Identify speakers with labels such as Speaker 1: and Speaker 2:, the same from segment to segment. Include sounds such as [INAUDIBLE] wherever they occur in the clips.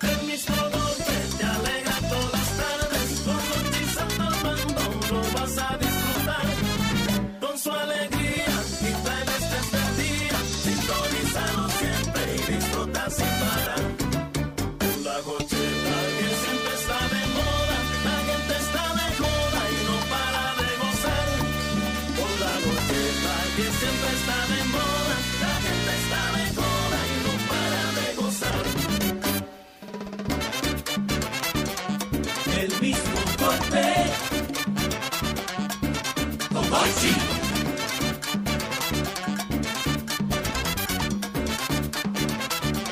Speaker 1: El mismo golpe te alegra todas tardes, con Conchisa tomando lo vas a disfrutar, con su alegría y planes desde el día, sintonizalo siempre y disfruta sin parar. Con la gocheta que siempre está de moda, la gente está de moda y no para de gozar. Con la gocheta que siempre está de moda, la gente está de moda y no para de gozar. El mismo golpe. Oh, Con Hochi.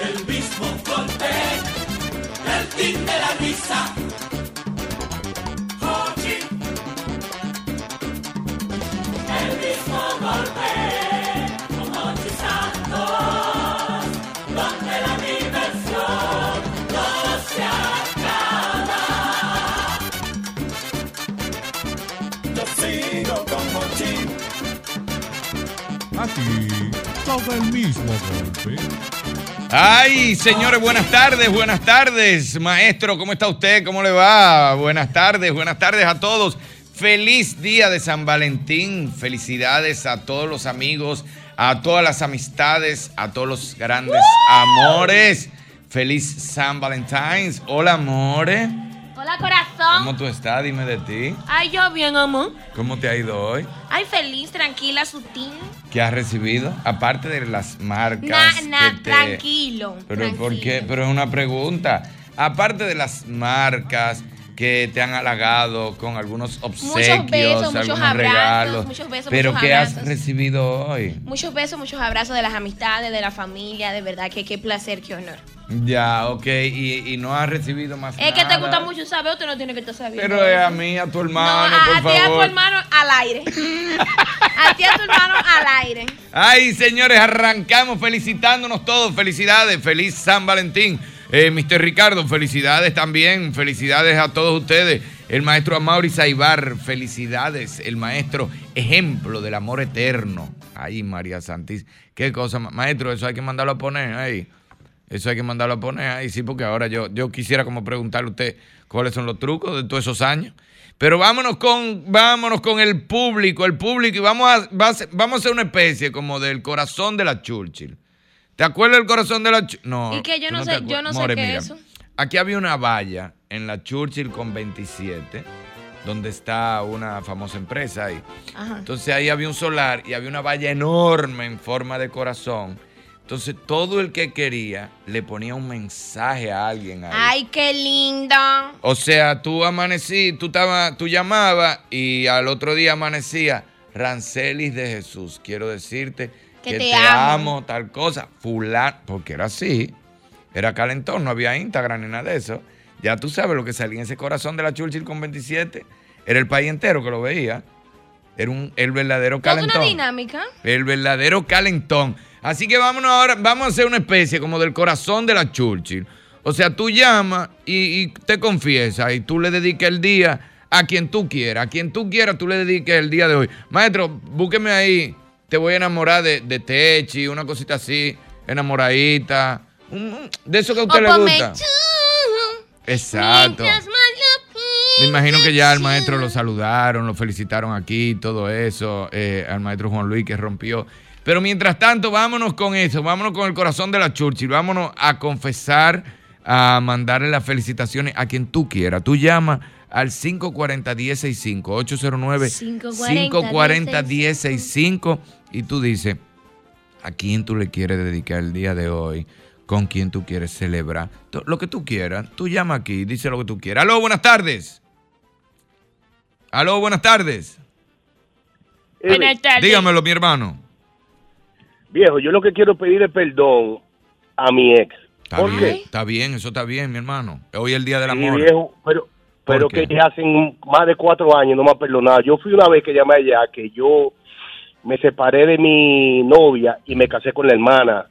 Speaker 1: El mismo golpe. El fin de la risa. Oh, Hochi. El mismo golpe. Con Hochi Santos. Donde la diversión no se acaba. Yo sigo con Hochi.
Speaker 2: Aquí, sobre el mismo golpe.
Speaker 3: Ay, señores, buenas tardes, buenas tardes. Maestro, ¿cómo está usted? ¿Cómo le va? Buenas tardes, buenas tardes a todos. Feliz día de San Valentín. Felicidades a todos los amigos, a todas las amistades, a todos los grandes amores. Feliz San Valentines. Hola, amores.
Speaker 4: Hola, corazón.
Speaker 3: ¿Cómo tú estás? Dime de ti.
Speaker 4: Ay, yo bien, amor.
Speaker 3: ¿Cómo te ha ido hoy?
Speaker 4: Ay, feliz, tranquila, sutil.
Speaker 3: ¿Qué has recibido? Aparte de las marcas.
Speaker 4: Na, na,
Speaker 3: que te-
Speaker 4: tranquilo.
Speaker 3: Pero
Speaker 4: tranquilo.
Speaker 3: ¿por qué? Pero es una pregunta. Aparte de las marcas que te han halagado con algunos obsequios,
Speaker 4: besos, muchos
Speaker 3: algunos
Speaker 4: abrazos,
Speaker 3: regalos,
Speaker 4: muchos besos,
Speaker 3: pero
Speaker 4: muchos
Speaker 3: ¿qué has
Speaker 4: abrazos.
Speaker 3: recibido hoy?
Speaker 4: Muchos besos, muchos abrazos de las amistades, de la familia, de verdad que qué placer, qué honor.
Speaker 3: Ya, ok, y, y no has recibido más
Speaker 4: Es que te
Speaker 3: nada.
Speaker 4: gusta mucho saber, usted no tiene que estar sabiendo.
Speaker 3: Pero es a mí, a tu hermano,
Speaker 4: no, a,
Speaker 3: por
Speaker 4: a ti a tu
Speaker 3: favor.
Speaker 4: hermano
Speaker 3: [LAUGHS]
Speaker 4: al aire. a ti a tu hermano al aire.
Speaker 3: Ay, señores, arrancamos felicitándonos todos. Felicidades, feliz San Valentín. Eh, Mr. Ricardo, felicidades también. Felicidades a todos ustedes. El maestro Amaury Saibar, felicidades. El maestro, ejemplo del amor eterno. Ay, María Santis, qué cosa. ma- Maestro, eso hay que mandarlo a poner ahí. Eso hay que mandarlo a poner ahí, sí, porque ahora yo, yo quisiera como preguntarle a usted cuáles son los trucos de todos esos años. Pero vámonos con, vámonos con el público, el público, y vamos a, va a ser- vamos a hacer una especie como del corazón de la Churchill. ¿Te acuerdas del corazón de la Churchill? No.
Speaker 4: y que yo
Speaker 3: tú
Speaker 4: no,
Speaker 3: te
Speaker 4: sé,
Speaker 3: acuer-
Speaker 4: yo no
Speaker 3: More,
Speaker 4: sé qué
Speaker 3: mira,
Speaker 4: es eso.
Speaker 3: Aquí había una valla en la Churchill con 27, donde está una famosa empresa ahí.
Speaker 4: Ajá.
Speaker 3: Entonces ahí había un solar y había una valla enorme en forma de corazón. Entonces todo el que quería le ponía un mensaje a alguien ahí.
Speaker 4: Ay, qué lindo.
Speaker 3: O sea, tú amanecí, tú, estaba, tú llamabas y al otro día amanecía, Rancelis de Jesús, quiero decirte que, te, amo. tal cosa, fulano, porque era así, era calentón, no había Instagram ni nada de eso. Ya tú sabes lo que salía en ese corazón de la Churchill con 27, era el país entero que lo veía, era un, el verdadero
Speaker 4: Toda una
Speaker 3: calentón.
Speaker 4: dinámica.
Speaker 3: El verdadero calentón. Así que vámonos ahora, vamos a hacer una especie como del corazón de la Churchill. O sea, tú llamas y, y te confiesas y tú le dediques el día a quien tú quieras. A quien tú quieras, tú le dediques el día de hoy. Maestro, búsqueme ahí. Te voy a enamorar de, de Techi, una cosita así, enamoradita. Un- un- de eso que a
Speaker 4: O
Speaker 3: usted le
Speaker 4: ponme
Speaker 3: gusta.
Speaker 4: tú,
Speaker 3: Exacto.
Speaker 4: mientras más lo
Speaker 3: Me imagino que ya al maestro lo saludaron, lo felicitaron aquí, todo eso, eh, al maestro Juan Luis que rompió. Pero mientras tanto, vámonos con eso, vámonos con el corazón de la Churchill, vámonos a confesar, a mandarle las felicitaciones a quien tú quieras. Tú llamas al 540-1065, 809-540-1065 y tú dices a quién tú le quieres dedicar el día de hoy, con quién tú quieres celebrar, to- lo que tú quieras. Tú llama aquí, dice lo que tú quieras. Aló, buenas tardes. Aló, buenas tardes.
Speaker 5: Buenas tardes.
Speaker 3: Dígamelo, mi hermano.
Speaker 5: Viejo, yo lo que quiero pedir es perdón a mi ex.
Speaker 3: Está
Speaker 2: ¿Por
Speaker 3: bien,
Speaker 2: qué?
Speaker 3: está bien, eso está bien, mi hermano. Hoy es el día del
Speaker 2: Sí,
Speaker 3: amor.
Speaker 2: viejo, pero pero
Speaker 3: qué?
Speaker 2: que ya hacen más de cuatro años no me ha perdonado. Yo fui una vez que llamé allá que yo me separé de mi novia y me casé con la hermana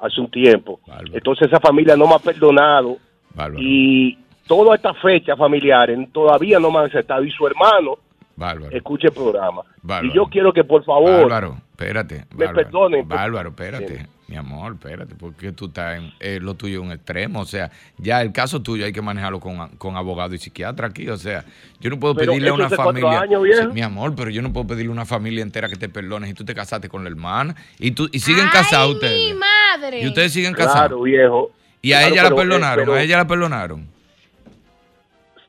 Speaker 2: hace un tiempo.
Speaker 3: Bárbaro.
Speaker 2: Entonces esa familia no me ha perdonado
Speaker 3: Bárbaro,
Speaker 2: y todas estas fechas familiares todavía no me han aceptado y su hermano
Speaker 3: bárbaro.
Speaker 2: escuche el programa.
Speaker 3: Bárbaro.
Speaker 2: Y yo quiero que por favor
Speaker 3: Bárbaro, espérate.
Speaker 2: Me
Speaker 3: Bárbaro.
Speaker 2: perdonen, por-
Speaker 3: Bárbaro, espérate.
Speaker 2: Sí.
Speaker 3: Mi amor, espérate, porque tú estás en eh, lo tuyo es un extremo. O sea, ya el caso tuyo hay que manejarlo con, con abogado y psiquiatra aquí. O sea, yo no puedo
Speaker 2: Pero
Speaker 3: pedirle a
Speaker 2: eso
Speaker 3: una
Speaker 2: hace cuatro
Speaker 3: familia.
Speaker 2: años, viejo.
Speaker 3: Sí, mi amor, pero yo no puedo pedirle a una familia entera que te perdones. Y tú te casaste con la hermana. Y, tú, y siguen
Speaker 4: Ay,
Speaker 3: casados
Speaker 4: mi
Speaker 3: ustedes.
Speaker 4: madre.
Speaker 3: Y ustedes siguen
Speaker 2: claro,
Speaker 3: casados.
Speaker 2: viejo.
Speaker 3: Y a
Speaker 2: Claro,
Speaker 3: ella
Speaker 2: pero,
Speaker 3: la
Speaker 2: eh,
Speaker 3: perdonaron.
Speaker 2: pero
Speaker 3: A ella la perdonaron.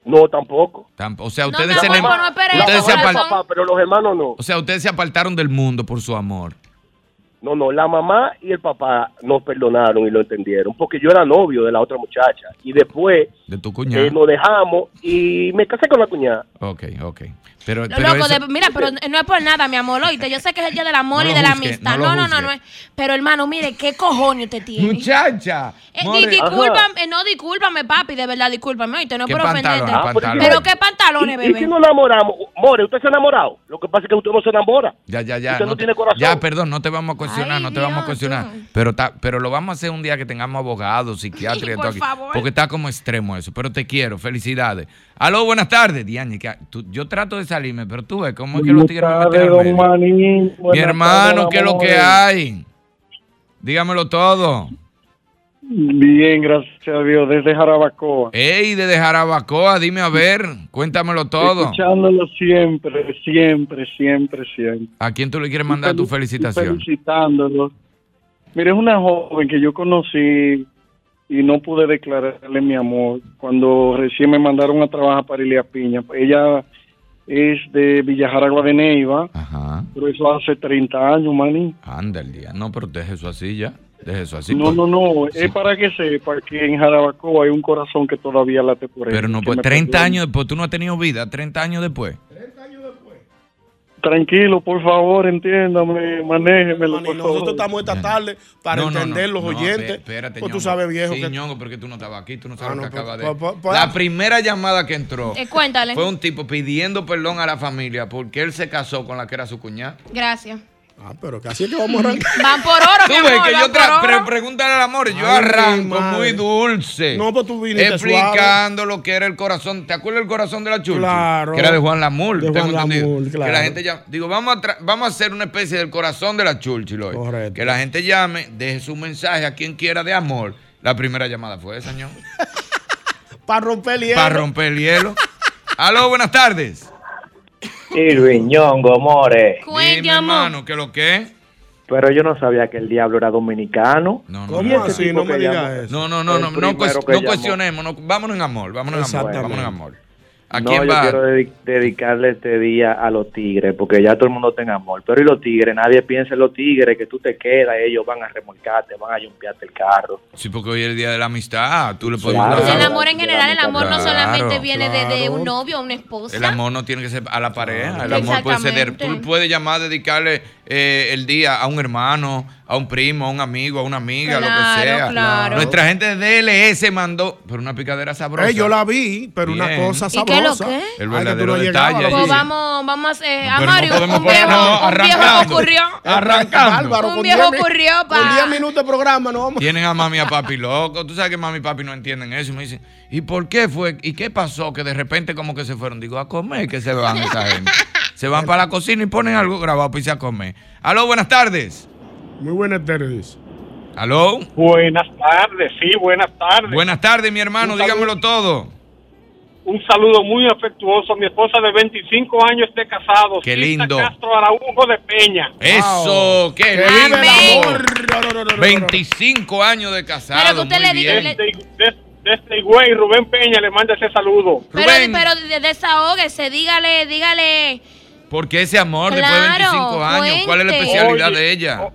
Speaker 2: no tampoco.
Speaker 3: Tamp- O sea,
Speaker 4: No,
Speaker 3: ustedes
Speaker 4: mi
Speaker 3: se
Speaker 4: amor,
Speaker 3: enem-
Speaker 4: no esperes
Speaker 2: la
Speaker 3: ustedes
Speaker 4: eso,
Speaker 3: se
Speaker 2: mamá,
Speaker 4: corazón.
Speaker 3: apart-
Speaker 2: papá, pero los hermanos no.
Speaker 3: o sea, ustedes se apartaron del mundo por su amor.
Speaker 2: No, no, la mamá y el papá nos perdonaron y lo entendieron, porque yo era novio de la otra muchacha. Y después
Speaker 3: De tu
Speaker 2: eh,
Speaker 3: cuñado.
Speaker 2: nos dejamos y me casé con la cuñada.
Speaker 3: Ok, ok. Pero,
Speaker 4: Lo
Speaker 3: pero
Speaker 4: loco,
Speaker 3: eso-
Speaker 4: de- mira, pero no es por nada, mi amor, oíste, yo sé que es el día del amor
Speaker 3: No
Speaker 4: y
Speaker 3: lo
Speaker 4: de la
Speaker 3: juzgue,
Speaker 4: amistad.
Speaker 3: no lo
Speaker 4: No, no, no,
Speaker 3: juzgue.
Speaker 4: no es. Pero hermano, mire, qué cojones usted tiene.
Speaker 3: Muchacha.
Speaker 4: Eh, di-
Speaker 3: more-
Speaker 4: discúlpame, eh, no, discúlpame, papi, de verdad, discúlpame, oíste, no es
Speaker 3: ¿Qué Ah,
Speaker 4: por ofenderte.
Speaker 3: pantalones,
Speaker 2: pantalones?
Speaker 4: Pero qué pantalones,
Speaker 2: Y, y si
Speaker 4: bebé.
Speaker 2: nos enamoramos, More, usted se ha enamorado. Lo que pasa es que usted no se enamora.
Speaker 3: Ya, ya, ya.
Speaker 2: Usted no
Speaker 3: te-
Speaker 2: tiene corazón.
Speaker 3: Ya, perdón, no te vamos a cuestionar,
Speaker 4: Ay,
Speaker 3: no te vamos a
Speaker 4: Dios,
Speaker 3: cuestionar.
Speaker 4: tú.
Speaker 3: Pero, ta- pero lo vamos a hacer un día que tengamos
Speaker 4: [LAUGHS]
Speaker 3: abogados, psiquiatras y
Speaker 4: Por
Speaker 3: todo aquí,
Speaker 4: favor.
Speaker 3: Porque está como extremo eso. Pero te quiero, felicidades. Aló, buenas tardes, Diane. que- tú- yo trato de salirme, pero tú ves cómo es que los tigres me meten al medio. Mi hermano, ¿qué es lo que hay? Dígamelo todo.
Speaker 6: Bien, gracias a Dios, desde Jarabacoa.
Speaker 3: Ey, desde Jarabacoa, dime a ver, cuéntamelo todo.
Speaker 6: Escuchándolo siempre, siempre, siempre, siempre.
Speaker 3: ¿A quién tú le quieres mandar tu
Speaker 6: Y fel- y
Speaker 3: felicitación?
Speaker 6: Felicitándolo. Mire, es una joven que yo conocí y no pude declararle mi amor cuando recién me mandaron a trabajar para Ilia Piña. Ella es de Villajaragua de Neiva,
Speaker 3: Ajá.
Speaker 6: pero eso hace 30 años, maní.
Speaker 3: Anda el día. No, pero deje eso así ya. Deje eso así.
Speaker 6: no,
Speaker 3: pues.
Speaker 6: no, no,
Speaker 3: Sí.
Speaker 6: es para que sepa que en Jarabacoa hay un corazón que todavía late por él.
Speaker 3: Pero no,
Speaker 6: que
Speaker 3: pues
Speaker 6: me
Speaker 3: 30
Speaker 6: perdone.
Speaker 3: años después, tú no has tenido vida, 30 años después.
Speaker 6: Tranquilo, por favor, entiéndame, manéjemelo,
Speaker 7: Mani,
Speaker 6: por
Speaker 7: nosotros
Speaker 6: favor.
Speaker 7: estamos esta tarde para
Speaker 3: Eh, No, no, no.
Speaker 7: entender los
Speaker 3: No,
Speaker 7: oyentes.
Speaker 3: espé- espérate,
Speaker 7: pues tú
Speaker 3: Ñongo.
Speaker 7: sabes, viejo,
Speaker 3: Sí,
Speaker 7: que
Speaker 3: Ñongo, porque tú no estabas aquí, tú no sabes
Speaker 7: Ah,
Speaker 3: lo
Speaker 7: no,
Speaker 3: que
Speaker 7: pues,
Speaker 3: acaba de...
Speaker 7: pues, pues, pues,
Speaker 3: la
Speaker 7: ah.
Speaker 3: primera llamada que entró
Speaker 4: Eh, cuéntale.
Speaker 3: fue un tipo pidiendo perdón a la familia porque él se casó con la que era su cuñada.
Speaker 4: Gracias.
Speaker 7: Ah, pero que así es que vamos a
Speaker 4: [LAUGHS]
Speaker 7: arrancar.
Speaker 4: Van por oro,
Speaker 3: Tú
Speaker 4: mi
Speaker 3: ves
Speaker 4: amor,
Speaker 3: que yo
Speaker 4: van
Speaker 3: tra-
Speaker 4: por
Speaker 3: pre-
Speaker 4: oro.
Speaker 3: preguntar al amor, yo
Speaker 7: Ay, mi
Speaker 3: arranco
Speaker 7: madre.
Speaker 3: muy dulce.
Speaker 7: No, pues tú viniste suave.
Speaker 3: Explicando lo que era el corazón. ¿Te acuerdas el corazón de la chulcha?
Speaker 7: Claro.
Speaker 3: Que era de Juan Lamur.
Speaker 7: De
Speaker 3: tengo
Speaker 7: Juan
Speaker 3: entendido.
Speaker 7: Lamur, claro.
Speaker 3: Que la gente llama. Digo, vamos a, tra- vamos a hacer una especie del corazón de la chulchi, Loy.
Speaker 7: Correcto.
Speaker 3: Que la gente llame, deje su mensaje a quien quiera de amor. La primera llamada fue esa, señor.
Speaker 7: Para romper el hielo.
Speaker 3: Para romper el
Speaker 7: [LAUGHS]
Speaker 3: hielo. Aló, buenas tardes.
Speaker 8: Irving Ñongo, more.
Speaker 4: Cuente,
Speaker 3: Dime,
Speaker 4: amor.
Speaker 3: hermano, ¿qué lo que es?
Speaker 8: Pero yo no sabía que el diablo era dominicano.
Speaker 3: No, no,
Speaker 7: ¿Cómo
Speaker 3: no.
Speaker 7: así?
Speaker 8: tipo
Speaker 7: No me
Speaker 8: que
Speaker 7: digas
Speaker 8: llama-
Speaker 7: eso.
Speaker 3: No, no, no,
Speaker 8: El
Speaker 3: no, no,
Speaker 8: primero
Speaker 3: cues-
Speaker 8: que
Speaker 3: no
Speaker 8: llamó.
Speaker 3: cuestionemos, no, vámonos en amor, vámonos en amor,
Speaker 7: Exactamente.
Speaker 3: vámonos en amor. ¿A
Speaker 8: no,
Speaker 3: quién
Speaker 8: yo
Speaker 3: va?
Speaker 8: quiero dedi- dedicarle este día a los tigres, porque ya todo el mundo tenga amor. Pero y los tigres, nadie piensa en los tigres, que tú te quedas, ellos van a remolcarte, van a yumpearte el carro.
Speaker 3: Sí, porque hoy es el día de la amistad, tú le puedes
Speaker 8: Claro.
Speaker 4: Pues
Speaker 3: dar-
Speaker 4: el amor en general, el amor no
Speaker 3: Claro,
Speaker 4: solamente viene de, de
Speaker 7: claro.
Speaker 4: un novio o una esposa.
Speaker 3: El amor no tiene que ser a la pareja, el amor puede ser, de- tú
Speaker 4: Exactamente.
Speaker 3: puedes llamar, dedicarle eh, el día a un hermano, a un primo, a un amigo, a una amiga, lo
Speaker 4: Claro,
Speaker 3: que sea.
Speaker 4: claro.
Speaker 3: Nuestra gente de DLS mandó, pero una picadera sabrosa.
Speaker 7: Eh, yo la vi, pero
Speaker 3: Bien.
Speaker 7: una cosa
Speaker 4: ¿Y qué lo
Speaker 7: sabrosa.
Speaker 4: que? El
Speaker 7: Ay, tú
Speaker 3: verdadero
Speaker 7: llegabas,
Speaker 3: detalle
Speaker 7: loco.
Speaker 4: Pues
Speaker 3: Sí.
Speaker 4: vamos, vamos a hacer.
Speaker 3: Pero no
Speaker 4: Amario,
Speaker 3: podemos
Speaker 4: un viejo,
Speaker 3: ponernos
Speaker 4: un viejo
Speaker 3: arrancando.
Speaker 4: ocurrió.
Speaker 3: Arrancando.
Speaker 7: Bárbaro,
Speaker 4: Un
Speaker 7: con
Speaker 4: viejo
Speaker 7: 10 min-
Speaker 4: ocurrió
Speaker 7: Con
Speaker 4: pa-
Speaker 7: 10 minutos de programa, no vamos.
Speaker 3: Tienen a mami y a papi loco. Tú sabes que mami y papi no entienden eso. Y me dicen, ¿y por qué fue? ¿Y qué pasó? Que de repente como que se fueron. Digo, a comer que se van esa gente. Se van para la cocina y ponen algo grabado para irse a comer. Aló, buenas tardes.
Speaker 7: Muy buenas tardes.
Speaker 3: Aló.
Speaker 6: Buenas tardes, sí, buenas tardes.
Speaker 3: Buenas tardes, mi hermano.
Speaker 6: Un saludo.
Speaker 3: Dígamelo todo.
Speaker 6: Un saludo muy afectuoso. Mi esposa de 25 años de casados.
Speaker 3: Qué
Speaker 6: Tita
Speaker 3: lindo.
Speaker 6: Castro Araujo de Peña.
Speaker 3: Eso, qué
Speaker 7: Que vive el
Speaker 4: Amén.
Speaker 7: amor. No, no, no, no, no, no.
Speaker 3: 25 años de casado.
Speaker 4: Pero que usted
Speaker 3: muy
Speaker 4: le diga-
Speaker 3: bien.
Speaker 4: le-
Speaker 6: Desde, des- desde Higüey, Rubén Peña le manda ese saludo.
Speaker 4: Pero,
Speaker 3: Rubén.
Speaker 4: pero de- desahóguese, dígale, dígale.
Speaker 3: Porque ese amor después de
Speaker 4: Claro,
Speaker 3: 25 años, ¿cuál es la
Speaker 4: cuente.
Speaker 3: especialidad
Speaker 6: Oye,
Speaker 3: de ella?
Speaker 6: o-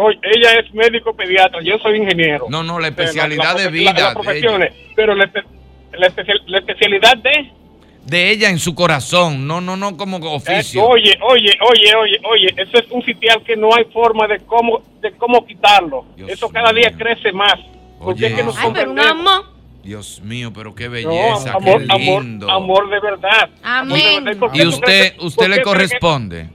Speaker 6: Hoy, ella es médico pediatra, yo soy ingeniero.
Speaker 3: No, no, la
Speaker 6: O sea, la-
Speaker 3: especialidad
Speaker 6: la
Speaker 3: de
Speaker 6: profe- la-
Speaker 3: vida
Speaker 6: las
Speaker 3: de ella.
Speaker 6: profesiones, pero la, espe- la especial- la especialidad de...
Speaker 3: de ella en su corazón, no, no, no como oficio.
Speaker 6: eh, oye, oye, oye, oye, oye, eso es un sitial que no hay forma de cómo, de cómo quitarlo. eso cada día crece más.
Speaker 3: Oye,
Speaker 6: Porque es que nos
Speaker 3: eso. Ay, pero un
Speaker 6: comprendemos.
Speaker 3: Dios mío, pero qué
Speaker 6: No,
Speaker 3: belleza,
Speaker 6: amor,
Speaker 3: qué
Speaker 6: amor,
Speaker 3: lindo.
Speaker 6: amor de verdad. Amor de verdad. por qué
Speaker 3: Y
Speaker 6: tú crees
Speaker 3: usted,
Speaker 6: que-
Speaker 3: usted le
Speaker 6: por qué crees que-
Speaker 3: corresponde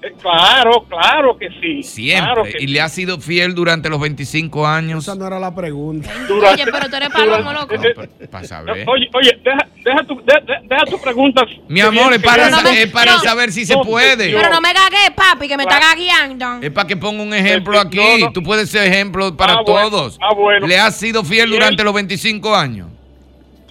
Speaker 6: Eh, Claro, claro que sí.
Speaker 3: siempre
Speaker 6: Claro que
Speaker 3: y le ha sido fiel durante los 25 años.
Speaker 7: Esa no era la pregunta.
Speaker 6: Durante-
Speaker 4: Oye, pero tú eres palomo,
Speaker 6: durante-
Speaker 4: loco.
Speaker 6: eh, eh, [LAUGHS]
Speaker 3: Para saber.
Speaker 6: Oye, oye, deja, deja tu, de- de- deja tu pregunta.
Speaker 3: Mi amor, es para,
Speaker 4: Pero no
Speaker 3: sa-
Speaker 4: me-
Speaker 3: es para
Speaker 4: no.
Speaker 3: saber si se
Speaker 6: No,
Speaker 3: puede.
Speaker 4: Pero no me gagué, papi, que me está gagueando.
Speaker 3: Es para que ponga un ejemplo
Speaker 6: Es
Speaker 3: aquí.
Speaker 6: que- Eh, no, no.
Speaker 3: Tú puedes ser ejemplo para
Speaker 6: Ah, bueno,
Speaker 3: todos.
Speaker 6: ah, bueno.
Speaker 3: Le has sido fiel
Speaker 6: Fiel.
Speaker 3: durante los 25 años.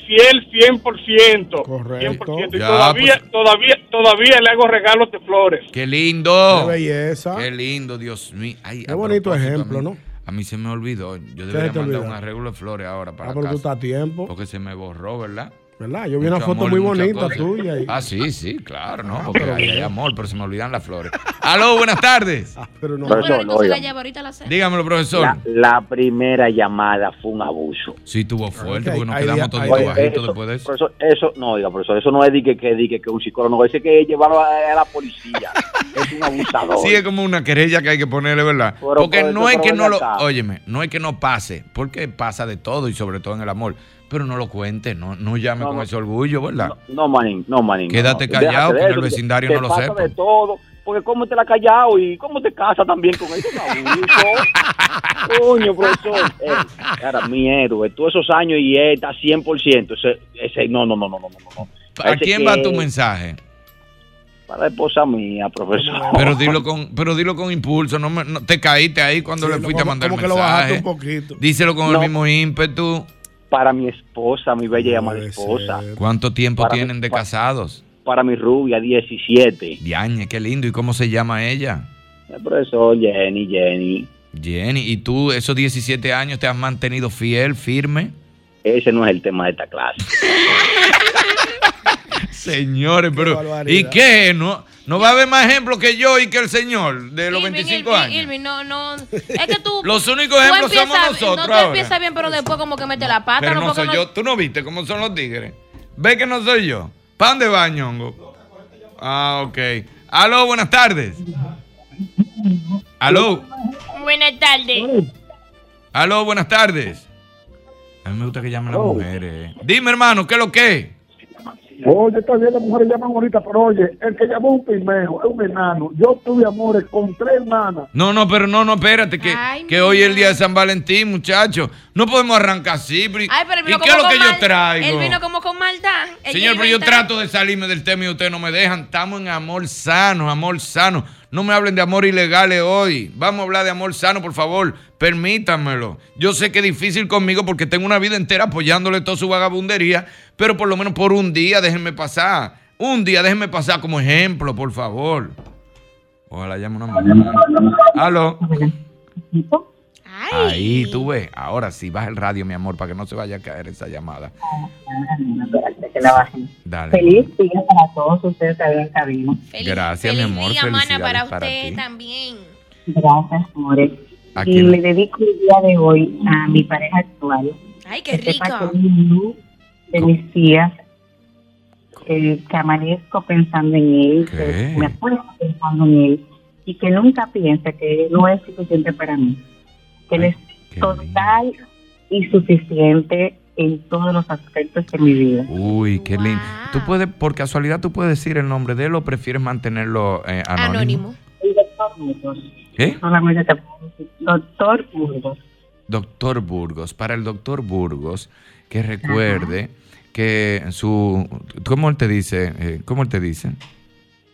Speaker 6: Fiel 100%.
Speaker 7: Correcto.
Speaker 6: 100%. Y
Speaker 3: Ya, pues.
Speaker 6: todavía, todavía, todavía le hago regalos de flores.
Speaker 3: Qué lindo.
Speaker 7: Qué belleza.
Speaker 3: Qué lindo, Dios mío. Ay,
Speaker 7: Qué
Speaker 3: a
Speaker 7: bonito
Speaker 3: propósito,
Speaker 7: ejemplo,
Speaker 3: a mí-
Speaker 7: ¿no?
Speaker 3: A mí se me olvidó. Yo
Speaker 7: se
Speaker 3: debería
Speaker 7: te
Speaker 3: mandar
Speaker 7: olvidó?
Speaker 3: un arreglo de flores ahora para
Speaker 7: Ah, pero
Speaker 3: casa.
Speaker 7: tú estás a tiempo.
Speaker 3: Porque se me borró, ¿verdad?
Speaker 7: ¿Verdad? Yo vi una
Speaker 3: Mucho
Speaker 7: foto
Speaker 3: amor y
Speaker 7: muy
Speaker 3: muchas
Speaker 7: bonita
Speaker 3: cosas.
Speaker 7: tuya. y-
Speaker 3: Ah, sí, sí, claro, ¿no?
Speaker 7: Ah,
Speaker 3: Porque
Speaker 7: pero
Speaker 3: hay, hay
Speaker 7: bien.
Speaker 3: amor, pero se me olvidan las flores. Aló, buenas tardes.
Speaker 7: Ah, pero no.
Speaker 4: Bueno,
Speaker 8: Profesor,
Speaker 4: entonces la
Speaker 8: oiga.
Speaker 4: llevo ahorita a la cena.
Speaker 3: Dígamelo, profesor.
Speaker 8: La, la primera llamada fue un abuso.
Speaker 3: Sí, tuvo fuerte,
Speaker 7: Ay,
Speaker 3: porque nos
Speaker 7: ay,
Speaker 3: quedamos
Speaker 7: ay,
Speaker 3: todos ¿eh?
Speaker 7: ay,
Speaker 8: Oye,
Speaker 3: bajitos
Speaker 8: eso,
Speaker 3: después de eso.
Speaker 8: profesor, eso- no, oiga, profesor, eso no es de que, que, de que, que un psicólogo, ese que es llevarlo a, a
Speaker 3: [LAUGHS]
Speaker 8: la policía. es un abusador.
Speaker 3: Sí, es como una querella que hay que ponerle, ¿verdad?
Speaker 8: Pero,
Speaker 3: Porque
Speaker 8: pero,
Speaker 3: no es
Speaker 8: pero
Speaker 3: que
Speaker 8: ven
Speaker 3: no lo.
Speaker 8: acá.
Speaker 3: Óyeme, no es que no pase, porque pasa de todo y sobre todo en el amor. Pero no lo cuente, no, no llame
Speaker 8: No,
Speaker 3: con
Speaker 8: no.
Speaker 3: ese orgullo, ¿verdad?
Speaker 8: No, no, manín, no, manín.
Speaker 3: Quédate
Speaker 8: no, no.
Speaker 3: callado,
Speaker 8: Déjate de
Speaker 3: que en
Speaker 8: eso,
Speaker 3: el vecindario
Speaker 8: te
Speaker 3: no lo
Speaker 8: pasa
Speaker 3: sepa.
Speaker 8: de todo, porque cómo te la has callado y cómo te casas también
Speaker 3: [LAUGHS]
Speaker 8: con eso. Coño, profesor. Eh, cara, mi héroe, todos esos años y él está 100%. Ese, ese, no, no, no, no, no, no, no.
Speaker 3: ¿A
Speaker 8: Ese
Speaker 3: quién
Speaker 8: que-
Speaker 3: va tu mensaje?
Speaker 8: Para la esposa mía, profesor.
Speaker 3: Pero dilo con, pero dilo con impulso, no, me- no- te caíste ahí cuando
Speaker 7: Sí,
Speaker 3: le
Speaker 7: no,
Speaker 3: fuiste a
Speaker 7: como-
Speaker 3: mandar el
Speaker 7: como que lo bajaste
Speaker 3: mensaje.
Speaker 7: un poquito.
Speaker 3: Díselo con el
Speaker 8: No.
Speaker 3: mismo ímpetu.
Speaker 8: Para mi esposa, mi bella y amada
Speaker 7: Puede
Speaker 8: esposa.
Speaker 7: ser.
Speaker 3: ¿Cuánto tiempo
Speaker 8: Para mí-
Speaker 3: tienen de
Speaker 8: pa-
Speaker 3: casados?
Speaker 8: Para mi rubia, 17.
Speaker 3: Diañe, qué lindo. ¿Y cómo se llama ella?
Speaker 8: El profesor Jenny, Jenny.
Speaker 3: Jenny, ¿y tú esos 17 años te has mantenido fiel, firme?
Speaker 8: Ese no es el tema de esta clase.
Speaker 3: Señores,
Speaker 7: Qué
Speaker 3: pero ¿y
Speaker 7: barbaridad.
Speaker 3: qué? No, no va a haber más ejemplos que yo y que el señor de los
Speaker 4: Irving,
Speaker 3: 25
Speaker 4: Irving,
Speaker 3: años.
Speaker 4: Irving, no, no. Es que tú.
Speaker 3: [LAUGHS] Los únicos
Speaker 4: tú
Speaker 3: ejemplos somos
Speaker 4: empiezas-
Speaker 3: nosotros
Speaker 4: No, tú
Speaker 3: ahora.
Speaker 4: empiezas bien, pero después como que mete la pata.
Speaker 3: Pero
Speaker 4: ¿no?
Speaker 3: no
Speaker 4: Porque
Speaker 3: soy
Speaker 4: no-
Speaker 3: yo. Tú no viste cómo son los tigres. Ve que no soy yo. Pan de baño, hongo. Ah, ok. Aló, buenas tardes. Aló.
Speaker 4: Buenas tardes.
Speaker 3: Aló, buenas tardes. A mí me gusta que llamen las mujeres. eh. Dime, hermano, ¿qué es lo que? es?
Speaker 5: Oye, está bien, las mujeres llaman ahorita, pero oye, el que llamó un pimejo es un enano. Yo tuve amores con tres hermanas.
Speaker 3: No, no, pero no, no, espérate, que,
Speaker 4: Ay,
Speaker 3: que hoy es el día
Speaker 4: mira.
Speaker 3: de San Valentín, muchachos. No podemos arrancar así. pero-
Speaker 4: Ay, pero él
Speaker 3: ¿Y
Speaker 4: vino
Speaker 3: qué es
Speaker 4: como
Speaker 3: lo
Speaker 4: con
Speaker 3: que yo
Speaker 4: mal- Él
Speaker 3: traigo?
Speaker 4: vino como con maldad. Él
Speaker 3: Señor,
Speaker 4: ya
Speaker 3: pero yo
Speaker 4: inventaba-
Speaker 3: trato de salirme del tema y ustedes no me dejan. Estamos en amor sano, amor sano. No me hablen de amor ilegales hoy. Vamos a hablar de amor sano, por favor. Permítanmelo. Yo sé que es difícil conmigo porque tengo una vida entera apoyándole toda su vagabundería, pero por lo menos por un día déjenme pasar. Un día déjenme pasar como ejemplo, por favor. Ojalá llame una mujer. Aló.
Speaker 4: Ay.
Speaker 3: Ahí, tú ves. Ahora sí, baja el radio, mi amor, para que no se vaya a caer esa llamada. Dale.
Speaker 5: día para todos ustedes que habían cabino.
Speaker 4: Feliz-
Speaker 3: Gracias, mi
Speaker 4: feliz
Speaker 3: amor.
Speaker 4: día, mana,
Speaker 3: Felicidades
Speaker 4: para
Speaker 3: para
Speaker 4: usted
Speaker 3: ti.
Speaker 4: también.
Speaker 5: Gracias, amores.
Speaker 3: ¿A quién? le-
Speaker 5: dedico el día de hoy a mi pareja actual.
Speaker 4: Ay, qué
Speaker 5: Que sepa
Speaker 4: rico.
Speaker 5: que mi luz de mis días, eh, que amanezco pensando en él,
Speaker 3: ¿Qué?
Speaker 5: que me acuerdo pensando en él, y que nunca piensa que no es suficiente para mí, que él
Speaker 3: Ay,
Speaker 5: es
Speaker 3: qué
Speaker 5: total y suficiente en todos los aspectos de mi vida.
Speaker 3: Uy, qué lindo.
Speaker 4: Wow.
Speaker 3: Tú puedes, por casualidad, tú puedes decir el nombre de él o prefieres mantenerlo eh, anónimo.
Speaker 4: Anónimo.
Speaker 5: El doctor Burgos,
Speaker 3: ¿Eh?
Speaker 5: solamente te puedo decir, doctor Burgos,
Speaker 3: Doctor Burgos, para el doctor Burgos, que recuerde que su, ¿cómo él te dice? Eh, ¿Cómo él te dice?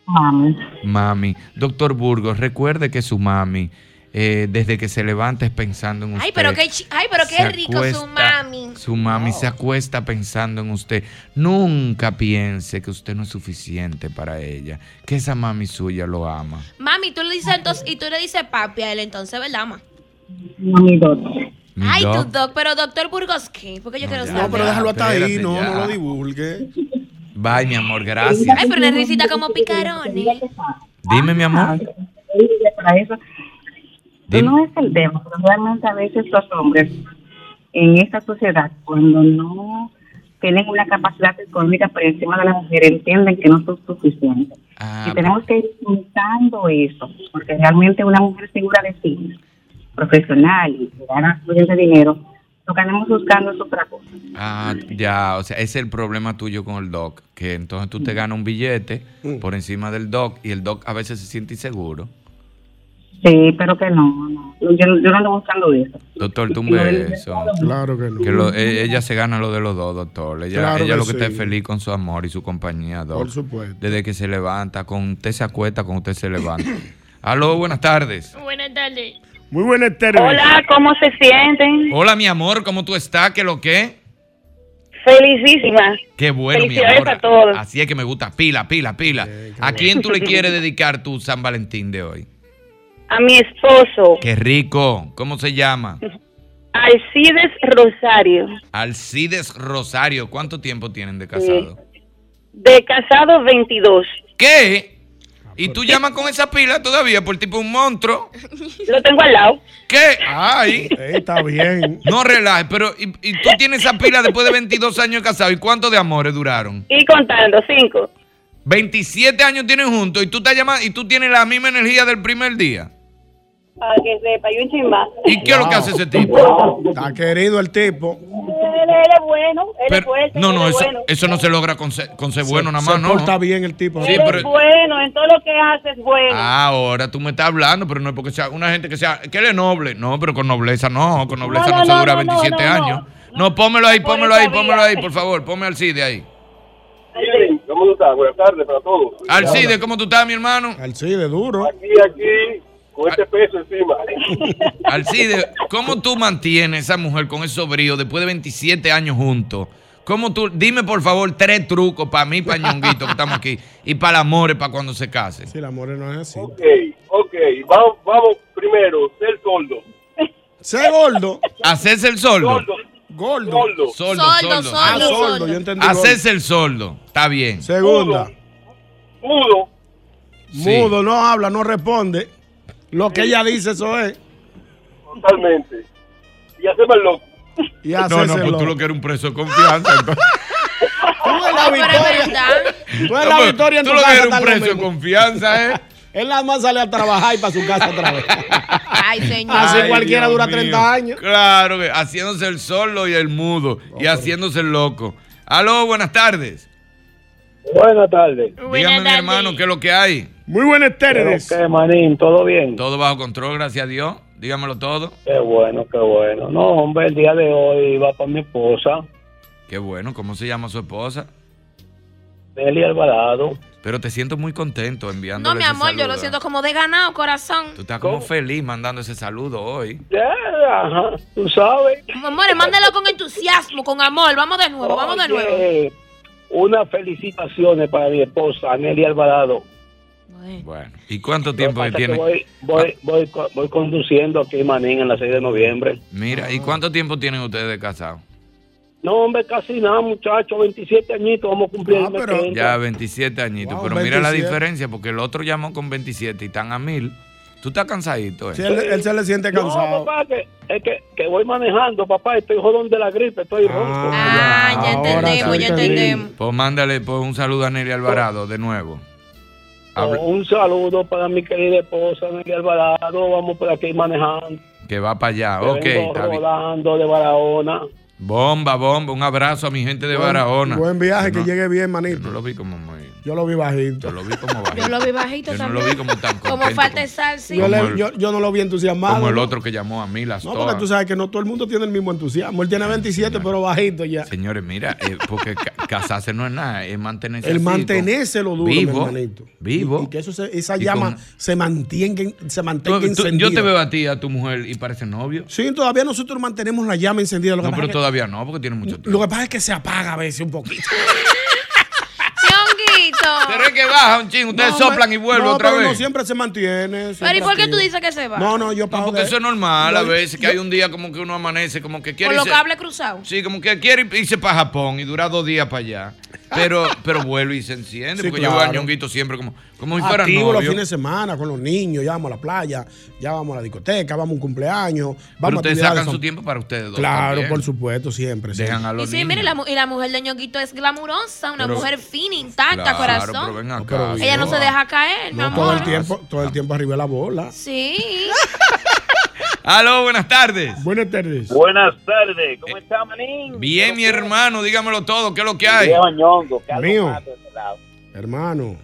Speaker 5: mami,
Speaker 3: Mami, doctor Burgos, recuerde que su mami, eh, desde que se levanta es pensando en usted.
Speaker 4: Ay, pero qué, chi- ay, pero qué
Speaker 3: Se
Speaker 4: rico su
Speaker 3: acuesta-
Speaker 4: mami.
Speaker 3: Su mami se acuesta pensando en usted. Nunca piense que usted no es suficiente para ella, que esa mami suya lo ama.
Speaker 4: Mami, tú le dices entonces, y tú le dices papi a él entonces, ¿verdad, ma?
Speaker 5: mami doctor.
Speaker 3: Mi
Speaker 4: Ay,
Speaker 3: doc-
Speaker 4: tu doc, pero doctor Burgos, ¿qué? Porque yo
Speaker 3: No,
Speaker 4: quiero
Speaker 3: ya.
Speaker 4: saber.
Speaker 7: No, pero déjalo hasta ahí,
Speaker 3: Espérate,
Speaker 7: no,
Speaker 3: ya.
Speaker 7: no lo divulgue.
Speaker 3: Bye, mi amor, gracias.
Speaker 4: Ay, pero la risita como picarones.
Speaker 3: Dime, mi amor.
Speaker 5: para eso.
Speaker 3: Dime.
Speaker 5: No es el tema, pero realmente a veces los hombres en esta sociedad, cuando no tienen una capacidad económica por encima de las mujeres entienden que no son suficientes.
Speaker 4: Ah,
Speaker 1: Ah,
Speaker 5: y tenemos que ir juntando eso, porque realmente una mujer segura de sí, profesional y que gana suficiente dinero, lo que andamos buscando es otra cosa.
Speaker 3: Ah, ya, o sea, ese es el problema tuyo con el doc, que entonces tú te ganas un billete
Speaker 7: Mm.
Speaker 3: por encima del doc y el doc a veces se siente inseguro.
Speaker 5: Sí, pero que no, no. Yo, yo no ando buscando eso.
Speaker 3: Doctor,
Speaker 5: Lo del
Speaker 3: tumbe eso.
Speaker 7: Claro que no.
Speaker 3: Que lo- e- ella se gana lo de los dos, doctor. Ella,
Speaker 7: Claro
Speaker 3: ella
Speaker 7: que
Speaker 3: lo que está
Speaker 7: sí.
Speaker 3: es feliz con su amor y su compañía, doc.
Speaker 7: Por supuesto.
Speaker 3: Desde que se levanta, con usted se acuesta, con usted se levanta. [COUGHS] Aló, buenas tardes.
Speaker 2: Buenas tardes.
Speaker 3: Muy buenas tardes.
Speaker 2: Hola, ¿cómo se sienten?
Speaker 3: Hola, mi amor, ¿cómo tú estás? ¿Qué lo que?
Speaker 2: Felicísima.
Speaker 3: Qué bueno, mi
Speaker 2: Felicidades
Speaker 3: amor.
Speaker 2: a todos.
Speaker 3: Así es que me gusta. Pila, pila, pila. ¿A quién
Speaker 2: [LAUGHS]
Speaker 3: tú le quieres dedicar tu San Valentín de hoy?
Speaker 2: A mi esposo,
Speaker 3: Qué rico. ¿Cómo se
Speaker 2: [LAUGHS]
Speaker 3: llama?
Speaker 2: Alcides Rosario.
Speaker 3: Alcides Rosario. ¿Cuánto tiempo tienen de casado?
Speaker 2: De casado 22.
Speaker 3: ¿Qué? ¿Y tú llamas con esa pila todavía por tipo un monstruo?
Speaker 2: Lo tengo al lado.
Speaker 3: ¿Qué? Ay.
Speaker 7: Está bien.
Speaker 3: No relajes, pero ¿y, y tú tienes esa pila después de 22 años de casado? ¿Y cuánto de amores duraron?
Speaker 2: Y contando, cinco.
Speaker 3: 27 años tienen juntos y tú te llamas y tú tienes la misma energía del primer día.
Speaker 2: Para Ah, que sepa, y un chimba.
Speaker 3: ¿Y qué es lo que hace ese tipo?
Speaker 7: Está querido el tipo.
Speaker 2: Él, él es bueno, él
Speaker 3: Pero-
Speaker 2: es fuerte.
Speaker 3: no, no,
Speaker 2: él es
Speaker 3: eso,
Speaker 2: bueno.
Speaker 3: eso no se logra con ser, con ser bueno nada
Speaker 7: se
Speaker 3: más, ¿no?
Speaker 7: porta bien el tipo.
Speaker 3: Sí,
Speaker 2: él es
Speaker 3: pero- Ah.
Speaker 2: bueno, en todo lo que hace es bueno.
Speaker 3: Ahora tú me estás hablando, pero no es porque sea una gente que sea, que él es noble. No, pero con nobleza no, con nobleza no,
Speaker 2: No, no,
Speaker 3: se
Speaker 2: no,
Speaker 3: dura
Speaker 2: no, no,
Speaker 3: 27
Speaker 2: no, no.
Speaker 3: años. No, pómelo ahí,
Speaker 2: Por
Speaker 3: pómelo
Speaker 2: esa
Speaker 3: ahí,
Speaker 2: vía.
Speaker 3: pómelo ahí, por favor, ponme Alcide ahí.
Speaker 9: ¿Cómo tú estás? Buenas tardes para todos.
Speaker 3: Alcide, ¿cómo tú estás, mi hermano?
Speaker 7: Alcide, duro.
Speaker 9: Aquí, aquí, con este peso encima.
Speaker 3: Alcide, ¿cómo tú mantienes a esa mujer con esos bríos después de 27 años juntos? ¿Cómo tú, dime por favor, tres trucos para mí, para Ñonguito, que estamos aquí, y para el amor, para cuando se case?
Speaker 7: Sí, el amor no es así.
Speaker 9: Ok, ok. Vamos, vamos primero, ser soldo.
Speaker 7: Sé gordo.
Speaker 3: Hacerse el soldo.
Speaker 7: Gordo.
Speaker 9: Soldo.
Speaker 3: Soldo,
Speaker 9: Soldo,
Speaker 3: soldo.
Speaker 9: soldo, Ah, soldo, soldo. yo entendí
Speaker 3: Hacerse el soldo. Está bien.
Speaker 7: Segunda.
Speaker 9: Mudo.
Speaker 7: Mudo, no habla, no responde. Lo que ella dice, eso es.
Speaker 9: Totalmente. Y hacerme el loco.
Speaker 7: Y
Speaker 3: No, no,
Speaker 7: hacérselo.
Speaker 3: pues tú lo que eres un preso de confianza.
Speaker 7: [LAUGHS]
Speaker 3: entonces.
Speaker 7: Tú eres la victoria. Tú eres
Speaker 3: No,
Speaker 7: la
Speaker 3: pues,
Speaker 7: victoria en
Speaker 3: tú
Speaker 7: tu
Speaker 3: lo que
Speaker 7: casa.
Speaker 3: eres un
Speaker 7: está lo
Speaker 3: preso de
Speaker 7: mismo.
Speaker 3: confianza, ¿eh?
Speaker 7: [LAUGHS] Él nada más sale a trabajar y para su casa
Speaker 3: [LAUGHS]
Speaker 7: otra vez.
Speaker 4: Ay, señor.
Speaker 7: Así
Speaker 3: Ay,
Speaker 7: cualquiera
Speaker 3: Dios
Speaker 7: dura
Speaker 3: mío.
Speaker 7: 30 años.
Speaker 3: Claro, que haciéndose el solo y el mudo y haciéndose el loco. Aló, buenas tardes.
Speaker 6: Buenas tardes.
Speaker 3: Dígame, mi hermano, ¿qué es lo que hay?
Speaker 7: Muy buenas
Speaker 6: ¿Qué, manín? ¿Todo bien?
Speaker 3: Todo bajo control, gracias a Dios. Dígamelo todo.
Speaker 6: Qué bueno, qué bueno. No, hombre, el día de hoy va para mi esposa,
Speaker 3: Qué bueno, ¿cómo se llama su esposa?
Speaker 6: Deli Alvarado.
Speaker 3: Pero te siento muy contento enviándole
Speaker 4: No, mi
Speaker 3: ese
Speaker 4: amor, yo
Speaker 3: saludo.
Speaker 4: lo siento como de ganado, corazón.
Speaker 3: Tú estás como feliz mandando ese saludo hoy.
Speaker 6: Ajá, tú sabes.
Speaker 4: Amores, mándalo con entusiasmo, con amor. Vamos de nuevo, vamos de nuevo.
Speaker 6: Oye, Unas felicitaciones para mi esposa, Nelly Alvarado.
Speaker 3: Bueno, ¿y cuánto tiempo
Speaker 6: Pasa
Speaker 3: que
Speaker 6: que
Speaker 3: tiene? Ah.
Speaker 6: Voy, voy, voy, co- voy conduciendo aquí, manín, en la 6 de noviembre.
Speaker 3: Mira,
Speaker 7: Ah.
Speaker 3: ¿y cuánto tiempo tienen ustedes de casados?
Speaker 6: No, hombre, casi nada, muchacho. 27 añitos, vamos a cumplir el mes que entra.
Speaker 3: Ya 27 añitos,
Speaker 6: Wow,
Speaker 3: pero mira la
Speaker 6: 27.
Speaker 3: diferencia porque el otro llamó con 27 y están a mil. Tú estás cansadito, ¿eh?
Speaker 7: pues. Sí, él, él se le siente cansado.
Speaker 6: No, papá, que, es que, que voy manejando, papá, estoy jodón de la gripe, estoy ronco.
Speaker 4: Ah, ya entendemos, ya entendemos.
Speaker 3: Pues mándale pues, un saludo a Nelly Alvarado de nuevo. Habla-
Speaker 6: Un saludo para mi querida esposa, Nelly Alvarado. Vamos por aquí manejando.
Speaker 3: que va para allá.
Speaker 6: Yo
Speaker 3: Ah, Ok,
Speaker 6: vengo
Speaker 3: está bien.
Speaker 6: rodando de Barahona.
Speaker 3: Bomba, bomba. Un abrazo a mi gente de Barahona.
Speaker 7: Buen viaje, que
Speaker 3: no-
Speaker 7: llegue bien, manito.
Speaker 3: Yo lo vi como muy.
Speaker 7: Yo lo vi bajito.
Speaker 3: Yo lo vi como
Speaker 4: Yo
Speaker 3: bajito.
Speaker 4: lo vi bajito
Speaker 3: Yo no
Speaker 4: también.
Speaker 3: lo vi como tan
Speaker 4: [LAUGHS] Como
Speaker 3: contento.
Speaker 4: falta de sal, sí.
Speaker 7: Yo, le-
Speaker 3: Como el-
Speaker 7: yo- yo no lo vi entusiasmado.
Speaker 3: Como el
Speaker 7: ¿no?
Speaker 3: otro que llamó a mí las
Speaker 7: No, porque tú sabes que no todo el mundo tiene el mismo entusiasmo. Él tiene 27, pero bajito ya.
Speaker 3: Señores, mira, eh, porque ca- casarse no es nada, es mantenerse
Speaker 7: El
Speaker 3: así, con-
Speaker 7: mantenerse lo duro, mi
Speaker 3: vivo,
Speaker 7: hermanito.
Speaker 3: vivo.
Speaker 7: Y que eso se- esa
Speaker 3: Y
Speaker 7: llama
Speaker 3: con-
Speaker 7: se mantenga, en- se mantenga
Speaker 3: Tú- tú-
Speaker 7: encendida.
Speaker 3: yo te veo a ti, a tu mujer, y parece novio.
Speaker 7: Sí, todavía nosotros mantenemos la llama encendida. Lo que,
Speaker 3: No,
Speaker 7: pasa
Speaker 3: pero
Speaker 7: es que-
Speaker 3: todavía no, porque tiene mucho tiempo.
Speaker 7: lo que pasa es que se apaga a veces un poquito.
Speaker 4: Ñonguito.
Speaker 3: [LAUGHS] Pero es que baja un ching, ustedes
Speaker 7: No,
Speaker 3: soplan
Speaker 7: hombre,
Speaker 3: y vuelven
Speaker 7: no,
Speaker 3: otra
Speaker 7: pero
Speaker 3: vez.
Speaker 7: No, siempre se mantiene.
Speaker 4: Pero ¿y
Speaker 7: siempre
Speaker 4: por qué tú
Speaker 7: activo.
Speaker 4: dices que se va?
Speaker 7: No, no, yo
Speaker 3: No,
Speaker 7: pago.
Speaker 3: porque eso es normal a
Speaker 7: yo-
Speaker 3: veces, que
Speaker 7: yo-
Speaker 3: hay un día como que uno amanece, como que quiere
Speaker 4: Con los
Speaker 3: irse-
Speaker 4: cables cruzados.
Speaker 3: Sí, como que quiere irse para Japón y dura dos días para allá.
Speaker 7: [LAUGHS]
Speaker 3: Pero, pero vuelve y se enciende,
Speaker 7: Sí,
Speaker 3: porque yo
Speaker 7: claro.
Speaker 3: veo a Ñonguito siempre como, como si fuera
Speaker 7: Activo los
Speaker 3: novio.
Speaker 7: fines de semana con los niños, ya vamos a la playa, ya vamos a la discoteca, vamos a un cumpleaños,
Speaker 3: Pero
Speaker 7: vamos
Speaker 3: ustedes
Speaker 7: a actividades
Speaker 3: sacan
Speaker 7: fam-
Speaker 3: su tiempo para ustedes dos
Speaker 7: Claro,
Speaker 3: también.
Speaker 7: por supuesto, siempre. Dejan
Speaker 3: a
Speaker 4: Y sí, mire, la, mu- y la mujer de ñoquito es glamurosa, una
Speaker 7: Pero-
Speaker 4: mujer fina, intacta,
Speaker 3: Pero
Speaker 7: Claro,
Speaker 4: corazón.
Speaker 3: ven acá.
Speaker 4: Ella no se deja caer, mi
Speaker 7: No, todo
Speaker 4: amor.
Speaker 7: el tiempo, todo el tiempo arriba de la bola.
Speaker 4: Sí.
Speaker 3: Aló, buenas tardes.
Speaker 7: Buenas tardes.
Speaker 10: Buenas tardes,
Speaker 3: Eh,
Speaker 10: ¿cómo está, manín?
Speaker 3: Bien, mi hermano, dígamelo todo, ¿qué es lo que hay?
Speaker 10: Viejo ñongo, que algo
Speaker 3: Mío.
Speaker 10: más de ese lado.
Speaker 7: Hermano.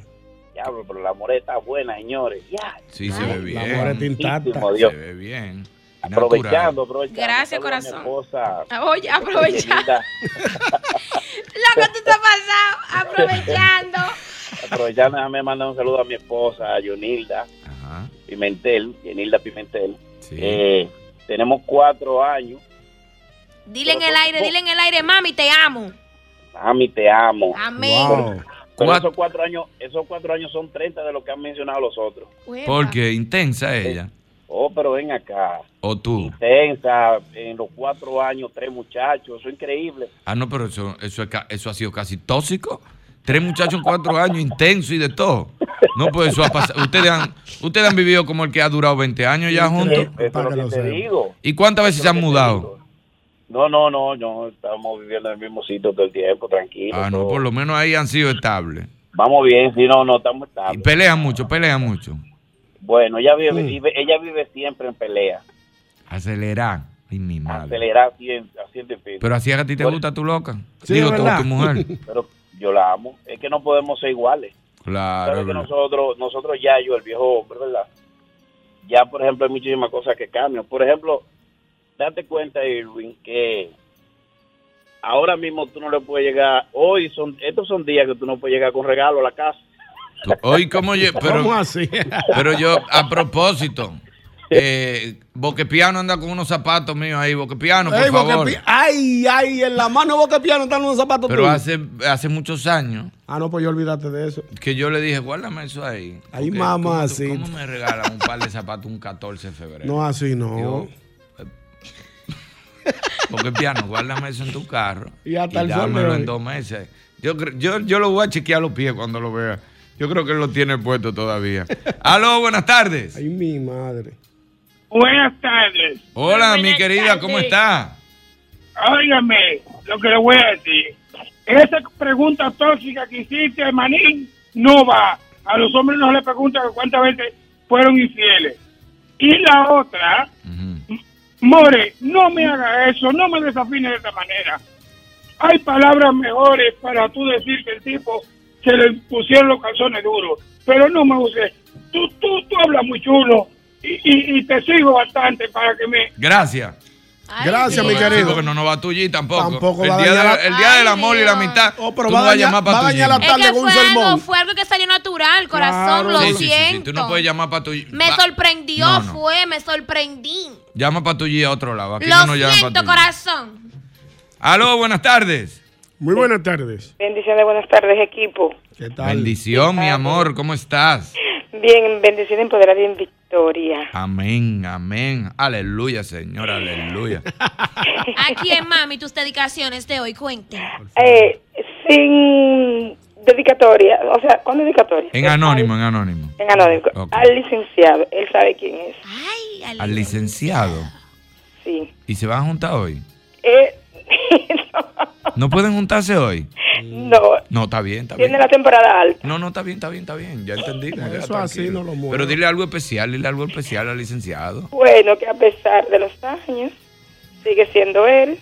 Speaker 10: Diablo, pero la moreta está buena, señores. Ya.
Speaker 3: Sí, se ve bien.
Speaker 7: La moreta intacta.
Speaker 10: Muchísimo, Dios.
Speaker 3: Se ve bien.
Speaker 10: Aprovechando, bro.
Speaker 4: Gracias, corazón.
Speaker 10: Esposa.
Speaker 4: Oye, aprovecha. Loco, tú te has pasado aprovechando.
Speaker 10: Aprovechando, déjame mandar un saludo a mi esposa, a Yonilda Pimentel, Yonilda Pimentel. Eh, tenemos cuatro años.
Speaker 4: Dile en el aire, dile en el aire, mami, te amo.
Speaker 10: Mami, te amo.
Speaker 4: Amén.
Speaker 10: Pero- pero esos cuatro años, esos cuatro años son 30 de lo que han mencionado los otros.
Speaker 3: Porque intensa ella.
Speaker 10: Oh, pero ven acá.
Speaker 3: O tú.
Speaker 10: Tensa, en los cuatro años, tres muchachos, eso es increíble.
Speaker 3: Ah, no, pero eso, eso, es ca- eso ha sido casi tóxico. Tres muchachos en cuatro años, intenso y de todo. No, pues eso ha pasado. Ustedes han, ustedes han vivido como el que ha durado 20 años ya juntos.
Speaker 10: Eh, Eso es lo que te digo.
Speaker 3: ¿Y cuántas veces se han mudado?
Speaker 10: No, no, no, no, estamos viviendo en el mismo sitio todo el tiempo, tranquilo.
Speaker 3: Ah, no, por lo menos ahí han sido estables.
Speaker 10: Vamos bien, si no, no, estamos
Speaker 3: Y
Speaker 10: estables.
Speaker 3: pelean mucho, pelean mucho.
Speaker 10: Bueno, ella vive, vive- ella vive siempre en pelea,
Speaker 3: Acelerar. Ay, mi madre.
Speaker 10: acelerada siempre, haciendo en fin.
Speaker 3: Pero así es que a ti te
Speaker 10: Bueno,
Speaker 3: gusta, tú loca.
Speaker 10: Sí,
Speaker 3: Digo, tú,
Speaker 10: ¿verdad?
Speaker 3: tu mujer.
Speaker 10: [LAUGHS] Pero yo la amo, es que no podemos ser iguales.
Speaker 3: Claro.
Speaker 10: Sabes que
Speaker 3: bro.
Speaker 10: nosotros, nosotros ya, yo, el viejo hombre, ¿verdad? Ya, por ejemplo, hay muchísimas cosas que cambian. Por ejemplo, date cuenta, Irwin, que ahora mismo tú no le puedes llegar, hoy son, estos son días que tú no puedes llegar con regalo a la casa.
Speaker 3: Tú- Hoy como yo, pero, pero yo, a propósito, eh, Boquepiano anda con unos zapatos míos ahí, Boquepiano, por
Speaker 7: Ey,
Speaker 3: favor.
Speaker 7: Boquepi- ay, ay, en la mano de Boquepiano están unos zapatos
Speaker 3: Pero
Speaker 7: tuyos.
Speaker 3: hace, hace muchos años
Speaker 7: Ah, no, pues yo olvídate de eso.
Speaker 3: que yo le dije, guárdame eso ahí.
Speaker 7: Ay,
Speaker 3: porque
Speaker 7: mamá,
Speaker 3: ¿cómo, tú-
Speaker 7: sí.
Speaker 3: ¿Cómo me regalan un par de zapatos un 14 de febrero?
Speaker 7: No, así no.
Speaker 3: Boquepiano, guárdame eso en tu carro.
Speaker 7: Y hasta el sol de
Speaker 3: dámelo
Speaker 7: hoy.
Speaker 3: en dos meses. Yo, cre- yo, yo lo voy a chequear los pies cuando lo vea. Yo creo que él lo tiene puesto
Speaker 7: [LAUGHS]
Speaker 3: todavía. Aló, buenas tardes.
Speaker 7: Ay, mi madre.
Speaker 11: Buenas tardes.
Speaker 3: Hola, mi querida, ¿cómo está?
Speaker 11: Óigame lo que le voy a decir. Esa pregunta tóxica que hiciste, Manín, no va. A los hombres no le preguntan cuántas veces fueron infieles. Y la otra, More, no me haga eso, no me desafine de esa manera. Hay palabras mejores para tú decir que el tipo se le pusieron los calzones duros, pero no me uses. Tú, tú, tú hablas muy chulo y, y- y te sigo bastante para que me,
Speaker 3: Gracias.
Speaker 7: Gracias, mi
Speaker 3: Sí,
Speaker 7: querido.
Speaker 3: porque no nos va a tullir tampoco.
Speaker 7: Tampoco
Speaker 3: el,
Speaker 7: va a
Speaker 3: día
Speaker 7: dañar
Speaker 3: de-
Speaker 7: la-
Speaker 3: el día del
Speaker 7: Ay,
Speaker 3: amor y la amistad.
Speaker 7: Oh, pero
Speaker 3: tú
Speaker 7: va
Speaker 3: no
Speaker 7: a
Speaker 3: vas a
Speaker 7: dañar-
Speaker 3: llamar
Speaker 7: va
Speaker 3: para
Speaker 7: a dañar la
Speaker 4: Es que
Speaker 3: tullir.
Speaker 4: fue algo, fue algo que salió natural, corazón, lo
Speaker 3: Sí, sí, sí, sí,
Speaker 4: siento.
Speaker 3: Tú no puedes llamar para tullir.
Speaker 4: Me
Speaker 3: Va-
Speaker 4: sorprendió,
Speaker 3: No, no.
Speaker 4: fue, me sorprendí.
Speaker 3: Llama para tullir a otro lado. Aquí
Speaker 4: Lo
Speaker 3: no nos llaman para
Speaker 4: siento,
Speaker 12: [LAUGHS]
Speaker 3: tullir.
Speaker 4: corazón.
Speaker 3: Aló, buenas tardes.
Speaker 7: Muy buenas tardes.
Speaker 12: Bendiciones, buenas tardes, equipo.
Speaker 7: ¿Qué tal?
Speaker 3: Bendición, mi amor. ¿Cómo estás?
Speaker 12: Bien, bendición empoderada y en victoria.
Speaker 3: Amén, amén. Aleluya, Señor, aleluya.
Speaker 4: Aquí en Mami, tus dedicaciones de hoy, cuente.
Speaker 12: Eh, sin dedicatoria, o sea, con dedicatoria,
Speaker 3: En anónimo, en anónimo.
Speaker 12: en anónimo,
Speaker 3: Ok.
Speaker 12: al licenciado, él sabe quién es.
Speaker 3: Al licenciado.
Speaker 12: Sí.
Speaker 3: ¿Y se van a juntar hoy?
Speaker 12: Eh,
Speaker 3: ¿No pueden juntarse hoy?
Speaker 12: no,
Speaker 3: No, Mm, está bien, está bien.
Speaker 12: tiene la temporada alta.
Speaker 3: No, no, está bien, está bien, está bien. Ya entendí. me queda
Speaker 12: Eso así
Speaker 3: tranquilo.
Speaker 12: no lo
Speaker 3: Pero dile algo especial, dile algo especial al licenciado.
Speaker 12: Bueno, que a pesar de los años, sigue siendo él.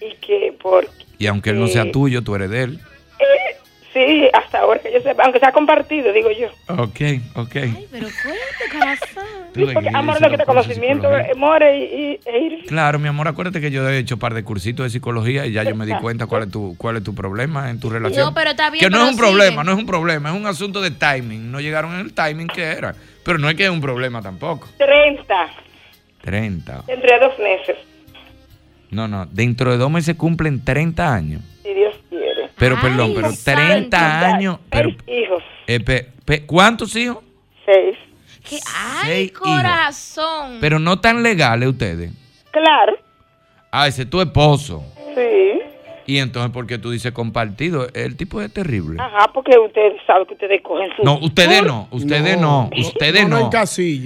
Speaker 12: Y que por...
Speaker 3: Y aunque él no sea tuyo, tú eres de él.
Speaker 12: eh, sí, hasta ahora que yo sepa, aunque sea compartido, digo yo.
Speaker 3: Ok, ok.
Speaker 12: Pero cuente, corazón.
Speaker 3: Tú
Speaker 12: porque
Speaker 3: eres
Speaker 12: amor,
Speaker 3: la
Speaker 12: lo que te
Speaker 3: cosa de
Speaker 12: conocimiento,
Speaker 3: psicología.
Speaker 12: eh, more y, y- e ir.
Speaker 3: Claro, mi amor, acuérdate que yo he hecho un par de cursitos de psicología y ya yo me di cuenta cuál es tu, cuál es tu problema en tu relación.
Speaker 4: No, pero está bien,
Speaker 3: Que no
Speaker 4: pero
Speaker 3: es un
Speaker 4: sigue.
Speaker 3: problema, no es un problema, es un asunto de timing. No llegaron en el timing que era. Pero no es que es un problema tampoco.
Speaker 12: 30,
Speaker 3: 30.
Speaker 12: dentro de dos meses,
Speaker 3: No, no, dentro de dos meses cumplen 30 años.
Speaker 12: si Dios quiere.
Speaker 3: Pero perdón, pero 30 años. Pero,
Speaker 12: Hijos,
Speaker 3: eh, pe- pe- ¿Cuántos hijos?
Speaker 12: seis.
Speaker 4: Que, ay,
Speaker 3: Seis hijos.
Speaker 4: corazón.
Speaker 3: Pero no tan legales ustedes.
Speaker 12: Claro,
Speaker 3: Ah, ese es tu esposo.
Speaker 12: sí.
Speaker 3: Y entonces, ¿por qué tú dices compartido? El tipo es terrible.
Speaker 12: Ajá, porque ustedes saben que ustedes cogen su...
Speaker 3: No, ustedes no, ustedes no, ustedes no.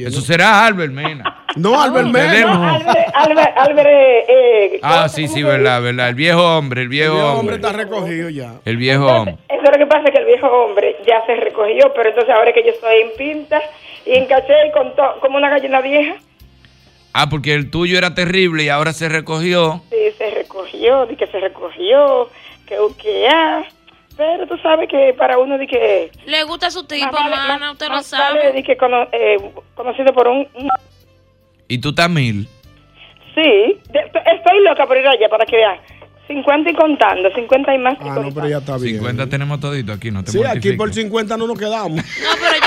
Speaker 3: Eso será Albert Mena.
Speaker 7: No, Albert
Speaker 3: Ustedes
Speaker 7: Mena.
Speaker 3: no.
Speaker 12: Albert, Albert, Albert, eh,
Speaker 3: Ah, sí, sí, verdad, verdad. El viejo hombre, el viejo hombre.
Speaker 7: Está recogido ya.
Speaker 3: El viejo hombre.
Speaker 12: Eso es lo que pasa, que el viejo hombre ya se recogió, pero entonces ahora que yo estoy en pinta y en caché y con to- como una gallina vieja,
Speaker 3: Ah, porque el tuyo era terrible y ahora se recogió.
Speaker 12: sí, se recogió, di que se recogió, que que ah, pero tú sabes que para uno di que...
Speaker 4: Le gusta su tipo,
Speaker 12: más vale-
Speaker 4: mana,
Speaker 12: más-
Speaker 4: usted no
Speaker 12: más vale,
Speaker 4: sabe.
Speaker 12: di que cono- eh, conocido por un... un-
Speaker 3: Y tú estás mil.
Speaker 12: sí, de- estoy loca por ir allá para que vean. 50 y contando, 50 y más
Speaker 3: Ah.
Speaker 12: y contando.
Speaker 7: Ah, Pero ya está bien.
Speaker 3: 50 tenemos todito aquí, no te
Speaker 7: Sí, aquí
Speaker 3: mortifiques.
Speaker 7: por 50 no nos quedamos.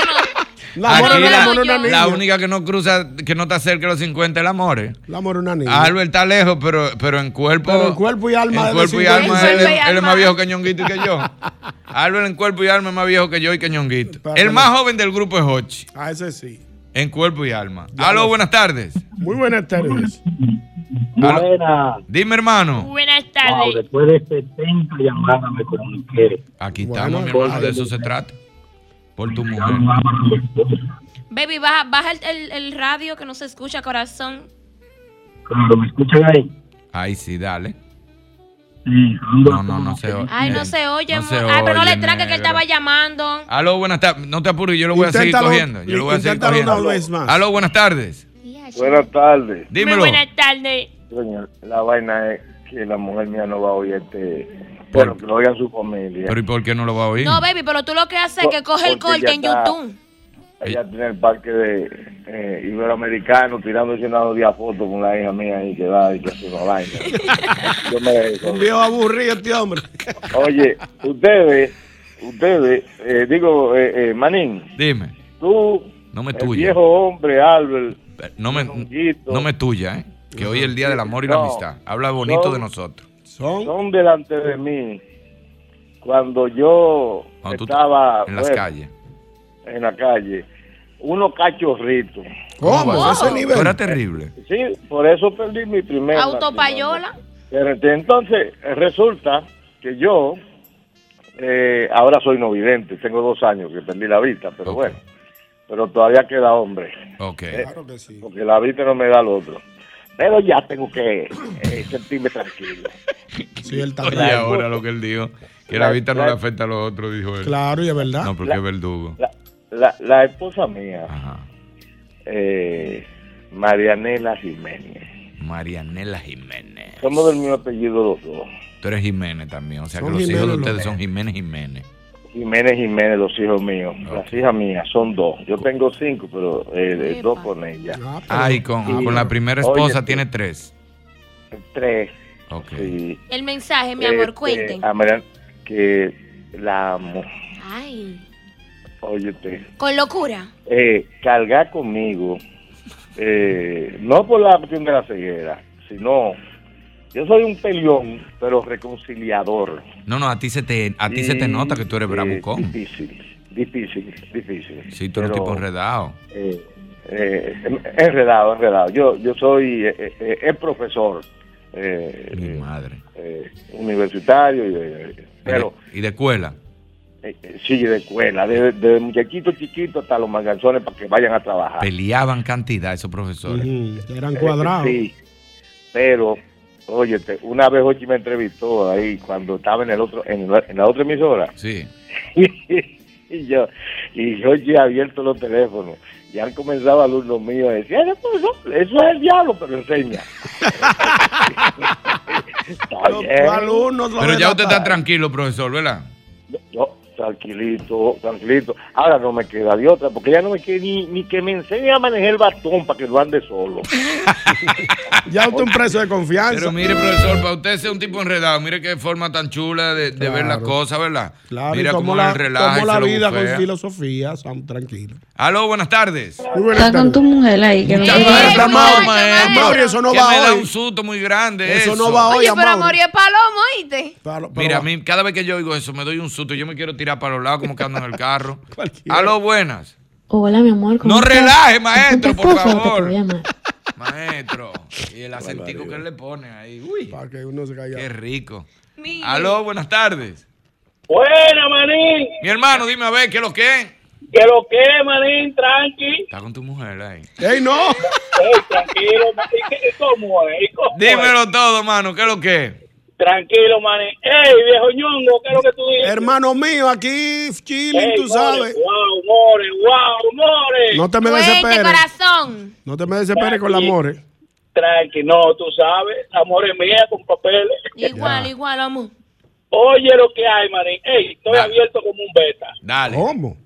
Speaker 3: Aquí
Speaker 7: No, pero yo no. [LAUGHS] La
Speaker 3: la,
Speaker 7: mora una
Speaker 3: la
Speaker 7: niña.
Speaker 3: única que no cruza, que no está cerca de los 50 es la More.
Speaker 7: La mora una niña.
Speaker 3: Albert está lejos, pero, pero en cuerpo.
Speaker 7: Pero en cuerpo y alma
Speaker 3: En
Speaker 7: de
Speaker 3: cuerpo y
Speaker 7: 50.
Speaker 3: alma,
Speaker 7: En
Speaker 3: él,
Speaker 7: cuerpo y
Speaker 3: él es
Speaker 7: alma.
Speaker 3: más viejo que Ñonguito y que
Speaker 7: [LAUGHS]
Speaker 3: yo. Albert en cuerpo y alma es más viejo que yo y que Ñonguito. El
Speaker 7: Perdón.
Speaker 3: más joven del grupo es Hochi.
Speaker 7: Ah, ese sí.
Speaker 3: En cuerpo y alma. Aló, buenas tardes.
Speaker 7: Muy buenas tardes.
Speaker 3: Buenas. Dime, hermano.
Speaker 4: Buenas tardes.
Speaker 11: después de 70 llamadas me comuniqué.
Speaker 3: Aquí
Speaker 11: Bueno,
Speaker 3: estamos, mi hermano,
Speaker 11: por-
Speaker 3: de eso se trata. Por tu mujer.
Speaker 4: Baby, baja, baja el, el- el radio que no se escucha, corazón.
Speaker 11: Claro, ¿me escuchan ahí?
Speaker 3: Ahí sí, dale.
Speaker 11: Sí,
Speaker 3: No, no, no se oye. Eh,
Speaker 4: Ay, no se oye.
Speaker 3: No
Speaker 4: mo-
Speaker 3: se
Speaker 4: Ay, pero no
Speaker 3: oye,
Speaker 4: le tranque que él
Speaker 3: negro.
Speaker 4: estaba llamando.
Speaker 3: Aló, buenas tardes. No te apures, yo lo voy a seguir
Speaker 7: Inténtalo-
Speaker 3: cogiendo. Yo lo voy a seguir
Speaker 7: inténtalo
Speaker 3: cogiendo.
Speaker 7: una vez más.
Speaker 3: Aló, buenas tardes.
Speaker 13: Buenas tardes.
Speaker 3: Dímelo.
Speaker 4: Muy buenas tardes.
Speaker 13: Coño, la vaina es que la mujer mía no va a oír este. Bueno, que lo oiga su familia.
Speaker 3: Pero ¿y por qué no lo va a oír?
Speaker 4: No, baby, pero tú lo que haces es que coge el
Speaker 13: Porque
Speaker 4: corte
Speaker 13: ya
Speaker 4: en
Speaker 13: está.
Speaker 4: YouTube.
Speaker 13: Ella tiene el parque de eh, iberoamericano tirándose una día foto con la hija mía y que va y que hace una
Speaker 4: [LAUGHS]
Speaker 13: vaina. Yo me-
Speaker 7: Un viejo aburrido este hombre.
Speaker 13: Oye, ustedes, ustedes, eh, digo, eh, eh, Manín.
Speaker 3: Dime.
Speaker 13: Tú,
Speaker 3: No me
Speaker 13: el
Speaker 3: tuya.
Speaker 13: viejo hombre, Albert.
Speaker 3: No me,
Speaker 13: Ñonguito.
Speaker 3: no me tuya, ¿eh? Que hoy es el día del amor y la
Speaker 13: No.
Speaker 3: amistad. Habla bonito
Speaker 13: No.
Speaker 3: de nosotros.
Speaker 13: son, delante de mí cuando yo
Speaker 3: Cuando tú
Speaker 13: estaba
Speaker 3: En las
Speaker 13: bueno,
Speaker 3: calles.
Speaker 13: en la calle unos cachorritos
Speaker 3: va a ser?
Speaker 13: Ese nivel.
Speaker 3: Tú eras terrible.
Speaker 13: sí por eso perdí mi primer
Speaker 4: Autopayola.
Speaker 13: matrimonio. entonces eh, resulta que yo eh, ahora soy no vidente tengo dos años que perdí la vista pero bueno pero todavía queda hombre
Speaker 3: Ok.
Speaker 13: Eh, porque la vista no me da el otro pero ya tengo que eh, sentirme tranquilo
Speaker 7: Sí, él está
Speaker 3: Oye,
Speaker 7: bravo.
Speaker 3: ahora lo que él dijo. Que la
Speaker 13: Claro,
Speaker 3: vista no le
Speaker 13: claro.
Speaker 3: afecta a los otros, dijo él.
Speaker 7: Claro, y es verdad.
Speaker 3: Pues, No, porque
Speaker 13: La-
Speaker 3: es verdugo.
Speaker 13: La, la, la esposa mía, eh, Marianela Jiménez.
Speaker 3: Marianela Jiménez.
Speaker 13: Somos del mismo apellido los dos.
Speaker 3: Tú eres Jiménez también. O sea que
Speaker 13: Son
Speaker 3: los hijos
Speaker 13: Jiménez
Speaker 3: de
Speaker 13: los
Speaker 3: ustedes son Jiménez Jiménez.
Speaker 13: Jiménez Jiménez, los hijos míos. Las hijas mías son dos. Yo tengo cinco, pero eh, eh, dos con ella.
Speaker 3: Ah, y con,
Speaker 13: Y-
Speaker 3: con la primera
Speaker 13: oye,
Speaker 3: esposa tiene tres.
Speaker 13: Tres.
Speaker 3: Ok.
Speaker 13: Sí.
Speaker 4: El mensaje, mi amor,
Speaker 13: Este,
Speaker 4: cuenten.
Speaker 13: a Marian- que la amo.
Speaker 4: Ay,
Speaker 13: Óyete.
Speaker 4: con locura.
Speaker 13: eh, cargar conmigo, eh, no por la cuestión de la ceguera, sino yo soy un peleón, pero reconciliador.
Speaker 3: No, no, a ti se te, a ti se te
Speaker 13: Sí,
Speaker 3: nota que tú eres bravucón.
Speaker 13: Difícil, difícil, difícil.
Speaker 3: Sí, tú eres un
Speaker 13: Pero,
Speaker 3: tipo enredado.
Speaker 13: eh, eh, enredado, enredado. Yo, yo soy eh, eh, eh, el profesor. eh, eh, universitario, y, eh, pero
Speaker 3: Y de escuela.
Speaker 13: eh, eh, sí, de escuela, de, de muchachito chiquito hasta los manganzones para que vayan a trabajar.
Speaker 3: Peleaban cantidad esos profesores.
Speaker 7: Eran
Speaker 13: Eh,
Speaker 7: cuadrados.
Speaker 13: Sí, pero, óyete, una vez Ochi me entrevistó ahí cuando estaba en el otro en la, en la otra emisora.
Speaker 3: Sí.
Speaker 13: [LAUGHS] y yo, y Ochi ha abierto los teléfonos. Y han comenzado alumnos míos a decir, "Ay, pues, no, eso es el diablo, pero
Speaker 7: [LAUGHS]
Speaker 13: enseña. Está bien.
Speaker 3: Pero ya usted está tranquilo, profesor, ¿verdad?
Speaker 13: Yo, tranquilito, tranquilito. Ahora no me queda de otra, porque ya no me queda ni, ni que me enseñe a manejar el bastón para que lo ande solo.
Speaker 7: [LAUGHS] Ya usted un preso de confianza.
Speaker 3: Pero mire, profesor, para usted ser un tipo enredado, mire qué forma tan chula de, de ver las cosas, ¿verdad?
Speaker 7: Claro, y
Speaker 3: mira
Speaker 7: tomó
Speaker 3: cómo
Speaker 7: la,
Speaker 3: le relaja y
Speaker 7: tomó
Speaker 3: se
Speaker 7: la
Speaker 3: lo
Speaker 7: vida
Speaker 3: bufea.
Speaker 7: con filosofía, Sam, tranquilo.
Speaker 3: Aló, buenas tardes.
Speaker 7: Está
Speaker 14: con tu mujer ahí que no
Speaker 3: Muchas
Speaker 14: te-
Speaker 3: gracias,
Speaker 14: Ey,
Speaker 3: Mauri,
Speaker 14: muchacho,
Speaker 3: maestro.
Speaker 7: Mauri, eso no
Speaker 3: Que
Speaker 7: va
Speaker 3: me da
Speaker 7: hoy.
Speaker 3: un susto muy grande.
Speaker 7: Eso no va
Speaker 4: Oye, pero amor, y es palomo, ¿oíste?
Speaker 3: Mira, a mí cada vez que yo oigo eso me doy un susto. Yo me quiero tirar para los lados como que ando en el
Speaker 7: [LAUGHS]
Speaker 3: carro. Aló, buenas.
Speaker 14: Hola, mi amor. ¿cómo
Speaker 3: No
Speaker 14: estás?
Speaker 3: relaje,
Speaker 14: ¿Cómo te
Speaker 3: maestro, por
Speaker 14: esposa o que te
Speaker 3: favor.
Speaker 14: voy a llamar?
Speaker 7: [LAUGHS]
Speaker 3: Maestro. Y el acentico que él le pone ahí. Uy.
Speaker 7: Para que uno se caiga.
Speaker 3: Qué rico.
Speaker 4: Mire.
Speaker 3: Aló, buenas tardes.
Speaker 6: Buena, manín.
Speaker 3: Mi hermano, dime a ver qué es lo que es.
Speaker 6: Que lo que es, manín, tranqui.
Speaker 3: Está con tu mujer ahí.
Speaker 7: ¡Ey, no!
Speaker 6: [LAUGHS] Ey, tranquilo, manín. ¿Qué- ¿Cómo es? ¿Cómo es?
Speaker 3: Dímelo todo, mano. ¿Qué es lo que es?
Speaker 6: Tranquilo, manín. Ey, viejo ñongo, ¿qué es lo que tú dices?
Speaker 7: Hermano mío, aquí chilling,
Speaker 6: Ey,
Speaker 7: tú
Speaker 6: more,
Speaker 7: sabes.
Speaker 6: Wow, more, wow, more.
Speaker 7: No te me
Speaker 4: Fuerte
Speaker 7: desesperes.
Speaker 4: corazón.
Speaker 7: No te me desesperes con el
Speaker 6: Aquí.
Speaker 7: amor.
Speaker 6: Tranqui, no, tú sabes. Amor es mía con papeles.
Speaker 4: Igual, igual, amor.
Speaker 6: Oye lo que hay, manín. Ey, estoy abierto como un beta.
Speaker 3: Dale.
Speaker 7: ¿Cómo?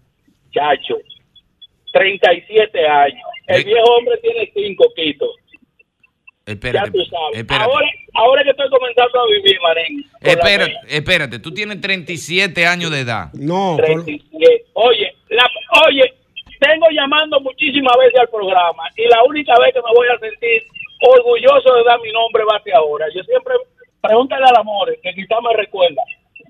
Speaker 6: Chacho, 37 años.
Speaker 3: Eh.
Speaker 6: El viejo hombre tiene 5 quitos.
Speaker 3: Espérate.
Speaker 6: ya tú sabes.
Speaker 3: Espérate.
Speaker 6: Ahora, ahora que estoy comenzando a vivir, manín. con la
Speaker 3: Espérate,
Speaker 6: mía,
Speaker 3: espérate. Tú tienes 37 años de edad.
Speaker 7: No.
Speaker 6: 37. Oye, la, oye, tengo llamando muchísimas veces al programa y la única vez que me voy a sentir orgulloso de dar mi nombre va a ser ahora. Yo siempre, pregúntale al amor, que quizá me recuerda.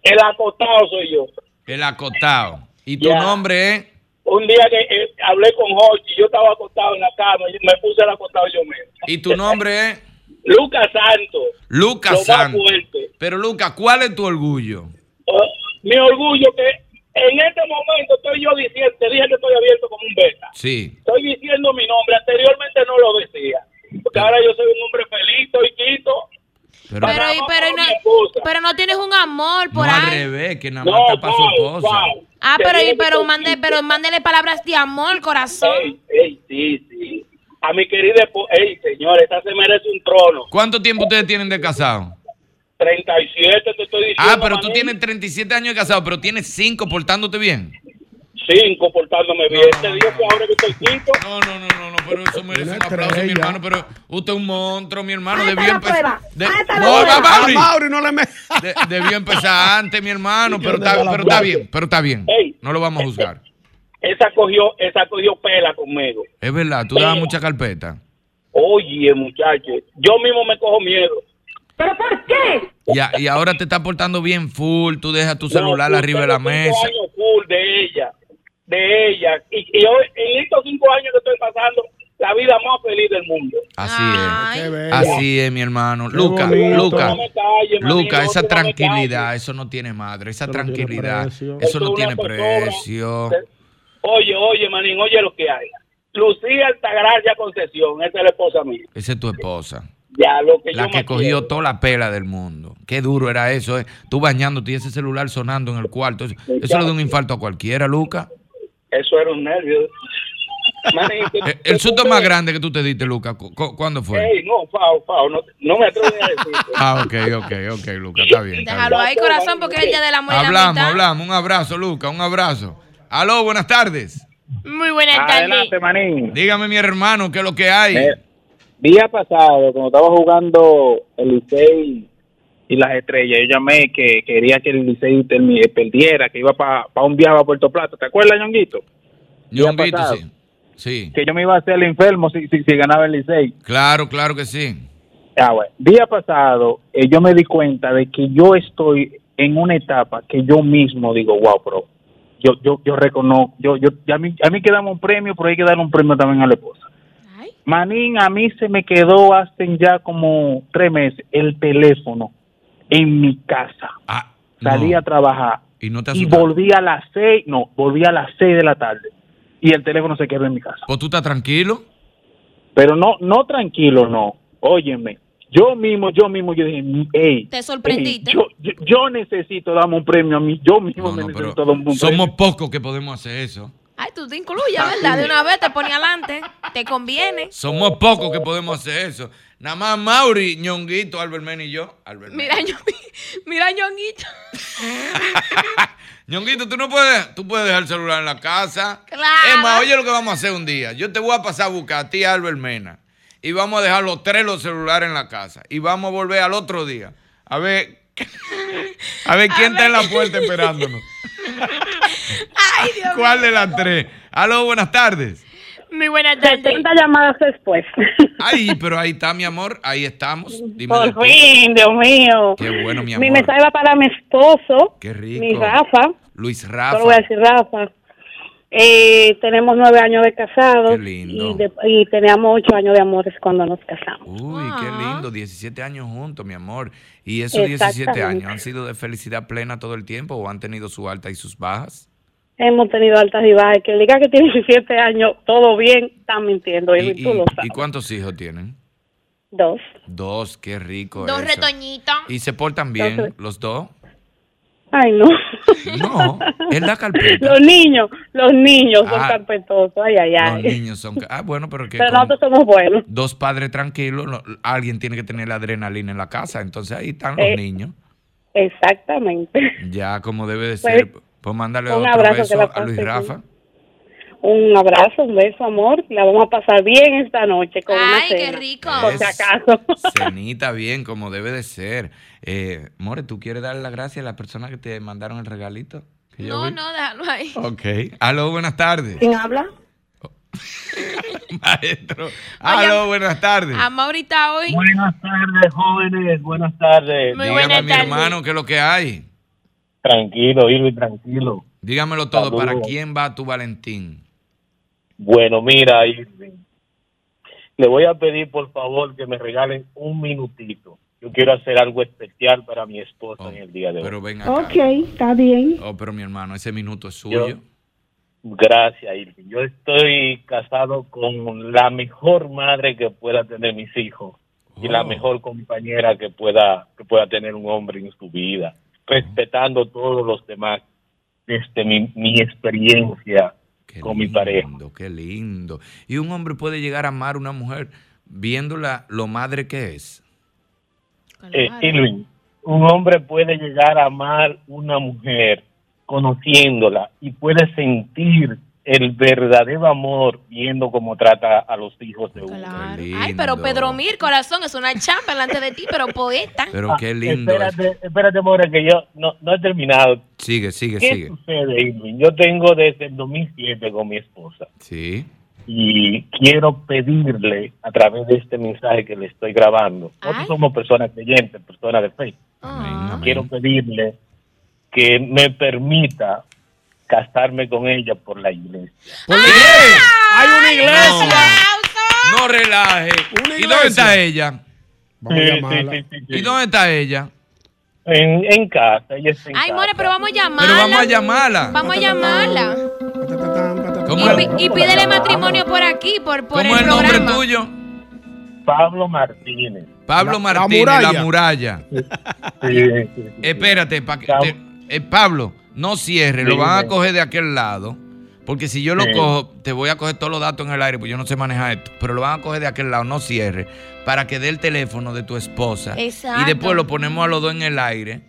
Speaker 6: El acotado soy yo.
Speaker 3: El acotado. ¿Y tu nombre es?
Speaker 6: Un día que eh, hablé con Hochi, yo estaba acostado en la cama, y me puse el acostado yo mismo.
Speaker 3: ¿Y tu nombre es?
Speaker 6: Lucas Santos.
Speaker 3: Lucas
Speaker 6: lo más
Speaker 3: Santos.
Speaker 6: fuerte.
Speaker 3: Pero Lucas, ¿cuál es tu orgullo?
Speaker 6: Oh, mi orgullo que en este momento estoy yo diciendo, te dije que estoy abierto como un beta.
Speaker 3: Sí.
Speaker 6: Estoy diciendo mi nombre, anteriormente no lo decía. Porque ahora yo soy un hombre feliz, estoy quito.
Speaker 3: Pero,
Speaker 4: Pero, y- pero, y no, pero no tienes un amor por
Speaker 3: no al
Speaker 4: ahí.
Speaker 3: revés, que nada más está para su esposa.
Speaker 4: Ah, pero, y- pero, mande, pero mándele palabras de amor, corazón.
Speaker 6: Ey, sí, sí. A mi querida esposa, ey, señor, esta se merece un trono.
Speaker 3: ¿Cuánto tiempo ustedes tienen de casado?
Speaker 6: 37 te estoy diciendo.
Speaker 3: Ah, pero tú tienes 37 años de casado, pero tienes 5 portándote bien.
Speaker 6: 5 portándome bien. Te digo que ahora que estoy quito.
Speaker 3: No, no, no, no, no, pero eso merece un aplauso, mi hermano, pero usted es un monstruo, mi hermano.
Speaker 6: Ahí está
Speaker 3: Debió
Speaker 6: la
Speaker 3: empezar.
Speaker 6: prueba,
Speaker 3: De-
Speaker 6: ahí está la
Speaker 3: No,
Speaker 6: prueba.
Speaker 3: va, Mauri.
Speaker 6: A
Speaker 7: no le
Speaker 3: De- Debió empezar antes, mi hermano, pero está, pero está bien, pero está bien. No lo vamos a juzgar.
Speaker 6: Esa cogió, esa cogió pela conmigo.
Speaker 3: Es verdad, tú dabas mucha carpeta.
Speaker 6: Oye, muchacho, yo mismo me cojo miedo. ¿Pero por qué?
Speaker 3: Y, a- y ahora te estás portando bien full, tú dejas tu celular arriba de la mesa.
Speaker 6: años full de ella, de ella. Y, y hoy, en estos cinco años que estoy pasando, la vida más feliz del mundo.
Speaker 3: Así
Speaker 6: Ay. Qué
Speaker 3: es.
Speaker 6: bello.
Speaker 3: Así es, mi hermano.
Speaker 6: Qué
Speaker 3: Luca,
Speaker 6: bonito.
Speaker 3: Luca,
Speaker 6: No me calles, manito,
Speaker 3: Luca, esa
Speaker 6: no me
Speaker 3: tranquilidad, eso no tiene madre, esa
Speaker 6: no tiene
Speaker 3: tranquilidad,
Speaker 6: precio.
Speaker 3: eso
Speaker 6: Esto
Speaker 3: no
Speaker 6: es
Speaker 3: tiene
Speaker 6: una zozobra.
Speaker 3: precio.
Speaker 6: Oye, oye, manín, oye lo que hay. Lucía Altagracia Concesión, esa es la esposa mía.
Speaker 3: Esa es tu esposa,
Speaker 6: Ya, lo que yo
Speaker 3: la que
Speaker 6: más
Speaker 3: cogió
Speaker 6: quiero.
Speaker 3: toda la pela del mundo. Qué duro era eso, eh. Tú bañándote y ese celular sonando en el cuarto. Eso, eso le da un infarto a cualquiera, Luca.
Speaker 6: Eso era un nervio. Manín, ¿qué-
Speaker 3: Eh, [LAUGHS] El susto más grande que tú te diste, Luca, ¿cu- cu- ¿cuándo fue?
Speaker 6: Ey, no, Fao, Fao, no, no me atrevo a decir.
Speaker 3: [LAUGHS] Ah, ok, ok, ok, Luca, está bien. está
Speaker 4: Déjalo
Speaker 3: bien.
Speaker 4: ahí, corazón, porque es el día del amor y la
Speaker 3: Hablamos,
Speaker 4: amistad.
Speaker 3: hablamos. Un abrazo, Luca, un abrazo. Aló, buenas tardes.
Speaker 4: Muy buenas tardes.
Speaker 11: manín.
Speaker 3: Dígame, mi hermano, qué es lo que hay.
Speaker 11: Día pasado, cuando estaba jugando el Licey y las estrellas, yo llamé que quería que el Licey termi- eh, perdiera, que iba para un viaje a Puerto Plata. ¿Te acuerdas, Ñonguito?
Speaker 3: Ñonguito,
Speaker 11: pasado.
Speaker 3: sí. Sí,
Speaker 11: Que yo me iba a hacer el enfermo si, si, si ganaba el Licey.
Speaker 3: claro, claro que sí.
Speaker 11: Ah, bueno. Día pasado, eh, yo me di cuenta de que yo estoy en una etapa que yo mismo digo, wow, bro, yo, yo, yo reconozco, yo, yo, a mí, a mí que dame un premio, pero hay que dar un premio también a la esposa. Manín, a mí se me quedó hace ya como tres meses el teléfono en mi casa. Salí a trabajar
Speaker 3: Ah, Y no te
Speaker 11: y
Speaker 3: asustes.
Speaker 11: volví a las seis, no, volví a las seis de la tarde y el teléfono se quedó en mi casa.
Speaker 3: Pues tú estás tranquilo.
Speaker 11: Pero no, no tranquilo, no. Óyeme, yo mismo, yo mismo, yo dije, hey,
Speaker 4: Te sorprendiste.
Speaker 11: yo, yo, yo necesito darme un premio a mí, yo mismo me necesito darme
Speaker 6: pues.
Speaker 11: un premio.
Speaker 3: Somos pocos que podemos hacer eso.
Speaker 4: Ay, tú te incluyas, ¿verdad? De una vez te ponía adelante. Te conviene.
Speaker 3: Somos pocos que podemos hacer eso. Nada más Mauri, Ñonguito, Albert Men y yo. Albert Men.
Speaker 4: Mira, Ño- mira, Ñonguito.
Speaker 3: Ñonguito, tú no puedes, tú puedes dejar el celular en la casa.
Speaker 4: Claro.
Speaker 3: Es más, oye lo que vamos a hacer un día. Yo te voy a pasar a buscar a ti, Albert Mena. Y vamos a dejar los tres los celulares en la casa. Y vamos a volver al otro día. A ver, [LAUGHS] a ver quién está en la puerta esperándonos.
Speaker 4: Ay, Dios
Speaker 3: ¿Cuál de las tres? Aló, buenas tardes.
Speaker 4: Muy buenas tardes.
Speaker 14: 70 llamadas después.
Speaker 3: Ahí, pero ahí está, mi amor. Ahí estamos. Dime de
Speaker 14: Por
Speaker 3: ti.
Speaker 14: fin, Dios mío.
Speaker 3: Qué bueno, mi
Speaker 14: Mi
Speaker 3: amor.
Speaker 14: mensaje va para mi esposo,
Speaker 3: Qué rico.
Speaker 14: mi Rafa.
Speaker 3: Luis
Speaker 14: Solo voy a
Speaker 3: Rafa.
Speaker 14: decir Rafa. Eh, tenemos nueve años de casados
Speaker 3: Qué lindo.
Speaker 14: Y, de- y teníamos ocho años de amores cuando nos casamos.
Speaker 3: Uy, qué
Speaker 14: Ah.
Speaker 3: lindo, 17 años juntos, mi amor. ¿Y esos 17
Speaker 14: Exactamente.
Speaker 3: años han sido de felicidad plena todo el tiempo o han tenido su alta y sus bajas?
Speaker 14: Hemos tenido altas y bajas. Que diga que tiene [LAUGHS] 17 años, todo bien, están mintiendo. Y,
Speaker 3: ¿Y,
Speaker 14: tú lo
Speaker 3: y
Speaker 14: sabes.
Speaker 3: cuántos hijos tienen?
Speaker 14: Dos.
Speaker 3: Dos, qué rico.
Speaker 4: Dos
Speaker 3: eso.
Speaker 4: retoñitos.
Speaker 3: ¿Y se portan bien
Speaker 14: Dos re-
Speaker 3: los dos?
Speaker 14: Ay,
Speaker 3: [LAUGHS]
Speaker 14: no.
Speaker 3: No, es
Speaker 14: [LAUGHS]
Speaker 3: la carpeta.
Speaker 14: Los niños, los niños son
Speaker 3: Ah.
Speaker 14: carpetosos. Ay, ay,
Speaker 3: Los
Speaker 14: ay.
Speaker 3: niños son... ca- Ah, bueno, pero que
Speaker 14: Pero
Speaker 3: con
Speaker 14: nosotros somos buenos.
Speaker 3: dos padres tranquilos, lo- alguien tiene que tener la adrenalina en la casa, entonces ahí están los
Speaker 14: Eh,
Speaker 3: niños,
Speaker 14: Exactamente.
Speaker 3: ya como debe de
Speaker 14: pues,
Speaker 3: ser. Pues mándale
Speaker 14: un
Speaker 3: otro
Speaker 14: abrazo, que
Speaker 3: beso
Speaker 14: la
Speaker 3: a Luis
Speaker 14: pases
Speaker 3: Rafa.
Speaker 14: Un abrazo, un beso, amor. La vamos a pasar bien esta noche con una
Speaker 4: Ay, qué
Speaker 14: cena,
Speaker 4: rico.
Speaker 14: Por si
Speaker 3: Es-
Speaker 14: acaso. [LAUGHS]
Speaker 3: Cenita bien, como debe de ser. Eh, More, ¿tú quieres dar las gracias a las personas que te mandaron el regalito? Que yo
Speaker 4: No,
Speaker 3: vi?
Speaker 4: no, déjalo ahí.
Speaker 3: Ok. Aló, buenas tardes.
Speaker 4: habla?
Speaker 3: Maestro. Aló, buenas tardes.
Speaker 4: A Maurita hoy.
Speaker 8: Buenas tardes, jóvenes. Buenas tardes.
Speaker 4: Muy
Speaker 3: Dígame a
Speaker 4: buenas
Speaker 3: mi
Speaker 4: tardes.
Speaker 3: hermano qué es lo que hay.
Speaker 8: Tranquilo, Irving, tranquilo.
Speaker 3: Dígamelo todo.
Speaker 8: Saludos.
Speaker 3: ¿Para quién va tu Valentín?
Speaker 8: Bueno, mira, Irving. Le voy a pedir, por favor, que me regalen un minutito. Yo quiero hacer algo especial para mi esposa en el día de hoy.
Speaker 3: Oh, Pero ven acá.
Speaker 15: Ok, está bien.
Speaker 3: Oh, pero mi hermano, ese minuto es suyo.
Speaker 8: Gracias, Irving. Yo estoy casado con la mejor madre que pueda tener mis hijos y la
Speaker 3: Oh.
Speaker 8: mejor compañera que pueda que pueda tener un hombre en su vida, respetando todos los demás desde mi, mi experiencia con mi pareja.
Speaker 3: Qué lindo. Y un hombre puede llegar a amar a una mujer viéndola lo madre que es.
Speaker 8: Eh, Irving, un hombre puede llegar a amar una mujer conociéndola y puede sentir el verdadero amor viendo cómo trata a los hijos de uno.
Speaker 4: Ay, pero Pedro Mir, corazón, es una chamba delante de ti, pero poeta.
Speaker 3: [LAUGHS] Pero qué lindo. es.
Speaker 8: Ah, Espérate, espérate, Mora, que yo no, no he terminado.
Speaker 3: Sigue, sigue,
Speaker 8: ¿Qué
Speaker 3: sigue.
Speaker 8: sucede, Irving? Yo tengo desde el 2007 con mi esposa
Speaker 3: Sí.
Speaker 8: y quiero pedirle a través de este mensaje que le estoy grabando. Nosotros somos personas creyentes, personas de fe.
Speaker 4: Ah,
Speaker 8: Quiero pedirle que me permita casarme con ella por la iglesia.
Speaker 7: Hay una iglesia.
Speaker 3: No relaje. ¿Y dónde
Speaker 8: iglesia.
Speaker 3: está ella?
Speaker 8: Vamos a Sí, llamarla. sí,
Speaker 3: ¿Y dónde está ella?
Speaker 8: En, en casa, ella está en
Speaker 4: Ay, More, pero vamos a llamarla.
Speaker 3: Pero vamos a llamarla.
Speaker 4: Vamos a llamarla.
Speaker 3: ¿Cómo
Speaker 4: Y,
Speaker 3: es?
Speaker 4: pi- y pídele matrimonio pues. por aquí, por, por
Speaker 3: ¿Cómo
Speaker 4: el
Speaker 3: es el nombre
Speaker 4: programa.
Speaker 3: tuyo?
Speaker 8: Pablo Martínez.
Speaker 3: Pablo
Speaker 8: La- la
Speaker 3: Martínez, la muralla.
Speaker 8: muralla.
Speaker 3: Espérate, pa que te- eh, Pablo, no cierres, lo
Speaker 8: Sí,
Speaker 3: van a
Speaker 8: sí.
Speaker 3: coger de aquel lado. Porque si yo lo
Speaker 8: Sí.
Speaker 3: cojo, te voy a coger todos los datos en el aire, pues yo no sé manejar esto. Pero lo van a coger de aquel lado, no cierres, para que dé el teléfono de tu esposa.
Speaker 4: Exacto.
Speaker 3: Y después lo ponemos a los dos en el aire.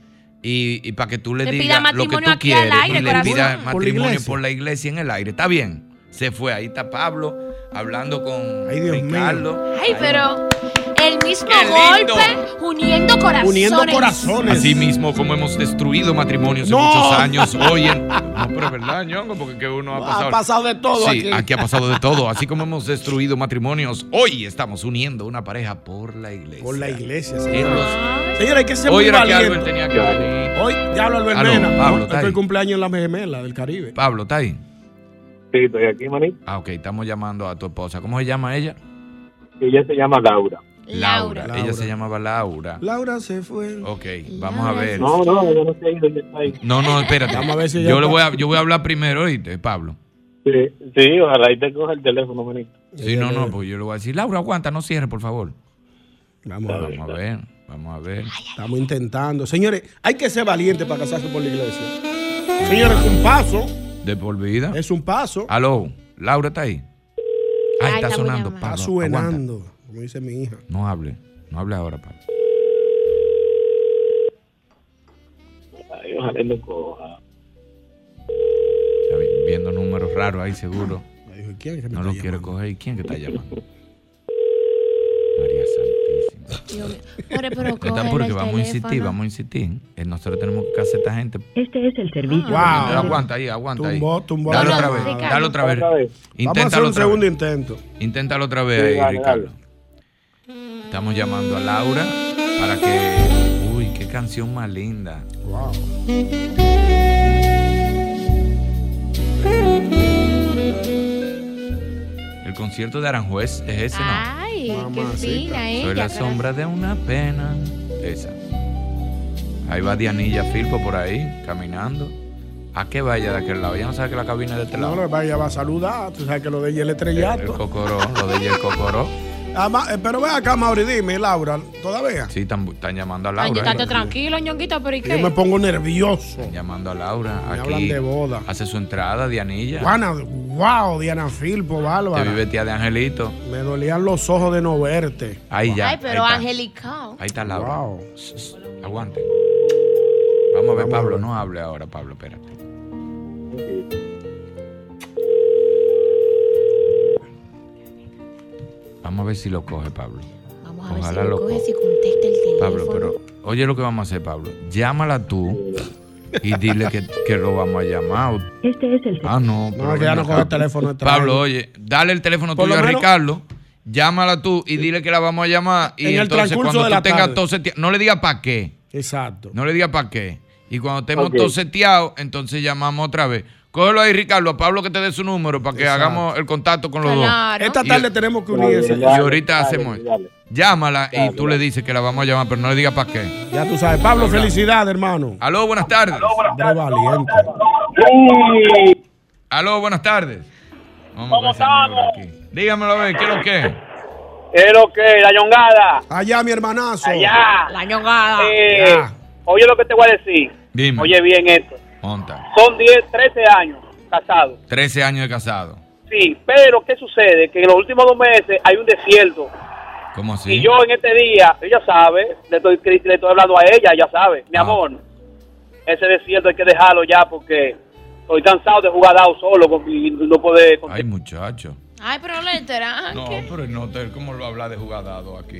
Speaker 3: Y, y para que tú le,
Speaker 4: Le pida
Speaker 3: digas lo que
Speaker 4: matrimonio
Speaker 3: tú
Speaker 4: aquí al
Speaker 3: quieres.
Speaker 4: aire,
Speaker 3: y le
Speaker 4: corazón.
Speaker 3: pidas
Speaker 4: Por la
Speaker 3: matrimonio
Speaker 4: iglesia.
Speaker 3: por la iglesia en el aire. ¿Está bien? Se fue. Ahí está Pablo hablando con Ricardo.
Speaker 4: Ay, pero el mismo
Speaker 3: Qué lindo.
Speaker 4: golpe uniendo corazones.
Speaker 3: Así mismo como hemos destruido matrimonios
Speaker 7: No.
Speaker 3: en muchos años, hoy en...
Speaker 7: [LAUGHS]
Speaker 3: No, pero es verdad, Ñongo, porque que uno ha pasado...
Speaker 7: pasado de todo
Speaker 3: Sí,
Speaker 7: aquí.
Speaker 3: aquí. ha pasado de todo. Así como
Speaker 7: [LAUGHS]
Speaker 3: hemos destruido matrimonios, hoy estamos uniendo una pareja por la iglesia. Por la
Speaker 7: iglesia,
Speaker 3: En los...
Speaker 7: Señores, hay que ser
Speaker 3: Hoy
Speaker 7: muy
Speaker 3: era que
Speaker 7: valiente.
Speaker 3: Albert tenía que venir.
Speaker 7: Hoy, diablo, Albert
Speaker 3: Aló,
Speaker 7: Mena.
Speaker 3: Pablo,
Speaker 7: No,
Speaker 3: está
Speaker 7: estoy
Speaker 3: ahí.
Speaker 7: cumpleaños en la gemela del Caribe.
Speaker 3: Pablo, ¿está ahí?
Speaker 8: Sí, estoy aquí, maní.
Speaker 3: Ah, ok, estamos llamando a tu esposa. ¿Cómo se llama ella?
Speaker 8: Ella se llama Laura.
Speaker 3: Laura. Ella
Speaker 7: Laura.
Speaker 3: se llamaba Laura.
Speaker 7: Laura se fue.
Speaker 3: Ok, vamos a ver.
Speaker 8: No, no, yo no sé dónde está ahí.
Speaker 3: No, no, espérate.
Speaker 7: Vamos a ver si ella
Speaker 3: yo, le
Speaker 7: está-
Speaker 3: voy a, yo voy a hablar primero, ¿oíste, Pablo?
Speaker 8: Sí, sí, ojalá y te coja el teléfono, maní.
Speaker 3: Sí, no, no, pues yo le voy a decir, Laura, aguanta, no cierre, por favor. Vamos a ver. Vamos a ver, vamos a ver.
Speaker 7: Estamos intentando. Señores, hay que ser valiente para casarse por la iglesia. Señores, es un paso.
Speaker 3: De por vida.
Speaker 7: Es un paso.
Speaker 3: Aló, Laura está ahí. Ay, está sonando, Pablo.
Speaker 7: Está
Speaker 3: aguanta.
Speaker 7: suenando, como dice mi hija.
Speaker 3: No hable, no hable ahora, Pablo.
Speaker 8: Ay, ojalá y lo coja.
Speaker 3: Está vi- viendo números raros ahí, seguro.
Speaker 7: ¿Quién es que Ah, me
Speaker 3: No
Speaker 7: está
Speaker 3: lo quiere coger. ¿Y quién que está llamando? María Santísima.
Speaker 4: More, pero
Speaker 3: No
Speaker 4: cógele
Speaker 3: está porque
Speaker 4: el
Speaker 3: vamos a insistir,
Speaker 4: teléfono.
Speaker 3: vamos a insistir. Eh, Nosotros tenemos que casar a esta gente.
Speaker 4: Este es el servicio.
Speaker 3: Mientras Aguanta ahí, aguanta ahí.
Speaker 7: Ah. Tumbó, tumbó.
Speaker 3: Dale
Speaker 7: No,
Speaker 3: otra
Speaker 7: no,
Speaker 3: vez,
Speaker 7: Ricardo.
Speaker 3: dale otra vez.
Speaker 7: Otra vez. Vamos a hacer
Speaker 3: Inténtalo
Speaker 7: un
Speaker 3: otra vez.
Speaker 7: segundo intento.
Speaker 3: Inténtalo otra vez
Speaker 7: Sí,
Speaker 3: ahí,
Speaker 7: dale,
Speaker 3: Ricardo. Estamos llamando a Laura para que. Uy, qué canción más linda.
Speaker 7: Wow.
Speaker 3: El concierto de Aranjuez es ese, ¿no?
Speaker 4: Ay, qué fina ella.
Speaker 3: Soy la
Speaker 4: corazón.
Speaker 3: sombra de una pena. Esa. Ahí va Dianilla Filpo por ahí, caminando. ¿A qué vaya de aquel lado? Ya no sabe que la cabina es de este
Speaker 7: No,
Speaker 3: lado.
Speaker 7: no, vaya, va a saludar. Tú sabes que lo de ella es el
Speaker 3: El
Speaker 7: estrellato.
Speaker 3: cocoró, lo de ella el cocoró.
Speaker 7: Ah, ma- eh, pero ve acá, Mauri, dime, Laura, ¿todavía?
Speaker 3: Sí, están, están llamando a
Speaker 15: Ay,
Speaker 3: Laura.
Speaker 15: estate
Speaker 3: ¿eh?
Speaker 15: tranquilo, ñonguito, pero ¿y
Speaker 7: Yo
Speaker 15: qué?
Speaker 7: me pongo nervioso.
Speaker 3: Están llamando a Laura.
Speaker 7: Me
Speaker 3: Aquí
Speaker 7: hablan de boda.
Speaker 3: Hace su entrada, Dianilla.
Speaker 7: Juana, wow, Diana Filpo,
Speaker 3: Te
Speaker 7: bárbara.
Speaker 3: vive tía de Angelito.
Speaker 7: Me dolían los ojos de no verte.
Speaker 3: Ahí ya.
Speaker 4: Ay, pero
Speaker 3: ahí está.
Speaker 4: angelical.
Speaker 3: Ahí está Laura. Shh, shh, Aguante. Vamos a ver, Pablo, no hable ahora, Pablo, espérate. Vamos a ver si lo coge, Pablo.
Speaker 4: Vamos a
Speaker 3: Ojalá
Speaker 4: ver si
Speaker 3: lo
Speaker 4: lo coge, si contesta el teléfono.
Speaker 3: Pablo, pero oye lo que vamos a hacer, Pablo. Llámala tú y dile que, que lo vamos a llamar.
Speaker 1: Este es el
Speaker 3: Ah, no. pero
Speaker 7: que
Speaker 3: ven
Speaker 7: ya no
Speaker 3: acá.
Speaker 7: coge el teléfono esta
Speaker 3: Pablo,
Speaker 7: vaina.
Speaker 3: oye, dale el teléfono
Speaker 7: Por
Speaker 3: tuyo
Speaker 7: lo
Speaker 3: a
Speaker 7: menos-
Speaker 3: Ricardo. Llámala tú y dile que la vamos a llamar. Y
Speaker 7: En el
Speaker 3: entonces
Speaker 7: transcurso
Speaker 3: cuando
Speaker 7: de
Speaker 3: tú
Speaker 7: la
Speaker 3: tengas
Speaker 7: tarde.
Speaker 3: todo seteado- no le digas para qué.
Speaker 7: Exacto.
Speaker 3: No le digas para qué. Y cuando estemos
Speaker 7: Ok.
Speaker 3: todos seteados, entonces llamamos otra vez. Cógelo ahí, Ricardo, a Pablo que te dé su número para que
Speaker 7: Exacto.
Speaker 3: hagamos el contacto con los
Speaker 7: Claro.
Speaker 3: dos.
Speaker 7: Esta
Speaker 3: Y-
Speaker 7: tarde tenemos que unir ese-
Speaker 3: Y
Speaker 7: Dale,
Speaker 3: ahorita
Speaker 7: dale,
Speaker 3: hacemos.
Speaker 7: dale.
Speaker 3: Llámala y tú le dices que la vamos a llamar, pero no le digas para qué.
Speaker 7: Ya tú sabes. Pablo,
Speaker 3: Hablamos.
Speaker 7: felicidades, hermano. [LAUGHS]
Speaker 3: Aló, buenas tardes. Aló, buenas
Speaker 7: Hombre valiente.
Speaker 3: tardes. ¿Cómo estamos? Dígamelo a ver, ¿qué es lo que?
Speaker 6: ¿Qué es lo que? La ñongada.
Speaker 7: Allá, mi hermanazo.
Speaker 6: Allá.
Speaker 15: La ñongada.
Speaker 6: Eh, Oye lo que te voy a decir.
Speaker 3: Dime.
Speaker 6: Oye bien esto.
Speaker 3: Monta.
Speaker 6: Son 10, 13 años casados.
Speaker 3: 13 años de casado.
Speaker 6: Sí, pero ¿qué sucede? Que en los últimos dos meses hay un desierto.
Speaker 3: ¿Cómo así?
Speaker 6: Y yo en este día, ella sabe, le estoy, le estoy hablando a ella, ella sabe,
Speaker 16: Ah.
Speaker 6: mi amor, ese este desierto hay que dejarlo ya porque estoy cansado de jugar dado solo con mi, no poder... con-
Speaker 3: Ay, muchacho.
Speaker 4: Ay, pero no le enteran.
Speaker 3: No, pero no te, ¿cómo lo habla de jugadado aquí?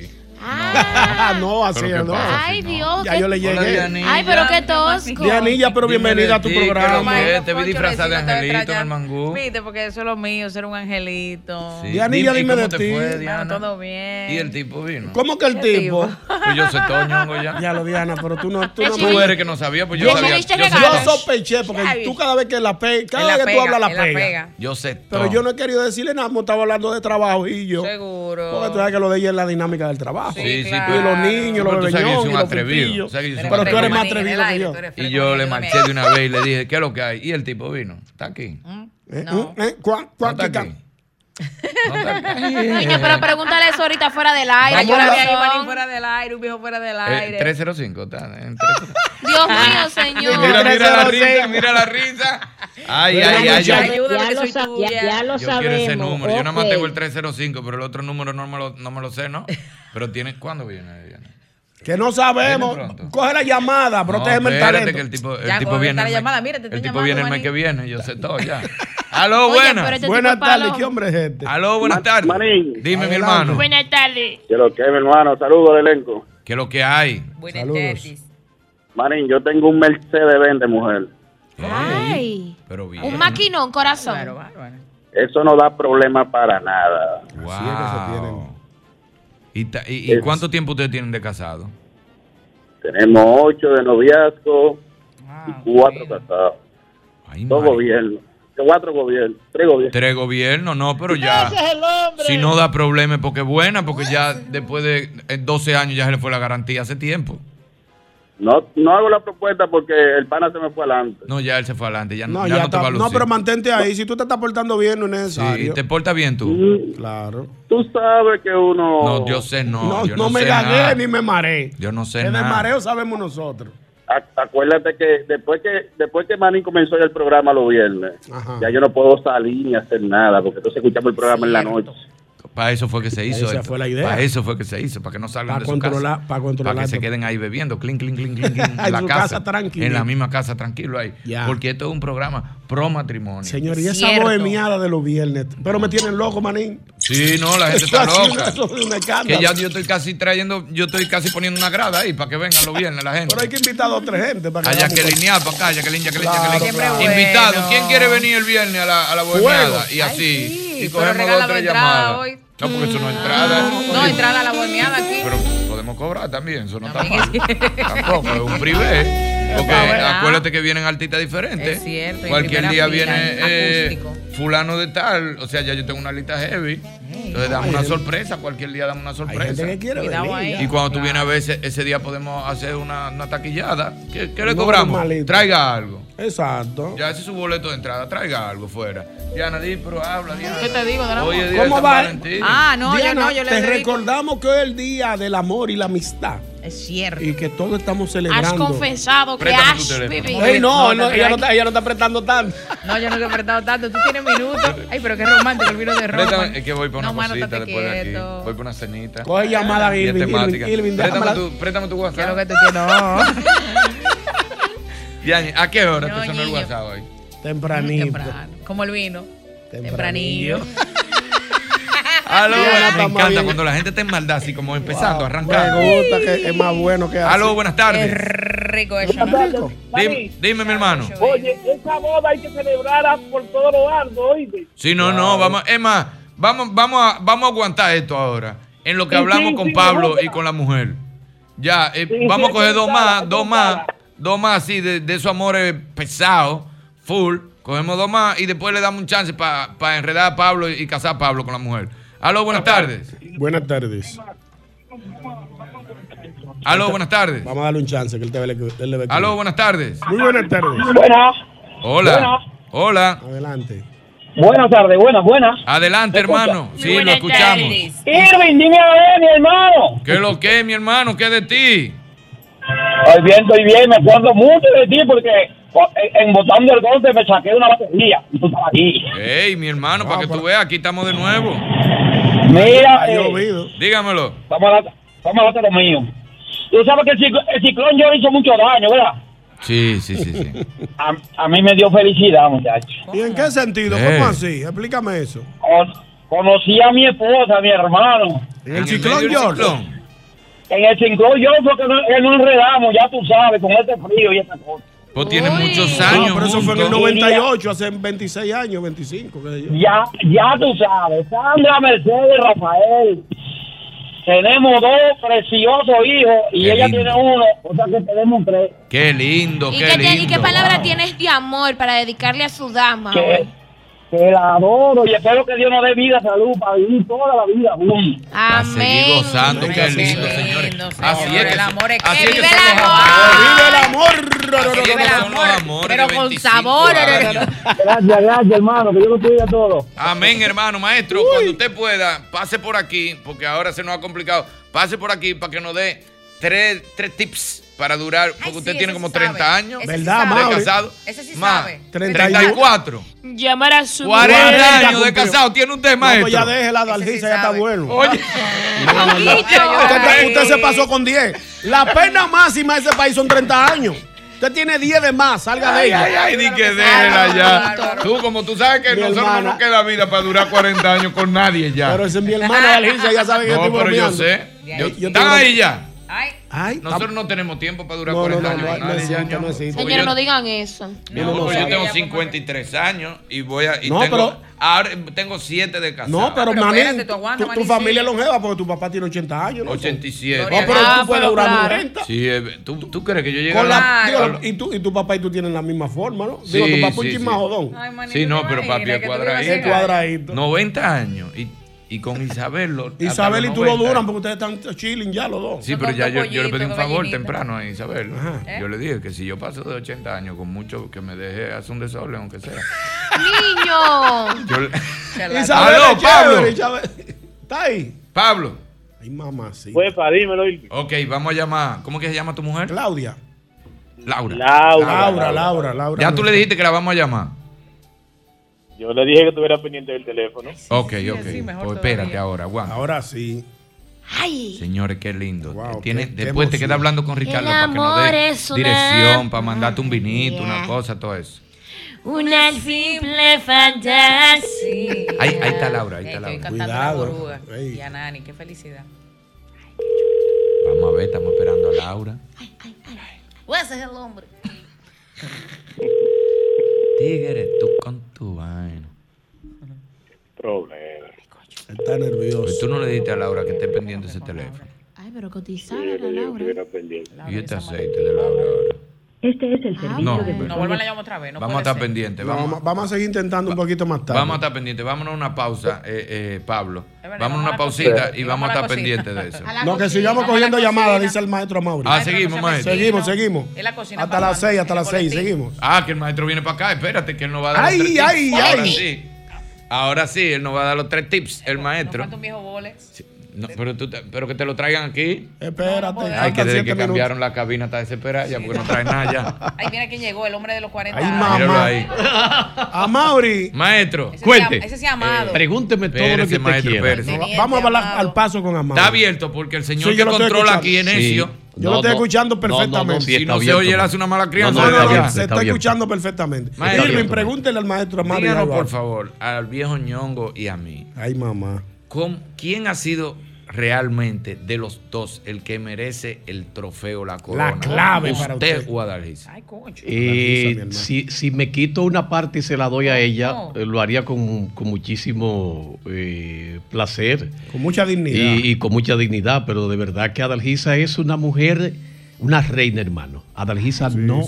Speaker 7: no, así
Speaker 3: Pero ¿qué
Speaker 7: es, no.
Speaker 3: pasa?
Speaker 4: Ay, Dios.
Speaker 7: Ya
Speaker 4: qué-
Speaker 7: yo le llegué.
Speaker 3: Hola, Dianilla.
Speaker 4: Ay, pero qué tosco.
Speaker 7: Dianilla, pero
Speaker 3: Dime
Speaker 7: bienvenida
Speaker 3: de
Speaker 7: a tu
Speaker 3: ti, que
Speaker 7: programa.
Speaker 3: lo que es, Te vi
Speaker 17: Poncho,
Speaker 3: disfrazada de
Speaker 17: vecino, te va a
Speaker 3: angelito en el
Speaker 17: extrañar.
Speaker 3: mangú.
Speaker 17: Viste, porque eso es lo mío, ser un angelito.
Speaker 3: Sí. Dianilla, dime de ti.
Speaker 17: Mano, todo bien.
Speaker 3: Y el tipo vino.
Speaker 7: ¿Cómo que el
Speaker 17: ¿Qué
Speaker 7: tipo?
Speaker 3: Pues yo sé todo ñongo ya.
Speaker 7: Ya lo Diana, pero tú no. Tú, no
Speaker 3: Tú eres que no sabía, pues yo
Speaker 7: Yo-
Speaker 3: sabía.
Speaker 7: yo sospeché, porque
Speaker 17: Ay.
Speaker 7: tú cada vez que la pegas,
Speaker 17: Él
Speaker 7: cada
Speaker 17: la
Speaker 7: vez que tú
Speaker 17: pega,
Speaker 7: hablas la
Speaker 17: él la
Speaker 7: pega.
Speaker 17: pega.
Speaker 3: Yo sé todo.
Speaker 7: Pero yo no he querido decirle nada, como estaba hablando de trabajo y yo.
Speaker 17: Seguro.
Speaker 7: Porque tú sabes que lo de ella es la dinámica del trabajo.
Speaker 3: Sí, sí,
Speaker 7: Y los niños, los
Speaker 3: Pero tú sabes que yo
Speaker 7: bebeños,
Speaker 3: soy
Speaker 7: y
Speaker 3: un
Speaker 7: los
Speaker 3: atrevido.
Speaker 7: pitillos.
Speaker 3: tú sabes que yo soy un
Speaker 7: Pero tú eres más
Speaker 3: atrevido.
Speaker 7: atrevido que yo.
Speaker 3: Y yo le marché de una vez y le dije, ¿qué es lo que hay? Y el tipo vino. Está aquí.
Speaker 7: Eh, eh, eh, cuá, cuá, qué ca-
Speaker 3: Eh,
Speaker 4: [LAUGHS] Ay, que pero pregúntale eso ahorita fuera del aire.
Speaker 17: Ay, yo la vi ahí,
Speaker 4: corazón.
Speaker 17: Manny, fuera del aire, un viejo fuera del
Speaker 3: Eh,
Speaker 17: aire.
Speaker 3: 305, está. en
Speaker 4: Dios mío, señor.
Speaker 3: Mira, mira la risa, mira la risa. Ay,
Speaker 1: Pero
Speaker 3: ay,
Speaker 1: la
Speaker 3: ay. yo-
Speaker 1: muchacha-
Speaker 17: Ayúdame,
Speaker 1: Ya
Speaker 17: que
Speaker 1: lo
Speaker 17: soy
Speaker 1: sa-
Speaker 17: tuya.
Speaker 1: ya- ya lo
Speaker 3: Yo quiero ese
Speaker 1: sabemos,
Speaker 3: número. Yo nada más
Speaker 1: ok.
Speaker 3: tengo el 305, pero el otro número no me lo, no me lo sé, ¿no? Pero tiene. ¿Cuándo viene? Viene
Speaker 7: Que no sabemos.
Speaker 3: pronto.
Speaker 7: Coge la llamada, protégeme el
Speaker 3: espérate,
Speaker 7: talento.
Speaker 3: que el tipo, eh, el
Speaker 17: Ya,
Speaker 3: tipo
Speaker 17: cuando
Speaker 3: viene.
Speaker 17: está la
Speaker 3: el mes-
Speaker 17: llamada, mira, te
Speaker 3: el
Speaker 17: están
Speaker 3: tipo
Speaker 17: llamando,
Speaker 3: viene el mes
Speaker 17: Manín.
Speaker 3: que viene, yo sé todo
Speaker 17: [LAUGHS]
Speaker 3: ya. Aló,
Speaker 17: Oye,
Speaker 3: buenas.
Speaker 17: pero este
Speaker 7: Buenas tardes, ¿qué hombre es este?
Speaker 3: Aló, buenas tardes. Dime, mi hermano.
Speaker 4: Buenas tardes.
Speaker 13: Que lo que es, mi hermano. Saludos, elenco.
Speaker 3: ¿Qué es lo que hay?
Speaker 13: Marín, yo tengo un Mercedes-Benz de mujer.
Speaker 4: Ay.
Speaker 3: Pero bien.
Speaker 4: Un maquinón, corazón.
Speaker 13: Eso no da problema para nada.
Speaker 3: Wow. ¿Y, ta- y- y cuánto tiempo ustedes tienen de casado?
Speaker 13: Tenemos ocho de noviazgo y cuatro casados. Dos gobiernos. Cuatro gobiernos. Tres gobiernos.
Speaker 3: Tres gobiernos, no, pero ya. Si no da problemas, porque es buena, porque ya después de eh, 12 años ya se le fue la garantía hace tiempo.
Speaker 13: No, no hago la propuesta porque el pana se me fue adelante.
Speaker 3: No, ya él se fue adelante, ya
Speaker 7: No,
Speaker 3: no,
Speaker 7: ya
Speaker 3: ya no te
Speaker 7: está-
Speaker 3: va a lucir.
Speaker 7: no, pero mantente ahí. Si tú te estás portando bien, no es
Speaker 3: Sí,
Speaker 7: necesario.
Speaker 3: te portas bien tú.
Speaker 7: Claro.
Speaker 13: Tú sabes que uno.
Speaker 3: No, yo sé, no.
Speaker 7: No,
Speaker 3: yo
Speaker 7: no me
Speaker 3: sé
Speaker 7: gagué
Speaker 3: nada.
Speaker 7: ni me mareé.
Speaker 3: Yo no sé
Speaker 7: Que de
Speaker 3: nada.
Speaker 7: mareo sabemos nosotros.
Speaker 13: Ac- Acuérdate que después que después que Manín comenzó ya el programa los viernes,
Speaker 7: Ajá.
Speaker 13: ya yo no puedo salir ni hacer nada, porque entonces escuchamos el programa en la noche.
Speaker 3: Para eso fue que se hizo.
Speaker 7: Esa
Speaker 3: esto.
Speaker 7: fue la idea.
Speaker 3: Para eso fue que se hizo, para que no salgan
Speaker 7: Pa'
Speaker 3: de su
Speaker 7: controlar-
Speaker 3: casa.
Speaker 7: pa' controlar
Speaker 3: Para que se
Speaker 7: esto.
Speaker 3: queden ahí bebiendo, clink, clink,
Speaker 7: [LAUGHS]
Speaker 3: clink, clink, clink,
Speaker 7: En
Speaker 3: la
Speaker 7: su
Speaker 3: casa.
Speaker 7: casa, tranquilo.
Speaker 3: En la misma casa, tranquilo ahí. Porque esto es un programa pro matrimonio.
Speaker 7: Señor, y esa bohemiada de los viernes. Pero me tienen loco, manín.
Speaker 3: Sí, no, la gente
Speaker 7: [LAUGHS] Eso
Speaker 3: está
Speaker 7: ha sido-
Speaker 3: loca.
Speaker 7: eso es un escándalo.
Speaker 3: Que ya yo estoy casi trayendo, yo estoy casi poniendo una grada ahí para que vengan los viernes la gente.
Speaker 7: Pero hay que invitar a dos tres gente para
Speaker 3: Allá
Speaker 7: hagamos
Speaker 3: que
Speaker 7: cosas.
Speaker 3: linear para acá, ya que linear, que
Speaker 7: Claro,
Speaker 3: linear, que
Speaker 7: siempre
Speaker 3: linear.
Speaker 7: es bueno.
Speaker 3: Invitado, ¿quién quiere venir el viernes a la, a la bohemiada? Y así, y cogemos dos
Speaker 17: regala
Speaker 3: o tres
Speaker 17: dos entradas
Speaker 3: llamadas.
Speaker 17: hoy.
Speaker 3: No, porque eso no
Speaker 7: Ah.
Speaker 3: es entrada.
Speaker 17: No, entrada a la bohemiada aquí.
Speaker 3: Pero podemos cobrar también, eso no está mal. Tampoco, es un privé. Porque
Speaker 17: Está bueno.
Speaker 3: acuérdate que vienen artistas diferentes.
Speaker 17: Es cierto, y
Speaker 3: Cualquier
Speaker 17: primera
Speaker 3: día
Speaker 17: fila,
Speaker 3: viene eh, fulano de tal, o sea, ya yo tengo una lista heavy. Entonces dame una sorpresa, cualquier día dame una sorpresa.
Speaker 7: gente que quiere Cuidado venir, ahí. ya.
Speaker 3: y cuando tú vienes a ver, ese, ese día podemos hacer una, una taquillada. ¿Qué, qué le
Speaker 7: No,
Speaker 3: cobramos?
Speaker 7: normalito.
Speaker 3: Traiga algo.
Speaker 7: Exacto.
Speaker 3: Ya ese es su boleto de entrada, traiga algo fuera. Diana, di, pero habla, Diana.
Speaker 17: ¿Qué te digo del amor?
Speaker 3: Hoy es día de
Speaker 7: ¿Cómo
Speaker 3: San
Speaker 7: va?
Speaker 3: Valentín.
Speaker 17: Ah, no, yo no, yo le
Speaker 7: Te
Speaker 17: dedico-
Speaker 7: recordamos que hoy es el día del amor y la amistad.
Speaker 17: Es cierto.
Speaker 7: Y que todos estamos
Speaker 17: Has
Speaker 7: celebrando.
Speaker 17: confesado que
Speaker 7: Préstame
Speaker 17: has
Speaker 7: tu teléfono.
Speaker 17: vivido.
Speaker 7: Ey, no, no, ella no
Speaker 17: tranqui.
Speaker 7: está, ella no está prestando tanto.
Speaker 17: No, yo no te he apretado tanto. Tú tienes minutos. Ay, pero qué romántico el vino de Roma.
Speaker 3: Préstame- eh, es que voy por una
Speaker 17: No, mano,
Speaker 3: cosita
Speaker 17: estate
Speaker 3: después de aquí.
Speaker 17: quieto.
Speaker 3: Voy por una cenita.
Speaker 7: Coge llamada,
Speaker 3: Bien
Speaker 7: Irving, Irving,
Speaker 3: temática.
Speaker 7: Irving,
Speaker 3: préstame,
Speaker 7: déjamela.
Speaker 3: tu, préstame tu WhatsApp.
Speaker 17: Quiero que tú
Speaker 3: [LAUGHS]
Speaker 17: quieras. No.
Speaker 3: Diana, ¿a qué hora
Speaker 17: No,
Speaker 3: te sonó el
Speaker 17: niño.
Speaker 3: WhatsApp hoy?
Speaker 7: Tempranito.
Speaker 17: Como el vino.
Speaker 7: [LAUGHS]
Speaker 17: Tempranillo.
Speaker 3: Aló,
Speaker 17: Diana,
Speaker 3: me
Speaker 7: estamos
Speaker 3: encanta
Speaker 7: bien.
Speaker 3: cuando la gente está en maldad, así como empezando, arrancando.
Speaker 7: Me gusta que es más bueno que hace.
Speaker 3: Aló, buenas tardes.
Speaker 17: Rico eso.
Speaker 3: Dime, dime, mi hermano.
Speaker 6: Oye, esa boda hay que celebrarla por todos los lados, oye.
Speaker 3: Sí, no, no, vamos, es más, vamos, vamos, a, vamos a aguantar esto ahora, en lo que
Speaker 6: Sí,
Speaker 3: hablamos
Speaker 6: sí,
Speaker 3: con
Speaker 6: sí,
Speaker 3: Pablo
Speaker 6: vamos.
Speaker 3: y con la mujer. Ya, eh, vamos
Speaker 6: sí,
Speaker 3: a coger dos
Speaker 6: aguantada,
Speaker 3: más, dos más, dos más así, de, de esos amores pesados, full, cogemos dos más y después le damos un chance para enredar a Pablo y casar a Pablo con la mujer. Aló, buenas tardes.
Speaker 7: Buenas tardes.
Speaker 3: Aló, buenas tardes.
Speaker 7: Vamos a darle un chance que él te ve. Él le ve
Speaker 3: Aló, buenas tardes.
Speaker 7: Muy buenas tardes.
Speaker 6: Buenas.
Speaker 3: Hola. Hola.
Speaker 7: Adelante.
Speaker 6: Buenas tardes, buenas, buenas.
Speaker 3: Adelante, hermano. Sí, lo escuchamos.
Speaker 6: Irving, dime a ver, mi hermano.
Speaker 3: ¿Qué es lo que es, mi hermano? ¿Qué es de ti?
Speaker 6: Estoy bien, estoy bien. Me acuerdo mucho de ti porque o, en- en botando el golpe me saqué de una batería. Y tú estabas ahí.
Speaker 3: Ey, mi hermano, para que tú veas, aquí estamos de nuevo.
Speaker 6: Mira,
Speaker 3: Ha
Speaker 6: eh,
Speaker 3: Dígamelo.
Speaker 6: vamos a la- vamos a hablar de lo mío. Tú sabes que el, ciclo- el ciclón yo hizo mucho daño, ¿verdad?
Speaker 3: Sí, sí, sí, sí.
Speaker 6: A, a mí me dio felicidad, muchachos.
Speaker 7: ¿Y en qué sentido?
Speaker 3: Eh.
Speaker 7: ¿Cómo así? Explícame eso.
Speaker 6: conocí a mi esposa, a mi hermano.
Speaker 7: ¿En el ciclón George?
Speaker 6: En el ciclón yo porque no, que nos enredamos, ya tú sabes, con este frío y esta cosa.
Speaker 3: Pues tiene muchos
Speaker 7: No,
Speaker 3: años.
Speaker 7: pero eso fue en el
Speaker 3: juntos.
Speaker 7: 98, hace 26 años, 25, qué sé yo.
Speaker 6: Ya, ya tú sabes, Sandra, Mercedes, Rafael. Tenemos dos preciosos hijos y
Speaker 3: Qué
Speaker 6: ella
Speaker 3: lindo.
Speaker 6: tiene uno, o sea que tenemos tres.
Speaker 3: Qué lindo,
Speaker 4: ¿Y
Speaker 3: qué
Speaker 4: qué, te- y
Speaker 3: lindo.
Speaker 4: qué palabra tienes de amor para dedicarle a su dama?
Speaker 6: Que, que la adoro y espero que Dios nos dé vida, salud para vivir toda la vida. juntos.
Speaker 3: A seguir
Speaker 4: Amén.
Speaker 3: gozando, qué
Speaker 6: Amén.
Speaker 3: lindo,
Speaker 6: Qué
Speaker 3: señores. Así es que,
Speaker 17: El amor es
Speaker 3: así
Speaker 17: que
Speaker 3: es que
Speaker 17: vive
Speaker 3: son
Speaker 17: el
Speaker 3: los
Speaker 17: amor.
Speaker 3: amores. Así es que
Speaker 17: Vive el
Speaker 3: son los
Speaker 17: amor.
Speaker 3: amores
Speaker 17: Pero
Speaker 3: de
Speaker 17: con
Speaker 3: 25
Speaker 17: sabor.
Speaker 3: años.
Speaker 6: Gracias, gracias, hermano, que Dios los cuide a todos.
Speaker 3: Amén, hermano, maestro. Cuando usted pueda, pase por aquí, porque ahora se nos ha complicado. Pase por aquí para que nos dé tres, tres tips para durar, porque usted
Speaker 4: sí,
Speaker 3: tiene
Speaker 4: ese
Speaker 3: como
Speaker 4: sí
Speaker 3: 30
Speaker 4: sabe.
Speaker 3: años.
Speaker 4: Ese sí ¿Verdad, sabe.
Speaker 3: de
Speaker 4: Mauri?
Speaker 3: casado.
Speaker 4: Ese sí
Speaker 3: más
Speaker 4: sabe.
Speaker 3: 34.
Speaker 4: Llamar a su
Speaker 3: 40
Speaker 4: mujer.
Speaker 3: años de casado. Tiene usted,
Speaker 7: No,
Speaker 3: maestro.
Speaker 7: pues ya deje la Dalgisa, ya está bueno.
Speaker 3: Oye.
Speaker 7: No, no, no.
Speaker 3: Ay,
Speaker 7: Usted, está- usted se pasó con 10. La pena máxima de ese país son 30 años. Usted tiene 10 de más, salga de
Speaker 3: Ay,
Speaker 7: ella.
Speaker 3: ay, ay, di que déjela ya. Tú, como tú sabes que
Speaker 7: Mi
Speaker 3: nosotros no nos
Speaker 7: hermana.
Speaker 3: queda vida para durar 40 años con nadie ya.
Speaker 7: Pero esa es mi
Speaker 17: [LAUGHS]
Speaker 7: hermana Dalgisa, ya sabe que yo
Speaker 3: No,
Speaker 7: estoy
Speaker 3: pero yo
Speaker 7: bromeando.
Speaker 3: sé. Yo-
Speaker 7: Yo
Speaker 3: Están
Speaker 7: tengo-
Speaker 3: ahí ya.
Speaker 7: Ay,
Speaker 3: Nosotros no tenemos tiempo para durar
Speaker 7: No, no,
Speaker 3: 40
Speaker 7: no,
Speaker 3: años.
Speaker 7: no,
Speaker 3: con
Speaker 7: no
Speaker 3: nadie ya,
Speaker 7: existe,
Speaker 3: ño.
Speaker 7: no existe.
Speaker 3: Porque yo-
Speaker 4: Señores, no digan eso.
Speaker 3: No, porque yo tengo 53 años y voy a. y
Speaker 7: No,
Speaker 3: tengo,
Speaker 7: pero-
Speaker 3: Ahora tengo 7 de casado.
Speaker 7: No, pero, maní,
Speaker 17: Ah, espérate, tú aguanta,
Speaker 7: tu- tu,
Speaker 17: maní,
Speaker 7: familia
Speaker 17: sí.
Speaker 7: es longeva porque tu papá tiene 80 años. ¿no?
Speaker 3: 87.
Speaker 7: No, pero
Speaker 17: Ah,
Speaker 7: tú puedes
Speaker 17: pero
Speaker 7: durar
Speaker 17: claro.
Speaker 7: 90.
Speaker 3: Sí, eh, ¿tú, tú crees que yo llegué
Speaker 7: Con la-
Speaker 3: a
Speaker 7: digo,
Speaker 3: la-
Speaker 7: y, tú, y tu papá y tú tienen la misma forma, ¿no?
Speaker 3: Sí,
Speaker 7: digo, tu papá un
Speaker 3: sí,
Speaker 7: chin
Speaker 3: sí.
Speaker 7: más jodón.
Speaker 3: Sí, no, pero papi,
Speaker 7: imaginas
Speaker 3: es
Speaker 7: que tú le ibas a
Speaker 3: cuadradito.
Speaker 7: llegar. Es cuadradito.
Speaker 3: 90 años. Y, y con Isabel. lo- hasta
Speaker 7: Isabel
Speaker 3: los
Speaker 7: y tú lo
Speaker 3: 90.
Speaker 7: duran porque ustedes están chilling ya los dos. ¿Eh?
Speaker 3: Sí, pero ya yo, yo le pedí un favor temprano a Isabel. Yo le dije que si yo paso de 80 años con mucho, que me deje hacer un desorden, aunque sea.
Speaker 4: Niño.
Speaker 3: Yo le- [LAUGHS]
Speaker 7: Isabel
Speaker 3: Aló,
Speaker 7: es
Speaker 3: Pablo.
Speaker 7: chévere, Isabel. ¿Está ahí?
Speaker 3: Pablo.
Speaker 7: Ay, mamá, sí.
Speaker 3: Huepa, dímelo. Ok, vamos a llamar. ¿Cómo que se llama tu mujer?
Speaker 7: Claudia.
Speaker 3: Laura.
Speaker 7: Laura, Laura, Laura, Laura.
Speaker 3: Ya tú le dijiste que la vamos a llamar.
Speaker 8: Yo le dije que estuviera pendiente del teléfono.
Speaker 3: Ok,
Speaker 8: sí,
Speaker 3: ok.
Speaker 8: sí, mejor
Speaker 3: Pues espérate
Speaker 8: todavía.
Speaker 3: ahora, aguanta.
Speaker 7: Ahora sí.
Speaker 3: Señores, qué lindo.
Speaker 7: Wow,
Speaker 3: Tiene-
Speaker 7: qué- qué
Speaker 3: después te
Speaker 7: emoción.
Speaker 3: queda hablando con Ricardo para que nos
Speaker 4: amor
Speaker 3: dé
Speaker 4: es una-
Speaker 3: dirección, para mandarte un vinito, una cosa, todo eso.
Speaker 4: Una simple fantasía.
Speaker 3: Ahí, ahí está Laura, ahí
Speaker 17: Ey,
Speaker 3: está
Speaker 17: Estoy
Speaker 3: Laura.
Speaker 17: cantando la boruga. Y a Nani, qué felicidad.
Speaker 3: Vamos a ver, estamos esperando a Laura.
Speaker 4: Voy a ser el hombre.
Speaker 3: Tigre, tú con tu vaina.
Speaker 8: Problema.
Speaker 7: Está nervioso.
Speaker 3: Pues tú no le diste a Laura que esté pendiente ese teléfono.
Speaker 4: Ay, pero cotizaba la Laura.
Speaker 8: pendiente.
Speaker 3: Y este aceite de Laura ahora.
Speaker 4: Este
Speaker 7: Ah.
Speaker 4: es el servicio
Speaker 3: No,
Speaker 4: de
Speaker 3: no
Speaker 4: buzones.
Speaker 3: vuelvan a llamar otra vez. vamos a estar pendientes.
Speaker 7: No,
Speaker 3: Vamos,
Speaker 7: Vamos, vamos a seguir intentando un poquito más tarde.
Speaker 3: vamos a estar pendientes. Vámonos a una
Speaker 7: Uh.
Speaker 3: pausa, eh, eh, Pablo.
Speaker 7: verdad,
Speaker 3: vámonos a una pausita y vamos a estar pendientes de eso.
Speaker 7: No, que sigamos cogiendo llamadas, dice el maestro Mauri.
Speaker 3: Ah, seguimos, maestro.
Speaker 7: Seguimos, seguimos.
Speaker 3: Es la cocina
Speaker 7: Hasta las seis, hasta las seis, seguimos.
Speaker 3: Ah, que el maestro viene para acá. Espérate, que él nos va a dar
Speaker 7: Ay,
Speaker 3: los tres
Speaker 7: ay,
Speaker 3: tips. Ahora
Speaker 7: ay.
Speaker 3: sí. Ahora sí, él nos va a dar los tres tips, el maestro.
Speaker 17: Un viejo bole.
Speaker 3: No, pero, tú te- pero que te lo traigan aquí.
Speaker 7: Espérate.
Speaker 3: Ay, que
Speaker 7: faltan
Speaker 3: desde
Speaker 7: siete
Speaker 3: que
Speaker 7: minutos.
Speaker 3: cambiaron la cabina está desesperada ya, porque no traen nada ya.
Speaker 17: Ahí mira quién llegó, el hombre de los 40.
Speaker 3: Ay, mamá. Míralo ahí.
Speaker 7: A Mauri.
Speaker 3: Maestro,
Speaker 17: Ese
Speaker 3: cuente. Eh,
Speaker 17: se- ese se llamado.
Speaker 3: pregúnteme
Speaker 7: todo lo que usted quiera.
Speaker 3: Está
Speaker 7: Vamos a hablar al paso con Amado.
Speaker 3: abierto porque el señor
Speaker 7: Sí,
Speaker 3: que
Speaker 7: yo lo estoy
Speaker 3: controla
Speaker 7: escuchando.
Speaker 3: aquí es
Speaker 7: Sí.
Speaker 3: necio.
Speaker 7: Yo lo estoy escuchando perfectamente.
Speaker 3: si no se oye, él hace una mala crianza.
Speaker 7: No, no, no,
Speaker 3: Ya.
Speaker 7: se está, escuchando perfectamente.
Speaker 3: Maestro. Está
Speaker 7: Irving,
Speaker 3: abierto.
Speaker 7: pregúntele al maestro Amado.
Speaker 3: Díganos,
Speaker 7: Villalba.
Speaker 3: por favor, al viejo ñongo y a mí.
Speaker 7: Ay, mamá.
Speaker 3: ¿cómo- ¿Quién ha sido realmente de los dos el que merece el trofeo, la corona?
Speaker 15: clave
Speaker 3: usted,
Speaker 15: para usted.
Speaker 3: o Adalgisa?
Speaker 15: Eh, si, si me quito una parte y se la doy a ella, eh, lo haría con, con muchísimo eh, placer.
Speaker 7: Con mucha dignidad.
Speaker 15: Y, y con mucha dignidad, pero de verdad que Adalgisa es una mujer, una reina, hermano. Adalgisa no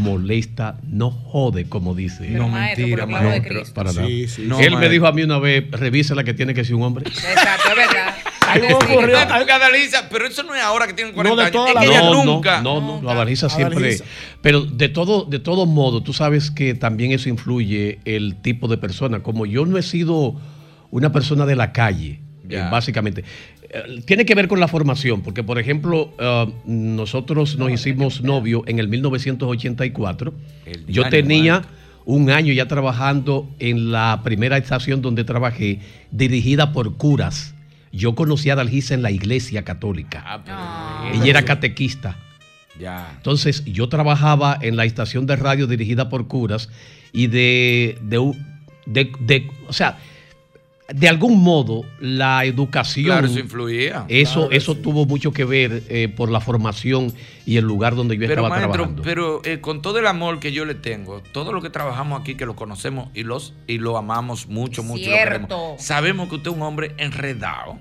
Speaker 15: molesta, no jode, como dice.
Speaker 3: Pero, No, maestro, mentira, por el amor de maestro. Cristo.
Speaker 15: Para
Speaker 3: Sí,
Speaker 15: nada.
Speaker 3: sí, No, sí.
Speaker 15: Él me
Speaker 3: maestro.
Speaker 15: dijo a mí una vez, revisa la que tiene que ser un hombre.
Speaker 17: Exacto, es verdad.
Speaker 3: Ahí
Speaker 15: me ocurrió-
Speaker 3: pero eso no es ahora que tienen
Speaker 15: No,
Speaker 3: 40
Speaker 15: de toda
Speaker 3: años.
Speaker 15: la
Speaker 3: Es que ella
Speaker 15: no, no,
Speaker 3: nunca.
Speaker 15: No, no, la Adalgisa siempre.
Speaker 3: Adalgisa.
Speaker 15: Pero de todo, de todo modo, tú sabes que también eso influye el tipo de persona. Como yo no he sido una persona de la calle, eh, básicamente. Eh, Tiene que ver con la formación, porque por ejemplo, ah, nosotros nos hicimos novio en el 1984. Yo
Speaker 3: año,
Speaker 15: tenía un año ya trabajando en la primera estación donde trabajé, dirigida por curas. Yo conocí a Dalgisa en la iglesia católica. Ella era catequista.
Speaker 3: ah, Ya.
Speaker 15: Entonces yo trabajaba en la estación de radio dirigida por curas y de, de, u- de- de- o sea, de algún modo la educación...
Speaker 3: Claro, eso influía.
Speaker 15: Eso,
Speaker 3: Claro,
Speaker 15: eso tuvo mucho que ver eh, por la formación y el lugar donde yo
Speaker 3: Pero
Speaker 15: estaba
Speaker 3: maestro,
Speaker 15: trabajando.
Speaker 3: pero eh, con todo el amor que yo le tengo, todo lo que trabajamos aquí, que lo conocemos y los y lo amamos mucho, mucho. lo
Speaker 15: Cierto.
Speaker 3: queremos, sabemos que usted es un hombre enredado.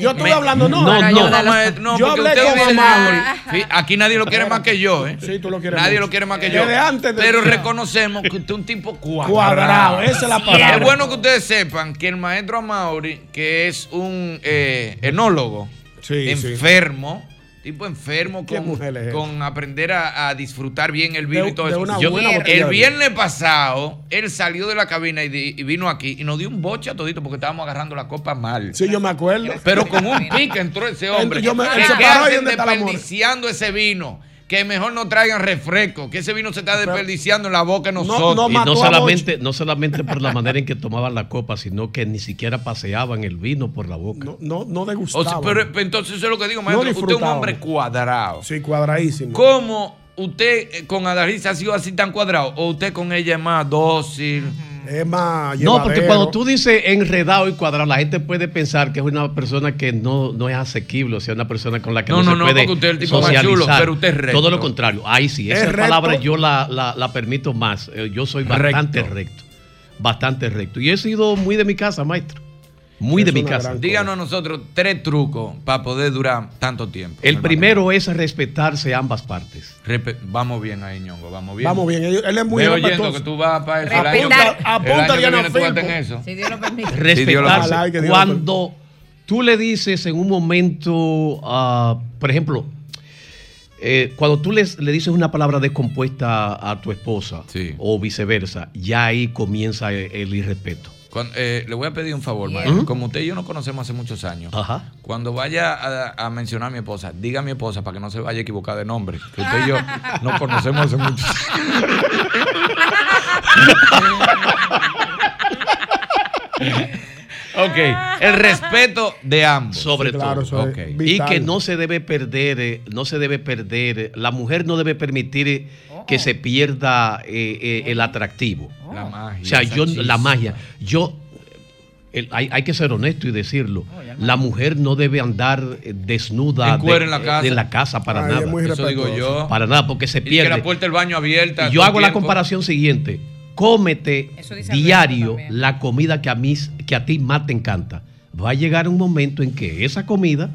Speaker 7: Yo estuve hablando, no.
Speaker 3: No, no, no, maestro,
Speaker 7: maestro,
Speaker 3: no,
Speaker 7: yo
Speaker 3: porque
Speaker 7: hablé
Speaker 3: usted "Ah,
Speaker 7: con
Speaker 3: dice-
Speaker 7: Amado.
Speaker 3: Sí, aquí nadie lo quiere más que yo, ¿eh?
Speaker 7: Sí, tú lo quieres
Speaker 3: Nadie
Speaker 7: mucho.
Speaker 3: lo quiere más que yo.
Speaker 7: Desde antes de-
Speaker 3: pero reconocemos que usted es un tipo cuadrado.
Speaker 7: Cuadrado, esa es la palabra.
Speaker 3: Es bueno que ustedes sepan que el maestro Amauri, que es un eh, enólogo,
Speaker 7: sí.
Speaker 3: enfermo, tipo enfermo
Speaker 7: ¿Qué
Speaker 3: con,
Speaker 7: mujer es
Speaker 3: con aprender a, a disfrutar bien el vino
Speaker 7: De-
Speaker 3: y todo
Speaker 7: de
Speaker 3: eso.
Speaker 7: una buena botella de
Speaker 3: el
Speaker 7: vino.
Speaker 3: viernes pasado, él salió de la cabina y, di- y vino aquí y nos dio un boche a todito porque estábamos agarrando la copa mal.
Speaker 7: Sí, yo me acuerdo.
Speaker 3: Pero con un pique entró ese hombre.
Speaker 7: Yo me- él
Speaker 3: ¿Qué
Speaker 7: se paró ahí
Speaker 3: hacen
Speaker 7: donde está el amor.
Speaker 3: desperdiciando ese vino? Que mejor no traigan refresco, que ese vino se está desperdiciando en la boca de
Speaker 15: no,
Speaker 3: nosotros.
Speaker 15: no, y no solamente, no solamente por la manera en que tomaban la copa, sino que ni siquiera paseaban el vino por la boca.
Speaker 7: No, no
Speaker 3: O
Speaker 7: degustaban.
Speaker 3: sea, pero, pero entonces eso es lo que digo,
Speaker 7: No
Speaker 3: maestro. usted es un
Speaker 7: disfrutaban.
Speaker 3: hombre cuadrado.
Speaker 7: Sí, cuadradísimo.
Speaker 3: ¿Cómo usted eh, con Adalisa ha sido así tan cuadrado? ¿O usted con ella es más dócil?
Speaker 7: Es más
Speaker 15: No, porque cuando tú dices enredado y cuadrado, la gente puede pensar que es una persona que no, no es asequible, o sea, una persona con la que
Speaker 3: No,
Speaker 15: no,
Speaker 3: no,
Speaker 15: se
Speaker 3: no,
Speaker 15: puede
Speaker 3: porque usted es el tipo más
Speaker 15: socializar.
Speaker 3: chulo, pero usted es recto.
Speaker 15: Todo lo contrario. Ahí sí,
Speaker 3: Es
Speaker 15: esa
Speaker 3: recto.
Speaker 15: palabra yo la, la- la permito más. Eh, Yo soy bastante recto. Bastante recto. Y he sido muy de mi casa, maestro. Muy de mi casa.
Speaker 3: Díganos a nosotros tres trucos para poder durar tanto tiempo.
Speaker 15: El primero es respetarse ambas partes.
Speaker 3: Repe- vamos bien ahí, ñongo, vamos bien.
Speaker 15: Vamos bien, él- él es muy
Speaker 3: Veo yendo
Speaker 15: respetuoso.
Speaker 3: que tú vas para eso.
Speaker 15: Respetar. Apunta- apunta
Speaker 3: el año que
Speaker 15: Diana
Speaker 3: viene tú vas a
Speaker 15: Filpo.
Speaker 3: tener eso.
Speaker 17: Si Dios lo permite.
Speaker 3: Sí, Dios lo
Speaker 15: respetarse.
Speaker 3: bendiga. Ojalá que Dios lo
Speaker 15: cuando tú le dices en un momento, ah, por ejemplo, eh, cuando tú les- le dices una palabra descompuesta a tu esposa o viceversa, ya ahí comienza el, el irrespeto.
Speaker 3: Cuan- eh, le voy a pedir un favor,
Speaker 15: Bien.
Speaker 3: maestro.
Speaker 15: ¿Mm?
Speaker 3: Como usted y yo nos conocemos hace muchos años, cuando vaya a, a mencionar a mi esposa, diga a mi esposa para que no se vaya a equivocar de nombre. Que usted
Speaker 17: [LAUGHS]
Speaker 3: y yo nos conocemos hace muchos Ok, el respeto de ambos.
Speaker 15: Sobre
Speaker 3: Sí, claro,
Speaker 15: todo.
Speaker 3: eso es
Speaker 15: Ok. Y
Speaker 3: vital.
Speaker 15: que no se debe perder, eh, no se debe perder, eh, la mujer no debe permitir eh, que se pierda eh, eh, el atractivo.
Speaker 3: La magia.
Speaker 15: O sea,
Speaker 3: esa
Speaker 15: yo,
Speaker 3: chispa.
Speaker 15: la magia, yo, el- hay, hay que ser honesto y decirlo. La mujer no debe andar eh, desnuda
Speaker 3: En cuero
Speaker 15: de- eh,
Speaker 3: en la casa.
Speaker 15: de la casa para
Speaker 3: Ay, es
Speaker 15: nada.
Speaker 3: muy Eso digo respetuoso. yo.
Speaker 15: Para nada, porque se
Speaker 3: Y que
Speaker 15: pierde.
Speaker 3: la puerta del baño abierta.
Speaker 15: Y yo
Speaker 3: todo
Speaker 15: hago la
Speaker 3: tiempo.
Speaker 15: comparación siguiente. Cómete diario la comida que a, mí, que a ti más te encanta. Va a llegar un momento en que esa comida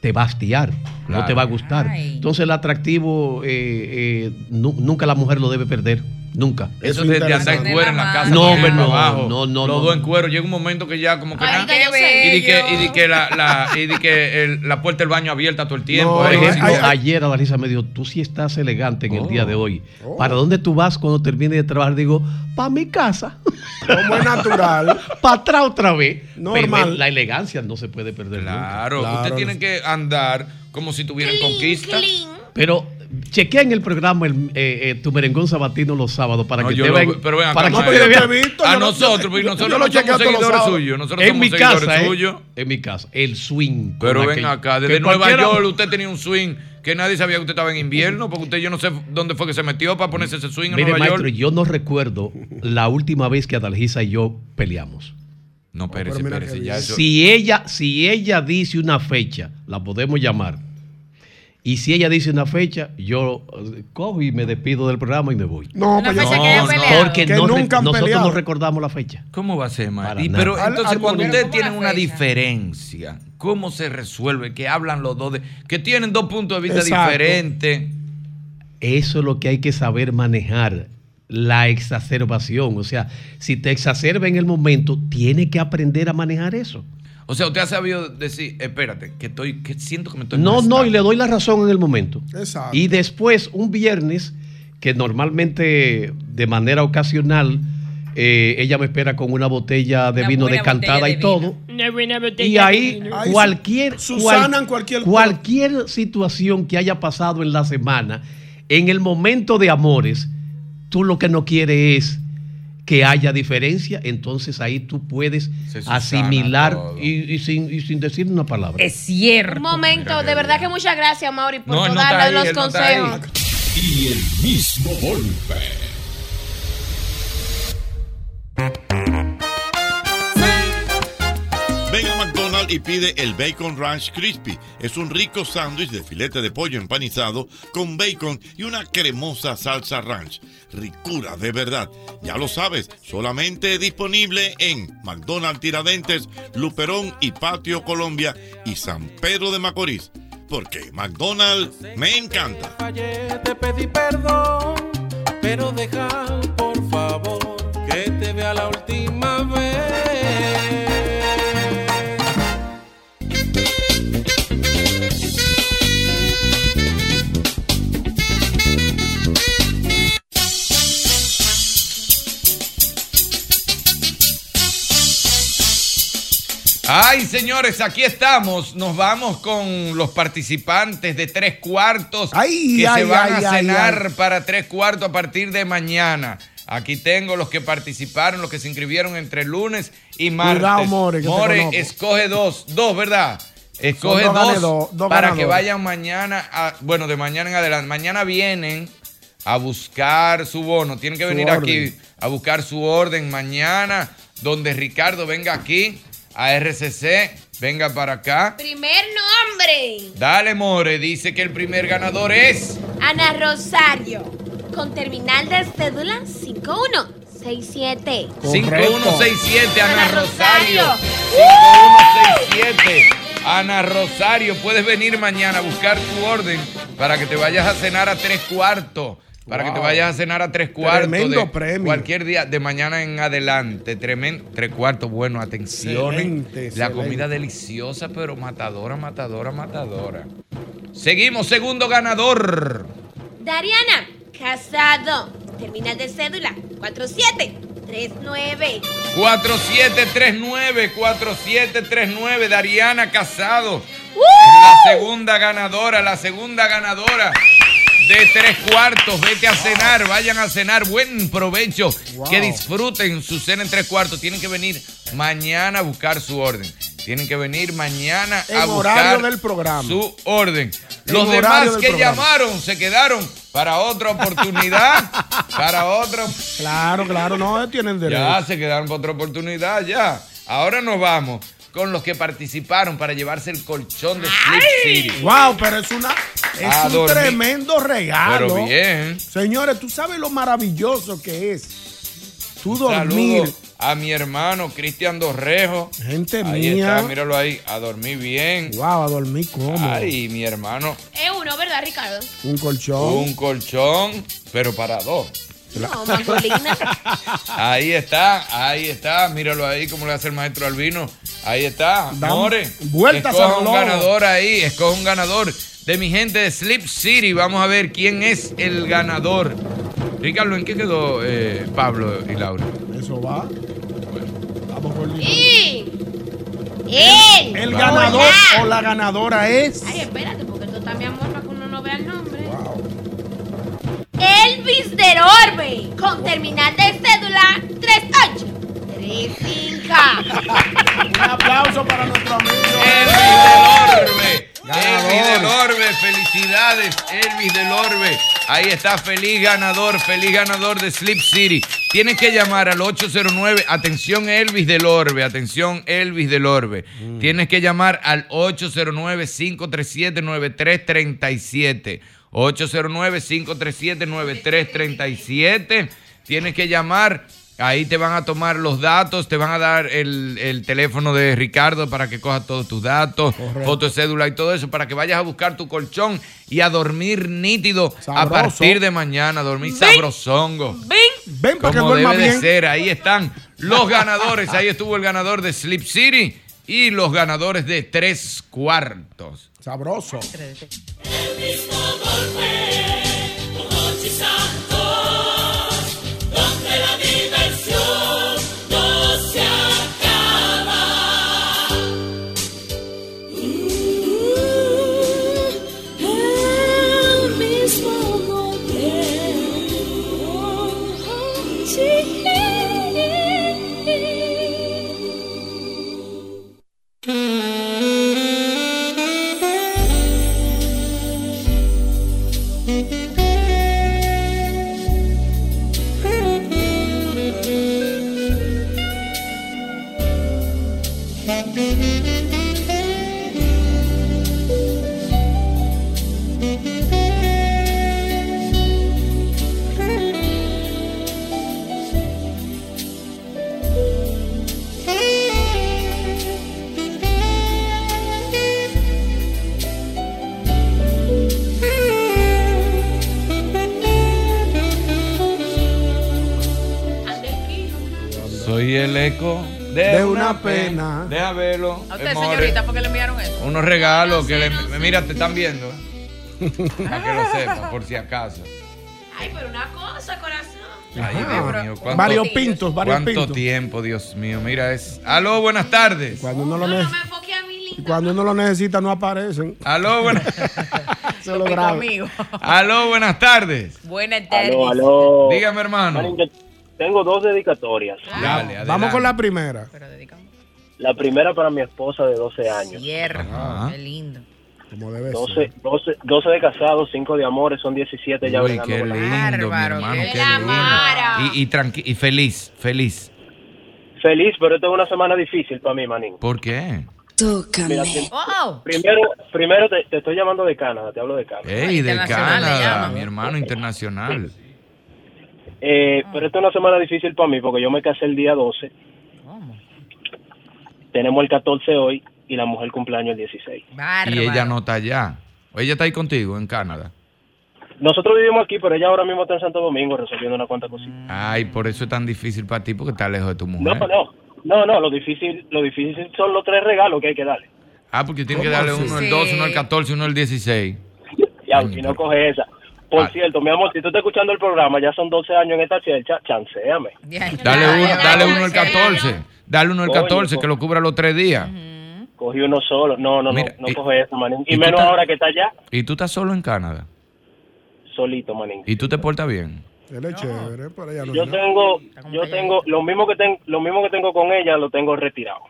Speaker 15: te va a hastiar, no
Speaker 3: Claro.
Speaker 15: te va a gustar.
Speaker 3: Ay.
Speaker 15: Entonces el atractivo eh, eh, nu- nunca la mujer lo debe perder, nunca.
Speaker 3: Eso de, de andar en cuero en la casa.
Speaker 15: No,
Speaker 3: para
Speaker 15: hombre,
Speaker 3: arriba,
Speaker 15: no,
Speaker 3: para abajo,
Speaker 15: no, no,
Speaker 3: Los
Speaker 15: no.
Speaker 3: dos en cuero. Llega un momento que ya como que.
Speaker 18: Ay,
Speaker 3: nada.
Speaker 18: qué
Speaker 3: y di que, y
Speaker 18: bello.
Speaker 3: di que la, la- y di que el- la puerta del baño abierta todo el tiempo. eh.
Speaker 15: No,
Speaker 3: Ay,
Speaker 15: no,
Speaker 3: que si
Speaker 15: no,
Speaker 3: no-
Speaker 15: ayer Adalisa me dijo, tú sí estás elegante en el día de hoy.
Speaker 3: Oh.
Speaker 15: ¿Para dónde tú vas cuando termines de trabajar? Digo, para mi casa.
Speaker 7: Como es
Speaker 15: [LAUGHS]
Speaker 7: natural.
Speaker 15: para atrás otra vez.
Speaker 3: Normal.
Speaker 15: Pero La elegancia no se puede perder.
Speaker 3: Claro, usted tiene que andar como si tuvieran conquista.
Speaker 15: Pero chequea en el programa el, eh, eh, tu merengón sabatino los sábados para
Speaker 3: No,
Speaker 15: que
Speaker 3: yo
Speaker 15: te
Speaker 3: lo-
Speaker 15: vean-
Speaker 3: pero vean,
Speaker 15: para
Speaker 3: acá,
Speaker 15: que
Speaker 3: Mael.
Speaker 15: te vean.
Speaker 3: Yo lo he visto, A yo lo- Ah, nosotros, porque yo- nosotros yo lo no somos chequeo todos los seguidores sábados. suyos, nosotros
Speaker 15: en
Speaker 3: somos
Speaker 15: mi
Speaker 3: seguidores
Speaker 15: casa, eh,
Speaker 3: suyos.
Speaker 15: En mi casa, el swing. con
Speaker 3: Pero ven
Speaker 15: aquel-
Speaker 3: acá,
Speaker 15: que
Speaker 3: desde Nueva
Speaker 15: cualquiera-
Speaker 3: York usted tenía un swing que nadie sabía que usted estaba en invierno, porque usted yo no sé dónde fue que se metió para ponerse ese swing en
Speaker 15: Mire,
Speaker 3: Nueva
Speaker 15: maestro,
Speaker 3: York.
Speaker 15: yo no recuerdo la última vez que Adalgisa y yo peleamos.
Speaker 3: No, Pérez, Pérez, ya eso.
Speaker 15: Si ella, si ella dice una fecha, la podemos llamar. Y si ella dice una fecha, yo eh, cojo y me despido del programa y me voy.
Speaker 7: No, Una pues yo- fecha que hayan peleado.
Speaker 15: porque
Speaker 7: Que
Speaker 15: no re-
Speaker 7: nunca han
Speaker 15: nosotros
Speaker 7: peleado.
Speaker 15: no recordamos la fecha.
Speaker 3: ¿Cómo va a ser,
Speaker 15: Para
Speaker 3: Y-
Speaker 15: nada.
Speaker 3: pero
Speaker 15: Al-
Speaker 3: entonces
Speaker 15: al
Speaker 3: cuando
Speaker 15: momento.
Speaker 3: ustedes tienen una diferencia, ¿cómo se resuelve? Que hablan los dos, de- que tienen dos puntos de vista
Speaker 15: Exacto.
Speaker 3: diferentes.
Speaker 15: Eso es lo que hay que saber manejar, la exacerbación. O sea, si te exacerba en el momento, tienes que aprender a manejar eso.
Speaker 3: O sea, usted ha sabido decir, espérate, que estoy, que siento que me estoy
Speaker 15: No, no,
Speaker 3: molestando.
Speaker 15: y le doy la razón en el momento.
Speaker 7: Exacto.
Speaker 15: Y después, un viernes, que normalmente de manera ocasional, eh, ella me espera con una botella de vino decantada y todo. Y ahí cualquier,
Speaker 7: Susanan
Speaker 15: cual-
Speaker 7: cualquier-
Speaker 15: cualquier situación que haya pasado en la semana, en el momento de amores, tú lo que no quieres es que haya diferencia, entonces ahí tú puedes
Speaker 3: susana
Speaker 15: asimilar y, y sin, y sin decir una palabra.
Speaker 4: Es cierto. Un momento, de verdad que muchas gracias, Mauri, por todos los consejos.
Speaker 19: Y el mismo golpe.
Speaker 2: Ven a McDonald's y pide el Bacon Ranch Crispy. Es un rico sándwich de filete de pollo empanizado con bacon y una cremosa salsa ranch. Ricura de verdad. Ya lo sabes, solamente disponible en McDonald's Tiradentes, Luperón y Patio Colombia y San Pedro de Macorís. Porque McDonald's me encanta.
Speaker 20: fallé, te pedí perdón, pero deja por favor que te vea la última vez.
Speaker 3: Ay, señores, aquí estamos. Nos vamos con los participantes de tres cuartos
Speaker 7: Ay,
Speaker 3: que
Speaker 7: ay,
Speaker 3: se van
Speaker 7: ay,
Speaker 3: a
Speaker 7: ay,
Speaker 3: cenar
Speaker 7: ay.
Speaker 3: para tres cuartos a partir de mañana. Aquí tengo los que participaron, los que se inscribieron entre lunes y martes.
Speaker 7: Cuidado, More, que te
Speaker 3: More,
Speaker 7: conozco.
Speaker 3: escoge dos, dos, ¿verdad? Escoge
Speaker 7: Son
Speaker 3: dos,
Speaker 7: dos ganado- dos
Speaker 3: para
Speaker 7: ganadores.
Speaker 3: que vayan mañana, a- bueno, de mañana en adelante. Mañana vienen a buscar su bono. Tienen que
Speaker 7: Su
Speaker 3: venir aquí
Speaker 7: orden.
Speaker 3: a buscar su orden mañana, donde Ricardo venga aquí a RCC, venga para acá.
Speaker 4: Primer nombre,
Speaker 3: Dale, More, dice que el primer ganador es...
Speaker 4: Ana Rosario, con terminal de cédula 5167.
Speaker 3: 5167, Ana
Speaker 4: Ana
Speaker 3: Rosario.
Speaker 4: Rosario.
Speaker 3: 5167. Ana Rosario, puedes venir mañana a buscar tu orden para que te vayas a cenar a tres cuartos. Para que te
Speaker 7: Wow.
Speaker 3: vayas a cenar a tres cuartos.
Speaker 7: Tremendo
Speaker 3: de
Speaker 7: premio.
Speaker 3: Cualquier día, de mañana en adelante. Tremendo. Tres cuartos, bueno, atención. ¿eh?
Speaker 7: Excelente,
Speaker 3: La
Speaker 7: excelente.
Speaker 3: comida deliciosa, pero matadora, matadora, matadora. Seguimos, segundo ganador.
Speaker 4: Dariana, casado, terminal de cédula 4739.
Speaker 3: 4739, 4739, Dariana Casado. La segunda ganadora, la segunda ganadora de tres cuartos. Vete a cenar, vayan a cenar. Buen provecho.
Speaker 1: Wow.
Speaker 3: Que disfruten su cena en tres cuartos. Tienen que venir mañana a buscar su orden. Tienen que venir mañana a
Speaker 7: En
Speaker 3: buscar
Speaker 7: horario del programa.
Speaker 3: su orden.
Speaker 7: En
Speaker 3: Los
Speaker 7: horario
Speaker 3: demás
Speaker 7: del
Speaker 3: que
Speaker 7: programa.
Speaker 3: llamaron se quedaron para otra
Speaker 7: [LAUGHS]
Speaker 3: oportunidad. para otra
Speaker 7: Claro, claro, no tienen derecho.
Speaker 3: ya se quedaron para otra oportunidad, ya. Ahora nos vamos con los que participaron para llevarse el colchón de Sleep City.
Speaker 7: Wow, pero es una es
Speaker 3: A
Speaker 7: un
Speaker 3: dormir.
Speaker 7: tremendo regalo.
Speaker 3: Pero bien.
Speaker 7: Señores, tú sabes lo maravilloso que es tú dormir
Speaker 3: Saludo a mi hermano Cristian Dorrejo.
Speaker 7: Gente
Speaker 3: Ahí
Speaker 7: mía.
Speaker 3: está, míralo ahí, a dormir bien.
Speaker 7: Wow, a dormir cómodo.
Speaker 3: Ay, mi hermano,
Speaker 4: Es E uno, ¿verdad, Ricardo?
Speaker 7: Un colchón.
Speaker 3: un colchón, pero para dos.
Speaker 4: No, mangolina.
Speaker 3: Ahí está, ahí está, míralo ahí, como le hace el maestro Albino. Ahí está,
Speaker 7: Dan
Speaker 3: amores.
Speaker 7: vueltas
Speaker 3: Escoja
Speaker 7: al
Speaker 3: un
Speaker 7: globo.
Speaker 3: ganador ahí, escoja un ganador de mi gente de Sleep City. Vamos a ver quién es el ganador. Ricardo, ¿en qué quedó eh, Pablo y Laura?
Speaker 7: Eso va. Vamos con Lino.
Speaker 4: Y
Speaker 7: El,
Speaker 4: él.
Speaker 7: el ganador o la ganadora es.
Speaker 4: Ay, espérate, porque tú también amor para que uno no vea el nombre. Elvis del Orbe, con terminal de cédula 38. 35.
Speaker 7: Un aplauso para nuestro amigo.
Speaker 3: Elvis del Orbe.
Speaker 7: Ganador.
Speaker 3: Elvis del Orbe, felicidades, Elvis del Orbe. Ahí está, feliz ganador, feliz ganador de Sleep City. Tienes que llamar al 809, atención Elvis del Orbe, atención Elvis del Orbe. Tienes que llamar al 809-537-9337. 809-537-9337. Tienes que llamar Ahí te van a tomar los datos, te van a dar el, el teléfono de Ricardo para que cojas todos tus datos, foto de cédula y todo eso, para que vayas a buscar tu colchón y a dormir nítido a
Speaker 7: Sabroso.
Speaker 3: partir de mañana, a dormir sabrosongo.
Speaker 7: Ven para que
Speaker 3: Como
Speaker 7: duerma
Speaker 3: debe de
Speaker 7: bien.
Speaker 3: ser, ahí están los ganadores. Ahí estuvo el ganador de Sleep City y los ganadores de tres cuartos.
Speaker 7: Sabroso.
Speaker 1: Santos, donde la diversión no se acaba. El mismo golpe.
Speaker 3: Soy el eco de,
Speaker 7: De
Speaker 3: una,
Speaker 7: una
Speaker 3: pena. Deja verlo.
Speaker 17: A usted,
Speaker 3: amores.
Speaker 17: señorita, ¿por qué le enviaron eso?
Speaker 3: Unos regalos
Speaker 16: Ah,
Speaker 3: que le, mira, te están viendo. ¿eh? Para
Speaker 16: [LAUGHS]
Speaker 3: que lo sepas, por si acaso.
Speaker 4: Ay, pero una cosa, corazón.
Speaker 3: Ay,
Speaker 7: Ajá.
Speaker 3: Dios mío, cuánto-
Speaker 7: Varios pintos, varios
Speaker 3: cuánto
Speaker 7: pintos.
Speaker 3: tiempo, Dios mío. Mira, es. Aló, buenas tardes.
Speaker 7: Cuando uno lo, nece- y cuando uno lo necesita, no aparecen.
Speaker 3: Aló, buenas.
Speaker 7: Se lo graba.
Speaker 3: Aló, buenas tardes.
Speaker 17: Buenas tardes.
Speaker 16: Aló, aló.
Speaker 3: Dígame, hermano.
Speaker 16: Tengo dos dedicatorias.
Speaker 7: Vamos con la primera.
Speaker 16: La primera para mi esposa de 12 años.
Speaker 7: Ajá.
Speaker 17: Qué lindo.
Speaker 7: Como debe
Speaker 16: 12, 12, 12 de casados, 5 de amores, son 17 ya
Speaker 3: Uy,
Speaker 16: bregando
Speaker 3: qué
Speaker 16: con la-
Speaker 3: lindo, mi hermano, qué lindo. Y, y, tranqui- y feliz, feliz.
Speaker 16: Feliz, pero esta es una semana difícil para mí, manín.
Speaker 3: ¿Por qué?
Speaker 16: Mira, prim- primero, primero te, te estoy llamando de Canadá, te hablo de Canadá.
Speaker 3: Ey, de
Speaker 16: Internacional le
Speaker 3: Canadá,
Speaker 16: llaman.
Speaker 3: mi hermano internacional.
Speaker 16: Eh,
Speaker 3: Ah.
Speaker 16: Pero esta es una semana difícil para mí porque yo me casé el día 12. Tenemos el 14 hoy y la mujer cumpleaños el 16.
Speaker 3: Y ella no está allá. O ella está ahí contigo, en Canadá.
Speaker 16: Nosotros vivimos aquí, pero ella ahora mismo está en Santo Domingo resolviendo una cuanta cosita.
Speaker 3: Ay, por eso es tan difícil para ti, porque está lejos de tu
Speaker 16: No,
Speaker 3: mujer.
Speaker 16: no, no, no, lo difícil, lo difícil son los tres regalos que hay que darle.
Speaker 3: Ah, porque tiene que
Speaker 16: ¿Cómo
Speaker 3: darle
Speaker 16: así?
Speaker 3: uno el
Speaker 16: Sí.
Speaker 3: 12, uno el 14, uno el 16.
Speaker 16: Ya, si no coge esa. Por
Speaker 3: Ah,
Speaker 16: cierto, mi amor, si tú estás escuchando el programa, ya son 12 años en esta chelcha, chanceame.
Speaker 3: Dale uno, dale uno el 14. Dale uno el
Speaker 16: pues.
Speaker 3: 14, que lo cubra los tres días.
Speaker 16: Cogí uno solo. No, no, no, no coge esa, manín.
Speaker 3: ¿y
Speaker 16: Y
Speaker 3: tú
Speaker 16: menos
Speaker 3: estás-
Speaker 16: ahora que está allá,
Speaker 3: Y tú estás solo en Canadá.
Speaker 16: solito, manín.
Speaker 3: Y tú te portas bien.
Speaker 7: Él es chévere, pero ella no
Speaker 16: Yo
Speaker 7: es nada.
Speaker 16: tengo, yo tengo, lo mismo que tengo, lo mismo que tengo con ella, lo tengo retirado.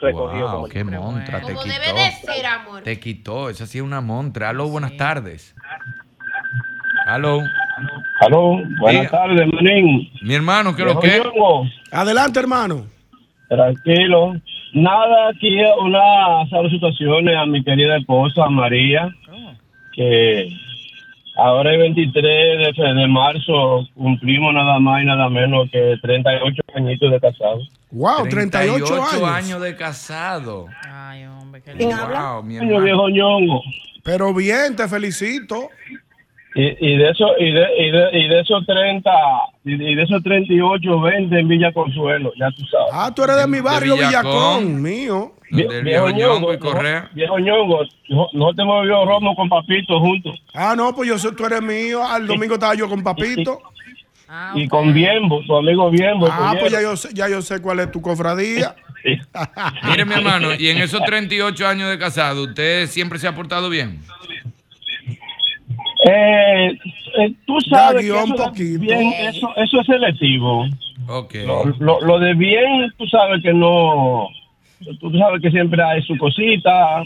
Speaker 16: Recogido
Speaker 3: Wow,
Speaker 16: como-
Speaker 3: qué montra, te quitó.
Speaker 4: ser, amor.
Speaker 3: Te quitó, esa sí es una montra. Aló, buenas tardes. Aló.
Speaker 6: Aló, buenas
Speaker 3: Diga.
Speaker 6: tardes, manín.
Speaker 3: Mi hermano, ¿qué es lo
Speaker 6: Viejo
Speaker 3: que?
Speaker 6: Ñongo,
Speaker 7: Adelante, hermano.
Speaker 6: Tranquilo. Nada, aquí unas salutaciones a mi querida esposa María, que
Speaker 21: Ahora el 23 de, fe- de marzo cumplimos nada más y nada menos que 38 añitos de casados.
Speaker 7: Wow,
Speaker 3: 38, años. de casado.
Speaker 21: ¿Quién
Speaker 3: Wow,
Speaker 21: habla?
Speaker 3: mi
Speaker 21: Coño, viejo ñongo.
Speaker 7: Pero bien, te felicito.
Speaker 21: Y, y de eso, y de, y de, y de esos 30, y de, y de esos 38, 20 en Villa Consuelo, ya tú sabes.
Speaker 7: Ah, tú eres de mi barrio, Villacón,
Speaker 21: Villacón.
Speaker 7: mío.
Speaker 21: Vie- viejo ñongo, no- Viejo ñongo, no, no te movió Romo con Papito juntos.
Speaker 7: Ah, no, pues yo soy, tú eres mío. Al domingo estaba yo con Papito.
Speaker 21: Y con Biembo, tu amigo Biembo.
Speaker 7: Ah,
Speaker 21: tu
Speaker 7: pues ya
Speaker 21: viejo.
Speaker 7: yo, sé, ya yo sé cuál es
Speaker 3: [LAUGHS]
Speaker 7: tu cofradía.
Speaker 3: Mire, mi hermano, y en esos 38 años de casado, ¿usted siempre se ha portado bien?
Speaker 21: Eh, eh, tú sabes que
Speaker 7: guión
Speaker 21: eso, da-
Speaker 7: poquito.
Speaker 21: bien, eso, eso es selectivo.
Speaker 3: Ok.
Speaker 21: Lo, lo- lo de bien, tú sabes que no. Tú sabes que siempre hay su cosita.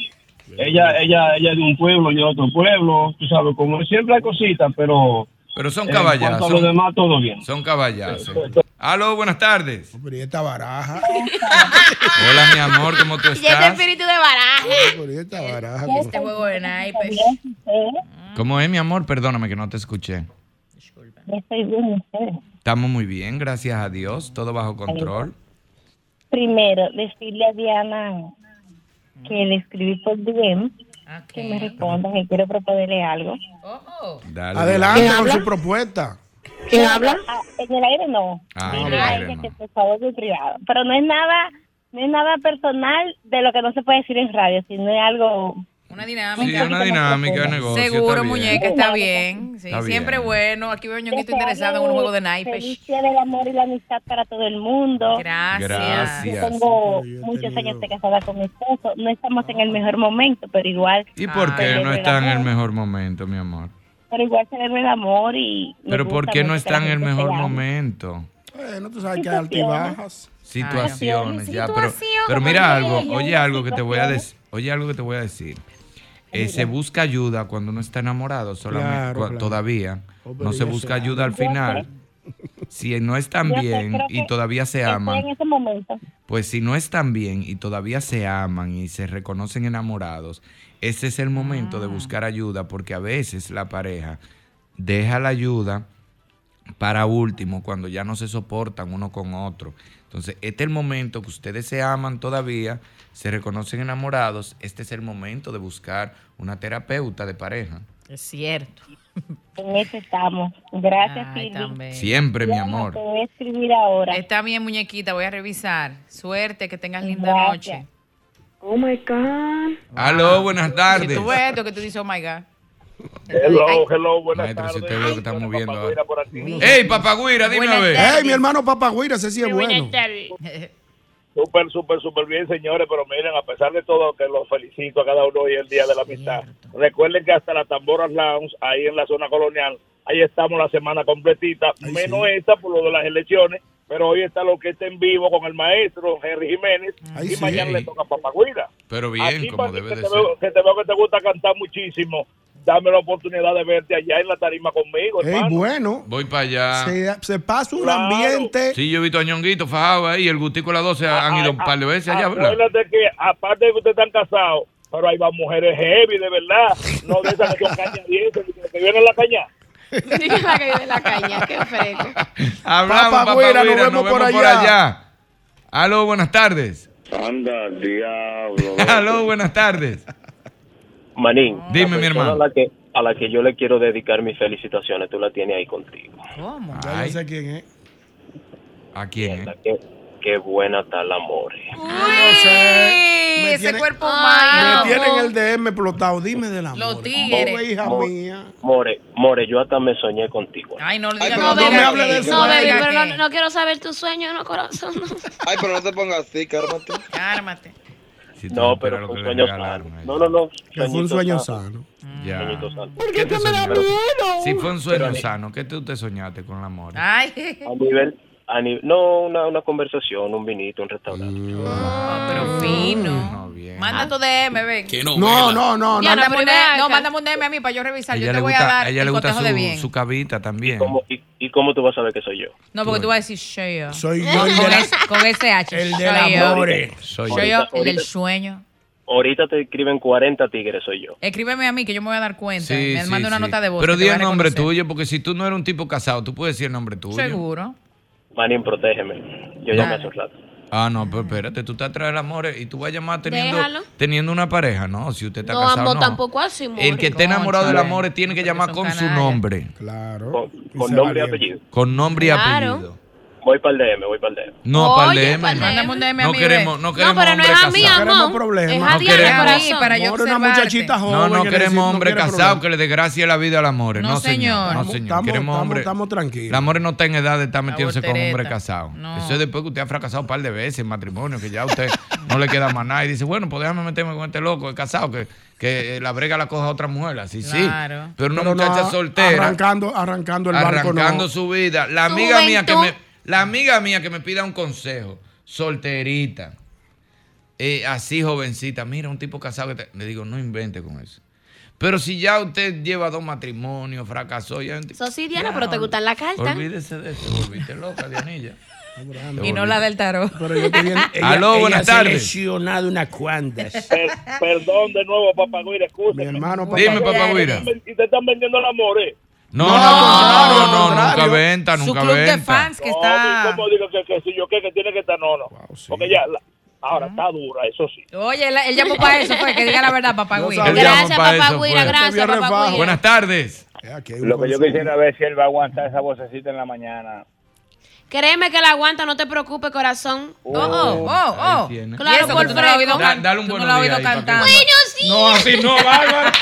Speaker 21: Ella, ella, ella es de un pueblo, yo de otro pueblo. Tú sabes, como siempre hay cositas, pero.
Speaker 3: Pero son
Speaker 21: en
Speaker 3: caballas.
Speaker 21: cuanto a
Speaker 3: Son,
Speaker 21: lo demás, todo bien.
Speaker 3: son caballas. Aló, buenas tardes.
Speaker 7: Esta baraja.
Speaker 17: [LAUGHS]
Speaker 3: Hola, mi amor,
Speaker 5: [LAUGHS]
Speaker 3: ¿cómo tú
Speaker 4: Y ese
Speaker 3: Ah. estás?
Speaker 4: espíritu de baraja.
Speaker 7: Esta baraja.
Speaker 17: Este juego de naipes.
Speaker 3: ¿Cómo es, mi amor? Perdóname que no te escuché.
Speaker 5: estoy bien, ¿eh? ustedes.
Speaker 3: Estamos muy bien, gracias a Dios, todo bajo control.
Speaker 5: Primero, decirle a Diana que le escribí por DM, que me responda, que quiero proponerle algo.
Speaker 4: Oh,
Speaker 7: Adelante
Speaker 5: ¿Quién
Speaker 7: con
Speaker 5: Eh, habla?
Speaker 7: su propuesta.
Speaker 5: ¿Quién habla? ah, en el aire no.
Speaker 7: Ah,
Speaker 5: Dile
Speaker 7: en el
Speaker 5: a
Speaker 7: aire
Speaker 5: ella
Speaker 7: no.
Speaker 5: que por favor es privado. Pero no es nada, no es nada personal de lo que no se puede decir en radio, sino es algo
Speaker 17: Una dinámica.
Speaker 3: Sí, es una dinámica de negocio.
Speaker 17: Seguro,
Speaker 3: está bien.
Speaker 17: muñeca, está
Speaker 5: pues.
Speaker 17: bien. Sí,
Speaker 3: Está bien.
Speaker 17: siempre bueno. Aquí veo a ñonguito
Speaker 5: Que se
Speaker 17: interesado en un
Speaker 5: hable
Speaker 17: juego de naipes.
Speaker 5: Felicia del amor y la amistad para todo el mundo.
Speaker 17: Gracias.
Speaker 5: Yo
Speaker 3: Gracias.
Speaker 5: tengo muchos años de casada con mi esposo. No estamos en el mejor momento, pero igual.
Speaker 3: ¿Y por qué
Speaker 5: celebro
Speaker 3: no
Speaker 5: el
Speaker 3: está en
Speaker 5: amor,
Speaker 3: el mejor momento, mi amor?
Speaker 5: Pero igual celebro el amor y. me
Speaker 3: ¿Pero por
Speaker 5: gusta
Speaker 3: qué no
Speaker 5: mucho que la
Speaker 3: está en el
Speaker 5: gente se
Speaker 3: mejor
Speaker 5: ame.
Speaker 3: momento?
Speaker 7: Bueno, Eh, tú sabes que
Speaker 5: Situaciones.
Speaker 7: hay altibajas.
Speaker 3: situaciones ya pero,
Speaker 5: Situaciones,
Speaker 3: pero mira algo
Speaker 5: Daniel,
Speaker 3: oye
Speaker 5: ya,
Speaker 3: algo que te voy a decir oye algo que te voy a decir Eh, se busca ayuda cuando uno está enamorado solamente
Speaker 10: Claro,
Speaker 3: cua-
Speaker 10: claro.
Speaker 3: todavía
Speaker 10: Oh, pero
Speaker 3: no se
Speaker 10: ya
Speaker 3: busca
Speaker 10: se
Speaker 3: ayuda al final si no están
Speaker 5: Yo sé,
Speaker 3: bien
Speaker 5: creo
Speaker 3: y
Speaker 5: que
Speaker 3: todavía se
Speaker 5: estoy
Speaker 3: aman
Speaker 5: en ese momento.
Speaker 3: pues si no están bien y todavía se aman y se reconocen enamorados, ese es el momento de
Speaker 17: Ah.
Speaker 3: buscar ayuda porque a veces la pareja deja la ayuda para último cuando ya no se soportan uno con otro. Entonces, este es el momento que ustedes se aman todavía, se reconocen enamorados, este es el momento de buscar una terapeuta de pareja.
Speaker 17: Es cierto.
Speaker 5: En eso estamos. Gracias, Silvi.
Speaker 3: Siempre, mi amor.
Speaker 5: Te voy a escribir ahora.
Speaker 17: Está bien, muñequita, voy a revisar. Suerte, que tengas linda noche.
Speaker 5: Oh my God.
Speaker 3: Aló, buenas
Speaker 17: Si
Speaker 3: tardes.
Speaker 17: tú ves esto que tú dices, oh my God.
Speaker 3: Hello, hello, buenas tardes. ¡Ey, Papagüira, dime a ver!
Speaker 7: Ey, mi hermano Papagüira, ese sí es bueno.
Speaker 6: Súper, súper, súper bien, señores, pero miren, a pesar de todo, que los felicito a cada uno hoy el Día de la Amistad. Recuerden que hasta la Tamboras Lounge, ahí en la zona colonial, ahí estamos la semana completita, menos esta por lo de las elecciones, pero hoy está lo que está en vivo con el maestro Henry Jiménez y
Speaker 3: sí.
Speaker 6: mañana le toca a Papagüira.
Speaker 3: Pero
Speaker 6: A
Speaker 3: bien,
Speaker 6: [LAUGHS] ti,
Speaker 3: como
Speaker 6: Paqui,
Speaker 3: debe
Speaker 6: que
Speaker 3: de
Speaker 6: te
Speaker 3: ser.
Speaker 6: veo- que te veo que te gusta cantar muchísimo, dame la oportunidad de verte allá en la tarima conmigo,
Speaker 7: Ey,
Speaker 6: hermano.
Speaker 7: bueno.
Speaker 3: Voy para allá.
Speaker 7: Se, se pasa un
Speaker 6: Claro.
Speaker 7: ambiente.
Speaker 3: Sí, yo he visto a Ñonguito, Fajado ahí, el Gustico y la 12 han ido un par de veces allá, ¿verdad?
Speaker 6: Ah, Acuérdate que, aparte de que ustedes están casados, pero ahí van mujeres heavy, de verdad. No de esas
Speaker 3: [LAUGHS]
Speaker 6: que son caña dientes, que te vienen la caña.
Speaker 4: la que vive en la caña, qué fresco.
Speaker 7: Ah,
Speaker 3: Hablamos,
Speaker 1: Papagüera,
Speaker 3: Papagüira,
Speaker 1: nos
Speaker 3: nos,
Speaker 1: vemos
Speaker 3: vemos
Speaker 1: por
Speaker 3: por
Speaker 1: allá.
Speaker 3: allá. Aló, buenas tardes. [LAUGHS]
Speaker 16: Anda, diablo.
Speaker 3: Aló, buenas tardes.
Speaker 16: Manín.
Speaker 3: Dime,
Speaker 16: la
Speaker 3: mi
Speaker 16: persona
Speaker 3: hermano.
Speaker 16: A la, que, a la que yo le quiero dedicar mis felicitaciones, tú la tienes ahí contigo.
Speaker 17: ¿Cómo?
Speaker 7: Ya yo sé quién es.
Speaker 3: ¿A quién?
Speaker 16: Qué, qué buena está el amor.
Speaker 7: No sé. Me
Speaker 17: ese
Speaker 7: tienen-
Speaker 17: cuerpo humano.
Speaker 7: Me tienen el DM explotado. Dime del amor.
Speaker 17: Los tigres.
Speaker 7: Oh, hija
Speaker 16: Mo-
Speaker 7: mía.
Speaker 16: More, More, yo hasta me soñé contigo.
Speaker 17: Ay, no le
Speaker 16: Ay,
Speaker 17: digas
Speaker 16: pero
Speaker 17: no,
Speaker 16: no me
Speaker 17: digas
Speaker 16: hable
Speaker 17: que-
Speaker 16: de eso.
Speaker 4: No, baby,
Speaker 17: digas
Speaker 4: pero
Speaker 17: que-
Speaker 4: no, no quiero saber tu sueño, no, corazón.
Speaker 16: Ay, pero no te pongas así, cálmate.
Speaker 17: Cálmate.
Speaker 16: no, pero fue un sueño sano. No, no, no.
Speaker 7: Que fue un sueño sano.
Speaker 3: ¿eh? Ya.
Speaker 16: Sueñito sano.
Speaker 3: ¿Qué te soñaste? Si fue un
Speaker 16: Pero
Speaker 3: sueño
Speaker 16: a ni-
Speaker 3: sano, ¿qué tú te soñaste con el amor?
Speaker 17: Ay.
Speaker 16: A nivel, a nivel, no, una, una conversación, un vinito, un restaurante.
Speaker 3: Mm.
Speaker 17: Ah, pero fino. Manda tu DM, ven.
Speaker 7: No, no, no.
Speaker 17: Ya,
Speaker 7: no.
Speaker 17: mándame un DM, no, mándame un DM a mí para yo revisar. Yo
Speaker 3: ella
Speaker 17: te
Speaker 3: le
Speaker 17: voy
Speaker 3: gusta,
Speaker 17: a dar
Speaker 3: a ella le
Speaker 17: el
Speaker 3: gusta
Speaker 17: cotejo de
Speaker 3: su,
Speaker 17: bien.
Speaker 3: su cavita también.
Speaker 16: ¿Y, ¿Y cómo tú vas a saber que soy yo?
Speaker 17: No, porque tú vas a decir soy yo.
Speaker 7: Soy
Speaker 17: Con, ese- con ese H.
Speaker 7: El
Speaker 17: soy
Speaker 7: del
Speaker 3: eh,
Speaker 17: yo.
Speaker 7: amor.
Speaker 17: Soy yo, el del sueño.
Speaker 8: ahorita te escriben 40 tigres, soy yo.
Speaker 17: Escríbeme a mí que yo me voy a dar cuenta.
Speaker 3: Sí,
Speaker 17: me
Speaker 3: sí,
Speaker 17: manda una
Speaker 3: sí.
Speaker 17: nota de voz.
Speaker 3: Pero
Speaker 17: que te
Speaker 3: di
Speaker 17: voy a
Speaker 3: el nombre
Speaker 17: reconocer.
Speaker 3: tuyo, porque si tú no eres un tipo casado, tú puedes decir el nombre tuyo.
Speaker 17: Seguro.
Speaker 8: Manín, protégeme. Yo
Speaker 3: No.
Speaker 8: llamé hace un rato.
Speaker 3: Ah, no, pero espérate, tú estás atrás del amor eh, y tú vas a llamar teniendo,
Speaker 4: Déjalo.
Speaker 3: teniendo una pareja, ¿no? Si usted está
Speaker 4: No,
Speaker 3: casado,
Speaker 4: ambos
Speaker 3: no.
Speaker 4: tampoco así,
Speaker 3: El que esté enamorado del
Speaker 4: Cónchale.
Speaker 3: amor tiene que llamar con su
Speaker 4: canallas.
Speaker 3: nombre.
Speaker 7: Claro.
Speaker 8: Con, con nombre y apellido.
Speaker 3: Con nombre y
Speaker 4: Claro.
Speaker 3: apellido.
Speaker 8: Voy para el DM, voy para el DM.
Speaker 3: No, para el
Speaker 4: Oye,
Speaker 3: DM,
Speaker 4: pa'l
Speaker 3: hermano.
Speaker 4: DM. Mándame un DM a
Speaker 3: No
Speaker 4: mí,
Speaker 3: queremos,
Speaker 4: ve.
Speaker 3: no
Speaker 4: No,
Speaker 3: queremos
Speaker 4: pero no es
Speaker 3: hombres
Speaker 4: a mí,
Speaker 3: casados.
Speaker 4: amor. Es a
Speaker 3: No
Speaker 4: Diana,
Speaker 3: queremos-
Speaker 4: corazón. Para yo
Speaker 7: More, una muchachita joven.
Speaker 3: No, no
Speaker 7: que le decimos,
Speaker 3: queremos hombres
Speaker 7: quiere
Speaker 3: casados que le desgracie la vida al amor. No,
Speaker 7: No,
Speaker 3: señor.
Speaker 7: señor.
Speaker 3: No,
Speaker 7: Estamos-
Speaker 3: señor.
Speaker 7: estamos-
Speaker 3: queremos
Speaker 7: estamos-
Speaker 3: hombres.
Speaker 7: estamos tranquilos.
Speaker 3: El amor no está en edad de estar metiéndose con
Speaker 7: voltereta.
Speaker 3: hombres casados.
Speaker 7: No.
Speaker 3: Eso es después que usted ha fracasado un par de veces en matrimonio, que ya a usted no le queda más nada. Y dice, bueno, pues déjame meterme con este loco, el casado, que, que eh, la brega la coja a otra mujer. Así sí. Pero una
Speaker 7: Pero no,
Speaker 3: muchacha soltera.
Speaker 7: Arrancando, arrancando el barco, no.
Speaker 3: arrancando su vida. La
Speaker 7: Su
Speaker 3: amiga mía que me,
Speaker 7: juventud.
Speaker 3: la amiga mía que me pida un consejo, solterita, eh, así jovencita, mira un tipo casado que te- le digo no invente con eso. Pero si ya usted lleva dos matrimonios, fracasó, ya
Speaker 4: Eso sí, Diana, pero te gustan las cartas.
Speaker 3: olvídese de eso, te volviste loca, Dianilla.
Speaker 17: [LAUGHS] Y no la del tarot.
Speaker 7: Pero yo te
Speaker 3: [LAUGHS] Aló, buenas tardes.
Speaker 7: seleccionado
Speaker 3: [LAUGHS]
Speaker 7: unas cuantas.
Speaker 6: perdón de nuevo, papá Guira, excusa. Mi hermano,
Speaker 3: Papá Dime, Guira. Papá Guira.
Speaker 6: Y te están vendiendo el amor, ¿eh?
Speaker 3: No, no, no, no, nunca venta, nunca venta.
Speaker 6: que está. No, ¿cómo digo que, que si yo qué, que tiene que estar? No, no. Porque ya, la- ahora está dura, eso sí.
Speaker 17: Oye, él, él llamó para eso, fue que diga la verdad, papá Guira.
Speaker 3: Él llamó para eso, pues.
Speaker 17: Guira.
Speaker 3: Buenas tardes.
Speaker 13: Lo que yo quisiera ver si él va a aguantar esa vocecita en la mañana.
Speaker 4: Créeme que la aguanta, no te preocupes, corazón. Oh, oh, oh, oh.
Speaker 17: Y
Speaker 4: Claro,
Speaker 17: eso que
Speaker 4: por
Speaker 17: tú no la has oído
Speaker 4: fresco.
Speaker 17: can-
Speaker 3: dale un
Speaker 17: tú no
Speaker 3: buenos
Speaker 17: la has
Speaker 3: días
Speaker 17: oído
Speaker 3: ahí, papá.
Speaker 17: cantando.
Speaker 4: Buenos días.
Speaker 3: No, así no, bárbaro.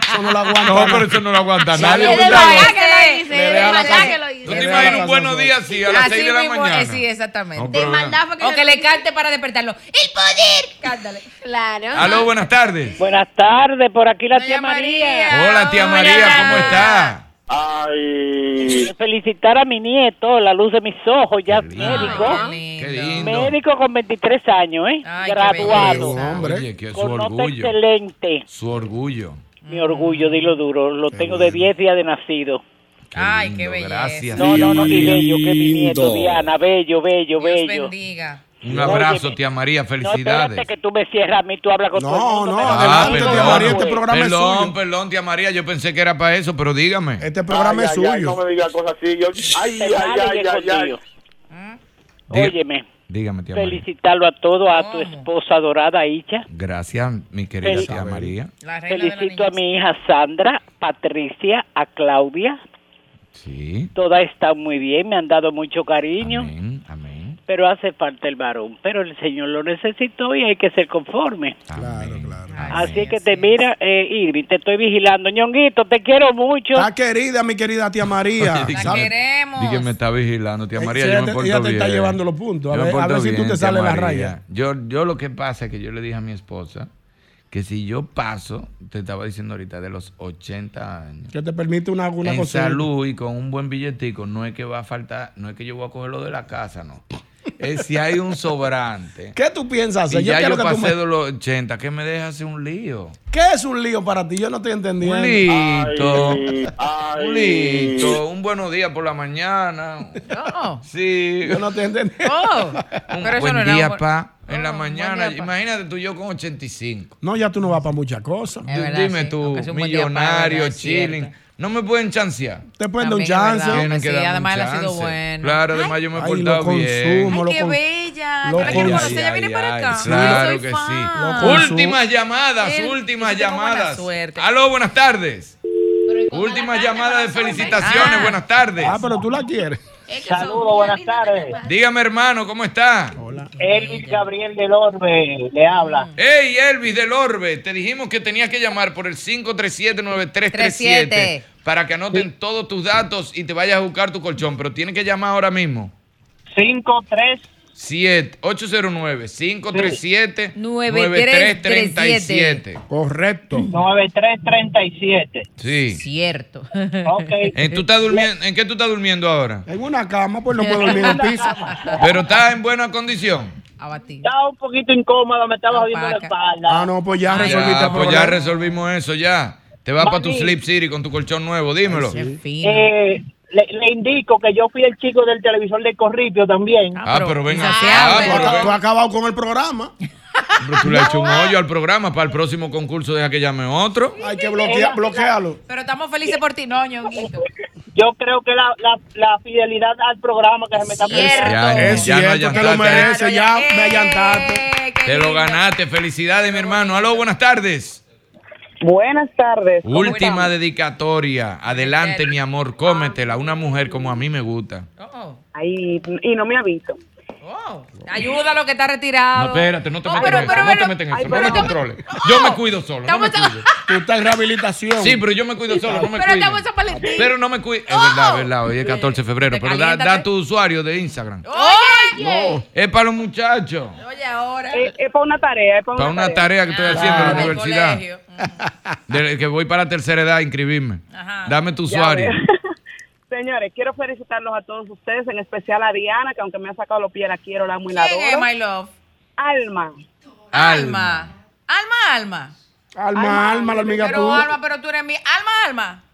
Speaker 7: Eso no lo
Speaker 3: No, pero eso no lo aguanta nadie.
Speaker 17: Es de
Speaker 3: ¿verdad?
Speaker 17: verdad que lo hice,
Speaker 3: Le vea
Speaker 17: es de
Speaker 3: la
Speaker 17: verdad
Speaker 3: casa-
Speaker 17: que lo
Speaker 3: ¿Tú te imaginas un buenos días así a las
Speaker 17: Así
Speaker 3: 6 de la
Speaker 17: mismo es,
Speaker 3: mañana?
Speaker 17: sí, exactamente.
Speaker 3: No, pero De maldad
Speaker 4: fue
Speaker 17: que o que le cante para despertarlo. ¡El poder! Cántale.
Speaker 4: Claro.
Speaker 3: Aló, buenas tardes.
Speaker 5: Buenas tardes, por aquí la tía María.
Speaker 3: Hola, tía María, ¿cómo está?
Speaker 5: Felicitar a mi nieto, la luz de mis ojos, ya médico.
Speaker 3: Qué lindo.
Speaker 5: Médico con 23 años, ¿eh? Graduado.
Speaker 3: Oye, que su
Speaker 5: Con nota
Speaker 3: orgullo.
Speaker 5: excelente.
Speaker 3: Su orgullo.
Speaker 5: Mi orgullo, dilo duro. Lo tengo de 10 días de nacido.
Speaker 17: Ay, qué belleza.
Speaker 3: Gracias.
Speaker 5: No, no, no, y bello, que es mi nieto,
Speaker 3: Lindo.
Speaker 5: Diana. Bello, bello,
Speaker 17: Dios
Speaker 5: bello.
Speaker 17: bendiga.
Speaker 3: Un abrazo, tía María,
Speaker 5: No, espérate
Speaker 3: felicidades.
Speaker 5: que tú me cierras a mí, tú hablas con todo el mundo, pero-
Speaker 3: Ah,
Speaker 7: adelante, tía
Speaker 3: perdón,
Speaker 7: María, este programa es
Speaker 3: perdón,
Speaker 7: suyo.
Speaker 3: perdón, tía María, yo pensé que era para eso, pero dígame.
Speaker 7: Este
Speaker 5: programa es suyo.
Speaker 11: no me digas cosas así. Yo, ay, ay,
Speaker 5: Vale,
Speaker 11: ay,
Speaker 5: viejo
Speaker 11: ay, ay.
Speaker 5: tío. Óyeme,
Speaker 3: Dígame, tía María.
Speaker 5: felicitarlo a todo, a tu esposa adorada, Icha.
Speaker 3: Gracias, mi querida
Speaker 5: Fel-
Speaker 3: tía María.
Speaker 5: Felicito a mi hija Sandra, Patricia, a Claudia.
Speaker 3: Sí.
Speaker 5: Todas están muy bien, me han dado mucho cariño. Pero hace falta el varón, pero el Señor lo necesitó y hay que ser conforme. Así que te mira, eh, Irving, te estoy vigilando. Ñonguito, te quiero mucho.
Speaker 7: Está querida, mi querida tía María. ¿Sabes?
Speaker 3: Dije me está vigilando, tía
Speaker 7: Ey,
Speaker 3: María.
Speaker 7: Eh, ella
Speaker 3: Yo me
Speaker 7: te-
Speaker 3: porto
Speaker 7: ella te está
Speaker 3: bien.
Speaker 7: llevando los puntos. A
Speaker 3: Yo me
Speaker 7: ver- a
Speaker 3: porto
Speaker 7: ver si tú
Speaker 3: bien,
Speaker 7: te
Speaker 3: tía
Speaker 7: sales la
Speaker 3: María.
Speaker 7: raya.
Speaker 3: Yo, yo lo que pasa es que yo le dije a mi esposa que si yo paso, te estaba diciendo ahorita, de los 80 años.
Speaker 7: Que te permite una, una
Speaker 3: en
Speaker 7: cosa.
Speaker 3: salud y con un buen billetico, no es que va a faltar, no es que yo voy a coger lo de la casa, no. Es si hay un sobrante.
Speaker 7: [LAUGHS] ¿Qué tú piensas hacer?
Speaker 3: Y ya yo
Speaker 7: quiero que tú me-
Speaker 3: pasé de los 80, que me deja hacer un lío.
Speaker 7: ¿Qué es un lío para ti? Yo no estoy entendiendo.
Speaker 3: Un lito. Un lito. Un buenos días por la mañana. Sí.
Speaker 7: Yo no te entendí.
Speaker 17: Oh.
Speaker 3: Un Ah,
Speaker 7: pero eso
Speaker 3: buen
Speaker 7: no era
Speaker 3: día,
Speaker 7: un bu-
Speaker 3: pa. En la mañana. Imagínate tú y yo con 85.
Speaker 7: No, ya tú no vas para muchas cosas.
Speaker 3: D- Dime tú, millonario, chilling. No me pueden chancear.
Speaker 7: Te pueden dar un
Speaker 3: También es
Speaker 7: chance.
Speaker 3: verdad, hombre, sí,
Speaker 7: darme un
Speaker 3: además él ha sido
Speaker 7: chance.
Speaker 3: bueno. Claro, además yo me he portado
Speaker 7: lo
Speaker 3: bien.
Speaker 7: Consumo,
Speaker 17: Ay, qué
Speaker 7: lo con- lo
Speaker 17: bella. Yo la quiero
Speaker 7: con-
Speaker 17: conocer. Ella viene
Speaker 3: Ay,
Speaker 17: para
Speaker 3: ay,
Speaker 17: acá.
Speaker 3: Claro
Speaker 17: Soy
Speaker 3: que
Speaker 17: fan.
Speaker 3: sí.
Speaker 17: Lo consumo.
Speaker 3: Últimas llamadas,
Speaker 17: Él-
Speaker 3: últimas
Speaker 17: yo tengo buena
Speaker 3: llamadas.
Speaker 17: suerte.
Speaker 3: Aló, buenas tardes. Últimas llamadas de felicitaciones, buenas tardes.
Speaker 7: Ah, pero tú la quieres.
Speaker 5: Saludos, buenas tardes.
Speaker 3: Dígame, hermano, ¿cómo está?
Speaker 5: Elvis Gabriel del Orbe le habla.
Speaker 3: Hey, Elvis del Orbe, te dijimos que tenías que llamar por el 537-9337 para que anoten todos tus datos y te vayas a buscar tu colchón, pero tienes que llamar ahora mismo. 53 809 537 9337
Speaker 7: Correcto.
Speaker 5: 9337.
Speaker 3: Sí.
Speaker 17: Cierto.
Speaker 3: ¿En, tú estás durmiendo, ¿En qué tú estás durmiendo ahora?
Speaker 7: En una cama, pues no puedo dormir en el piso.
Speaker 3: Pero estás en buena condición.
Speaker 5: Estaba un poquito incómoda, me estaba jodiendo la espalda.
Speaker 7: Ah, no, pues ya resolviste
Speaker 3: Ya,
Speaker 7: el
Speaker 3: pues
Speaker 7: problema.
Speaker 3: ya resolvimos eso, ya. Te vas para tu
Speaker 5: Mami.
Speaker 3: Sleep City con tu colchón nuevo, dímelo.
Speaker 5: Eh, le, le indico que yo fui el chico del televisor de Corripio también.
Speaker 3: Ah, pero ven acá.
Speaker 7: Ah,
Speaker 3: pero
Speaker 7: tú,
Speaker 3: ven-
Speaker 7: tú has acabado con el programa.
Speaker 3: Pero tú le has hecho un hoyo al programa. Para el próximo concurso, deja que llame otro.
Speaker 7: Hay que bloquear, bloquearlo.
Speaker 17: Pero estamos felices por ti, no, ñonguito.
Speaker 11: Yo creo que la, la, la fidelidad al programa que se me está perdiendo.
Speaker 3: Ya,
Speaker 7: Es
Speaker 3: ya no
Speaker 7: cierto, te lo
Speaker 3: allantaste.
Speaker 7: mereces, ya
Speaker 4: Eh,
Speaker 7: me allantaste.
Speaker 3: Te lo ganaste. Felicidades, mi hermano. Aló, buenas tardes.
Speaker 12: Buenas tardes. ¿cómo
Speaker 3: Última
Speaker 12: estamos?
Speaker 3: dedicatoria. Adelante, mi amor. Cómetela. Una mujer como a mí me gusta.
Speaker 12: Ay, y no me ha visto.
Speaker 17: Ayuda a lo que está
Speaker 3: No,
Speaker 17: retirado.
Speaker 3: espérate, no te
Speaker 17: Oh,
Speaker 3: metas
Speaker 17: pero,
Speaker 3: en eso.
Speaker 17: pero,
Speaker 3: no te
Speaker 17: pero-
Speaker 3: metas en
Speaker 17: ay,
Speaker 3: eso. No
Speaker 17: pero
Speaker 3: me
Speaker 17: estamos- [LAUGHS]
Speaker 3: controles. Yo me cuido solo. No me
Speaker 17: estamos- [LAUGHS]
Speaker 3: cuido.
Speaker 7: Tú estás en rehabilitación.
Speaker 3: Sí, pero yo me cuido solo. No me
Speaker 17: Pero
Speaker 3: cuido.
Speaker 17: estamos Oh. en San Valentín.
Speaker 3: Pero no me cuido. Es verdad, es verdad. Hoy es 14 de febrero. Pero da,
Speaker 17: Recaliéntate.
Speaker 3: da tu usuario de Instagram.
Speaker 17: Oye.
Speaker 3: No, es para los muchachos.
Speaker 17: Oye, ahora.
Speaker 12: Eh, Es, para una tarea, es para
Speaker 3: Para
Speaker 12: una,
Speaker 3: una tarea que estoy haciendo en la universidad. De- que voy para la tercera edad a inscribirme. Dame tu
Speaker 12: Ya
Speaker 3: usuario.
Speaker 12: veo. [LAUGHS] Señores, quiero felicitarlos a todos ustedes, en especial a Diana, que aunque me ha sacado los pies, la quiero, la amo y la
Speaker 17: ¿Quién es,
Speaker 12: adoro.
Speaker 17: my love?
Speaker 12: Alma.
Speaker 17: Alma. Alma, alma.
Speaker 7: Alma, alma, la hormiga
Speaker 17: Pero
Speaker 7: pública.
Speaker 17: alma, pero tú eres mi. Alma, alma.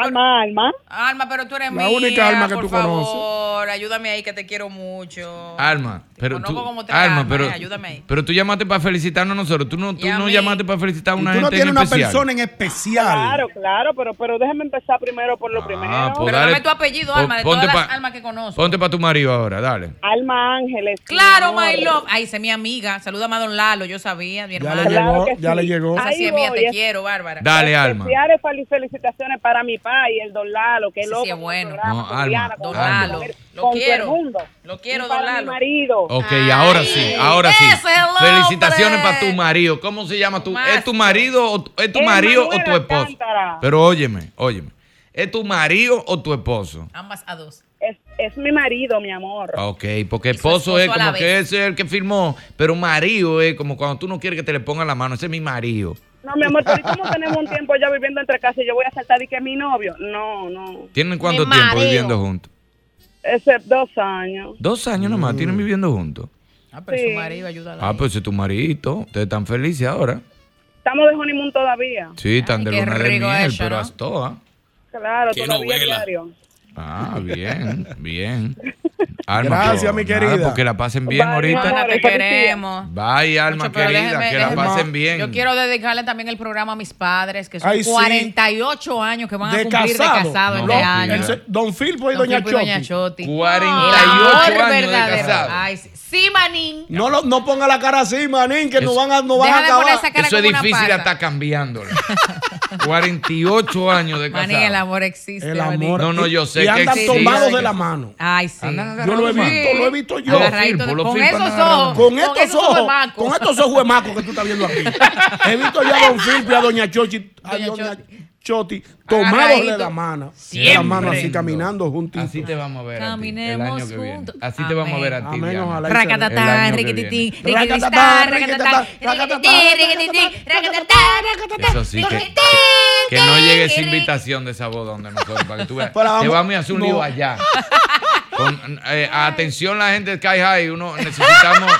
Speaker 12: alma, alma.
Speaker 17: Alma, pero tú eres
Speaker 7: La
Speaker 17: mía.
Speaker 7: única alma que
Speaker 17: por
Speaker 7: tú
Speaker 17: favor,
Speaker 7: conoces.
Speaker 17: ayúdame ahí que te quiero mucho.
Speaker 3: Alma, pero tú,
Speaker 17: conozco como tres
Speaker 3: Alma,
Speaker 17: almas,
Speaker 3: pero,
Speaker 17: eh, ayúdame ahí.
Speaker 3: pero tú llamaste para felicitarnos a nosotros. Tú no, tú
Speaker 17: Y a
Speaker 3: no
Speaker 17: mí.
Speaker 3: llamaste para felicitar a una gente en especial.
Speaker 7: en especial.
Speaker 12: Claro, claro, pero, pero déjame empezar primero por
Speaker 22: Ah,
Speaker 12: lo primero.
Speaker 3: pues
Speaker 17: Pero
Speaker 3: dale.
Speaker 17: dame tu apellido,
Speaker 3: Pon-
Speaker 17: Alma, de
Speaker 3: ponte
Speaker 17: todas las
Speaker 3: pa-
Speaker 17: almas que conozco.
Speaker 3: Ponte para tu marido ahora, dale.
Speaker 12: Alma Ángeles.
Speaker 17: Claro,
Speaker 12: mi amor.
Speaker 17: my love. Ay, esa es mi amiga. Salúdame a Don Lalo, yo sabía, mi
Speaker 7: Ya
Speaker 17: hermana.
Speaker 7: le llegó, ya le llegó.
Speaker 17: Esa sí
Speaker 12: Ahí
Speaker 17: es mía,
Speaker 12: voy,
Speaker 17: te
Speaker 12: es-
Speaker 17: quiero, Bárbara.
Speaker 3: Dale, Alma.
Speaker 12: Especiales fel- felicitaciones para mi y el Don Lalo, que
Speaker 17: Ese
Speaker 12: loco.
Speaker 17: sí es bueno.
Speaker 3: No, Alma,
Speaker 12: con
Speaker 3: Don
Speaker 12: Alma,
Speaker 3: Lalo.
Speaker 12: con
Speaker 17: Lo
Speaker 12: todo el
Speaker 17: quiero.
Speaker 12: mundo.
Speaker 17: Lo quiero,
Speaker 12: Y
Speaker 17: Don
Speaker 12: para mi
Speaker 17: Lalo.
Speaker 12: marido.
Speaker 3: Ok, ahora sí, ahora sí.
Speaker 17: ese es el
Speaker 3: Felicitaciones
Speaker 17: hombre.
Speaker 3: para tu marido. ¿Cómo se llama tú? ¿Es tu
Speaker 17: Maestro.
Speaker 3: marido o tu- es tu marido o tu
Speaker 12: Emanuel
Speaker 3: esposo?
Speaker 12: Alcántara.
Speaker 3: Pero óyeme, óyeme. ¿Es tu marido o tu esposo?
Speaker 17: Ambas a dos.
Speaker 12: Es, es mi marido, mi amor.
Speaker 3: Ah, Ok, porque esposo es
Speaker 17: esposo a la
Speaker 3: como
Speaker 17: vez.
Speaker 3: que ese es el que firmó, pero marido es como cuando tú no quieres que te le pongan la mano, ese es mi marido.
Speaker 12: No, mi amor, pero ¿y cómo tenemos un tiempo ya viviendo entre casa y yo voy a saltar y que es mi novio? No, no.
Speaker 3: ¿Tienen cuánto
Speaker 12: Mi
Speaker 3: tiempo
Speaker 12: marido.
Speaker 3: viviendo juntos?
Speaker 12: Ese dos años.
Speaker 3: Dos años nomás, tienen viviendo juntos.
Speaker 17: Ah, pero
Speaker 12: Sí.
Speaker 17: su marido, ayúdala.
Speaker 3: Ah, pues es tu maridito, ustedes están felices ahora.
Speaker 12: Estamos de honeymoon todavía.
Speaker 3: Sí, están de
Speaker 17: qué
Speaker 3: luna de
Speaker 17: rico
Speaker 3: miel,
Speaker 17: eso,
Speaker 3: pero
Speaker 17: ¿no?
Speaker 3: hasta todas.
Speaker 12: Claro,
Speaker 3: Qué
Speaker 12: todavía
Speaker 3: novela.
Speaker 12: diario.
Speaker 3: Ah, bien, bien.
Speaker 7: Gracias, mi
Speaker 3: nada,
Speaker 7: querida.
Speaker 3: porque la pasen bien
Speaker 12: Bye,
Speaker 3: ahorita.
Speaker 17: Hermana, te
Speaker 12: Ahora, policía.
Speaker 17: queremos.
Speaker 3: Bye, alma
Speaker 17: Pero
Speaker 3: querida,
Speaker 17: déjeme-
Speaker 3: que la
Speaker 17: déjeme-
Speaker 3: pasen bien.
Speaker 17: Yo quiero dedicarle también el programa a mis padres, que son
Speaker 7: Ay, sí.
Speaker 17: 48 años que van a
Speaker 7: De
Speaker 17: cumplir de
Speaker 7: casado.
Speaker 17: casado
Speaker 3: No,
Speaker 17: este año.
Speaker 7: El se- Don Filpo y
Speaker 17: Don
Speaker 7: Doña
Speaker 17: Filpo y Doña
Speaker 7: Chopi.
Speaker 17: Choti.
Speaker 3: 48
Speaker 17: El amor
Speaker 3: años de
Speaker 17: verdadero.
Speaker 3: casado.
Speaker 17: Ay, sí. sí, manín.
Speaker 7: No, lo- no ponga la cara así, manín, que
Speaker 3: Eso-
Speaker 7: no van a, no van a
Speaker 17: Deja de poner
Speaker 7: acabar.
Speaker 17: esa cara
Speaker 3: Eso es
Speaker 17: como una
Speaker 3: difícil
Speaker 17: pata.
Speaker 3: hasta
Speaker 17: [LAUGHS]
Speaker 3: cambiándolo. 48 años de
Speaker 17: Manín, el
Speaker 3: casado.
Speaker 17: amor existe.
Speaker 7: El
Speaker 17: manín.
Speaker 7: amor.
Speaker 3: No, no, yo sé
Speaker 7: y
Speaker 3: que
Speaker 7: andan
Speaker 3: existe.
Speaker 7: tomados
Speaker 17: Sí,
Speaker 7: de la
Speaker 17: sí.
Speaker 7: mano.
Speaker 17: Ay, sí.
Speaker 7: Yo lo he
Speaker 17: Sí.
Speaker 7: visto, lo he visto yo.
Speaker 17: Agarradito de-
Speaker 3: Filpo, los
Speaker 17: con
Speaker 3: Filpo
Speaker 17: esos
Speaker 3: andan agarrados.
Speaker 17: ojos.
Speaker 7: Con estos
Speaker 17: esos
Speaker 7: ojos,
Speaker 17: macos.
Speaker 7: con estos ojos de maco que tú estás viendo
Speaker 17: [LAUGHS]
Speaker 7: aquí. He visto ya a Don Filpo y a Doña Chochi, a
Speaker 17: Doña
Speaker 7: Doña
Speaker 17: Choti.
Speaker 7: Choti, tomados
Speaker 17: Agarradito.
Speaker 7: de la mano. De la
Speaker 3: Siempre.
Speaker 7: mano así caminando juntitos.
Speaker 3: Así te vamos a ver. a ti, el
Speaker 17: Caminemos
Speaker 3: año que viene.
Speaker 17: juntos.
Speaker 3: Así te vamos a ver a ti.
Speaker 7: Amén,
Speaker 3: Diana.
Speaker 7: ojalá.
Speaker 3: El
Speaker 17: Racatatán,
Speaker 3: año que
Speaker 17: riquititín,
Speaker 7: viene.
Speaker 17: riquititín,
Speaker 7: Racatatán,
Speaker 17: racatatán,
Speaker 7: racatatán,
Speaker 17: riquititín, racatatán,
Speaker 3: Eso sí, que, que no llegue esa invitación de esa boda donde nosotros, para que tú veas.
Speaker 7: Para-
Speaker 3: Te vamos a hacer un
Speaker 7: Pues no.
Speaker 3: lío allá. Con, eh, atención la gente de Sky High, uno, necesitamos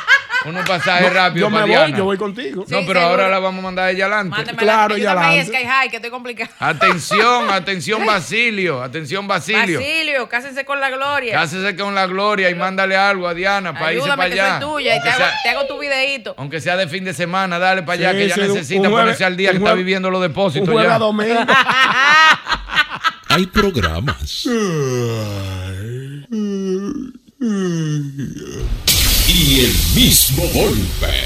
Speaker 3: unos pasajes rápidos
Speaker 7: Yo me
Speaker 3: para
Speaker 7: voy,
Speaker 3: Diana.
Speaker 7: yo voy contigo.
Speaker 3: No,
Speaker 17: Sí,
Speaker 3: pero
Speaker 17: seguro.
Speaker 3: ahora la vamos a mandar ella adelante.
Speaker 17: Mándame
Speaker 7: Claro,
Speaker 17: claro,
Speaker 7: ya
Speaker 17: ya la
Speaker 7: adelante.
Speaker 17: Sky High, que estoy complicado.
Speaker 3: Atención, atención Basilio, atención Basilio.
Speaker 17: Basilio, cásense con la gloria.
Speaker 3: Cásese con la gloria y mándale algo a Diana para irse para
Speaker 17: Ayúdame, que soy
Speaker 3: allá.
Speaker 17: tuya y
Speaker 3: Aunque
Speaker 17: te hago,
Speaker 3: sea-
Speaker 17: te hago tu videíto.
Speaker 3: Aunque sea de fin de semana, dale para allá,
Speaker 7: Sí,
Speaker 3: que ella
Speaker 7: sí, un-
Speaker 3: necesita
Speaker 7: un jueves-
Speaker 3: ponerse al día,
Speaker 7: un
Speaker 3: que está
Speaker 7: jueves-
Speaker 3: viviendo los
Speaker 7: Un
Speaker 3: depósitos
Speaker 7: jueves
Speaker 3: ya.
Speaker 7: a domingo.
Speaker 23: Hay programas. Y el mismo golpe.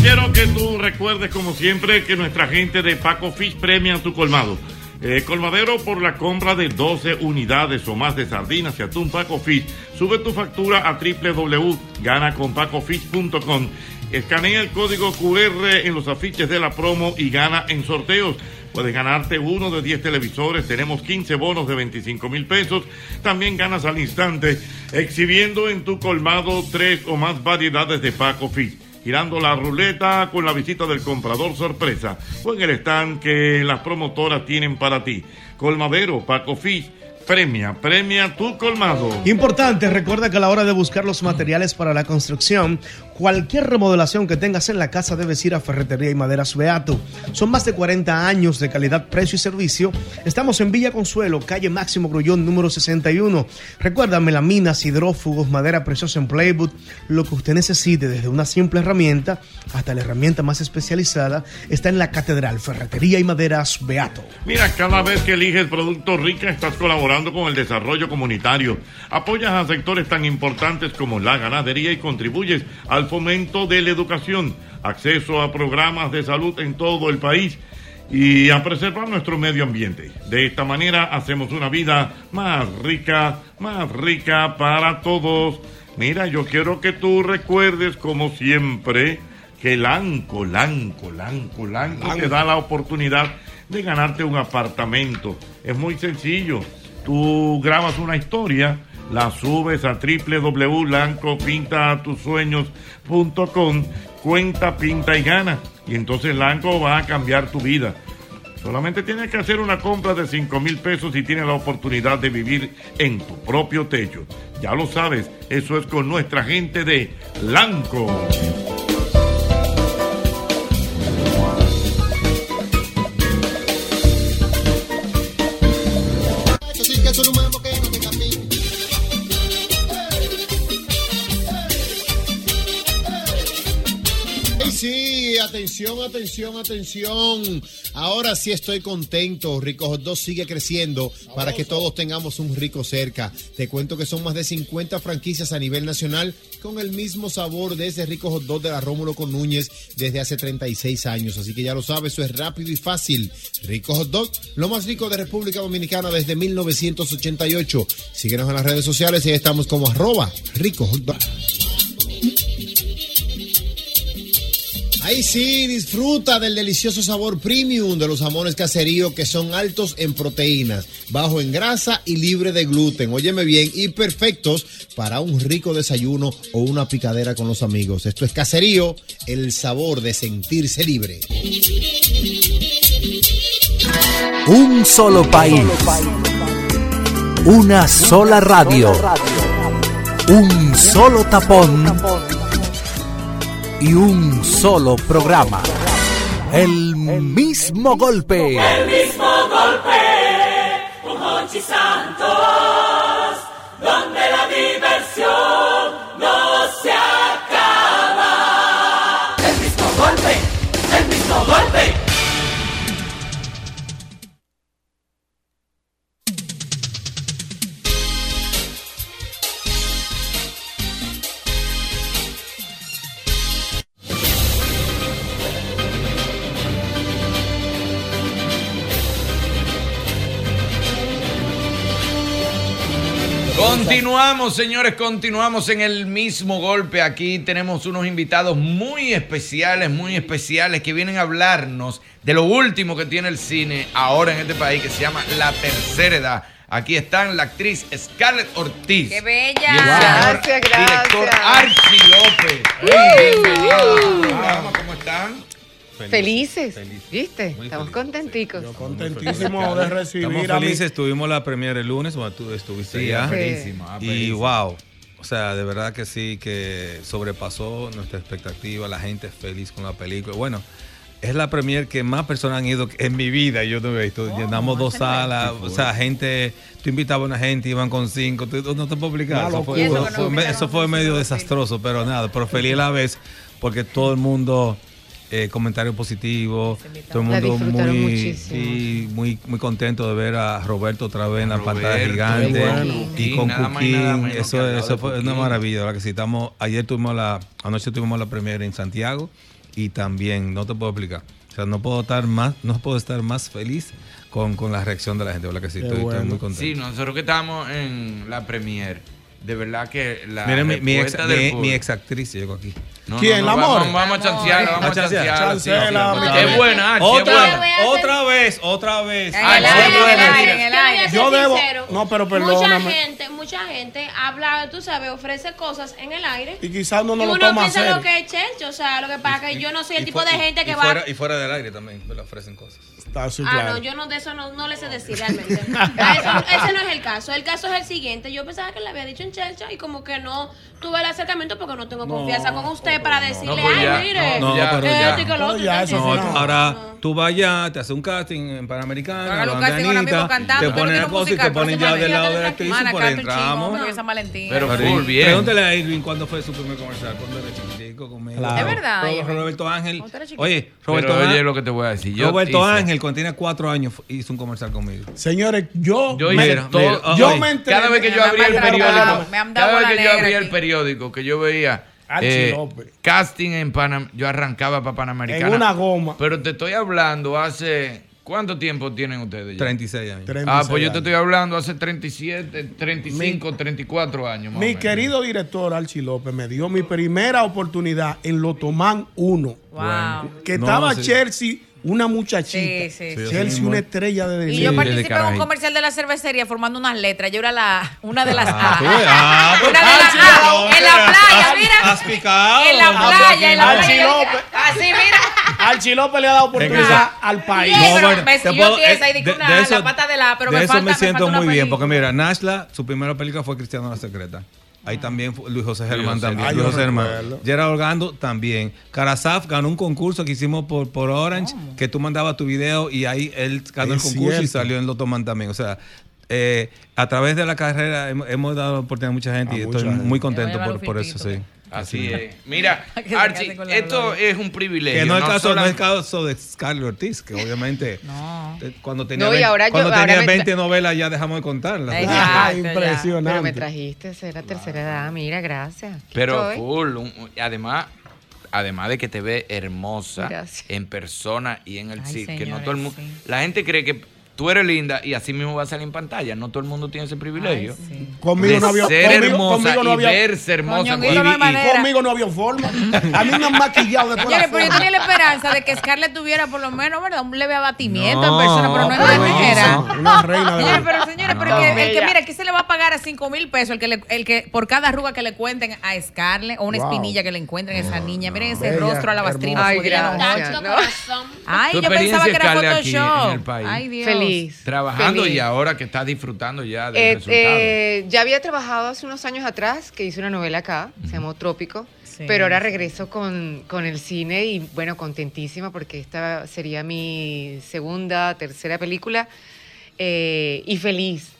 Speaker 2: Quiero que tú recuerdes, como siempre, que nuestra gente de Paco Fish premia tu colmado. Eh, colmadero, por la compra de 12 unidades o más de sardinas y atún Paco Fish, sube tu factura a www.ganaconpacofish.com. Escanea el código QR en los afiches de la promo y gana en sorteos. Puedes ganarte uno de 10 televisores, tenemos 15 bonos de 25 mil pesos. También ganas al instante exhibiendo en tu colmado tres o más variedades de Paco Fish girando la ruleta con la visita del comprador sorpresa o en el stand que las promotoras tienen para ti. Colmadero, Paco Fish, Premia, premia tu colmado.
Speaker 24: Importante, recuerda que a la hora de buscar los materiales para la construcción, cualquier remodelación que tengas en la casa debes ir a Ferretería y Maderas Beato. Son más de 40 años de calidad, precio y servicio. Estamos en Villa Consuelo, calle Máximo Grullón, número 61. Recuerda melaminas, hidrófugos, madera preciosa en Playwood, lo que usted necesite, desde una simple herramienta hasta la herramienta más especializada, está en la Catedral Ferretería y Maderas Beato.
Speaker 2: Mira, cada vez que eliges Productos Rica estás colaborando con el desarrollo comunitario. Apoyas a sectores tan importantes como la ganadería y contribuyes al fomento de la educación, acceso a programas de salud en todo el país y a preservar nuestro medio ambiente. De esta manera hacemos una vida más rica, más rica para todos. Mira, yo quiero que tú recuerdes, como siempre, que Lanco, Lanco, Lanco, Lanco te da la oportunidad de ganarte un apartamento. Es muy sencillo. Tú grabas una historia, la subes a www.lancopintatusueños.com, cuenta, pinta y gana. Y entonces Lanco va a cambiar tu vida. Solamente tienes que hacer una compra de 5 mil pesos y tienes la oportunidad de vivir en tu propio techo. Ya lo sabes, eso es con nuestra gente de Lanco.
Speaker 25: Ey, sí, atención, atención, atención. Ahora sí estoy contento. Rico Hot Dog sigue creciendo para que todos tengamos un rico cerca. Te cuento que son más de 50 franquicias a nivel nacional con el mismo sabor de ese Rico Hot Dog de la Rómulo con Núñez desde hace 36 años. Así que ya lo sabes, eso es rápido y fácil. Rico Hot Dog, lo más rico de República Dominicana desde 1988. Síguenos en las redes sociales y ahí estamos como arroba Rico Hot Dog. Ahí sí, disfruta del delicioso sabor premium de los jamones caserío que son altos en proteínas, bajo en grasa y libre de gluten. Óyeme bien, y perfectos para un rico desayuno o una picadera con los amigos. Esto es caserío, el sabor de sentirse libre.
Speaker 14: Un solo país. Una sola radio. Un solo tapón. Y un solo programa. El mismo golpe.
Speaker 1: El mismo golpe con Hochi Santos, donde la diversión no se acaba. El mismo golpe, el mismo golpe.
Speaker 3: Continuamos, señores, continuamos en el mismo golpe. Aquí tenemos unos invitados muy especiales, muy especiales, que vienen a hablarnos de lo último que tiene el cine ahora en este país, que se llama La Tercera Edad. Aquí están la actriz Scarlett Ortiz.
Speaker 15: ¡Qué
Speaker 3: y el
Speaker 15: bella!
Speaker 3: señor Director Archie López.
Speaker 15: Uh,
Speaker 3: Bienvenido al
Speaker 15: uh.
Speaker 3: programa, ¿Cómo están?
Speaker 15: Felices. ¿Viste? Estamos contenticos.
Speaker 7: Contentísimo de
Speaker 22: Estamos
Speaker 7: recibir a mi
Speaker 22: felices, tuvimos la premier el lunes, bueno, tú estuviste
Speaker 3: Sí,
Speaker 22: allá.
Speaker 3: ah, buenísimo, ah,
Speaker 22: y
Speaker 3: buenísimo.
Speaker 22: wow, o sea, de verdad que sí, que sobrepasó nuestra expectativa, la gente es feliz con la película. Bueno, es la premier que más personas han ido en mi vida, yo no he visto,
Speaker 26: Oh,
Speaker 22: llenamos dos salas, o sea, gente, tú invitabas a una gente, iban con cinco, tú- no te puedo explicar,
Speaker 26: Una
Speaker 22: eso
Speaker 26: locura.
Speaker 22: fue,
Speaker 26: Y eso
Speaker 22: eso
Speaker 26: que no
Speaker 22: fue-
Speaker 26: invitaron
Speaker 22: eso fue medio desastroso, pero nada, pero feliz a la vez, porque todo el mundo... eh, comentario positivo, todo el
Speaker 26: La
Speaker 22: mundo
Speaker 26: disfrutaron
Speaker 22: muy,
Speaker 26: muchísimo.
Speaker 22: sí, muy, muy contento de ver a Roberto otra vez en la pantalla
Speaker 26: Roberto,
Speaker 22: gigante
Speaker 26: qué bueno.
Speaker 22: y
Speaker 26: Sí,
Speaker 22: con
Speaker 26: nada más y nada
Speaker 22: Cuquín.
Speaker 26: menos que al
Speaker 22: Eso,
Speaker 26: lado
Speaker 22: eso
Speaker 26: de
Speaker 22: fue
Speaker 26: Cuquín.
Speaker 22: una maravilla. La que sí estamos- ayer tuvimos la, anoche tuvimos la primera en Santiago y también, no te puedo explicar. O sea, no puedo estar más, no puedo estar más feliz con, con la reacción de la gente. ¿verdad que sí?
Speaker 3: Qué
Speaker 22: Estoy, estoy
Speaker 3: bueno.
Speaker 22: muy contento.
Speaker 3: Sí, nosotros que estábamos en la premier, de verdad que la
Speaker 22: Mira, mi, mi ex,
Speaker 3: respuesta
Speaker 22: mi-
Speaker 3: del
Speaker 22: mi
Speaker 3: público-
Speaker 22: ex actriz llegó aquí.
Speaker 3: No, ¿Quién? no, no, ¿La vamos- More? vamos a chancearla, vamos a chancearla, sí, Chancela, sí, sí. mi Es querida. buena, Archie, es
Speaker 22: Otra,
Speaker 3: buena.
Speaker 22: otra vez, otra vez.
Speaker 3: En el aire,
Speaker 22: Archie,
Speaker 3: en el
Speaker 22: buena.
Speaker 3: aire, en el
Speaker 4: Yo voy a ser
Speaker 7: Yo debo.
Speaker 4: sincero.
Speaker 7: No, pero
Speaker 4: Mucha
Speaker 7: perdóname.
Speaker 4: gente, mucha gente habla, tú sabes, ofrece cosas en el aire.
Speaker 7: Y quizás uno no
Speaker 4: y
Speaker 7: lo
Speaker 4: uno
Speaker 7: toma a
Speaker 4: piensa
Speaker 7: serio.
Speaker 4: lo que es chelcho, o sea, lo que pasa es que yo no soy el
Speaker 22: Y
Speaker 4: tipo
Speaker 22: fu-
Speaker 4: de
Speaker 22: y-
Speaker 4: gente que
Speaker 22: y
Speaker 4: va...
Speaker 22: Fuera, y fuera del aire también me le ofrecen cosas.
Speaker 7: Está así,
Speaker 4: Ah, no, yo no de eso no, no le sé
Speaker 22: [LAUGHS]
Speaker 4: decir realmente. Ah, eso- ese no es el caso. El caso es el siguiente. Yo pensaba que le había dicho en chelcha y como que no tuve el acercamiento porque no tengo confianza con usted para decirle,
Speaker 22: pues ya,
Speaker 4: ay, mire,
Speaker 22: no, no, pero ya.
Speaker 4: esto y que lo
Speaker 22: No,
Speaker 4: otro,
Speaker 22: ya,
Speaker 4: entonces,
Speaker 22: no,
Speaker 4: no.
Speaker 22: ahora tú vas allá, te haces un casting en Panamericana,
Speaker 17: Hágalo
Speaker 22: van de
Speaker 17: casting ahora mismo
Speaker 22: Anita,
Speaker 17: cantando,
Speaker 22: te
Speaker 17: pero
Speaker 22: ponen
Speaker 17: que
Speaker 22: la
Speaker 17: no
Speaker 22: cosa y te
Speaker 17: musical,
Speaker 22: ponen
Speaker 17: pero
Speaker 22: ya
Speaker 17: si
Speaker 22: del
Speaker 17: mañana
Speaker 22: lado de la
Speaker 17: la
Speaker 22: actriz
Speaker 17: semana
Speaker 22: y por
Speaker 17: canta un
Speaker 22: entramos.
Speaker 17: chingón, porque San Valentín.
Speaker 22: Marín, Pregúntale a Irving cuándo fue su primer comercial, cuando era chiquitico conmigo.
Speaker 17: Claro. Es verdad,
Speaker 22: Pero
Speaker 17: Irving.
Speaker 22: Roberto Ángel.
Speaker 17: Cuando era chiquito.
Speaker 22: Oye, Roberto
Speaker 3: Pero oye
Speaker 22: Ángel-
Speaker 3: lo que te voy a decir. Yo
Speaker 22: Roberto
Speaker 3: hice-
Speaker 22: Ángel, cuando tenía cuatro años, fu- hizo un comercial conmigo.
Speaker 7: Señores, yo,
Speaker 3: Yo
Speaker 22: me-
Speaker 3: hice
Speaker 22: mira,
Speaker 3: todo-
Speaker 22: mira,
Speaker 3: yo
Speaker 22: oye,
Speaker 3: me enteré- Cada vez que yo abría el
Speaker 17: han dado bola-
Speaker 3: periódico,
Speaker 17: me han dado
Speaker 3: cada vez
Speaker 17: bola
Speaker 3: que yo
Speaker 17: negra
Speaker 3: abría
Speaker 17: aquí.
Speaker 3: el periódico, que yo veía
Speaker 7: Archie
Speaker 3: eh,
Speaker 7: López.
Speaker 3: casting en Panamá, yo arrancaba para Panamericana.
Speaker 7: En una goma.
Speaker 3: Pero te estoy hablando hace. ¿Cuánto tiempo tienen ustedes?
Speaker 22: 36 años.
Speaker 3: ah, pues
Speaker 7: 36
Speaker 3: yo te estoy hablando hace 37, 35, 34 años. más o
Speaker 7: Mi
Speaker 3: menos.
Speaker 7: querido director Archie López me dio mi primera oportunidad en Lotomán 1.
Speaker 17: Wow.
Speaker 7: Que
Speaker 17: No,
Speaker 7: estaba
Speaker 17: sí.
Speaker 7: Chelsea, una muchachita.
Speaker 17: Sí, sí, sí.
Speaker 7: Chelsea, una estrella de
Speaker 17: Y yo participé en un comercial de la cervecería formando unas letras. Yo era la, una de las
Speaker 22: Ah, tú,
Speaker 17: A.
Speaker 22: ah,
Speaker 17: Una de las A. En la playa, mira.
Speaker 22: Has picado.
Speaker 17: En la
Speaker 22: ah,
Speaker 17: playa, en la
Speaker 7: Archie
Speaker 17: playa.
Speaker 7: López.
Speaker 17: Así, mira.
Speaker 7: [LAUGHS] Archie López le ha dado oportunidad al país.
Speaker 17: Sí,
Speaker 22: No,
Speaker 17: pero
Speaker 22: bueno,
Speaker 17: ves,
Speaker 22: te
Speaker 17: yo
Speaker 22: puedo-
Speaker 17: tiesa, ahí
Speaker 22: eh,
Speaker 17: digo
Speaker 22: de-
Speaker 17: una
Speaker 22: de
Speaker 17: A,
Speaker 22: eso-
Speaker 17: la pata de la A, pero
Speaker 22: de
Speaker 17: me
Speaker 22: eso
Speaker 17: falta-
Speaker 22: me
Speaker 17: me
Speaker 22: siento
Speaker 17: falta una
Speaker 22: muy bien,
Speaker 17: película.
Speaker 22: porque mira, Nashla, su primera película fue Cristiano la Secreta. Ahí también fue Ah. Luis José Germán José también. Germán. Luis Ah, José yo Germán. recuerdo. Gerard Orgando también. Karasaf ganó un concurso que hicimos por, por Orange, que tú mandabas tu video y ahí él ganó
Speaker 7: Es
Speaker 22: el concurso y
Speaker 7: cierto.
Speaker 22: salió en Lotoman también. O sea, eh, a través de la carrera hemos, hemos dado oportunidad a mucha gente y estoy
Speaker 7: mucha
Speaker 22: muy
Speaker 7: gente. Te
Speaker 22: contento
Speaker 7: voy a
Speaker 22: por,
Speaker 7: llevar
Speaker 22: por
Speaker 7: un
Speaker 22: eso, sí.
Speaker 17: pues.
Speaker 3: Así es. Mira,
Speaker 17: Que se
Speaker 3: Archie,
Speaker 17: case con la
Speaker 3: esto
Speaker 17: Gloria.
Speaker 3: es un privilegio.
Speaker 22: Que no es, caso, no
Speaker 3: solam-
Speaker 22: es caso de Scarlett Ortiz, que obviamente te- cuando tenía,
Speaker 17: [LAUGHS] No, y
Speaker 22: 20,
Speaker 17: ahora yo-
Speaker 22: cuando
Speaker 17: ahora
Speaker 22: tenía
Speaker 17: me-
Speaker 22: 20 novelas ya dejamos de contarlas.
Speaker 7: [LAUGHS]
Speaker 21: [LAUGHS]
Speaker 17: Exacto, ya.
Speaker 7: impresionante.
Speaker 17: Pero me trajiste, era tercera edad. Mira, gracias. Aquí
Speaker 3: Pero
Speaker 17: estoy.
Speaker 21: Eh,
Speaker 3: full, un- un- además, además de que te ve hermosa en persona y en el
Speaker 17: Ay,
Speaker 3: sí, que no
Speaker 17: señores,
Speaker 3: todo el mundo, la gente cree que tú eres linda y así mismo vas a salir en pantalla, no todo el mundo tiene ese privilegio.
Speaker 7: Conmigo
Speaker 3: de
Speaker 7: no había-
Speaker 3: ser
Speaker 7: conmigo-
Speaker 3: hermosa
Speaker 7: conmigo no
Speaker 3: y
Speaker 7: había-
Speaker 3: verse hermosa.
Speaker 17: Coño, Guido, no hay manera.
Speaker 7: Conmigo no había forma. A mí me han maquillado de todas
Speaker 17: Señores,
Speaker 7: las
Speaker 17: pero yo
Speaker 7: formas.
Speaker 22: [LAUGHS]
Speaker 17: tenía la esperanza de que Scarlett tuviera por lo menos, ¿verdad? Un leve abatimiento
Speaker 7: No,
Speaker 17: en persona, pero no es
Speaker 7: pero
Speaker 17: lo que era.
Speaker 7: no, una reina de
Speaker 17: Señores,
Speaker 7: verdad.
Speaker 17: pero señores, pero
Speaker 7: No.
Speaker 17: que, el que
Speaker 7: Bella.
Speaker 17: mira, aquí se le va a pagar a 5 mil pesos el que, le- el que por cada arruga que le cuenten a Scarlett o una
Speaker 3: Wow.
Speaker 17: espinilla que le encuentren a esa niña. Miren ese
Speaker 3: Bella,
Speaker 17: rostro alabastrino.
Speaker 3: hermosa.
Speaker 17: como dirían los
Speaker 4: Ay,
Speaker 17: jóvenes.
Speaker 4: gracias, corazón.
Speaker 17: Ay,
Speaker 3: Tu
Speaker 17: yo pensaba que
Speaker 3: experiencia,
Speaker 17: era
Speaker 3: Carla, aquí en el
Speaker 17: Photoshop.
Speaker 3: país.
Speaker 17: Ay, Dios.
Speaker 21: Feliz.
Speaker 3: Trabajando
Speaker 21: Feliz.
Speaker 3: y ahora que estás disfrutando ya del
Speaker 21: Eh,
Speaker 3: resultado.
Speaker 21: eh, ya había trabajado hace unos años atrás, que hice una novela acá, se llamó Trópico, pero ahora regreso con, con el cine y bueno, contentísima porque esta sería mi segunda, tercera película eh, y feliz.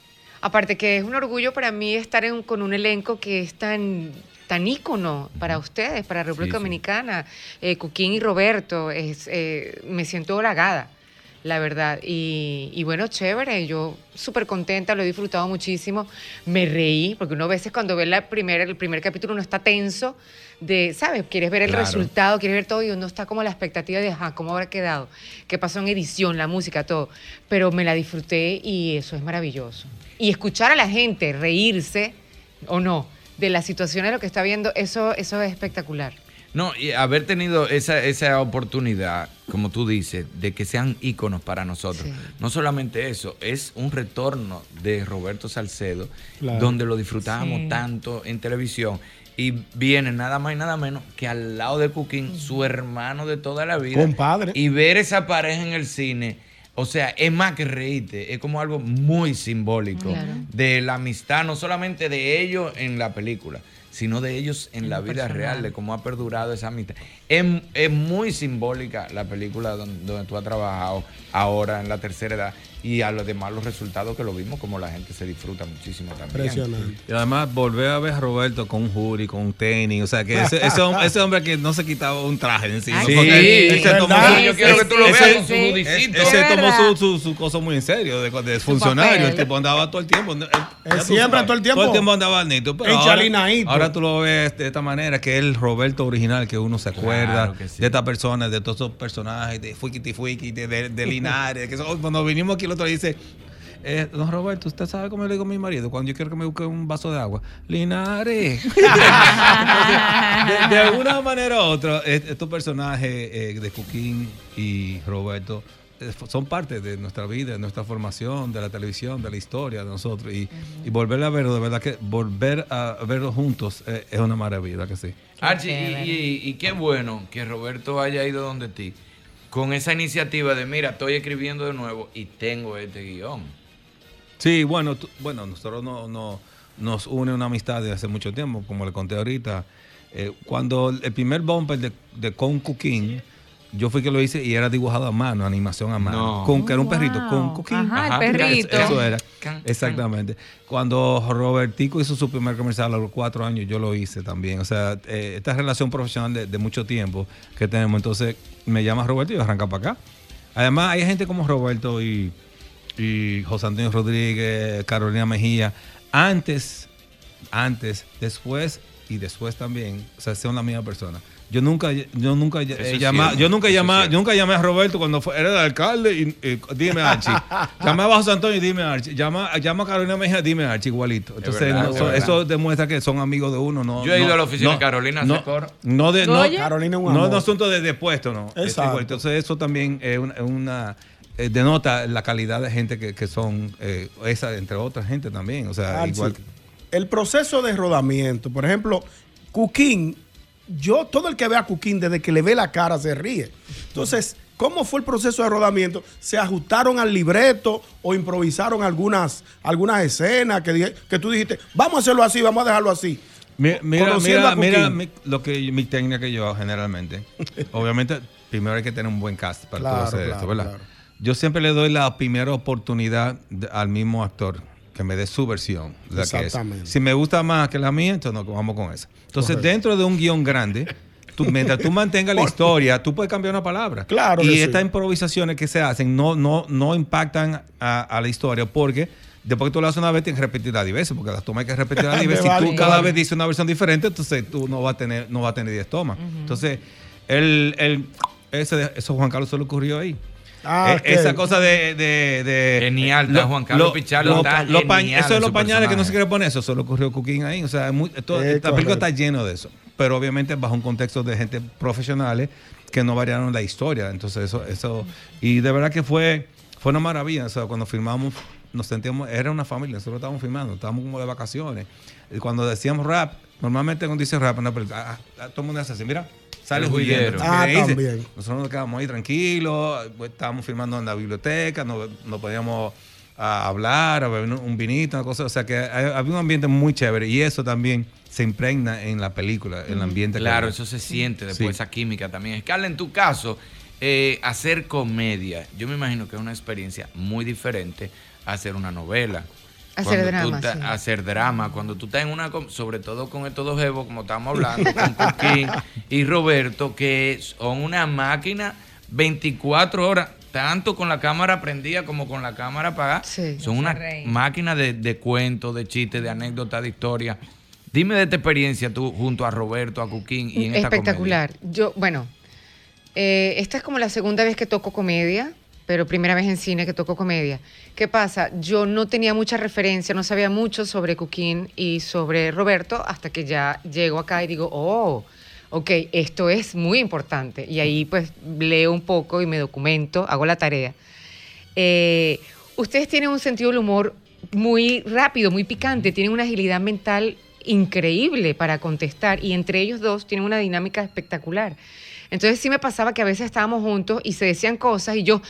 Speaker 21: Aparte que es un orgullo para mí estar en- con un elenco que es tan tan ícono para ustedes, para República
Speaker 8: Sí, sí.
Speaker 21: Dominicana, Eh, Cuquín y Roberto, es, eh, me siento halagada la verdad. Y, y bueno, chévere, yo súper contenta, lo he disfrutado muchísimo, me reí, porque uno a veces cuando ve la primera, el primer capítulo uno está tenso de, ¿sabes? Quieres ver el
Speaker 8: Claro.
Speaker 21: resultado, quieres ver todo y uno está como a la expectativa de, ajá, ¿cómo habrá quedado? ¿Qué pasó en edición, la música, todo? Pero me la disfruté y eso es maravilloso. Y escuchar a la gente reírse o no de las situaciones de lo que está viendo, eso, eso es espectacular.
Speaker 3: No, y haber tenido esa, esa oportunidad, como tú dices, de que sean íconos para nosotros. No solamente eso, es un retorno de Roberto Salcedo,
Speaker 27: Claro.
Speaker 3: donde lo disfrutábamos
Speaker 27: Sí.
Speaker 3: tanto en televisión. Y viene nada más y nada menos que al lado de Cooking, su hermano de toda la vida.
Speaker 7: Compadre.
Speaker 3: Y ver esa pareja en el cine. O sea, es más que reírte, es como algo muy simbólico
Speaker 8: Claro.
Speaker 3: de la amistad, no solamente de ellos en la película, sino de ellos en la vida
Speaker 8: personal.
Speaker 3: real, de cómo ha perdurado esa amistad. Es, es muy simbólica la película donde, donde tú has trabajado ahora en la tercera edad y a los demás los resultados que lo vimos, como la gente se disfruta muchísimo también.
Speaker 22: Y además volver a ver a Roberto con un jury, con un tenis. O sea, que ese, ese hom- ese hombre que no se quitaba un traje de encima.
Speaker 3: Sí,
Speaker 22: porque
Speaker 3: es verdad. Yo quiero que tú lo veas con su
Speaker 22: ese-
Speaker 3: judicito.
Speaker 22: Ese,
Speaker 3: Es
Speaker 22: tomó
Speaker 3: verdad.
Speaker 22: su, su, su cosa muy en serio, de, de funcionario.
Speaker 3: papel.
Speaker 22: El tipo andaba todo el tiempo. no, eh, ya tú
Speaker 7: siempre,
Speaker 22: sabes,
Speaker 7: todo el tiempo.
Speaker 22: Todo el tiempo andaba nito. Pero
Speaker 7: En
Speaker 22: ahora,
Speaker 7: Chalinaíto.
Speaker 22: ahora tú lo ves de esta manera, que es el Roberto original que uno se acuerda Claro que sí. de estas personas, de todos esos personajes, de Fuikiti Fuiki, de, de, de Linares. que son- cuando vinimos aquí el otro día dice, eh, don Roberto, ¿usted sabe cómo le digo a mi marido? Cuando yo quiero que me busque un vaso de agua. Linares. [LAUGHS] Entonces, de, de alguna manera u otra, est- estos personajes eh, de Cuquín y Roberto eh, son parte de nuestra vida, de nuestra formación, de la televisión, de la historia de nosotros. Y, y volver a verlo, de verdad que volver a verlos juntos eh, es una maravilla, que sí.
Speaker 3: Archie, Ah, y, y- y qué bueno que Roberto haya ido donde ti con esa iniciativa de, mira, estoy escribiendo de nuevo y tengo este guión.
Speaker 22: Sí, bueno, tú- bueno nosotros no, no- nos une una amistad de hace mucho tiempo, como le conté ahorita. Eh, cuando el primer bumper de, de Con Cooking, yo fui que lo hice y era dibujado a mano, animación a mano.
Speaker 3: No.
Speaker 22: Con, que era un
Speaker 3: Oh,
Speaker 22: perrito, con
Speaker 17: wow.
Speaker 22: Cooking.
Speaker 17: Ajá, el perrito.
Speaker 22: Eso era.
Speaker 17: Can,
Speaker 22: Exactamente. Cuando Robertico hizo su primer comercial a los cuatro años, yo lo hice también. O sea, eh, esta relación profesional de, de mucho tiempo que tenemos. Entonces, me llama Roberto y yo arranca para acá. Además, hay gente como Roberto y, y José Antonio Rodríguez, Carolina Mejía. Antes, antes, después y después también, o sea, son la misma persona. Yo nunca, yo nunca Eso eh, es llamaba,
Speaker 3: cierto,
Speaker 22: yo nunca
Speaker 3: eso es
Speaker 22: llamaba,
Speaker 3: cierto.
Speaker 22: yo nunca llamé a Roberto cuando fue- era el alcalde y eh,
Speaker 3: [LAUGHS]
Speaker 22: dime Archie. Llamaba a José Antonio y dime Archie. Llama, llama a Carolina Mejía, dime Archie igualito. Entonces,
Speaker 3: verdad,
Speaker 22: no,
Speaker 3: es
Speaker 22: son-
Speaker 3: verdad.
Speaker 22: eso demuestra que son amigos de uno, no.
Speaker 3: Yo he ido
Speaker 22: no-
Speaker 3: a la oficina
Speaker 22: no-
Speaker 3: de Carolina a
Speaker 22: no,
Speaker 3: hacer coro.
Speaker 22: No de no,
Speaker 3: Oye. Carolina es un
Speaker 22: no,
Speaker 3: amor.
Speaker 22: no asunto de, de puesto, no. Es
Speaker 3: Exacto.
Speaker 22: igual. Entonces, eso también es una, es una- eh, denota la calidad de gente que, que son eh, esa entre otras gente también. O sea,
Speaker 7: Archie,
Speaker 22: igual que-
Speaker 7: Ah, El proceso de rodamiento, por ejemplo, Cuquín, yo, todo el que ve a Cuquín desde que le ve la cara se ríe. Entonces, ¿cómo fue el proceso de rodamiento? ¿Se ajustaron al libreto o improvisaron algunas, algunas escenas que, di- que tú dijiste, vamos a hacerlo así, vamos a dejarlo así?
Speaker 22: Mi- Mira,
Speaker 7: Conociendo a
Speaker 22: mira,
Speaker 7: Cuquín.
Speaker 22: mira mi, lo que yo- mi técnica que yo
Speaker 7: [LAUGHS]
Speaker 22: hago generalmente. Obviamente, primero hay que tener un buen cast para
Speaker 7: Claro,
Speaker 22: todo hacer
Speaker 7: claro,
Speaker 22: esto, ¿verdad?
Speaker 7: claro.
Speaker 22: Yo siempre le doy la primera oportunidad de- al mismo actor que me dé su versión. la que es.
Speaker 7: Exactamente.
Speaker 22: Si me gusta más que la mía, entonces no, vamos con esa. Entonces,
Speaker 7: Correcto.
Speaker 22: dentro de un guión grande, tú- mientras tú
Speaker 7: [LAUGHS]
Speaker 22: mantengas la historia, tú puedes cambiar una palabra.
Speaker 7: Claro que
Speaker 22: Y
Speaker 7: sí.
Speaker 22: estas improvisaciones que se hacen no, no, no impactan a, a la historia porque después que tú lo haces una vez, tienes que repetirla diez veces porque las tomas hay que repetir cada
Speaker 7: [LAUGHS] Me
Speaker 22: vez. Si
Speaker 7: vale,
Speaker 22: tú
Speaker 7: me
Speaker 22: cada
Speaker 7: vale.
Speaker 22: vez dices una versión diferente, entonces tú no vas a tener, no vas a tener 10 tomas. Entonces, el, el- ese de- eso Juan Carlos se le ocurrió ahí.
Speaker 3: Ah,
Speaker 22: Eh,
Speaker 3: ok.
Speaker 22: Esa cosa de, de, de-
Speaker 3: Genial, está
Speaker 22: lo-
Speaker 3: Juan Carlos
Speaker 22: lo-
Speaker 3: Pichardo,
Speaker 22: lo-
Speaker 3: está
Speaker 22: lo pa-
Speaker 3: genial
Speaker 22: Eso de
Speaker 3: en
Speaker 22: los
Speaker 3: su
Speaker 22: pañales que no
Speaker 3: personaje.
Speaker 22: se quiere poner, eso se le ocurrió Cooking ahí. O sea, es muy- todo- Eh, esta película correcto. está lleno de eso. Pero obviamente bajo un contexto de gente profesionales que no variaron la historia. Entonces, eso, eso. Y de verdad que fue, fue una maravilla. O sea, cuando filmamos, nos sentíamos, era una familia, nosotros estábamos filmando, estábamos como de vacaciones. Y cuando decíamos rap, normalmente cuando dice rap, en una película, ah, ah, todo el mundo hace así, mira. Sale
Speaker 7: El
Speaker 22: huyendo.
Speaker 7: juguero. Ah,
Speaker 22: Dice,
Speaker 7: también.
Speaker 22: Nosotros nos quedamos ahí tranquilos, pues, estábamos filmando en la biblioteca, no, no podíamos a hablar, a beber un vinito, una cosa. O sea que hay- había un ambiente muy chévere y eso también se impregna en la película, en el ambiente. que
Speaker 3: Claro,
Speaker 22: había.
Speaker 3: eso se siente después,
Speaker 22: Sí.
Speaker 3: esa química también. Carla, en tu caso, eh, hacer comedia, yo me imagino que es una experiencia muy diferente a hacer una novela.
Speaker 21: Hacer
Speaker 3: Cuando tú
Speaker 21: drama,
Speaker 3: ta-
Speaker 21: sí.
Speaker 3: Hacer drama. Cuando tú estás en una. com- Sobre todo con estos dos jevos, como estábamos hablando, con
Speaker 21: [LAUGHS]
Speaker 3: Coquín y Roberto, que son una máquina 24 horas, tanto con la cámara prendida como con la cámara apagada. Son una
Speaker 17: reír.
Speaker 3: máquina de, de cuentos, de chistes, de anécdotas, de historia. Dime de esta experiencia tú junto a Roberto, a Cuquín y en esta
Speaker 21: Espectacular. Yo, bueno, eh, esta es como la segunda vez que toco comedia, pero primera vez en cine que toco comedia. ¿Qué pasa? Yo no tenía mucha referencia, no sabía mucho sobre Cuquín y sobre Roberto hasta que ya llego acá y digo, oh, ok, esto es muy importante. Y ahí pues leo un poco y me documento, hago la tarea. Eh, ustedes tienen un sentido del humor muy rápido, muy picante, tienen una agilidad mental increíble para contestar y entre ellos dos tienen una dinámica espectacular. Entonces sí me pasaba que a veces estábamos juntos y se decían cosas y yo...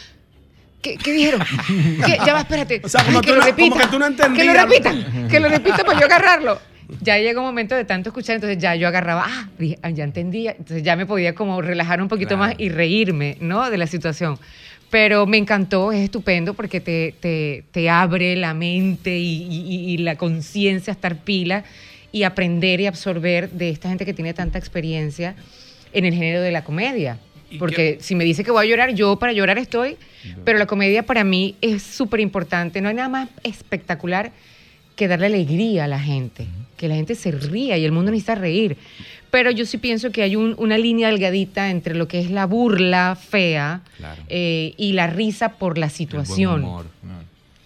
Speaker 21: ¿Qué, qué dijeron? [LAUGHS] ¿Qué? Ya va, espérate.
Speaker 7: O sea, como
Speaker 21: Ay, que
Speaker 7: tú
Speaker 21: lo
Speaker 7: no- como
Speaker 21: repita,
Speaker 7: que tú no entendías
Speaker 21: Que lo
Speaker 7: lo que- [LAUGHS]
Speaker 21: repita, que lo repita para yo agarrarlo. Ya llegó un momento de tanto escuchar, entonces ya yo agarraba, ah, dije, ah, ya entendía. Entonces ya me podía como relajar un poquito más y reírme, ¿no? De la situación. Pero me encantó, es estupendo porque te, te- te abre la mente y, y- y- y la conciencia a estar pila y aprender y absorber de esta gente que tiene tanta experiencia en el género de la comedia. Porque si me dice que voy a llorar, yo para llorar estoy, pero la comedia para mí es súper importante. No hay nada más espectacular que darle alegría a la gente, que la gente se ría y el mundo necesita reír. Pero yo sí pienso que hay un- una línea delgadita entre lo que es la burla fea
Speaker 3: Claro.
Speaker 21: eh, y la risa por la situación.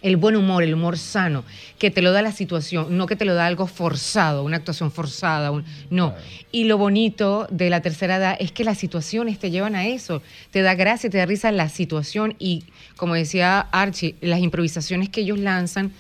Speaker 21: El buen humor, el humor sano, que te lo da la situación, no que te lo da algo forzado, una actuación forzada, un- no. Y lo bonito de la tercera edad es que las situaciones te llevan a eso, te da gracia, te da risa la situación y, como decía Archie, las improvisaciones que ellos lanzan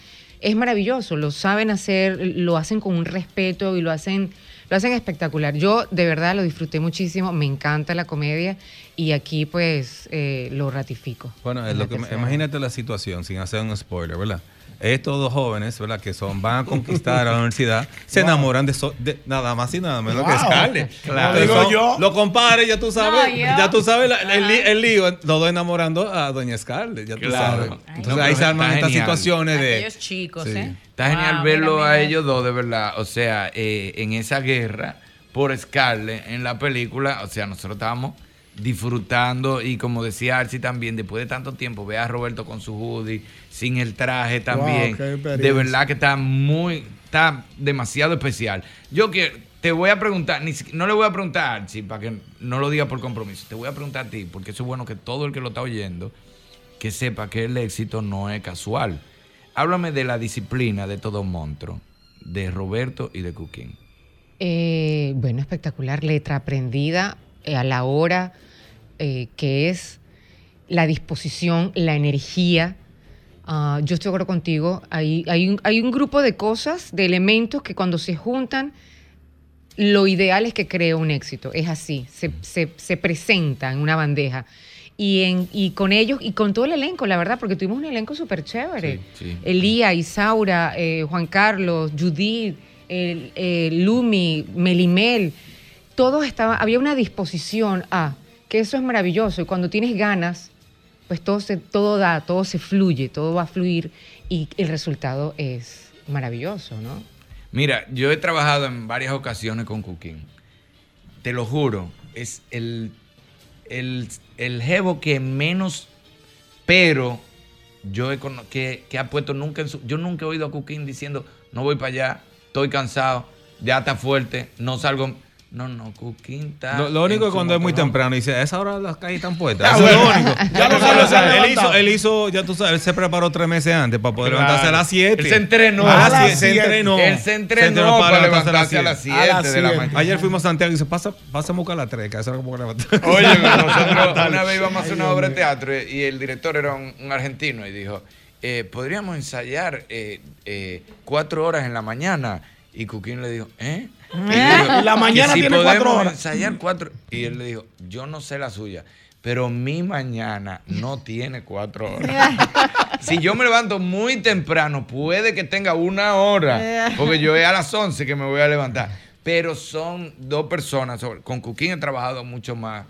Speaker 21: es maravilloso, lo saben hacer, lo hacen con un respeto y lo hacen, lo hacen espectacular. Yo de verdad lo disfruté muchísimo, me encanta la comedia y aquí pues eh, lo ratifico.
Speaker 22: Bueno,
Speaker 21: En
Speaker 22: es
Speaker 21: la
Speaker 22: lo que me-
Speaker 21: tercera.
Speaker 22: imagínate la situación, sin hacer un spoiler, ¿verdad? Estos dos jóvenes, ¿verdad? Que son, van a conquistar a la universidad,
Speaker 3: [LAUGHS]
Speaker 22: se enamoran de, so- de nada más y nada menos que Wow. Scarlett. Claro. Entonces Digo son- yo. Lo compare, ya tú sabes, No, yo. ya tú sabes la- el, li- el lío, los dos enamorando a Doña Scarlett, ya tú
Speaker 3: Claro.
Speaker 22: sabes.
Speaker 3: Ay.
Speaker 22: Entonces
Speaker 3: No,
Speaker 22: ahí
Speaker 3: pero
Speaker 22: se arman
Speaker 3: está
Speaker 22: estas
Speaker 3: genial.
Speaker 22: situaciones de...
Speaker 17: Aquellos chicos,
Speaker 22: Sí.
Speaker 17: ¿eh?
Speaker 3: Está genial
Speaker 17: Wow,
Speaker 3: verlo
Speaker 17: mira,
Speaker 3: a
Speaker 17: mira.
Speaker 3: ellos dos, de verdad. O sea, eh, en esa guerra por Scarlett en la película, o sea, nosotros estábamos disfrutando y como decía Archie también, después de tanto tiempo, ve a Roberto con su hoodie, sin el traje también.
Speaker 7: qué
Speaker 3: de
Speaker 7: experiencia.
Speaker 3: verdad que está muy, está demasiado especial. Yo que te voy a preguntar, ni si- no le voy a preguntar a Archie para que no lo diga por compromiso, te voy a preguntar a ti, porque eso es bueno que todo el que lo está oyendo, que sepa que el éxito no es casual. Háblame de la disciplina de todo monstruo, de Roberto y de Cooking.
Speaker 21: Eh, bueno, espectacular, letra aprendida eh, a la hora eh, que es la disposición, la energía. Ah, yo estoy de acuerdo contigo, hay, hay, un, hay un grupo de cosas, de elementos que cuando se juntan, lo ideal es que cree un éxito, es así, se, se, se presenta en una bandeja. Y, en, y con ellos, y con todo el elenco, la verdad, porque tuvimos un elenco súper chévere. Elía, Isaura, eh, Juan Carlos, Judith, el- eh, Lumi, Melimel, todos estaban, había una disposición a, que eso es maravilloso, y cuando tienes ganas, pues todo, se, todo da, todo se fluye, todo va a fluir, y el resultado es maravilloso, ¿no?
Speaker 3: Mira, yo he trabajado en varias ocasiones con Cooking. Te lo juro, es el, el, el jevo que menos pero yo he cono- que, que ha puesto nunca en su- yo nunca he oído a Cooking diciendo no voy para allá, estoy cansado, ya está fuerte, no salgo. No, no, Cooking está.
Speaker 22: Lo, lo único
Speaker 3: en
Speaker 22: es
Speaker 3: su
Speaker 22: cuando es muy
Speaker 3: motorhome.
Speaker 22: temprano y dice, a esa hora las calles están puestas.
Speaker 3: Ah,
Speaker 22: Eso es lo
Speaker 3: bueno.
Speaker 22: único.
Speaker 3: Ya lo sabes, se han
Speaker 22: él, hizo,
Speaker 3: levantado.
Speaker 22: él hizo, ya tú sabes, él se preparó tres meses antes para poder
Speaker 3: Claro.
Speaker 22: levantarse a las 7.
Speaker 3: Él se entrenó.
Speaker 22: A
Speaker 3: A las
Speaker 22: las 7. Se
Speaker 3: siete.
Speaker 22: entrenó.
Speaker 3: Él se entrenó para levantarse a las
Speaker 22: siete.
Speaker 3: siete A las de la siete. mañana.
Speaker 22: Ayer fuimos a Santiago y dice, pasa, pasa a buscar a las 3, que a esa hora como que levantar. [LAUGHS]
Speaker 7: [LAUGHS]
Speaker 3: Oye, nosotros una vez íbamos a hacer una obra de teatro eh, y el director era un, un argentino y dijo, eh, podríamos ensayar eh, eh, cuatro horas en la mañana. Y Cuquín le dijo, ¿eh? Y él dijo,
Speaker 7: Y [LAUGHS] la
Speaker 3: "Que
Speaker 7: mañana
Speaker 3: si
Speaker 7: tiene cuatro
Speaker 3: podemos
Speaker 7: horas".
Speaker 3: ensayar cuatro. Y él le dijo, yo no sé la suya, pero mi mañana no tiene cuatro horas. si yo me levanto muy temprano, puede que tenga una
Speaker 21: Eh.
Speaker 3: hora, porque yo es a las 11 que me voy a levantar. Pero son dos personas, sobre- con Cuquín he trabajado mucho más.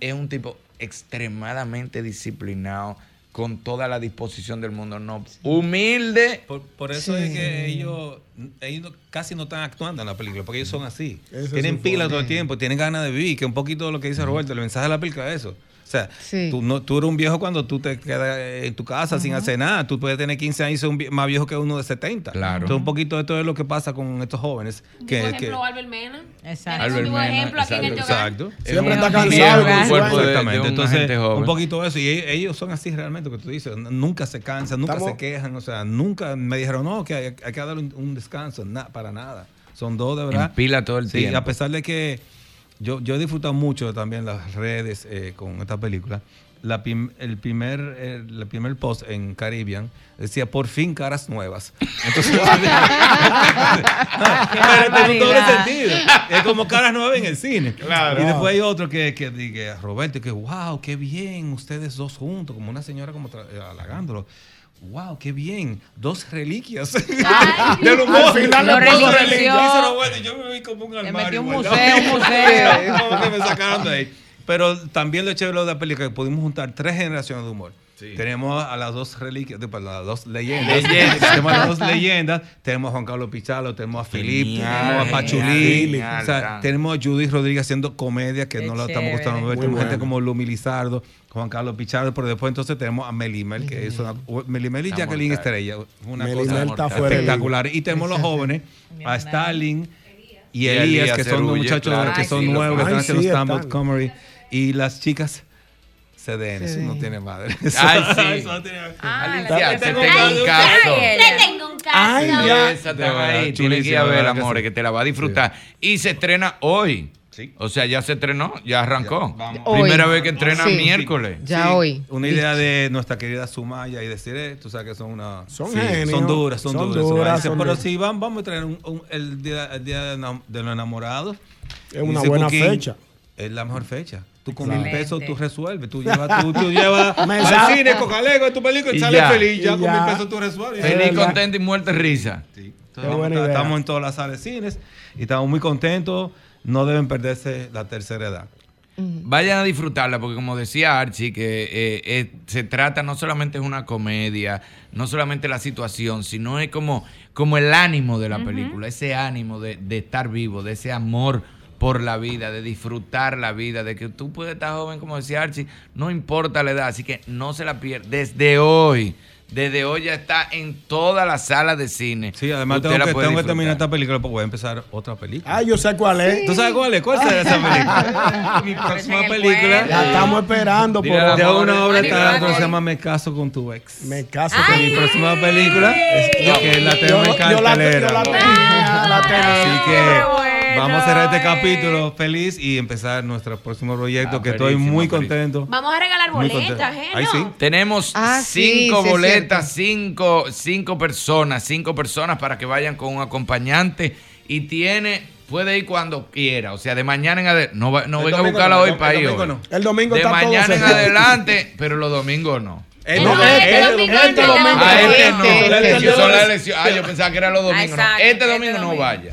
Speaker 3: Es un tipo extremadamente disciplinado, con toda la disposición del mundo. No, humilde.
Speaker 22: Por, por eso es que ellos, ellos no- casi no están actuando en la película, porque ellos son así. Eso tienen sí fue. pilas todo el tiempo, tienen ganas de vivir, que un poquito de lo que dice Roberto, el mensaje de la película es eso. O sea, tú, no, tú eres un viejo cuando tú te quedas en tu casa sin hacer nada. Tú puedes tener 15 años y ser un vie- más viejo que uno de 70. Claro. Entonces, un poquito de esto es lo que pasa con estos jóvenes. Que,
Speaker 4: Por
Speaker 22: que-
Speaker 4: ejemplo, Albert Mena.
Speaker 17: Exacto.
Speaker 4: Tenemos un vivo ejemplo aquí en este hogar.
Speaker 22: Exacto.
Speaker 7: Siempre
Speaker 22: Es
Speaker 7: está
Speaker 22: un
Speaker 7: cansado
Speaker 22: viejo
Speaker 7: con su
Speaker 22: cuerpo de-
Speaker 7: Exactamente.
Speaker 22: de un
Speaker 7: Entonces,
Speaker 22: agente joven.
Speaker 7: un
Speaker 22: un poquito de eso. Y ellos, ellos son así realmente, lo que tú dices. N- Nunca se cansan, nunca
Speaker 7: Estamos-
Speaker 22: se quejan. O sea, nunca me dijeron, no, que hay, hay que darle un, un descanso. na- para nada. Son dos, de verdad.
Speaker 3: En pila todo el
Speaker 22: Sí,
Speaker 3: tiempo.
Speaker 22: a pesar de que yo, yo he disfrutado mucho también las redes eh, con esta película. La prim- el, primer, eh, el primer post en Caribbean decía, por fin caras nuevas.
Speaker 4: [LAUGHS]
Speaker 22: Entonces, [LAUGHS] pero tiene un doble
Speaker 17: barbaridad.
Speaker 22: sentido. [LAUGHS] Es como caras nuevas en el cine. Claro. Y después hay otro que, que dije, Roberto, que wow, qué bien, ustedes dos juntos, como una señora como tra- eh, halagándolo. Wow, qué bien. Dos reliquias. [LAUGHS] Del humor.
Speaker 17: Al final Lo le puso reliquió. reliquia.
Speaker 22: Dice Roberto, yo me vi como un armario.
Speaker 17: metió un
Speaker 22: igual. [LAUGHS]
Speaker 17: museo, un museo.
Speaker 22: Como que me sacaron de ahí. Pero también lo chévere de la película que pudimos juntar tres generaciones de humor. Tenemos a las dos reliquias, de- perdón, a las dos leyendas.
Speaker 3: Leyendas.
Speaker 22: tenemos a las dos leyendas. Tenemos a Juan Carlos Pichalo, tenemos a Filip,
Speaker 3: Genial,
Speaker 22: tenemos a
Speaker 3: genial,
Speaker 22: Pachulí.
Speaker 3: genial,
Speaker 22: o sea,
Speaker 3: tanto.
Speaker 22: tenemos a Judith Rodríguez haciendo comedia que
Speaker 3: Qué
Speaker 22: no la estamos
Speaker 3: chévere.
Speaker 22: gustando
Speaker 3: Muy
Speaker 22: ver. Tenemos gente
Speaker 3: bueno.
Speaker 22: como Lumi Lizardo, Juan Carlos Pichardo, pero después entonces tenemos a Melimel, que es una, Melimel y
Speaker 3: Está
Speaker 22: Jacqueline
Speaker 3: mortal.
Speaker 22: Estrella. Una
Speaker 7: Melimel
Speaker 22: cosa
Speaker 7: está fuera de
Speaker 22: espectacular. Y tenemos
Speaker 3: [LAUGHS]
Speaker 22: los jóvenes, a Stalin y
Speaker 3: Y
Speaker 22: Elías,
Speaker 3: Elías
Speaker 22: que son los
Speaker 3: Cerulle,
Speaker 22: muchachos
Speaker 3: claro.
Speaker 22: que
Speaker 3: Ay,
Speaker 22: son
Speaker 3: sí, los
Speaker 22: nuevos, que
Speaker 3: conozco. Ay,
Speaker 22: están haciendo
Speaker 3: sí,
Speaker 22: stand-up
Speaker 3: están.
Speaker 22: comedy. Y las chicas CDN, eso no tiene madre.
Speaker 3: Ay, sí.
Speaker 22: [LAUGHS] Eso no tiene madre.
Speaker 4: Ah,
Speaker 3: Alicia,
Speaker 22: Te
Speaker 3: te
Speaker 22: tengo
Speaker 3: tengo un
Speaker 22: un
Speaker 3: caso.
Speaker 4: Te tengo un caso.
Speaker 3: Ay, ya. Esa
Speaker 22: De
Speaker 3: te va
Speaker 22: verdad,
Speaker 3: ahí. Tú le
Speaker 22: chulísima,
Speaker 3: guías a ver,
Speaker 22: verdad que
Speaker 3: amores, que te la va a disfrutar. Y se estrena hoy. O sea, ya se estrenó, ya arrancó.
Speaker 21: Hoy.
Speaker 3: Primera vez que entrena
Speaker 21: Sí.
Speaker 3: miércoles.
Speaker 21: Ya hoy.
Speaker 22: Una idea de nuestra querida Sumaya y decir, eh, tú sabes que son una.
Speaker 7: Son
Speaker 22: genios,
Speaker 7: genios.
Speaker 22: Son duras, son,
Speaker 7: Son
Speaker 22: duras.
Speaker 7: duras,
Speaker 22: Dice,
Speaker 7: son
Speaker 22: pero
Speaker 7: duras.
Speaker 22: si van, vamos a tener un- un- el día, el día de, nam- de los enamorados.
Speaker 7: Es una buena fecha.
Speaker 22: Es la mejor fecha. Tú con
Speaker 7: Claro.
Speaker 22: mil pesos tú
Speaker 7: Excelente.
Speaker 22: resuelves. Tú llevas, tú, tú llevas
Speaker 7: [LAUGHS] Me
Speaker 22: al
Speaker 7: sabe-
Speaker 22: cine con Jalego de tu película y,
Speaker 3: Y
Speaker 22: sales
Speaker 3: ya.
Speaker 22: feliz. Ya
Speaker 3: Y
Speaker 22: con
Speaker 3: ya.
Speaker 22: mil pesos tú resuelves.
Speaker 3: Feliz, contento y muerte risa.
Speaker 22: Entonces,
Speaker 3: Qué buena
Speaker 22: estamos-
Speaker 3: idea.
Speaker 22: Estamos en todas las salas de cines y estamos muy contentos. No deben perderse la tercera edad.
Speaker 3: Vayan a disfrutarla, porque como decía Archie, que eh, eh, se trata no solamente de una comedia, no solamente la situación, sino es como, como el ánimo de la película, ese ánimo de, de estar vivo, de ese amor por la vida, de disfrutar la vida, de que tú puedes estar joven, como decía Archie, no importa la edad, así que no se la pierda. Desde hoy, desde hoy ya está en todas las salas de cine. Sí,
Speaker 22: Además, tengo, que, tengo que terminar esta película porque voy a empezar otra película.
Speaker 7: Ah, yo sé cuál es.
Speaker 22: ¿Tú sabes cuál es? ¿Cuál
Speaker 7: [LAUGHS]
Speaker 22: será esa película? Mi próxima película.
Speaker 7: La estamos esperando por
Speaker 22: De una obra de
Speaker 7: Ay,
Speaker 22: teatro que
Speaker 7: Dios.
Speaker 22: se llama Me caso con tu ex.
Speaker 7: Me caso
Speaker 22: con mi próxima película es
Speaker 7: Yo-
Speaker 22: que la
Speaker 7: yo-
Speaker 22: tengo en
Speaker 7: yo la- Ah, yo
Speaker 22: cartelera.
Speaker 7: la tenía, la
Speaker 4: Ah.
Speaker 7: tenía.
Speaker 22: Así que vamos a cerrar este capítulo feliz y empezar nuestro próximo proyecto que estoy
Speaker 3: feliz,
Speaker 22: muy
Speaker 3: Ah, feliz.
Speaker 22: contento.
Speaker 4: Vamos a regalar
Speaker 22: Muy
Speaker 4: boletas,
Speaker 22: contento.
Speaker 4: ¿eh?
Speaker 22: Ahí sí.
Speaker 3: Tenemos
Speaker 4: Ah, sí,
Speaker 3: cinco
Speaker 4: sí, es
Speaker 3: boletas, cinco, cinco personas, cinco personas para que vayan con un acompañante y tiene, puede ir cuando quiera, o sea, de mañana en adelante, no, va- no
Speaker 7: El
Speaker 3: venga a
Speaker 7: domingo
Speaker 3: buscarla
Speaker 7: no,
Speaker 3: hoy
Speaker 7: el
Speaker 3: para ir.
Speaker 7: domingo
Speaker 3: hoy.
Speaker 7: no. El domingo
Speaker 3: de
Speaker 7: está todo
Speaker 3: mañana en
Speaker 7: cerrado.
Speaker 3: adelante, pero los domingos no.
Speaker 7: El No, domingo, este este domingo domingo no. no.
Speaker 3: Ah, este no.
Speaker 7: Este, este.
Speaker 3: Porque son las elecciones. Ah, yo pensaba que era los domingos. no.
Speaker 7: Exacto,
Speaker 3: Este domingo no vaya.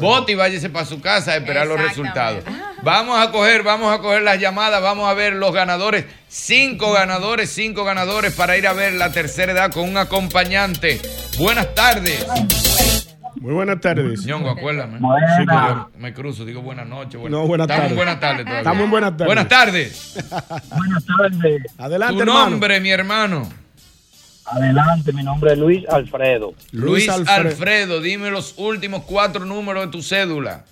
Speaker 3: Vote y váyase para su casa a esperar los resultados. Vamos a coger, vamos a coger las llamadas, vamos a ver los ganadores. Cinco ganadores, cinco ganadores para ir a ver la tercera edad con un acompañante. Buenas tardes.
Speaker 7: Muy buenas tardes.
Speaker 3: Ñongo, acuérdame.
Speaker 7: Buenas.
Speaker 3: Sí, claro. Me cruzo, digo buenas noches. buenas-
Speaker 7: No, buenas
Speaker 3: Estamos en
Speaker 7: tardes.
Speaker 3: Buenas tardes todavía.
Speaker 7: Estamos en buenas tardes.
Speaker 3: Buenas tardes.
Speaker 10: Buenas tardes.
Speaker 7: Adelante,
Speaker 3: tu
Speaker 7: hermano.
Speaker 3: nombre, mi hermano.
Speaker 10: Adelante, mi nombre es Luis Alfredo.
Speaker 3: Luis, Alfredo.
Speaker 10: Alfredo.
Speaker 3: dime los últimos cuatro números de tu cédula.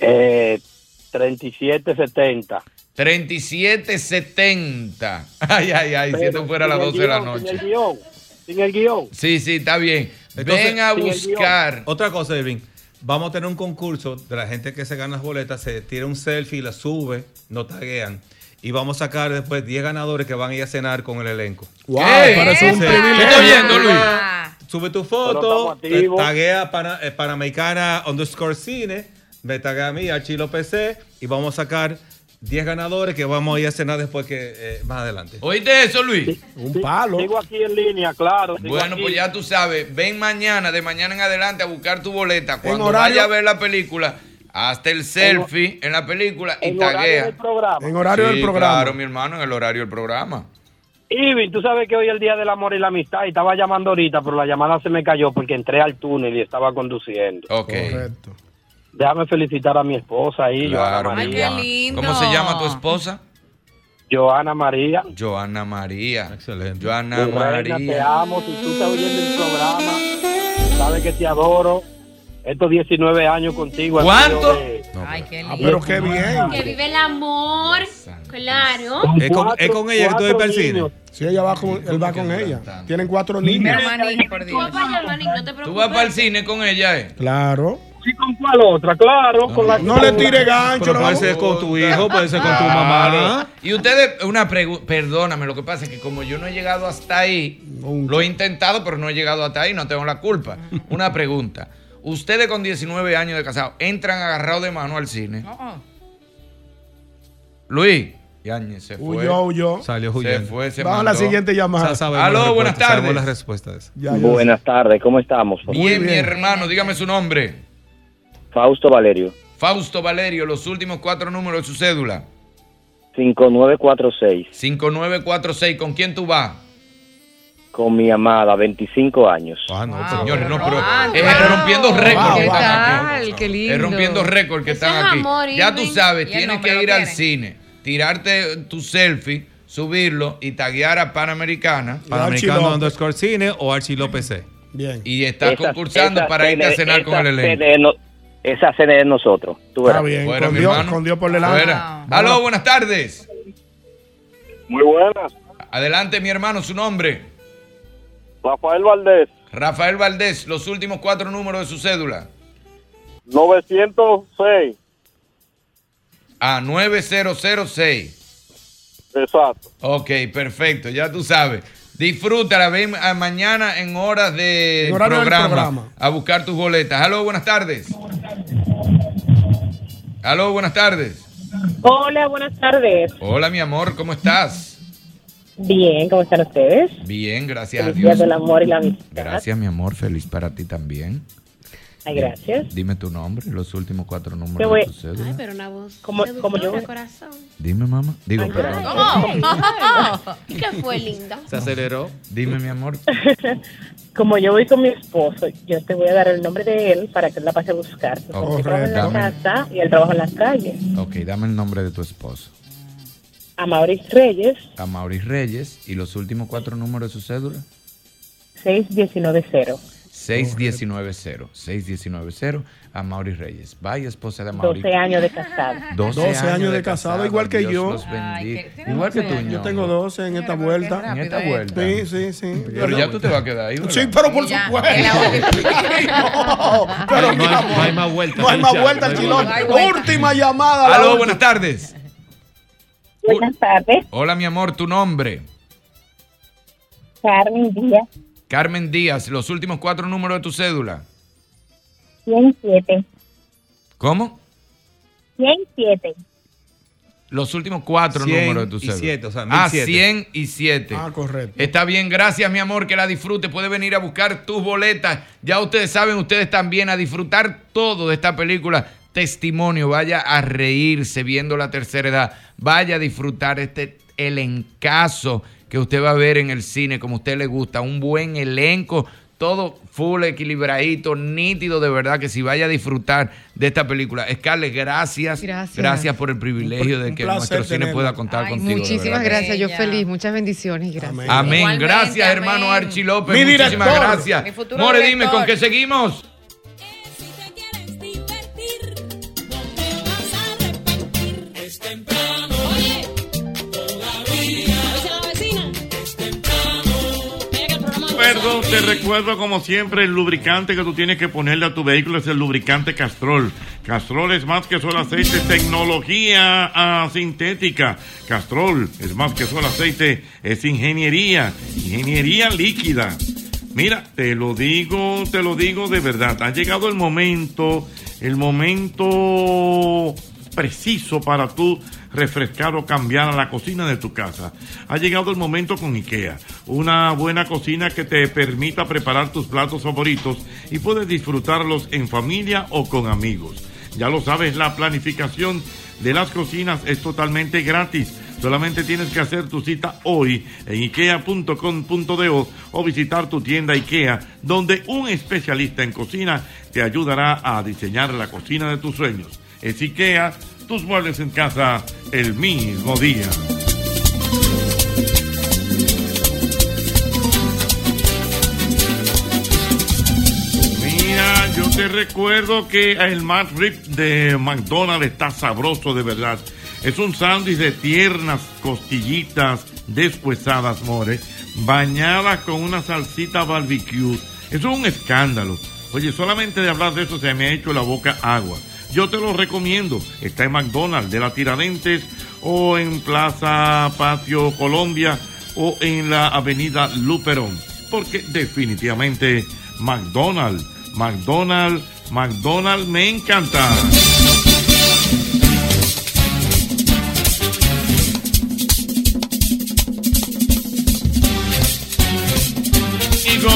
Speaker 10: Eh, 3770.
Speaker 3: 3770. [LAUGHS] Ay, ay, ay, si
Speaker 10: Pero
Speaker 3: esto fuera a las
Speaker 10: sin el
Speaker 3: 12 de la
Speaker 10: guión, sin
Speaker 3: noche.
Speaker 10: el guión, sin el guión.
Speaker 3: Sí, sí, está bien. Ven a buscar.
Speaker 22: Otra cosa, Irving. Vamos a tener un concurso de la gente que se gana las boletas, se tira un selfie y la sube, no taguean. Y vamos a sacar después 10 ganadores que van a ir a cenar con el elenco.
Speaker 7: Wow, ¿Qué? pero eso es un
Speaker 22: Sí.
Speaker 7: privilegio.
Speaker 22: ¿Tú estás oyendo,
Speaker 7: Luis?
Speaker 4: Ah.
Speaker 22: Sube tu
Speaker 7: Pero estamos
Speaker 22: foto,
Speaker 7: activos.
Speaker 22: te taguea pana- eh, Panamericana underscore cine, me taguea a mí, Archie López C, y vamos a sacar 10 ganadores que vamos a ir a cenar después que eh, más adelante.
Speaker 3: ¿Oíste eso, Luis?
Speaker 7: Un palo.
Speaker 10: Sigo aquí en línea, claro. sigo
Speaker 3: Bueno,
Speaker 10: aquí.
Speaker 3: pues ya tú sabes, ven mañana, de mañana en adelante, a buscar tu boleta. Cuando
Speaker 7: horario-
Speaker 3: vaya a ver la película, hazte el selfie en la película y taguea.
Speaker 7: En horario
Speaker 3: Sí,
Speaker 7: del programa.
Speaker 3: Claro, mi hermano, en el horario del programa.
Speaker 10: Ivy, tú sabes que hoy es el Día del Amor y la Amistad y estaba llamando ahorita, pero la llamada se me cayó porque entré al túnel y estaba conduciendo.
Speaker 3: Ok.
Speaker 10: Déjame felicitar a mi esposa ahí,
Speaker 3: Claro,
Speaker 10: Joana
Speaker 3: mi
Speaker 10: María.
Speaker 3: hermano. ¿Cómo se llama tu esposa?
Speaker 10: Joana María.
Speaker 3: Joana María. Excelente. Joana
Speaker 10: Mi reina, te
Speaker 3: María.
Speaker 10: amo. Si tú estás oyendo el programa, sabes que te adoro. Estos 19 años contigo. han
Speaker 3: ¿Cuánto?
Speaker 10: sido de-
Speaker 4: Ay, qué
Speaker 10: Ah, pero qué bien.
Speaker 4: Que vive el amor. Claro.
Speaker 7: Es con- es con ella que tú vas para el
Speaker 22: cine.
Speaker 7: Sí, ella va con, él va con ella. Tienen cuatro niños.
Speaker 4: por Dios. Tú vas para allá, manín, no te
Speaker 3: Tú vas
Speaker 4: preocupes.
Speaker 3: para el cine con ella, ¿eh?
Speaker 7: Claro.
Speaker 10: ¿Y con cuál otra? Claro,
Speaker 3: con la
Speaker 7: No le tire gancho.
Speaker 22: Pero
Speaker 7: no
Speaker 22: puede
Speaker 7: va-
Speaker 22: ser con tu hijo, puede ser con tu mamá.
Speaker 3: Y ustedes, una pregunta, perdóname, lo que pasa es que como yo no he llegado hasta ahí, lo he intentado, pero no he llegado hasta ahí, no tengo la culpa. Una pregunta. Ustedes con 19 años de casado entran agarrados de mano al cine. Luis. Yañez se fue.
Speaker 7: Huyó, huyó.
Speaker 22: Salió
Speaker 3: huyendo. Se fue, se
Speaker 7: Vamos a la
Speaker 3: mandó.
Speaker 7: siguiente llamada.
Speaker 3: Aló, buenas tardes.
Speaker 22: Las respuestas.
Speaker 7: Ya, ya.
Speaker 16: Buenas tardes, ¿cómo estamos?
Speaker 3: Bien, mi hermano, dígame su nombre.
Speaker 16: Fausto Valerio,
Speaker 3: Fausto Valerio, los últimos cuatro números de su cédula.
Speaker 16: 5946,
Speaker 3: 5946, ¿con quién tú vas?
Speaker 16: con mi amada, 25 años.
Speaker 22: Ah, no,
Speaker 3: Señores, no, pero es rompiendo récord.
Speaker 21: Ah, ¿Qué
Speaker 3: que están aquí.
Speaker 21: tal? Qué lindo.
Speaker 3: Es rompiendo récord que están
Speaker 21: es
Speaker 3: aquí.
Speaker 21: amor,
Speaker 3: ya tú
Speaker 21: Irving.
Speaker 3: sabes,
Speaker 21: Y el
Speaker 3: tienes
Speaker 21: nombre
Speaker 3: que
Speaker 21: lo
Speaker 3: ir al
Speaker 21: tienen.
Speaker 3: cine, tirarte tu selfie, subirlo y taguear a Panamericana.
Speaker 22: Panamericano underscore cine o Archie López C.
Speaker 7: Bien.
Speaker 3: Y estás
Speaker 16: Esa-
Speaker 3: concursando
Speaker 16: esa
Speaker 3: para irte a
Speaker 16: cena-
Speaker 3: cenar con
Speaker 16: esa
Speaker 3: el elenco.
Speaker 16: cena es no- esa cena es de nosotros. Tú
Speaker 7: Está
Speaker 16: verás.
Speaker 7: bien.
Speaker 3: Fuera,
Speaker 7: con,
Speaker 3: mi
Speaker 7: Dios,
Speaker 3: hermano.
Speaker 7: con Dios por delante.
Speaker 3: Fuera. Aló, buenas tardes. Muy buenas. Adelante, mi hermano, su nombre. Rafael Valdés. Rafael Valdés, los últimos cuatro números de su cédula.
Speaker 6: 906.
Speaker 3: Ah, 9006. Exacto. Ok, perfecto, ya tú sabes. Disfrútala, ven a mañana en horas de
Speaker 7: En horario del
Speaker 3: programa,
Speaker 7: programa.
Speaker 3: a buscar tus boletas. Aló, buenas tardes. Aló, buenas tardes.
Speaker 5: Hola, buenas tardes.
Speaker 3: Hola, mi amor, ¿cómo estás?
Speaker 5: Bien, ¿cómo están ustedes?
Speaker 3: Bien, gracias a
Speaker 5: Feliz
Speaker 3: Dios.
Speaker 5: Día del amor y la amistad.
Speaker 3: Gracias, mi amor, feliz para ti también.
Speaker 5: Ay, gracias.
Speaker 3: Dime tu nombre, los últimos cuatro números
Speaker 5: Te voy-
Speaker 3: de tu cédula.
Speaker 5: Ay,
Speaker 4: Pero una voz.
Speaker 5: Como- como yo-
Speaker 4: seductora, corazón.
Speaker 3: Dime, mamá. Digo, perdón.
Speaker 4: ¿Cómo? ¿Y qué fue, linda?
Speaker 3: Se aceleró. Dime, mi amor.
Speaker 5: Como yo voy con mi esposo, yo te voy a dar el nombre de él para que él la pase a buscar. Porque yo trabajo en la
Speaker 3: Dame-
Speaker 5: casa y él trabaja en la calle.
Speaker 3: Ok, dame el nombre de tu esposo.
Speaker 5: A Maurice Reyes,
Speaker 3: A Maurice Reyes y los últimos cuatro números de su cédula.
Speaker 5: 6190.
Speaker 3: 6190. 6190 a Maurice Reyes. Vaya esposa de Maurice.
Speaker 5: 12 años de casado.
Speaker 3: 12,
Speaker 7: 12 años de casado, igual que
Speaker 3: Dios
Speaker 7: yo.
Speaker 3: los bendiga. igual que tú,
Speaker 7: Yo
Speaker 3: ñongo.
Speaker 7: tengo 12 en esta vuelta.
Speaker 3: En esta vuelta.
Speaker 7: Sí, sí, sí.
Speaker 3: Pero ya tú te vas a quedar ahí. ¿verdad?
Speaker 7: Sí, pero por supuesto. [LAUGHS] Ay, no, pero mi amor.
Speaker 22: hay más vueltas.
Speaker 7: No hay más vuelta al
Speaker 22: chilón.
Speaker 7: chilote. Última llamada. la
Speaker 3: Aló,
Speaker 7: última.
Speaker 3: buenas tardes.
Speaker 5: Buenas tardes,
Speaker 3: Hola, mi amor, tu nombre.
Speaker 5: Carmen Díaz,
Speaker 3: Carmen Díaz, los últimos cuatro números de tu cédula.
Speaker 5: 107.
Speaker 3: ¿Cómo?
Speaker 5: 107.
Speaker 3: Los últimos cuatro
Speaker 22: 100
Speaker 3: números de tu
Speaker 22: y
Speaker 3: cédula.
Speaker 22: siete, o sea,
Speaker 3: ah,
Speaker 22: 1007.
Speaker 3: 100 y 7.
Speaker 22: Ah,
Speaker 7: correcto.
Speaker 3: Está bien, gracias, mi amor, que la disfrute. Puede venir a buscar tus boletas. Ya ustedes saben, ustedes también, a disfrutar todo de esta película. Testimonio, vaya a reírse viendo la tercera edad. Vaya a disfrutar este elencazo que usted va a ver en el cine, como a usted le gusta. Un buen elenco, todo full, equilibradito, nítido, de verdad que si vaya a disfrutar de esta película. Scarlett, gracias. Gracias, por el privilegio de que
Speaker 7: placer
Speaker 3: nuestro cine
Speaker 7: tenerlo.
Speaker 3: pueda contar contigo. de
Speaker 21: Muchísimas
Speaker 3: verdad que sí.
Speaker 21: gracias, yo feliz. Muchas bendiciones y gracias.
Speaker 3: Amén. Gracias, hermano Archie López.
Speaker 21: Mi
Speaker 3: Muchísimas
Speaker 21: director.
Speaker 3: gracias.
Speaker 21: Mi futuro
Speaker 3: More,
Speaker 21: director.
Speaker 3: dime, ¿con qué seguimos?
Speaker 1: Es temprano. Oye. Todavía. la vecina. Es temprano. Pega el programa.
Speaker 2: Perdón, te recuerdo como siempre el lubricante que tú tienes que ponerle a tu vehículo es el lubricante Castrol. Castrol es más que solo aceite, tecnología ah, sintética. Castrol es más que solo aceite, es ingeniería, ingeniería líquida. Mira, te lo digo, te lo digo de verdad. Ha llegado el momento, el momento preciso para tú refrescar o cambiar a la cocina de tu casa. Ha llegado el momento con IKEA, una buena cocina que te permita preparar tus platos favoritos y puedes disfrutarlos en familia o con amigos. Ya lo sabes, la planificación de las cocinas es totalmente gratis. Solamente tienes que hacer tu cita hoy en ikea.com.do o visitar tu tienda IKEA, donde un especialista en cocina te ayudará a diseñar la cocina de tus sueños. Es IKEA, tus muebles en casa el mismo día. Mira, yo te recuerdo que el Mad Rib de McDonald's está sabroso de verdad. Es un sándwich de tiernas costillitas deshuesadas, more, bañadas con una salsita barbecue. Eso es un escándalo. Oye, solamente de hablar de eso se me ha hecho la boca agua. Yo te lo recomiendo. Está en McDonald's de la Tiradentes o en Plaza Patio Colombia o en la Avenida Luperón porque definitivamente McDonald's, McDonald's, McDonald's me encanta. Amigo,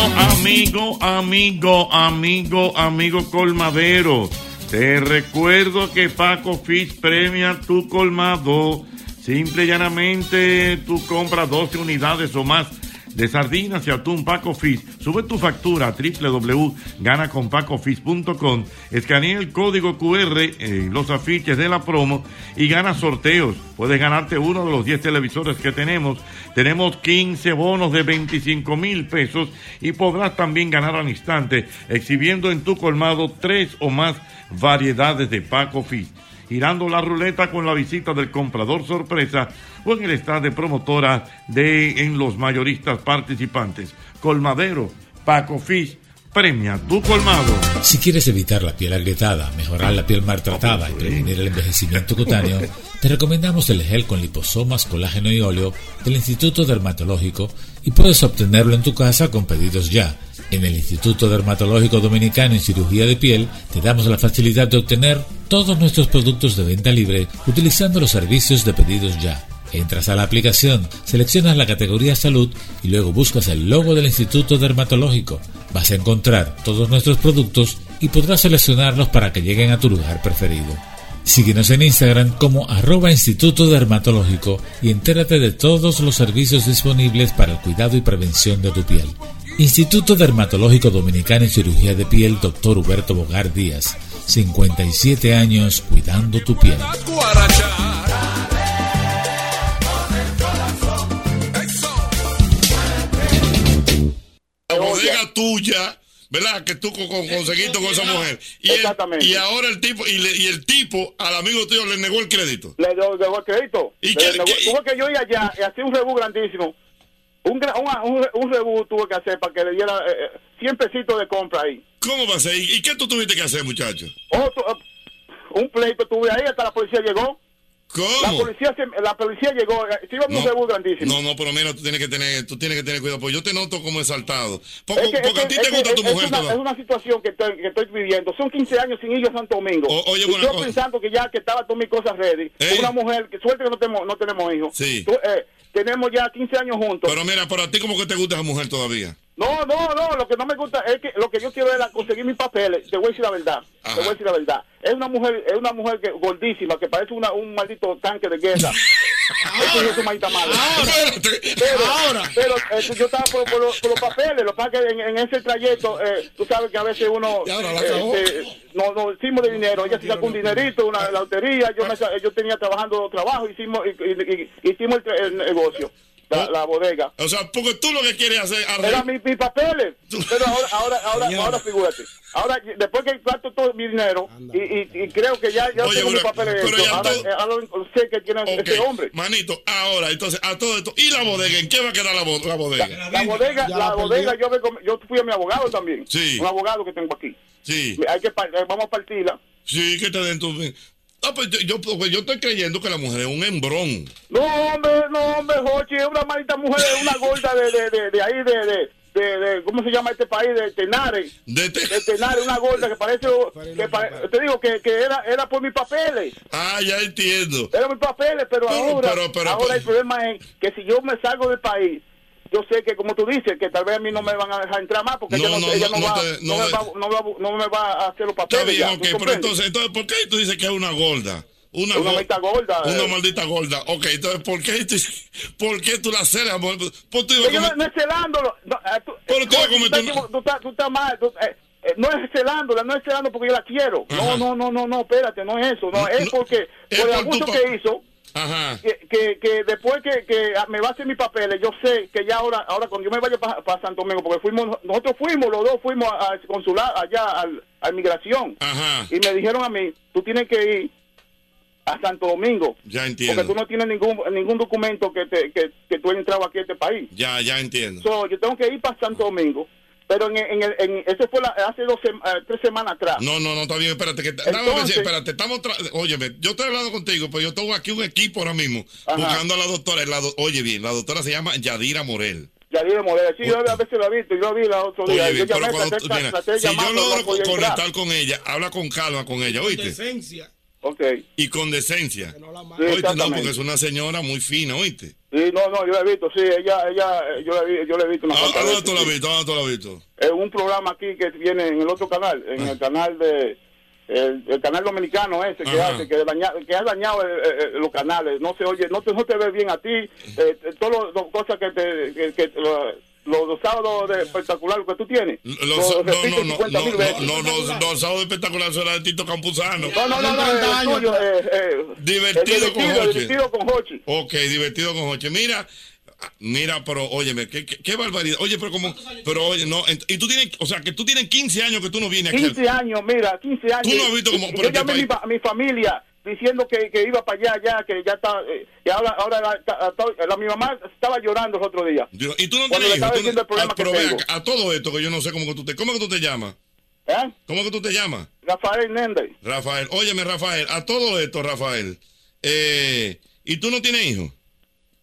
Speaker 2: amigo, amigo, amigo, amigo colmadero. Te recuerdo que Paco Fish premia tu colmado. Simple y llanamente tú compras 12 unidades o más de sardinas y atún Paco Fish. Sube tu factura a www.ganaconpacofish.com. Escanea el código QR en los afiches de la promo y gana sorteos. Puedes ganarte uno de los 10 televisores que tenemos. Tenemos 15 bonos de 25 mil pesos y podrás también ganar al instante exhibiendo en tu colmado tres o más variedades de Paco Fish.
Speaker 28: girando la ruleta con la visita del comprador sorpresa o en el stand de promotora de en los mayoristas participantes. Colmadero, Paco Fish, premia tu colmado.
Speaker 20: Si quieres evitar la piel agrietada, mejorar la piel maltratada y prevenir el envejecimiento cutáneo, te recomendamos el gel con liposomas, colágeno y óleo del Instituto Dermatológico y puedes obtenerlo en tu casa con pedidos ya. En el Instituto Dermatológico Dominicano en Cirugía de Piel te damos la facilidad de obtener todos nuestros productos de venta libre utilizando los servicios de pedidos ya. Entras a la aplicación, seleccionas la categoría salud y luego buscas el logo del Instituto Dermatológico. Vas a encontrar todos nuestros productos y podrás seleccionarlos para que lleguen a tu lugar preferido. Síguenos en Instagram como arroba Instituto Dermatológico y entérate de todos los servicios disponibles para el cuidado y prevención de tu piel. Instituto Dermatológico Dominicano en Cirugía de Piel, Dr. Huberto Bogar Díaz. 57 años cuidando tu piel.
Speaker 2: La bodega tuya, ¿verdad? Que tú con- con- conseguiste con esa mujer. Y, el-
Speaker 11: Exactamente.
Speaker 2: y ahora el tipo, y, le- y el tipo al amigo tuyo le negó el crédito.
Speaker 11: Le doy el crédito.
Speaker 2: ¿Y
Speaker 11: Le-
Speaker 2: qué-
Speaker 11: le-
Speaker 2: qué-
Speaker 11: Tuve que yo ir allá y hacía un rebú grandísimo. Un, gra- un, un, un rebú tuve que hacer para que le diera eh, eh, 100 pesitos de compra ahí.
Speaker 2: ¿Cómo va a ser? ¿Y, y qué tú tuviste que hacer, muchacho?
Speaker 11: Otro, eh, un pleito tuve ahí hasta la policía llegó.
Speaker 2: ¿Cómo?
Speaker 11: La policía, se- la policía llegó. eh, Sí, iba un rebú grandísimo.
Speaker 2: No, no, pero mira, tú tienes que tener, tú tienes que tener cuidado, porque yo te noto como exaltado. Porque,
Speaker 11: Es que-
Speaker 2: porque a
Speaker 11: es
Speaker 2: ti
Speaker 11: que-
Speaker 2: te
Speaker 11: es que
Speaker 2: gusta tu
Speaker 11: es- es
Speaker 2: mujer,
Speaker 11: una-
Speaker 2: pero-
Speaker 11: Es una situación que estoy, que estoy viviendo. Son 15 años sin ir a Santo Domingo.
Speaker 2: oye,
Speaker 11: Y
Speaker 2: una
Speaker 11: yo
Speaker 2: cosa.
Speaker 11: pensando que ya que estaba todas mis cosas ready. Una mujer, que suerte que no tenemos, no tenemos hijos.
Speaker 2: Sí.
Speaker 11: Tú, eh, tenemos ya 15 años juntos.
Speaker 2: Pero mira, para ti como que te gusta esa mujer todavía.
Speaker 11: No, no, no, lo que no me gusta es que lo que yo quiero era conseguir mis papeles, te voy a decir la verdad, te voy a decir la verdad. Es una mujer, es una mujer que, gordísima, que parece una, un maldito tanque de guerra. Eso es su maldita madre. pero, pero eh, yo estaba por, por los, por los papeles, lo que pasa es que en, en ese trayecto, eh, tú sabes que a veces uno
Speaker 2: la
Speaker 11: eh,
Speaker 2: acabó.
Speaker 11: eh, no, no hicimos de dinero, ella se sacó un dinerito, una lotería, yo, me sa- yo tenía trabajando trabajo, hicimos, y- y- y- hicimos el, tra- el negocio, la- la bodega.
Speaker 2: Oh. O sea, porque tú lo que quieres hacer.
Speaker 11: Era mi- mis papeles. Pero ahora, ahora, ahora, ahora figúrate. Ahora, después que gasto todo mi dinero, y, y, y creo que ya, ya tengo mis papeles hechos, ahora, eh, ahora sé que tiene
Speaker 2: Ok,
Speaker 11: ese hombre.
Speaker 2: Manito, ahora, entonces, a todo esto. ¿Y la bodega? ¿En qué va a quedar la, bo- la bodega?
Speaker 11: La bodega, la, bodega yo, me com- yo fui a mi abogado también.
Speaker 2: Sí.
Speaker 11: Un abogado que tengo aquí.
Speaker 2: Sí.
Speaker 11: Hay que, par- eh, vamos a partirla.
Speaker 2: Sí, que te den tu... Ah, pues yo, yo, pues yo estoy creyendo que la mujer es un embrón.
Speaker 11: No, hombre, no, hombre, Jochi, es una maldita mujer, es una gorda de, de, de, de ahí, de, de, de, de- ¿cómo se llama este país? De Tenares.
Speaker 2: De,
Speaker 11: Tenares, una gorda que parece, que pare- te digo que, que era, era por mis papeles.
Speaker 2: Ah, ya entiendo.
Speaker 11: Era mis papeles, pero, ahora, ahora el problema es que si yo me salgo del país, yo sé que, como tú dices, que tal vez a mí no me van a dejar entrar más porque ella no- ella no va- no me va- no va- no me va a hacer los
Speaker 2: Está
Speaker 11: papeles.
Speaker 2: bien,
Speaker 11: ya, ¿tú
Speaker 2: ok, pero
Speaker 11: comprendes?
Speaker 2: entonces, entonces, ¿por qué tú dices que es una gorda? Una,
Speaker 11: Una
Speaker 2: go-
Speaker 11: maldita gorda,
Speaker 2: Una
Speaker 11: eh.
Speaker 2: maldita gorda. Ok, entonces, ¿por qué tú, por qué tú la celas? amor? ¿Por tú ibas a
Speaker 11: Pero yo no,
Speaker 2: comer-
Speaker 11: no es celándolo. No, eh, tú,
Speaker 2: Pero tú vas a
Speaker 11: Jorge,
Speaker 2: cometer
Speaker 11: estás
Speaker 2: una-
Speaker 11: equivo- tú estás- tú estás mal. tú- eh, eh, no es celándola, no es celando porque yo la quiero.
Speaker 2: Ajá.
Speaker 11: No, no, no, no, no, espérate, no es eso. No, es porque
Speaker 2: es
Speaker 11: por el
Speaker 2: por
Speaker 11: abuso
Speaker 2: tu pa-
Speaker 11: que hizo,
Speaker 2: Ajá.
Speaker 11: que, que, que después que, que ah, me va a hacer mis papeles, yo sé que ya ahora, ahora cuando yo me vaya para Santo Domingo, porque fuimos, nosotros fuimos, los dos fuimos a- al consular allá, al, a migración,
Speaker 2: Ajá.
Speaker 11: y me dijeron a mí, tú tienes que ir a Santo Domingo,
Speaker 2: Ya
Speaker 11: porque
Speaker 2: entiendo.
Speaker 11: tú no tienes ningún ningún documento que, te, que, que tú hayas entrado aquí a este país.
Speaker 2: Ya, ya entiendo.
Speaker 11: So, yo tengo que ir para Santo Domingo, pero en, en, el- en- ese fue la- hace dos sema- eh, tres semanas atrás.
Speaker 2: No, no, no, está bien, espérate, que dame un
Speaker 11: Entonces-
Speaker 2: beso, espérate, estamos, tra- óyeme, yo estoy hablando contigo, pero yo tengo aquí un equipo ahora mismo, buscando a la doctora, la do- oye bien, la doctora se llama Yadira Morel.
Speaker 11: Ya vi de modelo. Sí, yo a veces lo he visto, yo lo vi la otro día.
Speaker 2: Oye,
Speaker 11: yo
Speaker 2: bien, pero
Speaker 11: llamé,
Speaker 2: cuando
Speaker 11: traté-
Speaker 2: tú- mira,
Speaker 11: traté de
Speaker 2: si yo
Speaker 11: llamarlo, no
Speaker 2: logro
Speaker 11: podía entrar.
Speaker 2: conectar con ella, habla con calma con ella, ¿oíste?
Speaker 11: decencia. Ok.
Speaker 2: Y con decencia.
Speaker 11: Sí,
Speaker 2: ¿Oíste? No,
Speaker 11: exactamente.
Speaker 2: porque es una señora muy fina, ¿oíste?
Speaker 11: Sí, no, no, yo la he visto, sí, ella, ella, eh, yo la, vi- yo la he visto una
Speaker 2: ¿A
Speaker 11: cuantas
Speaker 2: a dónde
Speaker 11: veces,
Speaker 2: tú la has
Speaker 11: sí.
Speaker 2: visto? ¿A dónde tú la has visto?
Speaker 11: En un programa aquí que viene en el otro canal, en el canal de, el, el canal dominicano ese que
Speaker 2: Ajá.
Speaker 11: hace, que, daña- que ha dañado eh, eh, los canales, no se oye, no te, no te ve bien a ti, eh, eh, todas las las cosas que te, que, que- lo- los, los sábados de espectacular que tú tienes.
Speaker 2: Los-
Speaker 11: lo
Speaker 2: no,
Speaker 11: repiten
Speaker 2: no, no,
Speaker 11: 50.000
Speaker 2: no, no,
Speaker 11: veces.
Speaker 2: no, los, los sábados espectaculares será de Tito Campuzano.
Speaker 11: No, no, no, no, el tuyo, eh, eh,
Speaker 2: Divertido
Speaker 11: el
Speaker 2: con
Speaker 11: divertido,
Speaker 2: Jochi.
Speaker 11: divertido con Hochi.
Speaker 2: Ok, divertido con Jochi. Mira, ah, mira, pero óyeme, qué, qué, qué barbaridad. Oye, pero como, pero oye, no, ent- y tú tienes, o sea, que tú tienes 15 años que tú no vienes aquí.
Speaker 11: 15 años, mira, 15 años.
Speaker 2: Tú no has visto cómo-
Speaker 11: Y- y
Speaker 2: pero
Speaker 11: Yo
Speaker 2: este
Speaker 11: llamé a mi,
Speaker 2: país-
Speaker 11: fa- a mi familia. diciendo que, que iba para allá, ya, que ya está. eh, y ahora, ahora la, la- la- la- mi mamá estaba llorando los otros días.
Speaker 2: Dios, y tú no
Speaker 11: Cuando
Speaker 2: tienes hijos.
Speaker 11: le estaba
Speaker 2: tú no-
Speaker 11: diciendo el problema
Speaker 2: ah, pero
Speaker 11: que
Speaker 2: ven
Speaker 11: tengo.
Speaker 2: acá, a todo esto que yo no sé cómo que tú te, ¿cómo que tú te llamas. ¿Cómo que tú te llamas?
Speaker 11: ¿Eh? Rafael Méndez.
Speaker 2: Rafael, óyeme Rafael, a todo esto Rafael, eh, ¿y tú no tienes hijos?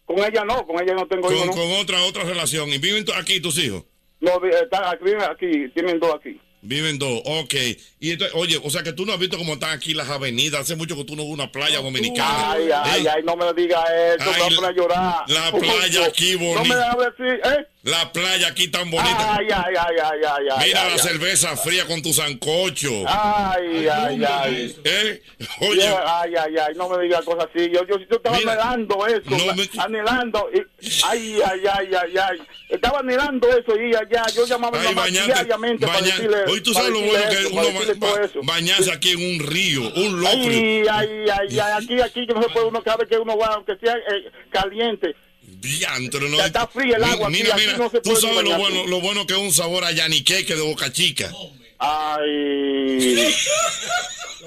Speaker 11: Con ella no, con ella no tengo
Speaker 2: con,
Speaker 11: hijos, no.
Speaker 2: Con otra, otra relación, ¿y viven tu- aquí tus hijos?
Speaker 11: No, vi- está- aquí, aquí, tienen dos aquí.
Speaker 2: Viven dos, ok. Y entonces, oye, o sea que tú no has visto cómo están aquí las avenidas, hace mucho que tú no ves una playa dominicana.
Speaker 11: Ay, ay,
Speaker 2: ¿eh?
Speaker 11: ay, no me digas eso,
Speaker 2: Ay,
Speaker 11: me voy a poner a llorar.
Speaker 2: la playa aquí
Speaker 11: No me
Speaker 2: bonita.
Speaker 11: dejas decir, ¿eh?
Speaker 2: La playa aquí tan bonita.
Speaker 11: Ay, ay, ay, ay, ay, ay.
Speaker 2: Mira
Speaker 11: ay,
Speaker 2: la
Speaker 11: ay.
Speaker 2: cerveza fría con tu sancocho.
Speaker 11: Ay, ay, ay.
Speaker 2: ¿Eh? Oye.
Speaker 11: Ya, ay, ay, ay, no me digas cosas así. Yo, yo, yo estaba anhelando eso, la- anhelando. y- ay, ay, ay, ay, ay. Estaba anhelando eso y allá. Yo llamaba a mi
Speaker 2: Ay,
Speaker 11: mamá
Speaker 2: bañarte,
Speaker 11: diariamente para
Speaker 2: bañar-
Speaker 11: decirle.
Speaker 2: Hoy tú
Speaker 11: para
Speaker 2: sabes lo
Speaker 11: decirle
Speaker 2: bueno que es
Speaker 11: eso,
Speaker 2: uno
Speaker 11: para
Speaker 2: ba-
Speaker 11: decirle todo
Speaker 2: ba-
Speaker 11: eso.
Speaker 2: bañarse aquí en un río, un
Speaker 11: Ay,
Speaker 2: locrio.
Speaker 11: ay, ay, ay, aquí, aquí, que no se puede uno, cada vez que uno va, aunque sea eh, caliente.
Speaker 2: Diantre, no.
Speaker 11: Ya está fría el agua aquí,
Speaker 2: Mira,
Speaker 11: aquí
Speaker 2: mira,
Speaker 11: no se
Speaker 2: tú
Speaker 11: puede
Speaker 2: sabes lo
Speaker 11: bañar.
Speaker 2: bueno, lo bueno que es un sabor a yaniqueque de boca chica.
Speaker 11: Ay.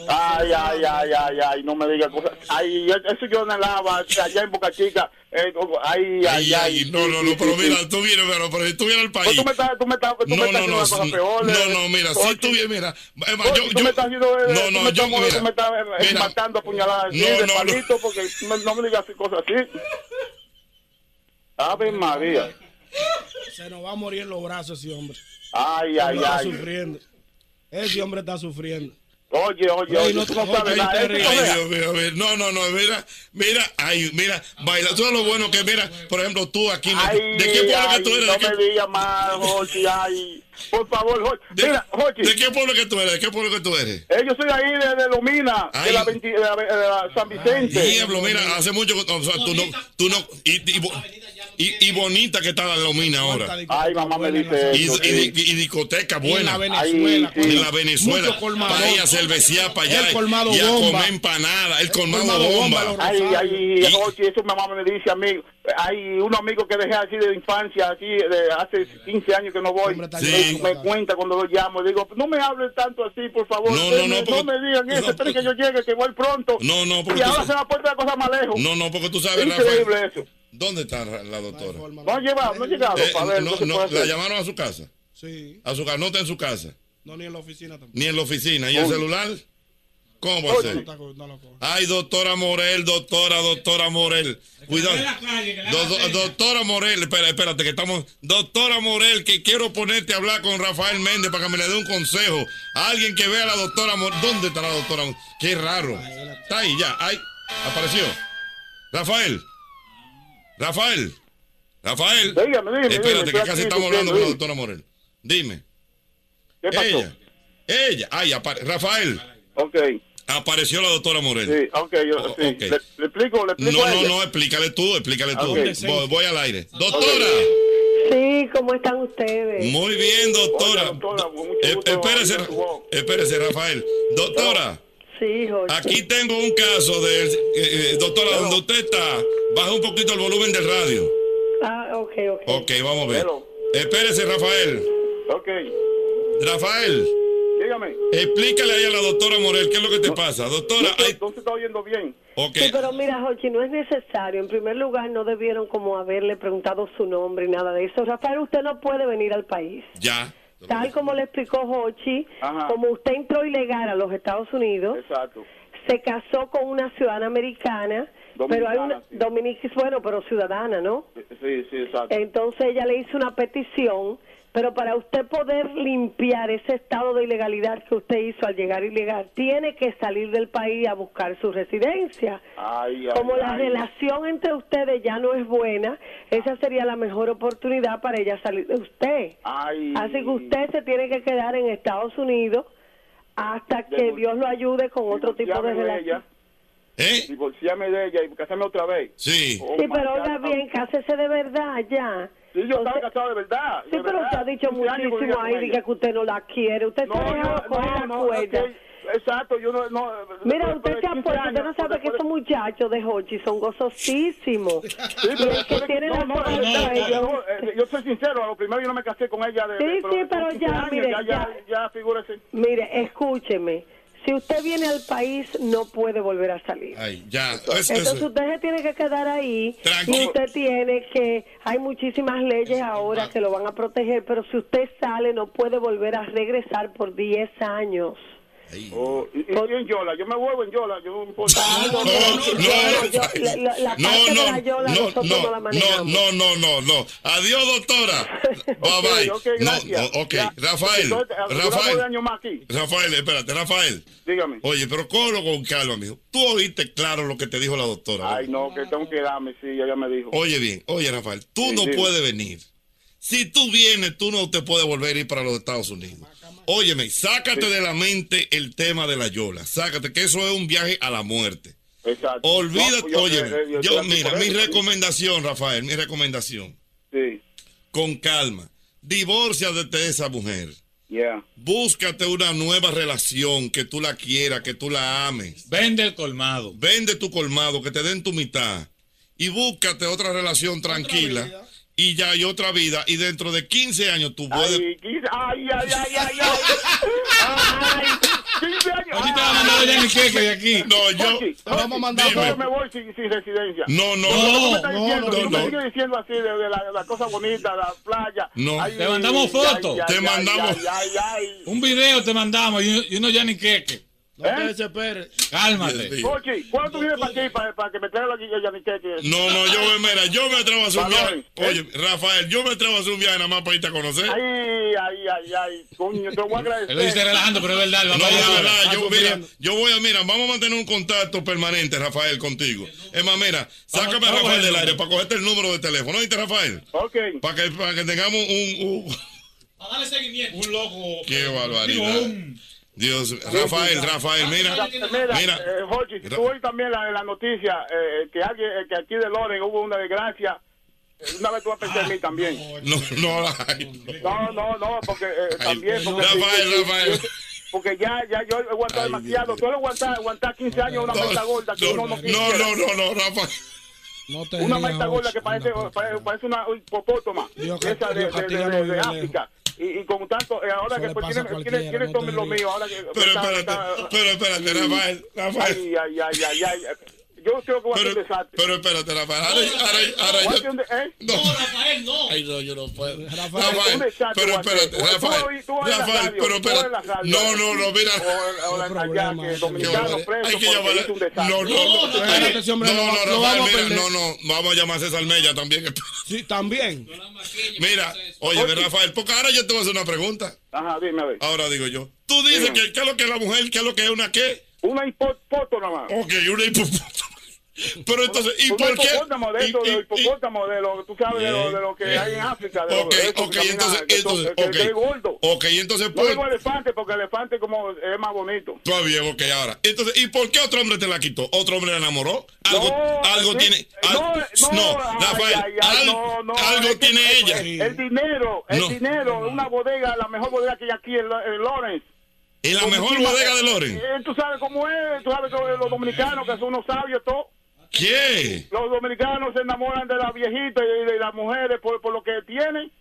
Speaker 11: Ay, ay, ay, ay, ay, no me digas cosas. Ay, eso yo anhelaba, allá en Boca Chica. eh, ay, ay, ay.
Speaker 2: No, no, no, pero mira, tú vienes, pero, pero si tú vienes al país.
Speaker 11: Pues tú me estás, tú me estás, tú me
Speaker 2: No,
Speaker 11: estás
Speaker 2: no,
Speaker 11: haciendo
Speaker 2: no,
Speaker 11: las cosas peores.
Speaker 2: no, no, mira, si
Speaker 11: Oye,
Speaker 2: tú vienes, mira, es más,
Speaker 11: oye,
Speaker 2: yo,
Speaker 11: tú me
Speaker 2: yo,
Speaker 11: estás haciendo, eh,
Speaker 2: No, no,
Speaker 11: tú me
Speaker 2: yo-
Speaker 11: estás, moviendo,
Speaker 2: mira,
Speaker 11: tú me estás eh,
Speaker 2: mira.
Speaker 11: matando a puñaladas así,
Speaker 2: No,
Speaker 11: de
Speaker 2: no, no.
Speaker 11: palito, porque no, no me digas cosas así. Ave María.
Speaker 7: Se nos va a morir en los brazos ese hombre.
Speaker 11: Ay,
Speaker 7: Ese
Speaker 11: ay,
Speaker 7: hombre está
Speaker 11: ay.
Speaker 7: sufriendo. Ese hombre está sufriendo.
Speaker 11: Oye, oye,
Speaker 7: Ay,
Speaker 11: oye,
Speaker 7: no
Speaker 11: tú
Speaker 7: te-
Speaker 11: no sabes
Speaker 7: oye,
Speaker 11: nada. este
Speaker 7: te
Speaker 11: Eso no
Speaker 2: Ay,
Speaker 7: ríes.
Speaker 11: es-
Speaker 2: Dios mío, a ver, no, no, no, mira, mira, ay, mira, baila, tú sabes lo bueno que, mira, por ejemplo, tú aquí,
Speaker 11: Ay,
Speaker 2: ¿de qué pueblo
Speaker 11: ay,
Speaker 2: que tú eres?
Speaker 11: No
Speaker 2: ¿De qué-
Speaker 11: me digas más, Jorge, ay. Por favor, Jorge. Mira, Jorge.
Speaker 2: ¿De qué pueblo que tú eres? ¿De qué pueblo que tú eres?
Speaker 11: Eh, yo soy ahí de, de Lumina, de la, 20 de la- de la San Vicente.
Speaker 2: Diablo, mira, hace mucho que o sea, tú no, tú no, y, y bo- y- y bonita que está la Lomina ahora.
Speaker 11: Ay, mamá me dice
Speaker 2: Y,
Speaker 11: eso.
Speaker 2: y-
Speaker 11: sí.
Speaker 2: y- y discoteca buena.
Speaker 11: Y en la Venezuela,
Speaker 2: Ay, sí.
Speaker 11: con-
Speaker 2: En la Venezuela.
Speaker 11: mucho colmado.
Speaker 2: Para ir a cerveciar para allá.
Speaker 11: El colmado
Speaker 2: y a
Speaker 11: bomba.
Speaker 2: comer empanada. El, colmado, bomba.
Speaker 11: Ay, ay, oye, eso mi mamá me dice a mí. Hay un amigo que dejé así de infancia, así de hace 15 años que no voy.
Speaker 2: Sí.
Speaker 11: Me, me cuenta cuando lo llamo, digo, no me hables tanto así, por favor.
Speaker 2: No, no, no,
Speaker 11: me-
Speaker 2: porque-
Speaker 11: me digan eso, esperen que yo llegue, que voy pronto.
Speaker 2: No, no, porque
Speaker 11: Y
Speaker 2: tú
Speaker 11: ahora
Speaker 2: sabes-
Speaker 11: se va a poner la cosa más lejos.
Speaker 2: No, no, porque tú sabes,
Speaker 11: Increíble
Speaker 2: Rafael,
Speaker 11: eso.
Speaker 2: ¿Dónde está la la doctora?
Speaker 11: No ha llegado, no ha llegado.
Speaker 2: Eh,
Speaker 11: a ver,
Speaker 2: no,
Speaker 11: ¿qué se
Speaker 2: no,
Speaker 11: puede
Speaker 2: la
Speaker 11: hacer?
Speaker 2: llamaron a su casa.
Speaker 7: Sí.
Speaker 2: A su casa, no está en su casa.
Speaker 7: No, ni en la oficina tampoco.
Speaker 2: Ni en la oficina. ¿Y el
Speaker 7: Oye.
Speaker 2: celular? ¿Cómo va a ser? Ay, doctora Morel, doctora, doctora Morel. Cuidado. Do- do- doctora Morel, espera, espérate, que estamos. Doctora Morel, que quiero ponerte a hablar con Rafael Méndez para que me le dé un consejo. Alguien que vea a la doctora Morel. ¿Dónde está la doctora Morel? Qué raro. Está ahí, ya. Ahí. Apareció. Rafael. Rafael. Rafael.
Speaker 11: dime,
Speaker 2: espérate,
Speaker 11: estoy
Speaker 2: que
Speaker 11: aquí,
Speaker 2: casi estamos
Speaker 11: te
Speaker 2: hablando
Speaker 11: entiendo,
Speaker 2: con la
Speaker 11: dime.
Speaker 2: doctora Morel. Dime.
Speaker 11: ¿Qué pasó?
Speaker 2: Ella. Ella. Ay, apare- Rafael.
Speaker 11: Ok.
Speaker 2: Apareció la doctora Morel.
Speaker 11: Sí, ok, yo,
Speaker 2: O-
Speaker 11: sí.
Speaker 2: ok.
Speaker 11: Le, le explico, le
Speaker 2: No,
Speaker 11: explico. a
Speaker 2: no,
Speaker 11: ella.
Speaker 2: no, explícale tú, explícale tú.
Speaker 11: Ok.
Speaker 2: Voy, voy al aire. Doctora,
Speaker 29: Sí, ¿cómo están ustedes?
Speaker 2: muy bien, doctora. Eh, espérese, espérese, Rafael. Doctora,
Speaker 29: Sí, Jorge.
Speaker 2: aquí tengo un caso de... eh, eh, doctora, donde usted está, baja un poquito el volumen del radio.
Speaker 29: Ah, ok, ok.
Speaker 2: Ok, vamos a ver. Espérese, Rafael.
Speaker 11: Ok.
Speaker 2: Rafael,
Speaker 11: Dígame.
Speaker 2: explícale ahí a la doctora Morel qué es lo que te pasa. Doctora, hay...
Speaker 11: No se está oyendo bien.
Speaker 2: Ok.
Speaker 29: Sí, pero mira, Jorge, no es necesario. En primer lugar, no debieron como haberle preguntado su nombre y nada de eso. Rafael, usted no puede venir al país.
Speaker 2: Ya.
Speaker 29: Tal como le explicó Hochi,
Speaker 2: Ajá.
Speaker 29: como usted entró ilegal a los Estados Unidos,
Speaker 11: Exacto.
Speaker 29: se casó con una ciudadana americana, pero hay una
Speaker 11: Dominicana,
Speaker 29: dominic- bueno, pero ciudadana, ¿no?
Speaker 11: Sí, sí, exacto.
Speaker 29: Entonces ella le hizo una petición, pero para usted poder limpiar ese estado de ilegalidad que usted hizo al llegar ilegal, tiene que salir del país a buscar su residencia.
Speaker 11: Ay, ay,
Speaker 29: Como la
Speaker 11: ay.
Speaker 29: relación entre ustedes ya no es buena, esa sería la mejor oportunidad para ella salir de usted.
Speaker 11: Ay.
Speaker 29: Así que usted se tiene que quedar en Estados Unidos hasta que Dios lo ayude con otro tipo de
Speaker 11: Divorciame de
Speaker 29: relación.
Speaker 11: ella. Divorciame de ella y casarme otra vez.
Speaker 2: ¿Eh? Sí.
Speaker 11: Oh,
Speaker 29: Sí, pero oiga bien, cásese de verdad ya.
Speaker 11: Sí, yo estaba casado de verdad.
Speaker 29: Sí, pero usted ha dicho muchísimo ahí, diga que usted no la quiere. Usted
Speaker 11: No,
Speaker 29: está dejando
Speaker 11: yo-
Speaker 29: con
Speaker 11: no,
Speaker 29: la
Speaker 11: no,
Speaker 29: cuerda.
Speaker 11: ok, Exacto, yo no... no
Speaker 29: Mira,
Speaker 11: pero-
Speaker 29: usted
Speaker 11: pero 15
Speaker 29: se apuesta, usted no
Speaker 11: años,
Speaker 29: sabe que estos muchachos de Hochi son gozosísimos.
Speaker 11: pero-
Speaker 29: y el que tiene
Speaker 11: no,
Speaker 29: la
Speaker 11: no,
Speaker 29: cola
Speaker 11: no,
Speaker 29: al cabello.
Speaker 11: no, eh, yo soy sincero, a lo primero yo no me casé con ella de...
Speaker 29: Sí,
Speaker 11: de-
Speaker 29: sí, pero
Speaker 11: de 15
Speaker 29: ya,
Speaker 11: años,
Speaker 29: mire,
Speaker 11: ya, ya, ya, figúrese.
Speaker 29: Mire, escúcheme. Si usted viene al país, no puede volver a salir.
Speaker 2: Ay, ya. Eso,
Speaker 29: Entonces
Speaker 2: eso.
Speaker 29: usted se tiene que quedar ahí y usted tiene que, hay muchísimas leyes ahora que lo van a proteger, pero si usted sale no puede volver a regresar por 10 años.
Speaker 11: Oh, y, y yo en Yola, yo me vuelvo en Yola, yo no importa.
Speaker 2: No, no, no, no, no, no, no, no, no. Adiós, doctora. Bye bye.
Speaker 11: [LAUGHS] ok,
Speaker 2: no,
Speaker 11: gracias.
Speaker 2: no, ok,
Speaker 11: Ya.
Speaker 2: [LAUGHS] Rafael.
Speaker 11: Entonces, duramos
Speaker 2: Rafael.
Speaker 11: un año más aquí.
Speaker 2: Rafael, espérate, Rafael.
Speaker 11: Dígame.
Speaker 2: Oye, pero cógelo con calma, amigo. Tú oíste claro lo que te dijo la doctora.
Speaker 11: Ay, no, que tengo que darme, sí, ella me dijo.
Speaker 2: Oye bien, oye Rafael, tú
Speaker 11: Sí,
Speaker 2: no
Speaker 11: sí.
Speaker 2: puedes venir. Si tú vienes, tú no te puedes volver a ir para los Estados Unidos. Óyeme, sácate de la mente el tema de la Yola. Sácate, que eso es un viaje a la muerte.
Speaker 11: Exacto.
Speaker 2: Olvídate,
Speaker 11: No, yo-
Speaker 2: óyeme,
Speaker 11: eh,
Speaker 2: yo,
Speaker 11: yo estoy aquí
Speaker 2: mira,
Speaker 11: por
Speaker 2: mi
Speaker 11: eso.
Speaker 2: recomendación, Rafael, mi recomendación.
Speaker 11: Sí.
Speaker 2: Con calma, divórciate de esa mujer.
Speaker 11: Yeah.
Speaker 2: Búscate una nueva relación que tú la quieras, que tú la ames. Vende el colmado. Vende tu colmado, que te den tu mitad. Y búscate otra relación tranquila. y ya hay otra vida. Y dentro de 15 años tú puedes.
Speaker 11: Ay, quince- ay, ay, ay, ay, ay. Ay, 15
Speaker 2: [LAUGHS]
Speaker 11: años.
Speaker 2: No, yo.
Speaker 11: vamos a mandar.
Speaker 2: Dime.
Speaker 11: me voy sin, sin residencia.
Speaker 2: No, no.
Speaker 11: Tú me estás
Speaker 2: No,
Speaker 11: diciendo,
Speaker 2: no,
Speaker 11: tú me
Speaker 2: no.
Speaker 11: sigues diciendo así de, de la, la cosa bonita, la playa.
Speaker 2: No.
Speaker 11: Ay,
Speaker 6: Te mandamos
Speaker 11: ay,
Speaker 6: fotos.
Speaker 11: ay,
Speaker 6: Te
Speaker 11: ay,
Speaker 6: mandamos-
Speaker 11: ay, ay,
Speaker 6: Un video te mandamos y uno- y uno ya ni queque.
Speaker 11: No te
Speaker 6: desesperes.
Speaker 11: ay.
Speaker 6: Cálmate.
Speaker 11: Oye, ¿Eh? ¿cuándo tú vienes para aquí para, para que me traiga aquí ya ni qué? que-
Speaker 2: No, no, yo me, mira, yo me atrevo a hacer un
Speaker 11: Valores,
Speaker 2: viaje. Oye, Rafael, yo me atrevo a hacer un viaje nada más para irte a conocer.
Speaker 11: Ay, ay, ay, ay, coño, te voy a agradecer.
Speaker 2: Él lo dice relajando,
Speaker 6: pero es verdad.
Speaker 2: No, de verdad, yo, mira, yo voy a, mira, vamos a mantener un contacto permanente, Rafael, contigo. Es más, mira, sácame a
Speaker 11: vamos a
Speaker 2: Rafael
Speaker 11: ver
Speaker 2: del
Speaker 11: el
Speaker 2: aire
Speaker 11: número.
Speaker 2: para cogerte el número de teléfono, ¿oíste, Rafael?
Speaker 11: Ok.
Speaker 2: Para que, para que tengamos un... un- [LAUGHS]
Speaker 6: Para darle seguimiento. Un loco.
Speaker 2: ¡Qué
Speaker 6: Digo,
Speaker 2: barbaridad!
Speaker 6: un-
Speaker 2: Dios, Rafael,
Speaker 11: Ah,
Speaker 2: Rafael, mira, mira.
Speaker 11: eh, Jorge,
Speaker 2: Ra-
Speaker 11: tú hoy también la, la noticia eh, que, alguien, eh, que aquí de Loren hubo una desgracia. Eh, Una vez tú vas a pensar en mí también.
Speaker 2: Ah, No, no, la hay.
Speaker 11: No, no, no, porque eh, también. Porque,
Speaker 2: Rafael,
Speaker 11: sí,
Speaker 2: Rafael.
Speaker 11: sí, Porque ya, ya yo he aguantado demasiado. Tú aguantar, aguantar 15 años una malta gorda que uno no
Speaker 2: No,
Speaker 11: quisiera.
Speaker 2: no, no, no, Rafael.
Speaker 11: Una malta gorda que parece, parece, parece una hipopótama.
Speaker 2: que-
Speaker 11: Esa de,
Speaker 2: Dios
Speaker 11: de,
Speaker 2: castiga
Speaker 11: de-
Speaker 2: los
Speaker 11: de
Speaker 2: viejos.
Speaker 11: África. Y, y con tanto, eh, ahora que pues,
Speaker 2: pasa a
Speaker 11: tiene, tiene,
Speaker 2: cualquiera,
Speaker 11: tiene
Speaker 2: no
Speaker 11: todo
Speaker 2: te
Speaker 11: lo mío. Ahora que, pues
Speaker 2: Pero espérate, pero espérate, Rafael, Rafael.
Speaker 11: Ay, ay, ay, ay, ay. Yo creo que voy a hacer un desastre.
Speaker 2: Pero espérate, Rafael, ahora, ahora,
Speaker 11: Voy a
Speaker 2: ahora
Speaker 11: hacer un de- ¿eh?
Speaker 2: No,
Speaker 6: Rafael, no.
Speaker 2: Ay, no, yo no puedo.
Speaker 11: Rafael,
Speaker 2: Rafael,
Speaker 11: ¿dónde está tu
Speaker 2: pero espérate,
Speaker 11: guante?
Speaker 2: Rafael,
Speaker 11: Tú en la
Speaker 2: Rafael,
Speaker 11: radio,
Speaker 2: pero
Speaker 11: tú en
Speaker 2: espérate.
Speaker 11: la radio.
Speaker 2: No, no, no, mira.
Speaker 11: O- o la- allá, que dominicano
Speaker 2: Hay que
Speaker 11: preso porque
Speaker 2: llamarle-
Speaker 11: hizo un desastre.
Speaker 2: No, no, no, no,
Speaker 11: espérate, ese
Speaker 2: no,
Speaker 11: hombre
Speaker 2: no,
Speaker 11: lo- lo
Speaker 2: Rafael,
Speaker 11: vamos a
Speaker 2: mira,
Speaker 11: perder.
Speaker 2: no, no, vamos a llamar a César Mella también. Sí, también. Mira, oye,
Speaker 11: Oye.
Speaker 2: Rafael, porque ahora yo te voy a hacer una pregunta.
Speaker 11: Ajá, dime a ver.
Speaker 2: Ahora digo yo, tú dices que qué es lo que es la mujer, qué es lo que es una qué.
Speaker 11: Una hipopótama más.
Speaker 2: Ok, una hipopótama. Pero entonces, ¿y
Speaker 11: Un
Speaker 2: por qué?
Speaker 11: hipopótamo de eso,
Speaker 2: Y- y-
Speaker 11: de hipopótamo, de lo que tú sabes, de lo, de lo que
Speaker 2: Bien.
Speaker 11: hay en África. De
Speaker 2: Ok,
Speaker 11: lo, de eso
Speaker 2: ok,
Speaker 11: que camina,
Speaker 2: entonces,
Speaker 11: que son-
Speaker 2: entonces,
Speaker 11: que- que
Speaker 2: ok.
Speaker 11: es gordo.
Speaker 2: Ok, entonces,
Speaker 11: No
Speaker 2: ¿por
Speaker 11: digo elefante, porque el elefante como es más bonito.
Speaker 2: Está bien, ok, ahora. Entonces, ¿y por qué otro hombre te la quitó? ¿Otro hombre la enamoró? Algo,
Speaker 11: No,
Speaker 2: algo
Speaker 11: sí,
Speaker 2: tiene. al-
Speaker 11: no,
Speaker 2: no,
Speaker 11: no, ay,
Speaker 2: Rafael,
Speaker 11: ay, ay,
Speaker 2: al-
Speaker 11: no, no,
Speaker 2: algo
Speaker 11: es que-
Speaker 2: tiene
Speaker 11: es-
Speaker 2: ella.
Speaker 11: El, dinero, el
Speaker 2: No.
Speaker 11: dinero, una bodega, la mejor bodega que hay aquí en, Lo- en Lawrence.
Speaker 2: ¿Y la
Speaker 11: Con
Speaker 2: mejor
Speaker 11: muchísimas-
Speaker 2: bodega de Lawrence?
Speaker 11: Eh, tú sabes cómo es, tú sabes cómo es, los dominicanos que son unos sabios, todo.
Speaker 2: ¿Qué?
Speaker 11: Los dominicanos se enamoran de las viejitas y de las mujeres por, por lo que tienen.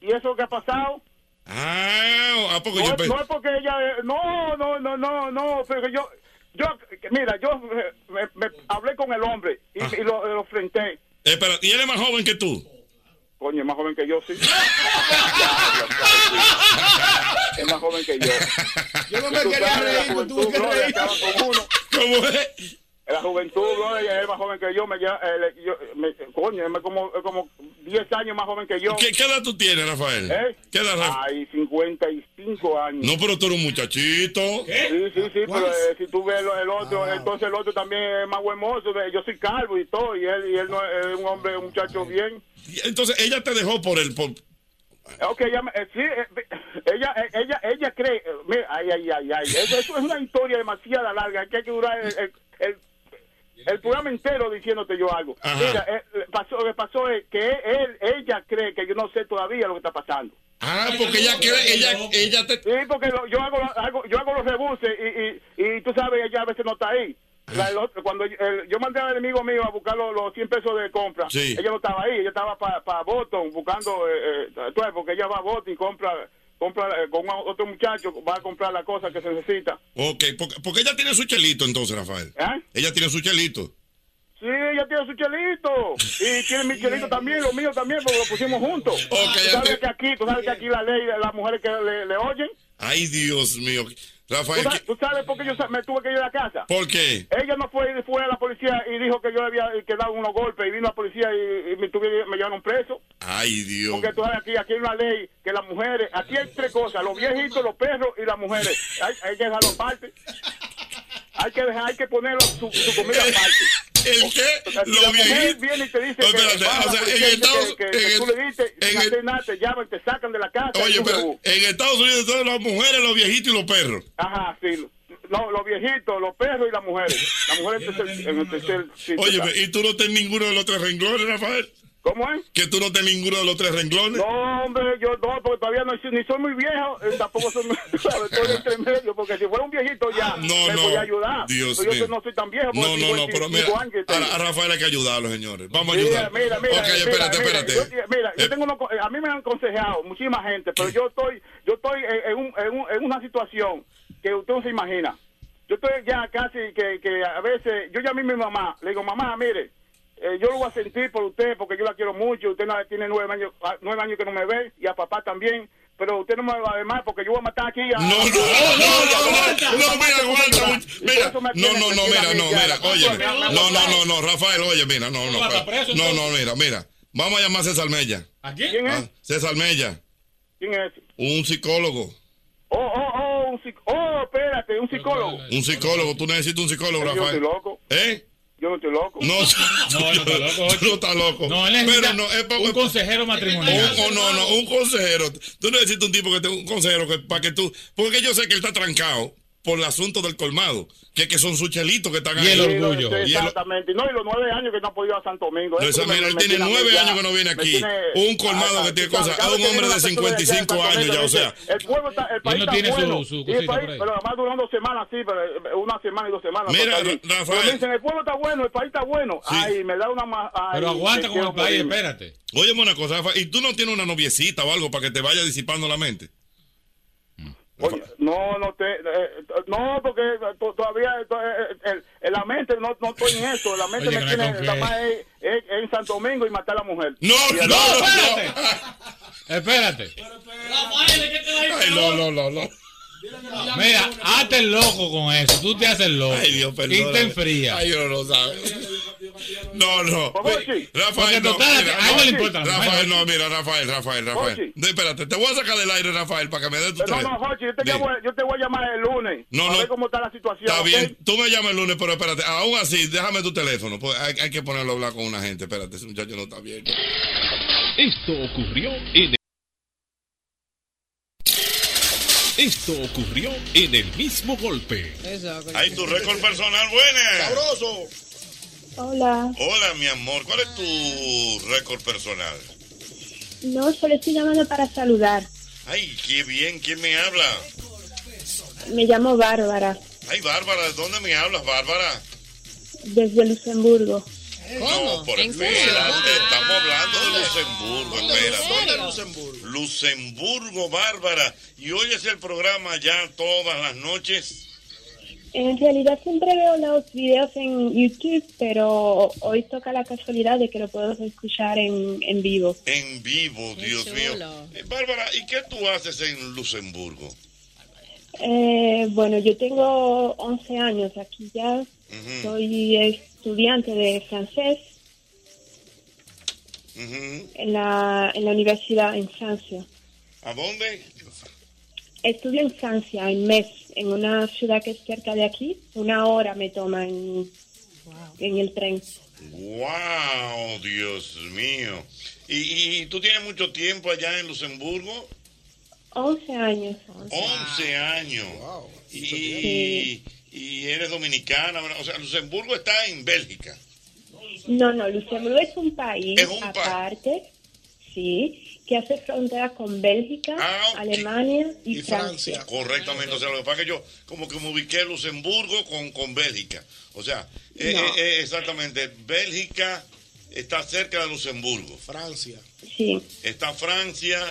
Speaker 11: Y eso que ha pasado.
Speaker 2: Ah, ¿a poco
Speaker 11: no,
Speaker 2: yo
Speaker 11: es-
Speaker 2: pe-
Speaker 11: no es porque ella. eh, No, no, no, no, no. Pero yo. Yo, mira, yo eh, me, me hablé con el hombre y,
Speaker 2: Ah.
Speaker 11: y lo, lo enfrenté.
Speaker 2: Espera, ¿y él es más joven que tú?
Speaker 11: Coño, es más joven que yo,
Speaker 2: [LAUGHS]
Speaker 11: sí. es más joven que yo.
Speaker 2: Yo
Speaker 11: no me quería reír, tú me reír.
Speaker 2: ¿Cómo es?
Speaker 11: La juventud, bro, ella es más joven que yo. Me, lleva- eh, le- yo me, coño, es como, es como 10 años más joven que yo.
Speaker 2: ¿Qué, qué edad tú tienes, Rafael?
Speaker 11: ¿Eh?
Speaker 2: ¿Qué edad, Rafael?
Speaker 11: Ay, 55 años.
Speaker 2: No, pero tú eres un muchachito.
Speaker 11: Sí, sí, sí, pero eh, si tú ves lo- el otro, entonces el otro también es más buen mozo. de- Yo soy calvo y todo, y él, y él no es es un hombre, un muchacho bien.
Speaker 2: Y Entonces, ella te dejó por el. por-
Speaker 11: Ok, ella, me- eh, sí, eh, ella, eh, ella, ella cree, eh, mira, ay, ay, ay, ay, eso, eso es una historia demasiado larga, que hay que durar el, el, el- el programa entero diciéndote yo algo.
Speaker 2: Ajá.
Speaker 11: Mira, eh, pasó, lo que pasó es que él, ella cree que yo no sé todavía lo que está pasando.
Speaker 2: Ah, porque ella cree, ella, ella te...
Speaker 11: Sí, porque lo- yo, hago, hago- yo hago los rebuses y, y, y tú sabes, ella a veces no está ahí. La- el otro- cuando yo- el- yo mandé al enemigo mío a buscar los, los 100 pesos de compra,
Speaker 2: Sí.
Speaker 11: ella no estaba ahí, ella estaba para Boston buscando, eh, eh, tú sabes, porque ella va a Boston y compra compra eh, con otro muchacho, va a comprar la cosa que se necesita.
Speaker 2: Ok, porque, porque ella tiene su chelito entonces, Rafael.
Speaker 11: ¿Eh?
Speaker 2: Ella tiene su chelito.
Speaker 11: Sí, ella tiene su chelito. Y tiene mi chelito también, lo mío también, porque lo pusimos juntos. tú sabes que aquí, tú sabes que aquí la ley, las mujeres que le, le oyen.
Speaker 2: Ay, Dios mío.
Speaker 11: ¿Tú
Speaker 2: Rafael,
Speaker 11: sabes, tú sabes por qué yo sa- me tuve que ir a la casa?
Speaker 2: Pues, ¿por qué?
Speaker 11: Ella no fue, fue a la policía y dijo que yo le había quedado unos golpes y vino la policía y, y me, tuve, me llevaron preso.
Speaker 2: Ay, Dios.
Speaker 11: Porque tú sabes, aquí, aquí hay una ley que las mujeres, aquí hay tres cosas, los viejitos, los perros y las mujeres. Hay, hay que dejarlo aparte. Hay que dejar, hay que ponerlo su, su comida aparte.
Speaker 2: ¿El qué? Los
Speaker 11: la mujer
Speaker 2: viejitos.
Speaker 11: viene y te dice
Speaker 2: No,
Speaker 11: que,
Speaker 2: espérate,
Speaker 11: va a la
Speaker 2: o sea, en
Speaker 11: policía y dice
Speaker 2: Estados-
Speaker 11: que, que- que
Speaker 2: en
Speaker 11: tú
Speaker 2: el-
Speaker 11: le diste, y
Speaker 2: en
Speaker 11: no
Speaker 2: el-
Speaker 11: haces nada, te llaman, te sacan de la casa. y
Speaker 2: Oye,
Speaker 11: tú rebú.
Speaker 2: pero en Estados Unidos todas las mujeres, los viejitos y los perros.
Speaker 11: Ajá, sí. No, los viejitos, los perros y las mujeres. Las mujeres en tercer- en el tercer sitio
Speaker 2: Oye,
Speaker 11: está.
Speaker 2: pero, ¿y tú no tenés ninguno de los tres renglones, Rafael?
Speaker 11: ¿Cómo es?
Speaker 2: ¿Que tú no tenés ninguno de los tres renglones?
Speaker 11: No, hombre, yo no, porque todavía no, soy- ni soy muy viejo, eh, tampoco soy muy, [LAUGHS] ¿sabes? Estoy entre medio, porque si fuera un viejito ya
Speaker 2: No,
Speaker 11: me
Speaker 2: no.
Speaker 11: voy a ayudar.
Speaker 2: Dios
Speaker 11: pero yo
Speaker 2: mío.
Speaker 11: no soy tan viejo, porque
Speaker 2: No, no, no, pero
Speaker 11: 55
Speaker 2: mira,
Speaker 11: años que
Speaker 2: a,
Speaker 11: tengo.
Speaker 2: a Rafael hay que ayudarlo, señores. Vamos a
Speaker 11: Mira,
Speaker 2: ayudar.
Speaker 11: mira, mira,
Speaker 2: ok, espérate,
Speaker 11: mira,
Speaker 2: espérate. Eh.
Speaker 11: Yo, mira, yo tengo unos co- eh, a mí me han aconsejado muchísima gente, pero yo estoy, yo estoy en, en un- en un- en una situación que usted no se imagina. Yo estoy ya casi que, que a veces, yo llamé a mi mamá, le digo, mamá, mire, eh, yo lo voy a sentir por usted porque yo la quiero mucho, usted no- tiene nueve años, ah, nueve años que no me ve y a papá también. Pero usted no me va a ver más porque yo voy a matar aquí a... No, no, no,
Speaker 2: no, no, mira, aguanta, Mira, no, no, no, mira, no, mira, oye, no, no, no, no, Rafael, oye, mira, no, no,
Speaker 11: vas a
Speaker 2: espera.
Speaker 11: preso,
Speaker 2: no, no,
Speaker 11: entonces?
Speaker 2: mira, mira, vamos a llamar a César Mella.
Speaker 11: ¿A quién? ¿Quién
Speaker 2: Ah,
Speaker 11: es?
Speaker 2: César Mella,
Speaker 11: ¿Quién es?
Speaker 2: un psicólogo,
Speaker 11: Oh, oh, oh, un psic- oh, espérate, un psicólogo.
Speaker 2: un psicólogo, tú necesitas un psicólogo,
Speaker 11: Yo estoy
Speaker 2: Rafael.
Speaker 11: loco.
Speaker 2: ¿Eh?
Speaker 11: Yo no estoy loco.
Speaker 2: No, [LAUGHS]
Speaker 20: No, él no está loco,
Speaker 2: tú No está loco.
Speaker 20: No, él necesita
Speaker 2: Pero no, es pa-
Speaker 20: un consejero matrimonial.
Speaker 2: Un- o no, no, un consejero. Tú necesitas un tipo que te un consejero que, para que tú. Porque yo sé que él está trancado por el asunto del colmado. Que, que son sus chelitos que están ahí.
Speaker 11: Sí, lo- sí,
Speaker 2: Y el-
Speaker 11: exactamente. No, y los nueve años que no ha podido ir a Santo Domingo.
Speaker 2: No,
Speaker 11: Eso
Speaker 2: esa-
Speaker 11: me-
Speaker 2: mira, él
Speaker 11: me
Speaker 2: tiene
Speaker 11: a mí
Speaker 2: nueve
Speaker 11: ya,
Speaker 2: años que no viene
Speaker 11: me
Speaker 2: aquí.
Speaker 11: tiene-
Speaker 2: Un colmado
Speaker 11: Ah,
Speaker 2: que tiene
Speaker 11: tú sabes,
Speaker 2: cosas.
Speaker 11: cada
Speaker 2: A un
Speaker 11: vez que
Speaker 2: hombre
Speaker 11: viene
Speaker 2: de
Speaker 11: una persona allá de
Speaker 2: 55
Speaker 11: Santo
Speaker 2: años
Speaker 11: Domingo,
Speaker 2: ya, o
Speaker 11: dice,
Speaker 2: sea.
Speaker 11: El pueblo está, el país
Speaker 2: no
Speaker 11: está
Speaker 2: tiene su- su
Speaker 11: bueno. Sí, el
Speaker 2: cosita
Speaker 11: país-
Speaker 2: por ahí.
Speaker 11: Pero además duran dos semanas, sí, pero eh, una semana y dos semanas.
Speaker 2: Mira,
Speaker 11: pero está
Speaker 2: Ra-
Speaker 11: bien.
Speaker 2: Rafael.
Speaker 11: Pero me dicen, el pueblo está bueno, el país está bueno. Ay, me da una más.
Speaker 2: Pero aguanta con el país,
Speaker 20: espérate.
Speaker 2: Óyeme una cosa, Rafa, ¿y tú no tienes una noviecita o algo para que te vaya disipando la mente?
Speaker 11: No, no te, eh, no, porque to- todavía eh, eh, el- el- la mente no, no estoy en eso. La mente
Speaker 2: Oye,
Speaker 11: me
Speaker 2: que no hay
Speaker 11: tiene
Speaker 2: con
Speaker 11: la
Speaker 2: qué.
Speaker 11: más es, es- es en Santo Domingo y matar a la mujer.
Speaker 2: No,
Speaker 11: Y el-
Speaker 2: no,
Speaker 20: Espérate.
Speaker 2: Ay, no, no, no, no.
Speaker 20: Mira,
Speaker 6: Ah,
Speaker 20: hazte el loco con eso. Tú te haces el loco.
Speaker 2: Ay, Dios, perdón.
Speaker 20: Y te enfrías.
Speaker 2: Ay, yo no lo sabe. No, no.
Speaker 20: Porque
Speaker 2: Rafael, no,
Speaker 20: total,
Speaker 2: mira,
Speaker 20: a algo
Speaker 2: no,
Speaker 20: le importa a la
Speaker 2: Rafael,
Speaker 20: mujer.
Speaker 2: no, mira, Rafael, Rafael, Rafael.
Speaker 11: Oye.
Speaker 2: No, espérate, te voy a sacar del aire, Rafael, para que me des tu
Speaker 11: No,
Speaker 2: tres.
Speaker 11: no, Jochi, yo te,
Speaker 2: Dime.
Speaker 11: llamo- yo te voy a llamar el lunes.
Speaker 2: No,
Speaker 11: a
Speaker 2: no.
Speaker 11: ver cómo está la situación.
Speaker 2: Está
Speaker 11: ¿ok?
Speaker 2: bien, tú me llamas el lunes, pero espérate, aún así, déjame tu teléfono, pues hay, hay que ponerlo a hablar con una gente, espérate, ese muchacho no está bien.
Speaker 7: Esto ocurrió en el... Esto ocurrió en el mismo golpe.
Speaker 2: Hay tu récord personal, buena.
Speaker 3: Sabroso.
Speaker 27: Hola,
Speaker 2: Hola, mi amor, ¿cuál es tu récord personal?
Speaker 27: no, solo estoy llamando para saludar.
Speaker 2: Ay, qué bien, ¿quién me habla?
Speaker 27: Me llamo Bárbara,
Speaker 2: Ay, Bárbara, ¿de dónde me hablas, Bárbara?
Speaker 27: desde Luxemburgo.
Speaker 2: No, por espérate, estamos hablando de Luxemburgo, espérate. Luxemburgo? Bárbara. Y hoy es el programa ya todas las noches.
Speaker 27: En realidad siempre veo los videos en YouTube, pero hoy toca la casualidad de que lo puedo escuchar en, en vivo.
Speaker 2: En vivo, Dios mío. Eh, Bárbara, ¿y qué tú haces en Luxemburgo?
Speaker 27: Eh, bueno, yo tengo 11 años aquí ya,
Speaker 2: Ujú,
Speaker 27: soy estudiante de francés
Speaker 2: ujú.
Speaker 27: en la, en la universidad en Francia.
Speaker 2: ¿A dónde?
Speaker 27: Estudio en Francia, en Metz, en una ciudad que es cerca de aquí. Una hora me toma en, en el tren.
Speaker 2: ¡Wow! Dios mío. ¿Y, y tú tienes mucho tiempo allá en Luxemburgo?
Speaker 27: 11 años.
Speaker 2: 11 años. Y, y eres dominicana. bueno, O sea, Luxemburgo está en Bélgica.
Speaker 27: No, no, Luxemburgo es un país aparte, sí, que hace frontera con Bélgica, Alemania Ah, y, Francia.
Speaker 2: Correctamente. O sea, lo que pasa es que yo como que me ubiqué Luxemburgo con, con Bélgica. O sea, eh,
Speaker 27: No.
Speaker 2: eh, eh, exactamente. Bélgica está cerca de Luxemburgo.
Speaker 3: Francia.
Speaker 27: Sí,
Speaker 2: Está Francia.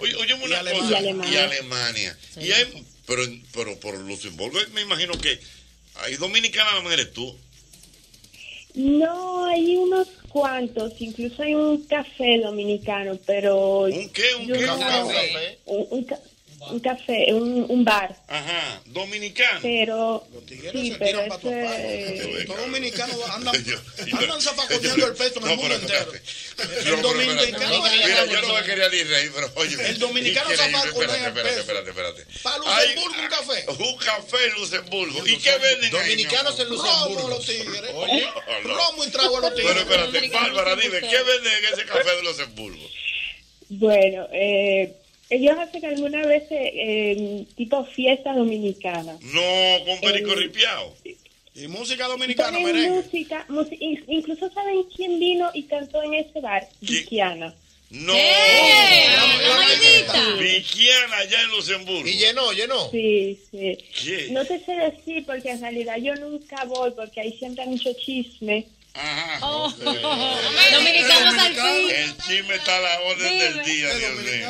Speaker 2: Oye, óyeme una
Speaker 13: Y
Speaker 2: cosa.
Speaker 13: Alemania.
Speaker 2: Y Alemania.
Speaker 13: Sí.
Speaker 2: Y hay, pero, pero por Luxemburgo, me imagino que. Ahí dominicana no eres tú.
Speaker 27: No, hay unos cuantos, incluso hay un café dominicano, pero... ¿Un
Speaker 2: qué? ¿Un
Speaker 27: qué? Un, un ca- un café, un, un bar.
Speaker 2: Ajá, dominicano.
Speaker 27: Pero... sí, pero
Speaker 24: pa'
Speaker 27: eso es-
Speaker 24: Los dominicanos andan,
Speaker 2: andan
Speaker 24: zapacoteando el pecho en el mundo entero. El dominicano
Speaker 2: Mira, yo no me quería ni reír, pero oye.
Speaker 24: El dominicano
Speaker 2: increíble.
Speaker 24: zapacona
Speaker 2: Espérate,
Speaker 24: es el peso.
Speaker 2: espérate, espérate, espérate.
Speaker 24: pues. Para
Speaker 2: Ay,
Speaker 24: Luxemburgo un café.
Speaker 2: Un café en Luxemburgo. ¿Y qué venden ahí, mi amor?
Speaker 24: Dominicanos en Luxemburgo. Romo los tigres.
Speaker 2: Hola.
Speaker 24: Romo y trago a los tigres.
Speaker 2: Pero espérate, Bárbara, dime, ¿qué venden en ese café de Luxemburgo?
Speaker 27: Bueno, eh, ellos hacen algunas veces eh, tipo fiesta dominicana.
Speaker 2: No, con perico ripiao.
Speaker 24: Y música dominicana,
Speaker 27: Ponen
Speaker 24: merengue.
Speaker 27: música, mus- in- incluso saben quién vino y cantó en ese bar, Vikiana.
Speaker 2: No. Viquiana allá en Luxemburgo.
Speaker 24: Y llenó, llenó.
Speaker 27: Sí, sí.
Speaker 2: ¿Qué?
Speaker 27: No te sé decir porque en realidad yo nunca voy porque ahí siempre hay mucho chisme.
Speaker 2: Ajá.
Speaker 27: Oh.
Speaker 2: Dominicanos El chisme está a la orden del día, Dios mío.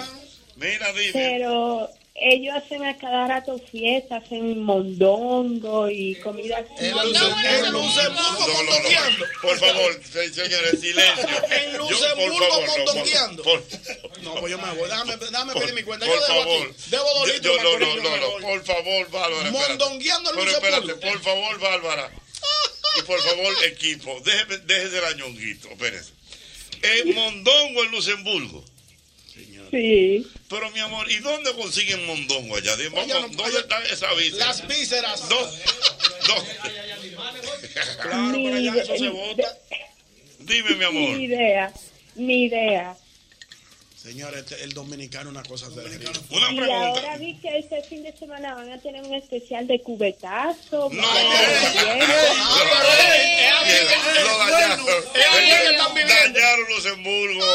Speaker 2: Mira, dime.
Speaker 27: Pero ellos hacen a cada rato fiestas, hacen mondongo y comida así.
Speaker 24: En Luxemburgo contoqueando.
Speaker 2: Por favor, se-
Speaker 24: [LAUGHS]
Speaker 2: señores, silencio.
Speaker 24: En
Speaker 2: Yo,
Speaker 24: Luxemburgo
Speaker 2: por favor, no,
Speaker 24: contoqueando.
Speaker 2: por-
Speaker 24: No, pues yo me voy. Déjame, déjame
Speaker 2: por-
Speaker 24: pedir mi cuenta. Yo
Speaker 2: Por
Speaker 24: debo
Speaker 2: favor.
Speaker 24: aquí. Debo dos
Speaker 2: Yo-
Speaker 24: litros.
Speaker 2: yo- no, no, no, no, Por favor, Bárbara. espérate.
Speaker 24: Mondongueando en
Speaker 2: Pero
Speaker 24: Luxemburgo.
Speaker 2: espérate, por favor, Bárbara. Y por favor, equipo, déjeme, déjese el añonguito, espérese. En Mondongo, en Luxemburgo.
Speaker 27: Sí.
Speaker 2: Pero mi amor, ¿y dónde consiguen mondongo allá? Dime,
Speaker 24: Oye,
Speaker 2: vamos, ¿Dónde está esa víscera?
Speaker 24: Las vísceras.
Speaker 2: Dos. Dos. [LAUGHS]
Speaker 24: Claro, por allá eso se
Speaker 27: [LAUGHS]
Speaker 24: vota.
Speaker 2: Dime, mi
Speaker 27: Ni idea, ni idea.
Speaker 24: Señores, este- el dominicano una cosa de
Speaker 2: Una
Speaker 27: Y ahora vi que este fin de semana van a tener un especial de cubetazo. No,
Speaker 24: Eh,
Speaker 2: Lo dañaron. Dañaron Luxemburgo.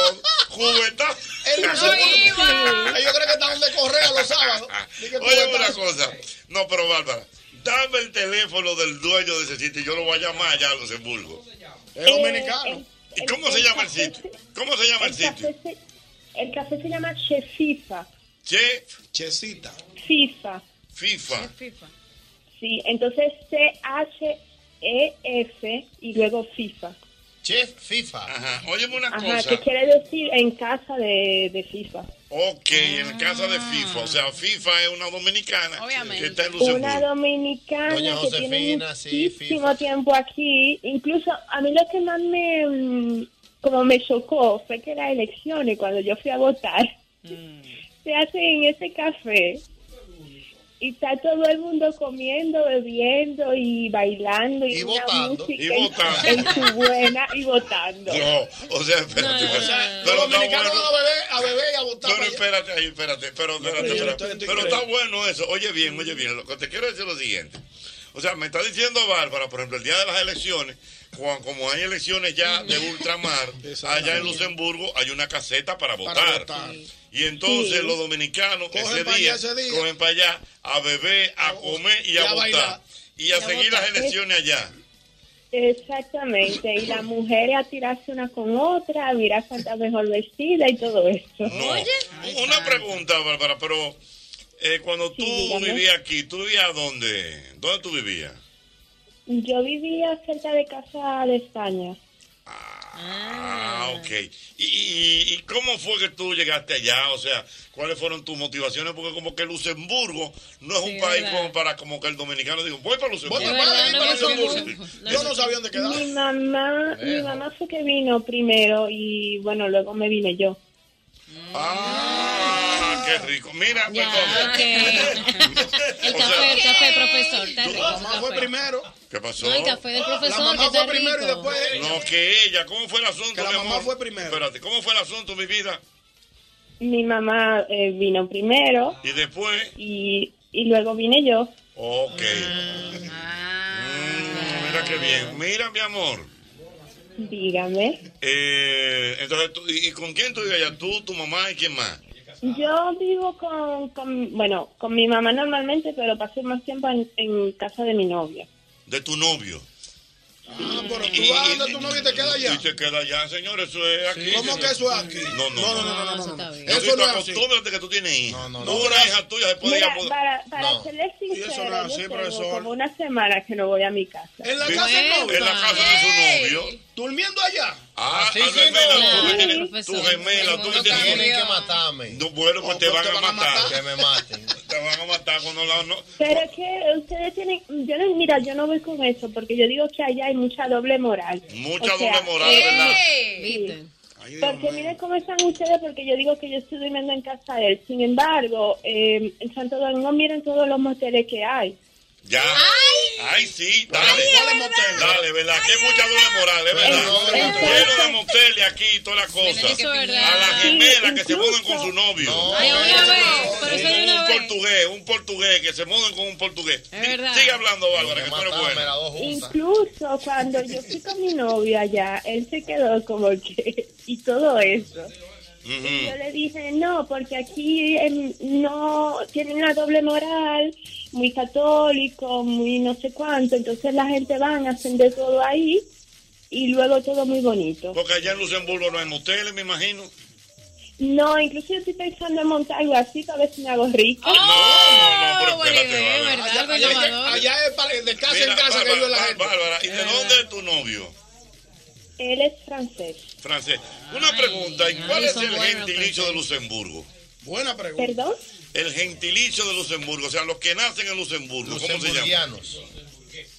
Speaker 2: Juventud.
Speaker 24: El
Speaker 2: [LAUGHS]
Speaker 24: Luxemburgo. Ellos creen que están de correa los sábados. Dije,
Speaker 2: Oye,
Speaker 24: tú
Speaker 2: una
Speaker 24: estás-
Speaker 2: cosa. No, pero Bárbara, dame el teléfono del dueño de ese sitio y yo lo voy a llamar allá a Luxemburgo.
Speaker 24: Es dominicano.
Speaker 2: ¿Y cómo se llama el sitio? ¿Cómo se llama el sitio?
Speaker 27: El café se llama Chefifa.
Speaker 2: Che,
Speaker 24: Chesita.
Speaker 27: FIFA.
Speaker 2: FIFA.
Speaker 27: Sí, entonces C-H-E-F y luego FIFA.
Speaker 24: Chef FIFA.
Speaker 2: Ajá. Óyeme una
Speaker 27: Ajá,
Speaker 2: cosa.
Speaker 27: que quiere decir en casa de, de FIFA.
Speaker 2: Ok,
Speaker 27: Ah.
Speaker 2: en casa de FIFA. O sea, FIFA es una dominicana que está en
Speaker 27: Una
Speaker 2: Luxemburgo.
Speaker 27: dominicana
Speaker 2: Doña
Speaker 27: que tiene
Speaker 2: Josefina, sí,
Speaker 27: muchísimo tiempo aquí. Incluso a mí lo que más me, mm, como me chocó fue que las elecciones, cuando yo fui a votar,
Speaker 2: Mm.
Speaker 27: se hacen en ese café. Y está todo el mundo comiendo, bebiendo y bailando. Y, una música
Speaker 2: Y
Speaker 27: en-
Speaker 2: votando.
Speaker 27: En, su buena y votando.
Speaker 2: No, o sea, espérate. o sea, pero está
Speaker 24: Dominicano
Speaker 2: bueno.
Speaker 24: a beber, a beber y a votar.
Speaker 2: Pero espérate ahí, espérate, pero,
Speaker 24: yo no
Speaker 2: espérate, espérate.
Speaker 24: estoy- estoy
Speaker 2: Pero
Speaker 24: creyendo.
Speaker 2: está bueno eso. Oye bien, oye bien, lo que te quiero decir es lo siguiente. O sea, me está diciendo Bárbara, por ejemplo, el día de las elecciones, cuan- como hay elecciones ya de
Speaker 24: [LAUGHS]
Speaker 2: ultramar, allá en Luxemburgo hay una caseta para votar. Y entonces
Speaker 24: Sí.
Speaker 2: los dominicanos ese,
Speaker 24: pa' allá
Speaker 2: día,
Speaker 24: ese día.
Speaker 2: cogen para allá a beber, a comer y
Speaker 24: y a
Speaker 2: a, votar.
Speaker 24: bailar.
Speaker 2: Y a
Speaker 27: Y a
Speaker 2: seguir
Speaker 27: votar.
Speaker 2: las elecciones allá.
Speaker 27: Exactamente, y las mujeres a tirarse una con otra, a mirar cuánta mejor vestida y todo esto.
Speaker 2: No. Una pregunta, Bárbara, pero eh, cuando tú
Speaker 27: dígame.
Speaker 2: vivías aquí, ¿tú vivías dónde? ¿Dónde tú vivías?
Speaker 27: Yo vivía cerca de casa de España.
Speaker 2: Ah, ok. ¿Y, y, y cómo fue que tú llegaste allá? O sea, ¿cuáles fueron tus motivaciones? Porque como que Luxemburgo no es un país
Speaker 27: verdad.
Speaker 2: como para como que el dominicano diga, voy para Luxemburgo.
Speaker 24: Voy para Madrid, para
Speaker 2: Luxemburgo.
Speaker 24: Yo no sabía dónde quedaba.
Speaker 27: Mi mamá, mi mamá fue que vino primero y bueno, luego me vine yo.
Speaker 2: Ah, qué rico. Mira, pues, perdón.
Speaker 25: El
Speaker 2: O
Speaker 25: café,
Speaker 2: sea,
Speaker 25: el café, profesor. Está rico.
Speaker 24: La mamá fue primero.
Speaker 2: ¿Qué pasó?
Speaker 25: No, el café del profesor.
Speaker 24: Ah, La mamá
Speaker 25: que
Speaker 24: fue
Speaker 25: está
Speaker 24: primero y
Speaker 25: rico.
Speaker 24: después ella.
Speaker 2: No, que ella. ¿Cómo fue el asunto,
Speaker 24: Que la
Speaker 2: mi
Speaker 24: mamá
Speaker 2: amor?
Speaker 24: fue primero.
Speaker 2: Espérate, ¿cómo fue el asunto, mi vida?
Speaker 27: Mi mamá eh, vino primero
Speaker 2: Y después,
Speaker 27: y, y luego vine yo.
Speaker 2: ok. Mm, mira qué bien. Mira, mi amor.
Speaker 27: Dígame.
Speaker 2: Eh, entonces, tú- ¿y y con quién tú vivías allá? ¿Tú, tu mamá y quién más?
Speaker 27: Yo vivo con, con- bueno, con mi mamá normalmente, pero pasé más tiempo en, en casa de mi novio.
Speaker 2: De tu novio.
Speaker 24: Ah, pero tú vas donde tu novio y te quedas allá.
Speaker 2: Y te queda allá, señor, eso es aquí.
Speaker 24: ¿Cómo
Speaker 2: señor.
Speaker 24: que eso es aquí?
Speaker 2: No, no,
Speaker 24: No, no, no, no, no, no, no.
Speaker 2: Eso
Speaker 24: Eso no es así.
Speaker 2: acostúmbrate que tú tienes hija. No, no,
Speaker 24: no.
Speaker 2: Una hija tuya se puede ir
Speaker 27: Mira,
Speaker 2: a poder.
Speaker 27: para, para
Speaker 2: No.
Speaker 27: serles
Speaker 24: eso no
Speaker 27: sincera,
Speaker 24: es así,
Speaker 27: yo tengo
Speaker 24: profesor.
Speaker 27: como una semana que no voy a mi casa.
Speaker 24: En la
Speaker 2: Sí.
Speaker 24: casa del novio.
Speaker 2: En la casa de su novio.
Speaker 24: Durmiendo allá.
Speaker 2: Ah,
Speaker 24: Así
Speaker 2: tu
Speaker 24: sí,
Speaker 2: gemela,
Speaker 24: no.
Speaker 2: tú que
Speaker 24: Claro,
Speaker 2: tienes,
Speaker 24: profesor.
Speaker 2: tu gemela, tú que
Speaker 24: No
Speaker 2: tienes.
Speaker 24: tienen que Oh,
Speaker 2: matarme. No, bueno, pues te van a matar. Que me maten. Te van a matar cuando la. No,
Speaker 27: Pero es que ustedes tienen, yo no, mira, yo no voy con eso porque yo digo que allá hay mucha doble moral.
Speaker 2: Mucha
Speaker 27: O sea,
Speaker 2: doble moral,
Speaker 27: eh,
Speaker 2: ¿verdad?
Speaker 27: sí. Porque miren cómo están ustedes, porque yo digo que yo estoy durmiendo en casa de él. Sin embargo, eh, en Santo Domingo miren todos los moteles que hay.
Speaker 2: Ya. Ay, sí, dale. dale, motel. Dale, ¿verdad? Que hay mucha doble moral, es verdad. Lleno de moteles aquí y todas las cosas.
Speaker 25: Eso es
Speaker 2: A las
Speaker 25: verdad.
Speaker 2: gemelas que se mudan con su novio.
Speaker 25: Ay, una vez, por eso de
Speaker 2: un,
Speaker 25: una
Speaker 2: un
Speaker 25: vez.
Speaker 2: portugués, un portugués, que se mudan con un portugués.
Speaker 25: Es verdad.
Speaker 2: Sigue hablando, Bárbara, que tú eres buena.
Speaker 27: Incluso cuando yo fui con mi novio allá, él se quedó como que, y todo eso.
Speaker 2: Ujú.
Speaker 27: Yo le dije, no, porque aquí em, no tienen una doble moral, muy católico, muy no sé cuánto, entonces la gente van, hacen de todo ahí y luego todo muy bonito.
Speaker 2: Porque allá en Luxemburgo no hay moteles, me imagino.
Speaker 27: No, incluso yo estoy pensando en montar algo así para ver si me hago rico.
Speaker 25: Oh,
Speaker 2: No, no, pero espérate, Bárbara.
Speaker 24: Allá, allá es que- allá es para- de casa
Speaker 2: Mira,
Speaker 24: en casa que
Speaker 2: Bárbara,
Speaker 24: vive la gente.
Speaker 2: Bárbara, ¿y de dónde es tu novio?
Speaker 27: Él es francés.
Speaker 2: Francés. Una pregunta, ¿y cuál
Speaker 27: ay,
Speaker 2: es
Speaker 27: son
Speaker 2: el
Speaker 27: buenos
Speaker 2: gentilicio de Luxemburgo? Buena pregunta.
Speaker 27: ¿Perdón?
Speaker 2: El gentilicio de Luxemburgo, o sea, los que nacen en Luxemburgo, ¿cómo se llaman?
Speaker 24: Luxemburguianos.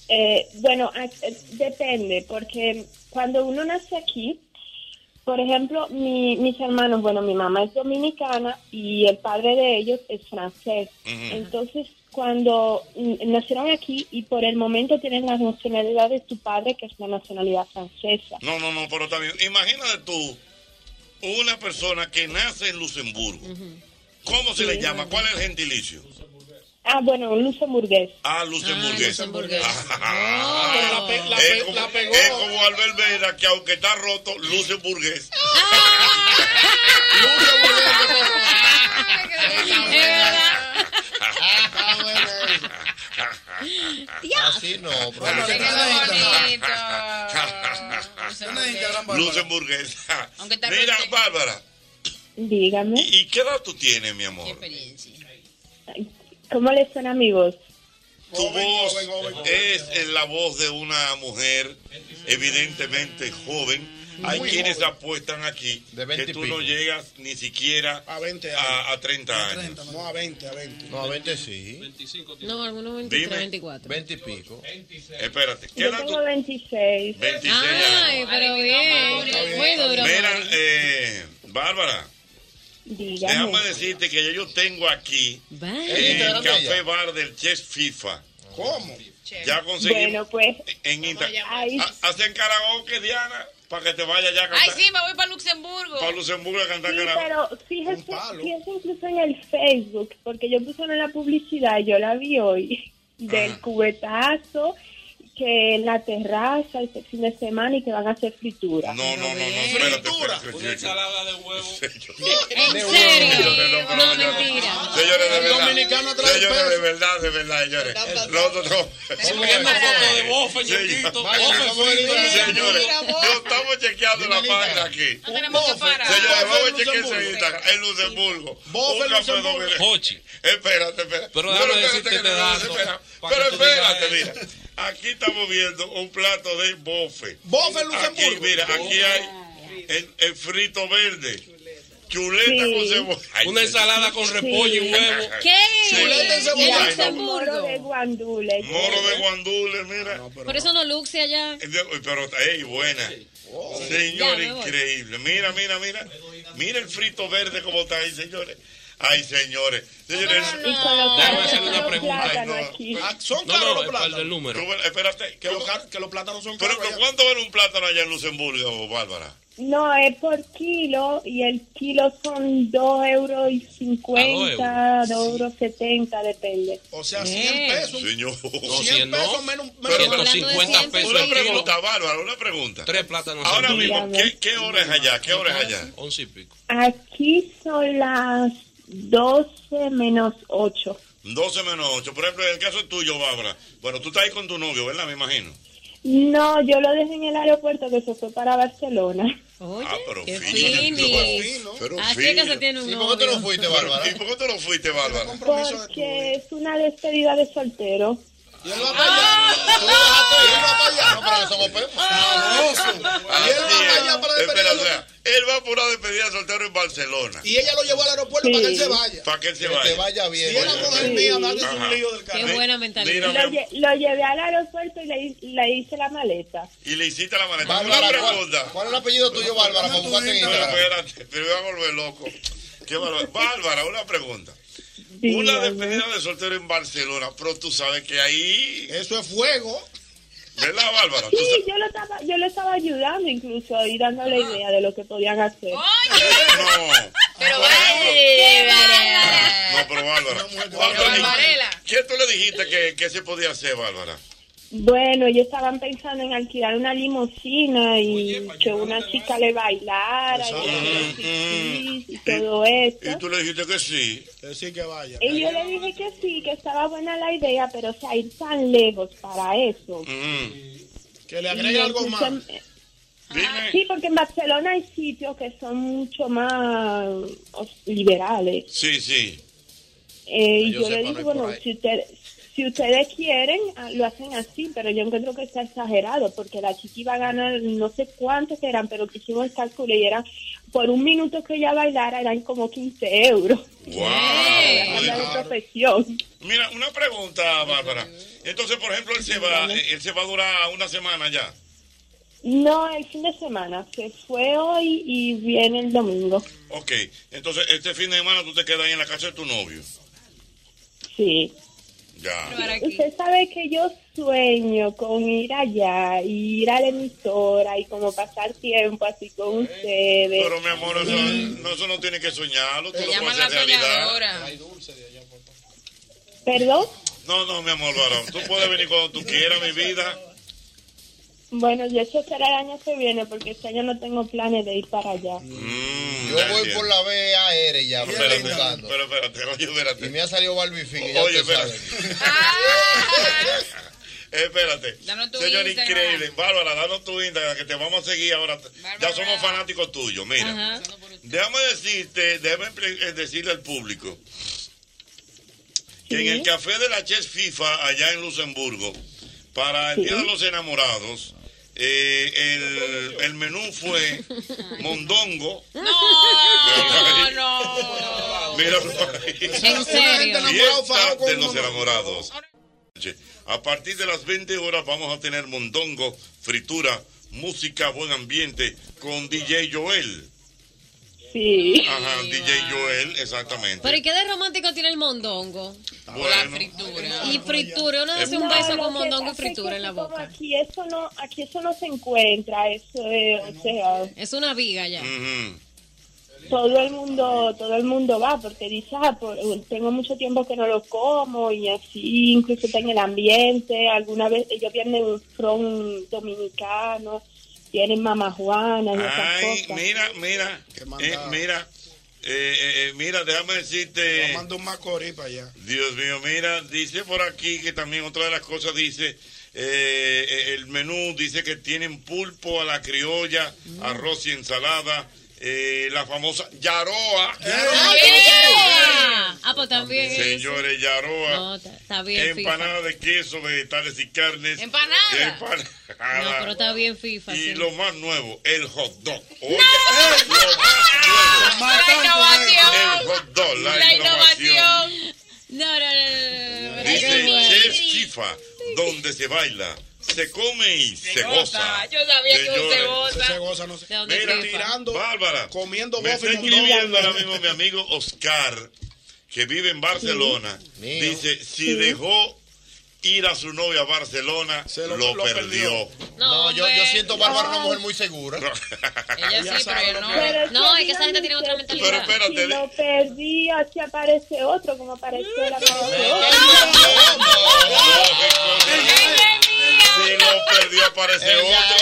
Speaker 27: Eh, bueno, a- eh, depende, porque cuando uno nace aquí, por ejemplo, mi- mis hermanos, bueno, mi mamá es dominicana y el padre de ellos es francés.
Speaker 14: Ujú.
Speaker 27: Entonces, cuando mm, nacieron aquí y por el momento tienen la nacionalidad de tu padre, que es la nacionalidad francesa.
Speaker 2: No, no, no, pero también, imagínate tú, una persona que nace en Luxemburgo, ¿cómo se le llama? ¿Cuál es el gentilicio?
Speaker 27: Ah, bueno, un luxemburgués.
Speaker 2: Ah, luxemburgués.
Speaker 27: No,
Speaker 2: [LAUGHS] Ah,
Speaker 27: la pe- la
Speaker 2: es
Speaker 27: pe-
Speaker 2: como-
Speaker 27: la pegó.
Speaker 2: Es como Albert Vera, que aunque está roto, [LAUGHS] luxemburgués.
Speaker 24: Así Ah, no,
Speaker 2: Luxemburgués.
Speaker 25: Aunque está
Speaker 2: Mira,
Speaker 25: roto.
Speaker 2: Bárbara,
Speaker 27: Dígame,
Speaker 2: ¿y qué edad tú tienes, mi amor?
Speaker 27: ¿cómo les suena a mi voz?
Speaker 2: Tu voz es eh, la voz de una mujer evidentemente joven. Hay
Speaker 24: Muy
Speaker 2: quienes apuestan aquí que
Speaker 24: 20 y
Speaker 2: tú no
Speaker 24: pico.
Speaker 2: llegas ni siquiera a,
Speaker 24: 20
Speaker 2: a, 30 años.
Speaker 24: No, a 20, a 20.
Speaker 2: No, a 20
Speaker 24: sí. 25
Speaker 14: No, algunos 23,
Speaker 2: Dime.
Speaker 14: 24.
Speaker 24: 20 y pico.
Speaker 2: Espérate, ¿qué
Speaker 27: Yo
Speaker 2: edad tú?
Speaker 27: tengo Ah, 26.
Speaker 2: 26
Speaker 14: Ay,
Speaker 2: años.
Speaker 14: pero bien. Muy duro.
Speaker 2: Mira,
Speaker 14: Mauri.
Speaker 2: eh, Bárbara,
Speaker 27: Dígame.
Speaker 2: déjame decirte que yo tengo aquí
Speaker 14: Vaya.
Speaker 2: el
Speaker 24: Instagram de
Speaker 2: café
Speaker 24: ella.
Speaker 2: bar del Chef FIFA.
Speaker 24: ¿Cómo?
Speaker 2: Ya
Speaker 27: Bueno,
Speaker 2: conseguimos
Speaker 27: pues,
Speaker 2: en Instagram.
Speaker 27: ahí
Speaker 2: Hacen karaoke, Diana, para que te vaya ya a
Speaker 14: Ay,
Speaker 2: cantar.
Speaker 14: sí, me voy para Luxemburgo.
Speaker 2: Para Luxemburgo a cantar
Speaker 27: Sí,
Speaker 2: karaoke.
Speaker 27: pero fíjese, fíjese incluso en el Facebook, porque yo puse una publicidad, yo la vi hoy,
Speaker 2: Ah.
Speaker 27: del cubetazo, que en la terraza este fin de semana y que van a hacer fritura.
Speaker 2: No, no, no, no, espérate, espérate. Una ensalada de huevo. ¿En
Speaker 14: serio? No, mentira.
Speaker 2: Señores, de
Speaker 24: El
Speaker 2: verdad.
Speaker 24: dominicano trae
Speaker 2: Señores, de verdad, de verdad, señores. Nosotros no.
Speaker 24: Subiendo fotos
Speaker 2: de bofe, ñonguito. Señores, yo estamos chequeando la página aquí.
Speaker 14: No tenemos que parar.
Speaker 2: Señores, vamos a chequear ese Instagram. En Luxemburgo.
Speaker 24: Bofe
Speaker 2: Un
Speaker 24: en
Speaker 2: café
Speaker 24: Luxemburgo.
Speaker 2: dominicano. pues, Espérate, espérate.
Speaker 12: Pero déjame
Speaker 2: espérate
Speaker 12: decirte
Speaker 2: que
Speaker 12: este
Speaker 2: no, no,
Speaker 12: dato,
Speaker 2: espera.
Speaker 12: pa'
Speaker 2: Pero
Speaker 12: que tú digas
Speaker 2: espérate, mira. Aquí estamos viendo un plato de bofe.
Speaker 24: Bofe en
Speaker 2: Aquí,
Speaker 24: Luxemburgo.
Speaker 2: mira, aquí hay el, el frito verde. Chuleta
Speaker 27: Sí.
Speaker 2: con cebolla.
Speaker 12: Una ensalada con repollo y
Speaker 2: [LAUGHS]
Speaker 12: huevo.
Speaker 14: ¿Qué?
Speaker 2: Chuleta y cebolla.
Speaker 14: En Luxemburgo.
Speaker 27: Moro de guandule.
Speaker 2: Moro de guandule, mira.
Speaker 14: Por eso no luxe allá.
Speaker 2: Uy, Pero, ey, buena. Oh.
Speaker 14: Ya,
Speaker 2: Señor,
Speaker 14: me voy.
Speaker 2: increíble. Mira, mira, mira. Mira el frito verde como está ahí, señores. Ay, señores. Señores,
Speaker 27: Ah, Y con los
Speaker 12: Déjame
Speaker 27: caros
Speaker 12: hacerle
Speaker 27: son
Speaker 12: una
Speaker 27: los
Speaker 12: pregunta.
Speaker 27: plátanos aquí.
Speaker 24: Son
Speaker 12: No,
Speaker 24: caros
Speaker 12: no,
Speaker 24: los
Speaker 12: es para
Speaker 24: plátanos.
Speaker 12: el número.
Speaker 2: tú, espérate.
Speaker 24: Que los, ca- que los plátanos son
Speaker 2: Pero,
Speaker 24: caros.
Speaker 2: pero, ¿cuánto vale un plátano allá en Luxemburgo, Bárbara?
Speaker 27: No, es por kilo y el kilo son 2 euros y
Speaker 2: Ah,
Speaker 27: 50, 2 euros 70, depende.
Speaker 24: O sea, 100 pesos.
Speaker 2: Señor.
Speaker 24: 100 pesos menos. menos
Speaker 2: Pero, pero,
Speaker 12: 150 pesos
Speaker 2: Una
Speaker 12: el
Speaker 2: pregunta, Bárbara, una pregunta.
Speaker 12: Tres plátanos.
Speaker 2: Ahora
Speaker 12: al
Speaker 2: mismo,
Speaker 12: kilo.
Speaker 2: ¿qué, qué hora es allá? ¿Qué hora es allá?
Speaker 12: Once y pico.
Speaker 27: Aquí son las 12 menos 8.
Speaker 2: 12 menos 8. Por ejemplo, en el caso tuyo, Bárbara. Bueno, tú estás ahí con tu novio, ¿verdad? Me imagino.
Speaker 27: No, yo lo dejé en el aeropuerto que se fue para Barcelona.
Speaker 2: Ah,
Speaker 14: Oye,
Speaker 27: qué
Speaker 1: Ah,
Speaker 14: Así es que se tiene un
Speaker 24: ¿Y por qué tú no
Speaker 14: novio.
Speaker 24: fuiste, Bárbara? ¿Y
Speaker 2: por qué tú no fuiste, Bárbara?
Speaker 27: [LAUGHS] Porque es una despedida de soltero.
Speaker 2: Espera, o sea, él va por una despedida de soltero en Barcelona.
Speaker 24: Y ella lo llevó al aeropuerto para que él se vaya.
Speaker 2: Para que él se
Speaker 24: Que
Speaker 2: vaya.
Speaker 24: te vaya bien. Si era mujer mía, dale su
Speaker 2: Ajá.
Speaker 24: lío del
Speaker 14: Qué buena mentalidad.
Speaker 2: Mira,
Speaker 27: Lo, lle- lo llevé al aeropuerto y le, hi- le hice la maleta.
Speaker 2: Y le hiciste la maleta.
Speaker 24: Bárbara,
Speaker 2: Una
Speaker 24: ¿cuál-
Speaker 2: pregunta.
Speaker 24: cuál es el apellido tuyo, Bárbara, para buscarte en
Speaker 2: No,
Speaker 24: Instagram?
Speaker 2: espérate, te voy a volver loco.
Speaker 24: [LAUGHS]
Speaker 2: Qué bárbaro. Bárbara, una pregunta. una despedida de soltero en Barcelona, pero tú sabes que ahí...
Speaker 24: Eso es fuego.
Speaker 2: ¿Verdad, Bárbara? Tú
Speaker 27: Sí, yo lo estaba, yo lo estaba ayudando incluso y dándole
Speaker 2: Ah.
Speaker 27: idea de lo que podían hacer.
Speaker 14: Pero vale.
Speaker 2: No, pero Bárbara. Bárbara, ¿y ¿Qué tú le dijiste que, que se podía hacer, Bárbara?
Speaker 27: Bueno, ellos estaban pensando en alquilar una limusina y que una chica le bailara y, y todo eso.
Speaker 2: Mm, Y tú le dijiste que sí.
Speaker 24: Que sí que vaya.
Speaker 27: Y yo le dije que sí, que estaba buena la idea, pero o sea, ir tan lejos para eso.
Speaker 2: Mm.
Speaker 24: Que le
Speaker 27: Y
Speaker 24: agregue algo más.
Speaker 27: entonces, Sí, porque en Barcelona hay sitios que son mucho más o sea, liberales.
Speaker 2: Sí, sí.
Speaker 27: Eh,
Speaker 2: Que
Speaker 27: y
Speaker 2: yo
Speaker 27: yo
Speaker 2: sepa,
Speaker 16: no
Speaker 27: le
Speaker 16: hay
Speaker 27: dije,
Speaker 16: por
Speaker 27: bueno,
Speaker 16: ahí.
Speaker 27: si, usted- si ustedes quieren, ah, lo hacen así, pero yo encuentro que está exagerado, porque la chiqui iba a ganar no sé cuántos eran, pero que hicimos el cálculo y era, por un minuto que ella bailara, eran como 15 euros.
Speaker 2: ¡Wow!
Speaker 27: Habla de profesión.
Speaker 2: Mira, una pregunta, Bárbara. Entonces, por ejemplo, él se va, él se va a durar una semana ya.
Speaker 27: No, el fin de semana, se fue hoy y viene el domingo.
Speaker 2: Ok, entonces este fin de semana tú te quedas ahí en la casa de tu novio.
Speaker 27: Sí.
Speaker 2: Ya.
Speaker 27: Usted sabe que yo sueño con ir allá, y ir a la emisora y como pasar tiempo así con ustedes.
Speaker 2: Pero mi amor, eso no, eso no tiene que soñarlo, tú lo puedes hacer realidad.
Speaker 27: ¿Perdón?
Speaker 2: No, no, mi amor, varón, tú puedes venir cuando tú quieras, mi vida.
Speaker 27: Bueno, yo eso será el año que viene porque este año no tengo planes de ir para allá.
Speaker 2: Mm,
Speaker 24: Yo voy por la BAR ya. me estoy buscando.
Speaker 2: Pero espérate, oye, espérate.
Speaker 24: Y me ha salido Barbie Fin.
Speaker 2: Oye, espérate. [LAUGHS] Eh, Espérate.
Speaker 24: Danos tu
Speaker 2: Señor,
Speaker 24: Instagram.
Speaker 2: increíble. Bárbara, danos tu Instagram, que te vamos a seguir ahora. Ya somos fanáticos tuyos, mira. Déjame decirte, déjame pre- eh, decirle al público que en el café de la Chess FIFA, allá en Luxemburgo, para el Día de los Enamorados, eh, el, el menú fue mondongo.
Speaker 14: No, no.
Speaker 2: Mira, por ahí.
Speaker 14: ¿En serio?
Speaker 2: Fiesta de los enamorados. A partir de las 20 horas vamos a tener mondongo, fritura, música, buen ambiente con DJ Joel.
Speaker 27: Sí.
Speaker 2: Ajá, DJ Joel, exactamente.
Speaker 14: Pero ¿y qué de romántico tiene el mondongo?
Speaker 2: Bueno,
Speaker 14: Y fritura, uno hace un
Speaker 27: No,
Speaker 14: beso
Speaker 27: lo
Speaker 14: con
Speaker 27: que
Speaker 14: mondongo y
Speaker 27: pasa es
Speaker 14: fritura
Speaker 27: que
Speaker 14: en la
Speaker 27: como
Speaker 14: boca.
Speaker 27: Aquí eso no, aquí eso no se encuentra, eso es, o sea,
Speaker 14: Es una viga ya.
Speaker 27: todo el mundo, todo el mundo va porque dice, ah, por- tengo mucho tiempo que no lo como y así, incluso está en el ambiente, alguna vez ellos vienen un front dominicano, tienen mamajuanas y esas
Speaker 2: Ay,
Speaker 27: cosas.
Speaker 2: mira, mira, eh, mira, eh, eh, eh, mira, déjame decirte.
Speaker 24: Mando un macorí para allá.
Speaker 2: Dios mío, mira, dice por aquí que también otra de las cosas dice, eh, eh, el menú dice que tienen pulpo a la criolla,
Speaker 14: Mm.
Speaker 2: arroz y ensalada, eh, la famosa Yaroa.
Speaker 14: ¡Yeah! ¡Eh! Ah, pues también. es-
Speaker 2: Señores, Yaroa.
Speaker 14: No, está- está bien, FIFA.
Speaker 2: empanada de queso, vegetales y carnes.
Speaker 14: Empanada.
Speaker 2: Empanada.
Speaker 14: No, pero está bien FIFA.
Speaker 2: y
Speaker 14: sí.
Speaker 2: lo más nuevo, el hot dog. Oye,
Speaker 14: La
Speaker 2: el
Speaker 14: innovación.
Speaker 2: hot dog, la,
Speaker 14: La
Speaker 2: innovación.
Speaker 14: innovación. No, no, no, no, no.
Speaker 2: Dice
Speaker 14: Qué
Speaker 2: Chef Chifa, donde se baila, se come y se, goza.
Speaker 14: Yo sabía que un
Speaker 2: Señores.
Speaker 14: cebosa.
Speaker 24: Se goza, no sé.
Speaker 14: ¿De dónde
Speaker 24: Mira,
Speaker 14: es FIFA?
Speaker 24: tirando,
Speaker 2: Bárbara,
Speaker 24: comiendo
Speaker 2: me
Speaker 24: bofe
Speaker 2: está
Speaker 24: y
Speaker 2: escribiendo ahora
Speaker 24: mondongo.
Speaker 2: mismo mi amigo Oscar, que vive en Barcelona.
Speaker 24: Mío.
Speaker 2: Dice, si dejó ir a su novia a Barcelona, lo,
Speaker 24: lo
Speaker 2: perdió.
Speaker 24: No, yo, yo siento Bárbara una mujer muy
Speaker 14: [LAUGHS]
Speaker 24: segura.
Speaker 14: Ella sí, pero yo no.
Speaker 24: Pero
Speaker 14: No, es
Speaker 27: es que
Speaker 14: que esa gente tiene otra mentalidad.
Speaker 2: Pero espérate,
Speaker 27: Si lo perdí, aquí aparece otro, como apareció la
Speaker 2: Si lo perdió, aparece otro.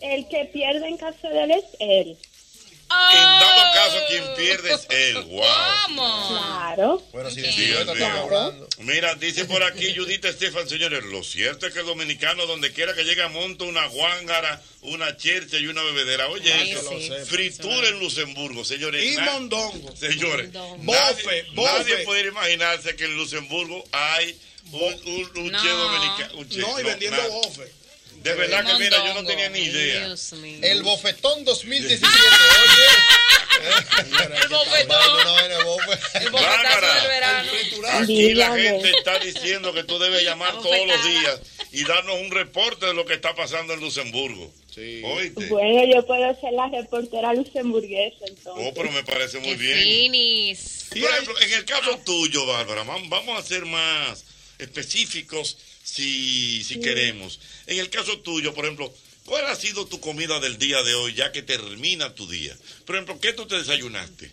Speaker 27: El que pierde en casa de él es él.
Speaker 2: En Dame todo caso, quien pierde es
Speaker 14: [LAUGHS]
Speaker 2: él. Wow.
Speaker 27: Claro.
Speaker 24: Bueno, si
Speaker 2: Sí,
Speaker 24: decidió,
Speaker 2: Dios
Speaker 24: estamos
Speaker 2: mío.
Speaker 24: hablando.
Speaker 2: Mira, dice por aquí Judith Estefan, señores, lo cierto es que el dominicano, donde quiera que llegue, monta una guángara, una chercha y una bebedera. Oye,
Speaker 24: Ay,
Speaker 2: eso,
Speaker 24: sí.
Speaker 2: fritura en Luxemburgo, señores.
Speaker 24: Y
Speaker 2: na-
Speaker 24: mondongo.
Speaker 2: Señores,
Speaker 24: Mondongo.
Speaker 2: nadie,
Speaker 24: Bofe, bofe.
Speaker 2: nadie puede imaginarse que en Luxemburgo hay un, un, un che dominicano. un che,
Speaker 24: No, y vendiendo
Speaker 2: nada.
Speaker 24: bofe.
Speaker 2: De verdad que mira, yo no tenía ni idea. Ah.
Speaker 24: El bofetón 2017.
Speaker 2: El
Speaker 24: El
Speaker 2: Aquí la gente está diciendo que tú debes llamar
Speaker 27: La
Speaker 2: todos los días
Speaker 27: bofetada.
Speaker 2: y darnos un reporte de lo que está pasando en Luxemburgo. Oíste.
Speaker 27: Bueno, yo puedo ser la reportera luxemburguesa entonces.
Speaker 2: Oh, pero me parece muy bien.
Speaker 27: Finis.
Speaker 2: Por ejemplo, en el caso tuyo, Bárbara, vam- vamos a ser más específicos si, si queremos. En el caso tuyo, por ejemplo, ¿cuál ha sido tu comida del día de hoy ya que termina tu día? Por ejemplo, ¿qué tú te desayunaste?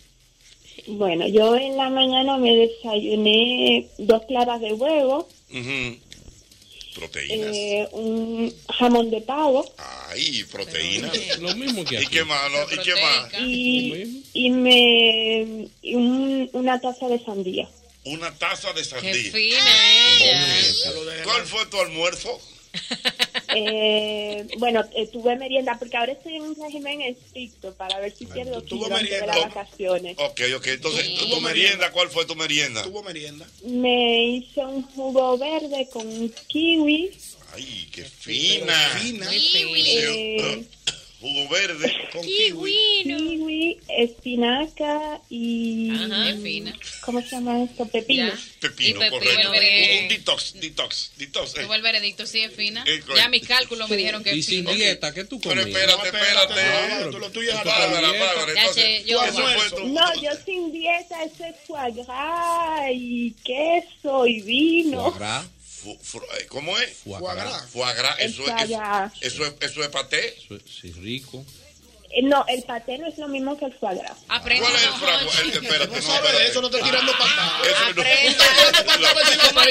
Speaker 27: Bueno, yo en la mañana me desayuné dos claras de huevo,
Speaker 2: Ujú. Proteínas.
Speaker 27: eh, un jamón de pavo
Speaker 2: Ahí, proteínas. Lo mismo que ¿Y qué más? no? ¿Y qué más?
Speaker 27: y, y me y un- una taza de sandía.
Speaker 2: Una taza de sandía.
Speaker 27: fina
Speaker 14: ¿eh?
Speaker 2: Hombre, ¿Cuál fue tu almuerzo?
Speaker 27: Eh, bueno, eh, tuve merienda porque ahora estoy en un régimen estricto para ver si pierdo kilo antes de las vacaciones.
Speaker 2: Ok, ok. Entonces, ¿tu, tu merienda? ¿Cuál fue tu merienda?
Speaker 24: Tuvo merienda.
Speaker 27: Me hice un jugo verde con kiwi,
Speaker 2: Ay, qué fina.
Speaker 24: Fina.
Speaker 27: eh,
Speaker 2: Jugo verde.
Speaker 27: kiwi, espinaca y ¿cómo se llama esto? Pepino.
Speaker 2: Pepino,
Speaker 14: Y pepino,
Speaker 2: correcto.
Speaker 14: bien.
Speaker 2: Un detox, detox, detox. eh.
Speaker 14: Tuvo el veredicto, sí es fina.
Speaker 2: Eh, correcto.
Speaker 14: Ya mis cálculos me dijeron que es fina.
Speaker 2: dieta,
Speaker 10: ¿qué tú
Speaker 2: Pero espérate, espérate. Ah, lo tuyo es Bárbara, Bárbara.
Speaker 14: Ya sé,
Speaker 2: Entonces,
Speaker 14: yo-
Speaker 2: Eh, eso fue tu-
Speaker 27: No, yo sin dieta, eso es foie gras y queso y vino.
Speaker 2: Fu- fu- eh, ¿Cómo es?
Speaker 10: Foie
Speaker 27: gras.
Speaker 2: Foie gras, Eso
Speaker 27: El
Speaker 2: es,
Speaker 27: foie gras.
Speaker 2: eso, eso es, eso es paté.
Speaker 10: Sí, rico.
Speaker 27: Eh, No, el paté no es lo mismo que el foie gras.
Speaker 2: ¿Cuál es el fragua? Eh, Espérate, no,
Speaker 24: sabe de eso, no te tirando patada.
Speaker 2: Eso no.
Speaker 24: ¿Cómo se llama?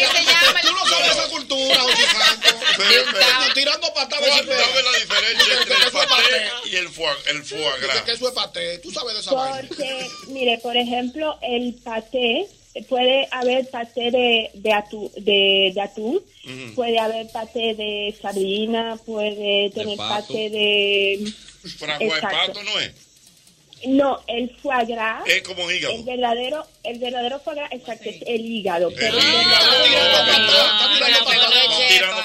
Speaker 24: Tú no sabes
Speaker 2: No.
Speaker 24: esa cultura, oye, Franco. No, Tirando patada. a ver si
Speaker 2: ¿Cuál-
Speaker 24: pega.
Speaker 2: ¿Sabe la diferencia entre el
Speaker 24: Eso es
Speaker 2: paté y el foie, el foie
Speaker 24: Dice que
Speaker 2: gras?
Speaker 24: eso es paté. Tú sabes de esa vaina.
Speaker 27: Porque, mire, por ejemplo, el paté, eh, puede haber paté de, de, atu- de, de atún,
Speaker 2: Ujú.
Speaker 27: puede haber paté de sardina, puede tener
Speaker 2: pato.
Speaker 27: paté de...
Speaker 2: Fragua de
Speaker 27: Exacto.
Speaker 2: pato no es.
Speaker 27: No, el foie gras.
Speaker 2: Es como hígado.
Speaker 27: El verdadero, el verdadero foie gras, exacto, es el hígado. pero-
Speaker 2: Ah, No tirando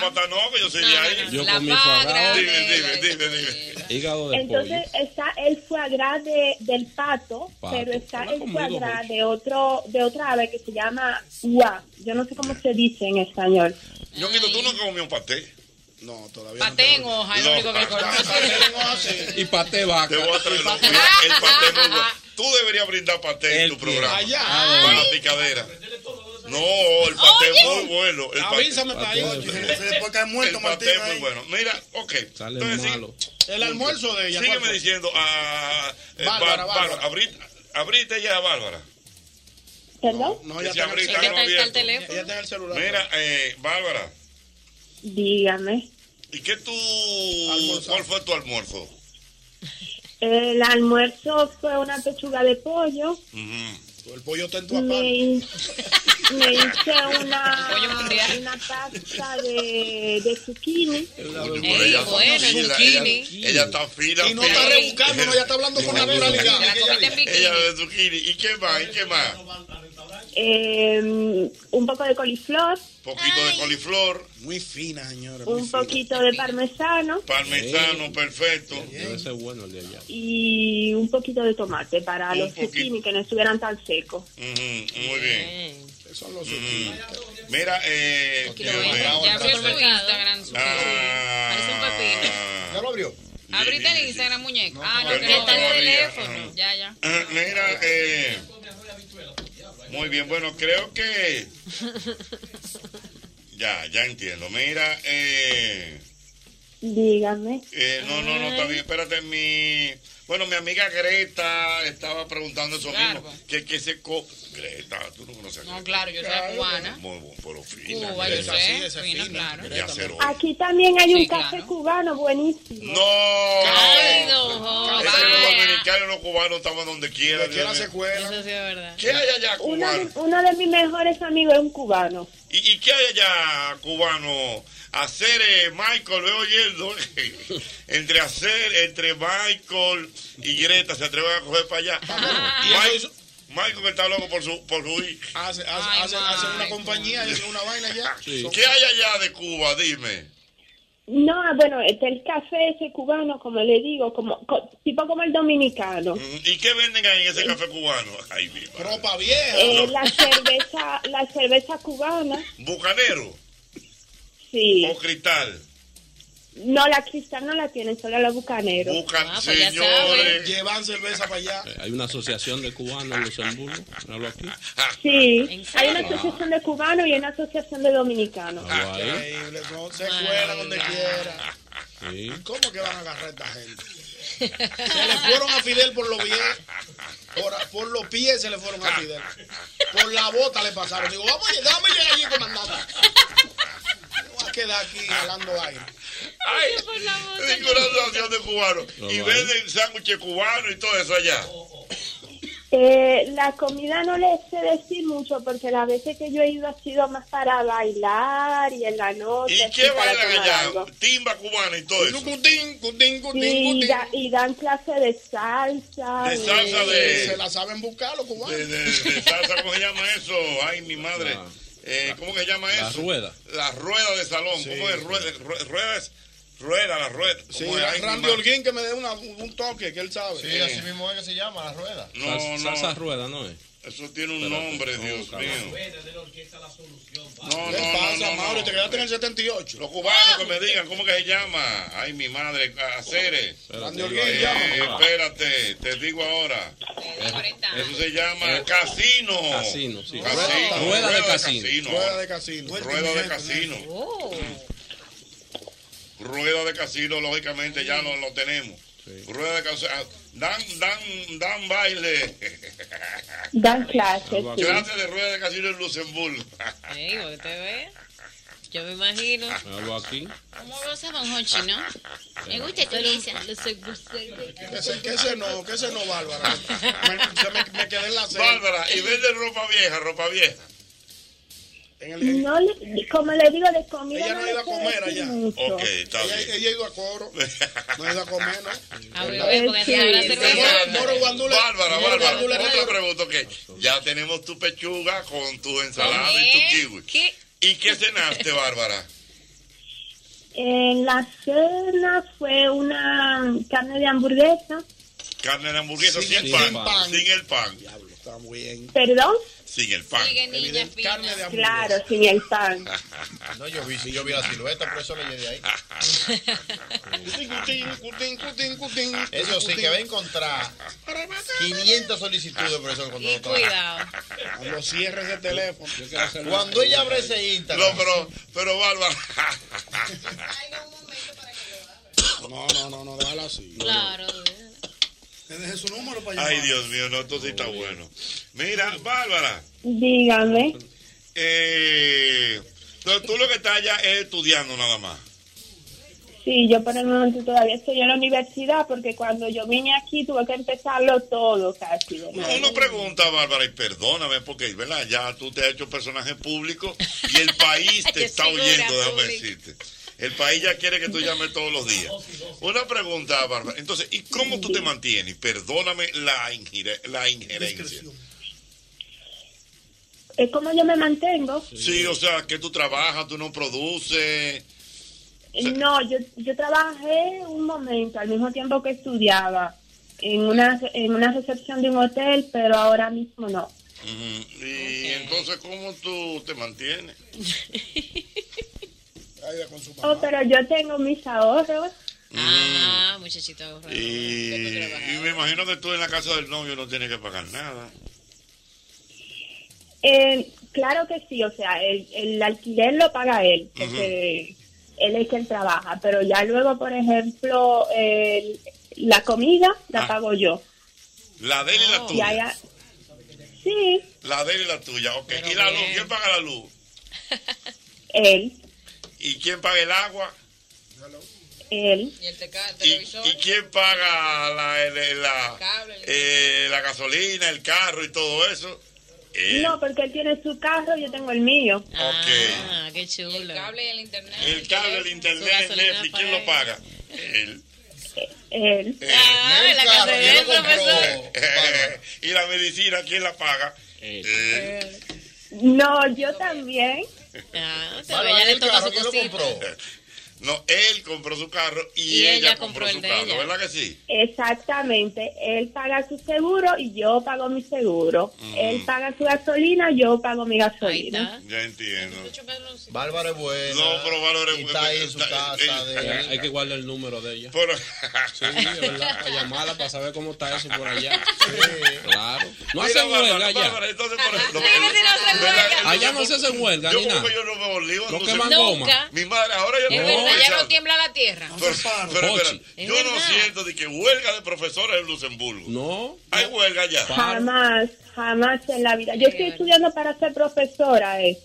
Speaker 2: patada, no, que yo soy de ahí.
Speaker 10: Yo La comí foie gras.
Speaker 2: Dime, dime, dime, dime.
Speaker 10: Hígado de pollo.
Speaker 27: Entonces está el foie gras de, del pato,
Speaker 10: Pato.
Speaker 27: pero está
Speaker 10: Habla
Speaker 27: el
Speaker 10: conmigo,
Speaker 27: foie gras
Speaker 10: Jorge.
Speaker 27: de, otro, de otra ave que se llama ua. Yo no sé cómo se dice en español.
Speaker 2: Ñonguito, ¿tú no comió paté? No, todavía
Speaker 14: Paté en hoja, es lo único que conoce.
Speaker 10: Y paté vaca.
Speaker 2: Te voy a traer los- mira,
Speaker 14: Ah.
Speaker 2: el paté muy bueno. Tú deberías brindar paté en tu programa.
Speaker 24: Allá.
Speaker 2: Para la picadera. No, el paté es muy bueno. El paté-
Speaker 24: Avísame para ahí, oye. Después cae muerto,
Speaker 2: El paté
Speaker 24: Martín.
Speaker 2: es muy
Speaker 24: ahí.
Speaker 2: bueno. Mira, ok.
Speaker 10: Sale
Speaker 2: Entonces, sí,
Speaker 10: malo.
Speaker 24: El almuerzo de ella. ¿cuál
Speaker 2: Sígueme
Speaker 24: fue?
Speaker 2: diciendo a eh,
Speaker 24: Bárbara,
Speaker 2: Bár-
Speaker 24: Bárbara.
Speaker 2: Bárbara. Abrí- Abriste ya a Bárbara.
Speaker 27: ¿Perdón?
Speaker 24: No, ya
Speaker 2: Que si
Speaker 24: está en el
Speaker 2: ahorita no
Speaker 24: celular.
Speaker 2: había-
Speaker 24: el teléfono. Ella está en el celular.
Speaker 2: Mira, eh, Bárbara,
Speaker 27: Dígame.
Speaker 2: ¿y qué tú. ¿Cuál fue tu almuerzo?
Speaker 27: El almuerzo fue una pechuga de pollo.
Speaker 24: El pollo está en tu
Speaker 14: Mm.
Speaker 27: Me,
Speaker 24: aparte.
Speaker 27: hi- me hice una,
Speaker 24: Pollo mundial.
Speaker 27: una pasta de, de zucchini.
Speaker 2: Pero ella está fina, Ella, ella está fina.
Speaker 24: Y no está
Speaker 2: fina.
Speaker 24: rebuscando, no, ella está hablando con
Speaker 2: Ella-
Speaker 24: naturalidad.
Speaker 2: Ella-
Speaker 24: Que ella dice.
Speaker 2: Ella de zucchini. ¿Y qué más? ¿Y qué más?
Speaker 27: eh, un poco de coliflor,
Speaker 2: Poquito de coliflor.
Speaker 24: Muy fina, señora. muy
Speaker 27: un
Speaker 24: fina.
Speaker 27: poquito de parmesano
Speaker 2: Parmesano, perfecto. Debe
Speaker 10: ser bueno el de allá.
Speaker 27: y un poquito de tomate para
Speaker 2: Un
Speaker 27: los
Speaker 2: poquito.
Speaker 27: zucchini que no estuvieran tan secos.
Speaker 2: Ujú, muy bien. Mm. Mira, eh. Ah.
Speaker 14: Ya abrió su Instagram. su- Parece un pepino.
Speaker 24: ¿Ya lo abrió?
Speaker 14: Abrite el Instagram, muñeco. Ah, no,
Speaker 2: pero
Speaker 14: que
Speaker 2: no
Speaker 14: está el
Speaker 2: todavía.
Speaker 14: teléfono. Ya, ya.
Speaker 2: Ah, Mira, eh. Muy bien, bueno, creo que. Ya, ya entiendo. Mira, eh.
Speaker 27: Dígame.
Speaker 2: eh, no, no, no, está bien. Espérate, mi. Bueno, mi amiga Greta estaba preguntando eso mismo. Que, que se co. Greta, tú no conoces a Greta.
Speaker 14: No, claro, yo soy cubana.
Speaker 2: Muy bueno, pero fina.
Speaker 14: Cuba, yo
Speaker 2: Greta, sí,
Speaker 14: sé.
Speaker 2: esa
Speaker 14: Fina,
Speaker 2: fina.
Speaker 14: claro.
Speaker 2: Ya cero.
Speaker 27: Aquí también hay un café cubano buenísimo.
Speaker 2: No.
Speaker 14: Ay, don Jorge,
Speaker 2: Ese
Speaker 14: vaya.
Speaker 2: dominicano no los cubanos estamos donde quiera.
Speaker 7: Donde quiera
Speaker 2: Dios
Speaker 7: se
Speaker 2: mío.
Speaker 7: cuelan.
Speaker 2: Eso
Speaker 7: ¿Qué hay allá,
Speaker 27: Uno
Speaker 7: cubano?
Speaker 27: de, uno de mis mejores amigos es un cubano.
Speaker 2: ¿Y, y qué hay allá, cubano? Hacer eh, Michael, veo yendo. [LAUGHS] entre hacer, entre Michael y Greta se atreven a coger para allá. Mike- Michael está loco por su por su hija.
Speaker 7: Hace, hace, hace, hace una compañía, hace una vaina
Speaker 2: [LAUGHS]
Speaker 7: allá. Son-
Speaker 2: ¿Qué hay allá de Cuba? Dime.
Speaker 27: No, ah, bueno, está el café ese cubano, como le digo, como co- tipo como el dominicano.
Speaker 7: Mm.
Speaker 2: ¿Y qué venden ahí en ese café cubano? Ay, mi madre.
Speaker 7: ¿Eh?
Speaker 2: Oh,
Speaker 7: Ropa vieja.
Speaker 27: Eh, la cerveza, la cerveza cubana,
Speaker 2: ¿Bucanero
Speaker 27: sí.
Speaker 2: o cristal?
Speaker 27: No, la cristal no la tienen, solo la bucanero.
Speaker 7: Señores, llevan cerveza para allá.
Speaker 6: Eh, Hay una asociación de cubanos en Luxemburgo. Hablo aquí.
Speaker 27: Sí, hay una
Speaker 6: serio?
Speaker 27: asociación de cubanos y una asociación de dominicanos.
Speaker 7: Ah,
Speaker 6: Hablo ahí.
Speaker 7: Increíble, no, se cuelan donde quiera.
Speaker 6: Sí.
Speaker 7: ¿Cómo que van a agarrar a esta gente? Se le fueron a Fidel por los pies. Por, por los pies se le fueron a Fidel. Por la bota le pasaron. Digo, vamos, lle- déjame llegar allí, comandante. No voy a quedar aquí jalando aire.
Speaker 2: Ay, ninguna asociación de cubanos.
Speaker 7: No,
Speaker 2: y
Speaker 7: vale.
Speaker 2: venden sándwiches cubanos y todo eso allá.
Speaker 6: Oh,
Speaker 27: Eh, la comida no les sé decir mucho porque las veces que yo he ido ha sido más para bailar y en la noche.
Speaker 2: ¿Y
Speaker 6: oh,
Speaker 27: así,
Speaker 2: qué
Speaker 27: para
Speaker 2: bailan
Speaker 27: tomar
Speaker 2: allá?
Speaker 27: algo.
Speaker 2: Timba cubana y todo eso.
Speaker 7: Cutín, cutín, cutín,
Speaker 27: Y,
Speaker 7: cutín.
Speaker 27: da- y dan clase de salsa.
Speaker 2: De salsa de-
Speaker 7: Eh, Se la saben buscar los cubanos.
Speaker 2: De, de- de salsa, ¿cómo se llama eso? Ay, mi madre. Eh, ¿Cómo que se llama eso?
Speaker 6: La rueda.
Speaker 2: La rueda de salón. ¿Cómo es? Rueda, rueda, rueda es- rueda, la rueda. ¿Cómo
Speaker 7: Sí,
Speaker 2: es? Ay, mi
Speaker 7: Randy
Speaker 2: madre.
Speaker 7: Holguín que me dé una- un un toque, que él sabe.
Speaker 2: Sí, así
Speaker 7: mismo es que se llama, la rueda.
Speaker 2: No,
Speaker 6: Sal-
Speaker 2: no.
Speaker 6: Salsa rueda, ¿no es?
Speaker 2: Eso tiene un
Speaker 6: Espérate,
Speaker 2: nombre,
Speaker 6: no,
Speaker 2: Dios
Speaker 6: cabrón.
Speaker 2: mío.
Speaker 7: ¿Qué pasa, Mauro? ¿Te quedaste en el 78?
Speaker 2: Los cubanos que me digan, ¿cómo que se llama? Ay, mi madre, Aceres.
Speaker 7: Randy
Speaker 2: Eh,
Speaker 7: Holguín, llama.
Speaker 2: espérate, te digo ahora. Eso se llama
Speaker 6: Eh,
Speaker 2: casino.
Speaker 6: casino, sí.
Speaker 2: Casino,
Speaker 6: Rueda- rueda de casino.
Speaker 7: Rueda de casino. ¿eh?
Speaker 2: Rueda de casino. Oh. Rueda de casino, lógicamente, ya lo, lo tenemos. Rueda de casino. Ah, Dan, dan, dan baile. [LAUGHS]
Speaker 27: Dan clases. sí.
Speaker 2: Clase de rueda de casino en Luxemburgo.
Speaker 17: Ey, ¿vos te ves? Yo me imagino.
Speaker 6: Hablo aquí.
Speaker 17: ¿Cómo vos Don Hochi,
Speaker 2: [LAUGHS]
Speaker 17: no?
Speaker 7: Me
Speaker 17: gusta tu Lisa.
Speaker 7: Que se, que se no, que se no, Bárbara. Me, se me- me quedé en la serie.
Speaker 2: Bárbara, y vende ropa vieja, ropa vieja.
Speaker 27: No le- como le digo, de comida
Speaker 7: Ella
Speaker 27: no
Speaker 7: no
Speaker 27: les
Speaker 7: iba a
Speaker 27: sé
Speaker 7: comer
Speaker 27: decir
Speaker 7: allá.
Speaker 27: mucho.
Speaker 2: Ok, está
Speaker 7: Ella,
Speaker 2: bien.
Speaker 7: ella iba a coro. No iba
Speaker 2: [LAUGHS]
Speaker 7: a comer, ¿no?
Speaker 17: A
Speaker 7: beber, porque se habrá cerveza.
Speaker 2: Espérate.
Speaker 7: Moro guandule-
Speaker 2: Bárbara,
Speaker 7: Moro
Speaker 2: Bárbara,
Speaker 7: guandule
Speaker 2: otra
Speaker 7: negro.
Speaker 2: pregunta, ok. Ya tenemos tu pechuga con tu ensalada y tu kiwi.
Speaker 17: ¿Qué?
Speaker 2: ¿Y qué cenaste, Bárbara?
Speaker 27: En la cena fue una carne de hamburguesa.
Speaker 2: Carne de hamburguesa sin,
Speaker 7: el
Speaker 2: pan,
Speaker 7: pan.
Speaker 2: Sin el pan.
Speaker 7: Está muy bien.
Speaker 27: ¿Perdón?
Speaker 2: Sin el pan.
Speaker 7: Evidente, carne de hamburguesa.
Speaker 27: Claro, sin el pan.
Speaker 7: No, yo vi, sí, yo vi la silueta, por eso le llegué ahí.
Speaker 25: Eso sí, que va a encontrar 500 solicitudes, profesor, cuando no trabaja.
Speaker 7: Cuando cierres el teléfono.
Speaker 25: Cuando ella abre ese Instagram.
Speaker 2: No, pero, pero Bárbara.
Speaker 7: No, no, no, no, déjala así.
Speaker 17: Claro.
Speaker 7: Le dejé su número para llamar.
Speaker 2: Ay, Dios mío, no, esto sí está bueno. Mira, Bárbara,
Speaker 27: Dígame.
Speaker 2: eh, entonces tú lo que estás allá es estudiando nada más.
Speaker 27: Sí, yo por el momento todavía estoy en la universidad porque cuando yo vine aquí tuve que empezarlo todo casi. de nuevo.
Speaker 2: Una pregunta, Bárbara, y perdóname porque, ¿verdad? Ya tú te has hecho personaje público y el
Speaker 17: [LAUGHS]
Speaker 2: país te
Speaker 27: Yo
Speaker 2: está
Speaker 27: soy una
Speaker 2: oyendo, déjame
Speaker 27: pública.
Speaker 2: decirte. El país ya quiere que tú llames todos los días. Una pregunta, Bárbara. Entonces, ¿y cómo tú te mantienes? Perdóname la, ingire- la injerencia.
Speaker 27: ¿Es como yo me mantengo?
Speaker 2: Sí, o sea, que tú trabajas, tú no produces.
Speaker 27: No, yo, yo trabajé un momento al mismo tiempo que estudiaba en una, en una recepción de un hotel, pero ahora mismo no.
Speaker 2: Ujú. Y entonces, ¿cómo tú te
Speaker 17: [LAUGHS]
Speaker 2: mantienes?
Speaker 27: Oh, pero yo tengo mis ahorros.
Speaker 17: Ah, muchachito. ahorrador.
Speaker 2: Mm. Y, y me imagino que tú en la casa del novio no tienes que pagar nada.
Speaker 27: Eh, claro que sí, o sea, el, el alquiler lo paga él, porque él es quien trabaja, pero ya luego, por ejemplo, el- la comida la pago yo.
Speaker 2: La de él y Ah.
Speaker 1: Ah.
Speaker 2: la
Speaker 27: Y
Speaker 2: tuya.
Speaker 27: allá, sí,
Speaker 2: La de él y la tuya, ok. ¿Y la luz? ¿Quién paga la luz?
Speaker 27: él,
Speaker 2: ¿Y quién paga el agua?
Speaker 27: él.
Speaker 2: ¿Y quién paga la, el- la- eh, la gasolina, el carro y todo eso? Él.
Speaker 27: No, porque él tiene su carro y yo tengo el mío.
Speaker 2: Eh. Ok.
Speaker 1: Ah, qué chulo. el cable y el internet.
Speaker 2: El cable, el internet, el Netflix, ¿quién lo paga? Él.
Speaker 27: Él.
Speaker 2: Ah,
Speaker 1: la casa de él, profesor.
Speaker 2: [LAUGHS] y la medicina, ¿quién la paga? Eh, Él.
Speaker 27: No, yo también.
Speaker 2: [LAUGHS]
Speaker 1: se ve, ya le Ah, toca su cosita.
Speaker 2: No, él compró su carro y,
Speaker 27: Y
Speaker 2: ella,
Speaker 27: ella
Speaker 2: compró,
Speaker 27: compró el
Speaker 2: su
Speaker 27: de
Speaker 2: carro,
Speaker 27: ella.
Speaker 2: ¿verdad que sí?
Speaker 27: Exactamente. Él paga su seguro y yo pago mi seguro.
Speaker 2: Ujú.
Speaker 27: Él paga su gasolina, yo pago mi gasolina.
Speaker 2: Ya entiendo.
Speaker 25: Bárbara es buena.
Speaker 2: No, pero Bárbara es eh, buena.
Speaker 25: Está ahí en su casa.
Speaker 6: Hay,
Speaker 25: De...
Speaker 6: hay que guardar el número de ella.
Speaker 2: Sí,
Speaker 6: es verdad. Para llamarla, para saber cómo está eso por allá. Claro. No
Speaker 2: Mira,
Speaker 7: é
Speaker 6: hacen
Speaker 2: Bárbara,
Speaker 6: huelga allá.
Speaker 2: Bárbara, entonces, por ejemplo,
Speaker 6: Allá no se hacen huelga,
Speaker 2: Yo
Speaker 6: ni
Speaker 2: como
Speaker 6: nada.
Speaker 2: que yo no me olivo,
Speaker 6: No
Speaker 2: no
Speaker 6: queman
Speaker 2: sé-
Speaker 6: goma.
Speaker 2: Mi madre, ahora yo
Speaker 1: Es
Speaker 2: no
Speaker 1: verdad, ya
Speaker 2: Pero-
Speaker 1: no tiembla la tierra.
Speaker 2: Pero espera,
Speaker 1: Es
Speaker 2: yo no
Speaker 1: verdad.
Speaker 2: siento de que huelga de profesores en Luxemburgo.
Speaker 6: No.
Speaker 2: Hay huelga allá.
Speaker 27: Jamás, jamás en la vida. Yo estoy estudiando para ser profesora. eh.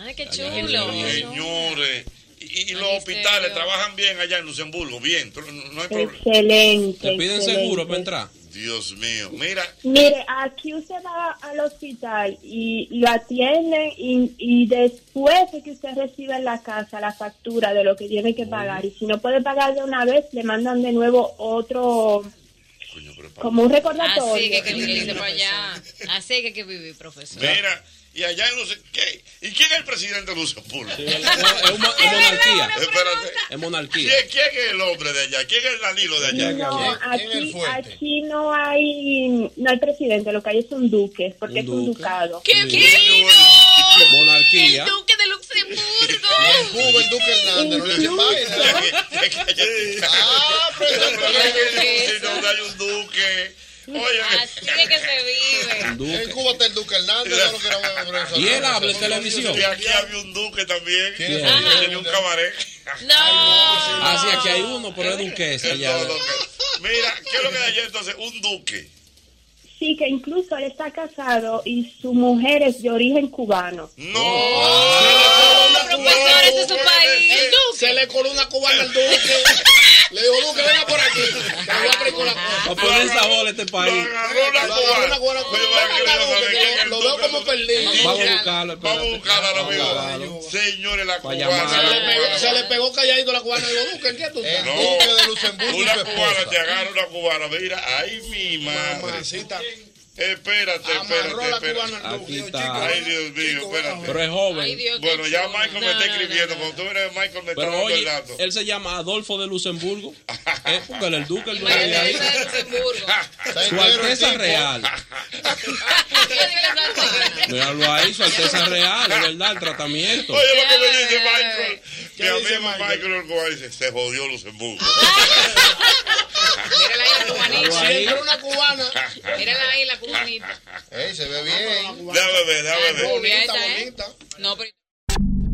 Speaker 1: Ay, qué chulo.
Speaker 2: Señores. Y, y los hospitales trabajan bien allá en Luxemburgo, bien, pero no no hay problema.
Speaker 27: Excelente. excelente.
Speaker 2: entrar? Dios mío, mira,
Speaker 27: Mire, aquí usted va al hospital y lo atienden y, y después de que usted recibe en la casa la factura de lo que tiene que pagar y si no puede pagar de una vez le mandan de nuevo otro como un recordatorio.
Speaker 1: Así que hay que vivirse para allá. Así que hay que vivir, profesor.
Speaker 2: mira, y allá en Luxemburgo, ¿qué? ¿Y quién es el presidente de Luxemburgo?
Speaker 6: Es, un mo- es monarquía. Es monarquía.
Speaker 2: ¿Quién, quién es el hombre de allá? ¿Quién es el Danilo de allá?
Speaker 27: No, aquí,
Speaker 2: fuerte?
Speaker 27: aquí no hay no hay presidente, lo que hay es un duque, porque es un ducado.
Speaker 1: ¡Qué
Speaker 2: fino!
Speaker 6: Monarquía.
Speaker 1: Duque de Luxemburgo.
Speaker 25: En Cuba, el Duque Hernández, no le dice
Speaker 2: [LAUGHS] Ah, pero si no hay un duque. Oye,
Speaker 1: Así es que se vive.
Speaker 25: En Cuba está el Duque Hernández, no lo
Speaker 6: [LAUGHS]
Speaker 25: queramos ver.
Speaker 6: Y él habla en televisión.
Speaker 2: Y aquí había un duque también.
Speaker 6: ¿Quién es?
Speaker 2: Que
Speaker 6: Ah.
Speaker 2: tenía un cabaret.
Speaker 6: Así Ah, aquí hay uno, pero es duquesa allá.
Speaker 2: No, no, que- Mira, ¿qué es lo que hay allá entonces? Un duque.
Speaker 27: Sí, que incluso él está casado y su mujer es de origen cubano.
Speaker 25: Profesor,
Speaker 27: ese es su país.
Speaker 25: El Duque. Eh, Se le coló una cubana al Duque. Le dijo, Duque, venga por aquí. Te voy a abrir con la cosa.
Speaker 6: Para poner sabor a este país.
Speaker 25: Lo agarró una cubana. Venga acá, Duque, que Lo veo como perdido.
Speaker 6: Vamos a buscarlo.
Speaker 2: Vamos a buscar ahora mismo. Señores, la cubana.
Speaker 25: Se le pegó- Se le pegó calladito la cubana. Digo, Duque, ¿en qué tú estás? Duque de
Speaker 2: No,
Speaker 25: Luxemburgo. y su
Speaker 2: una
Speaker 25: esposa.
Speaker 2: cubana, te agarra una cubana. Mira, ay, mi madre. Espérate, espérate, espérate.
Speaker 6: Aquí está.
Speaker 2: Ay, Dios mío, espérate.
Speaker 6: Pero es joven. Ay, Dios, qué
Speaker 2: bueno, ya
Speaker 6: chulo.
Speaker 2: Michael me
Speaker 6: No,
Speaker 2: está
Speaker 6: no,
Speaker 2: escribiendo.
Speaker 6: no, no,
Speaker 2: Cuando tú vienes, Michael me está
Speaker 6: Pero
Speaker 2: dando el
Speaker 6: oye,
Speaker 2: dato.
Speaker 6: él se llama Adolfo de Luxemburgo. ¿eh? Porque él es el duque, el dueño de ahí.
Speaker 1: Imagínate de
Speaker 25: [LAUGHS]
Speaker 1: Luxemburgo.
Speaker 6: Su Alteza Real.
Speaker 2: [LAUGHS]
Speaker 6: Míralo ahí, su Alteza Real, es verdad, el tratamiento.
Speaker 2: Oye, lo que me dice Michael. Mi amigo Michael Orcoa dice: Se jodió
Speaker 6: [LAUGHS]
Speaker 2: Luxemburgo.
Speaker 25: Si entra una
Speaker 2: [LAUGHS]
Speaker 25: cubana.
Speaker 1: Mírala ahí, la cubanita.
Speaker 25: Ey, se
Speaker 7: Ah,
Speaker 25: ve bien.
Speaker 2: Déjame ver, déjame ver.
Speaker 25: Bonita,
Speaker 1: Esa, ¿eh?
Speaker 25: bonita.
Speaker 1: No, pero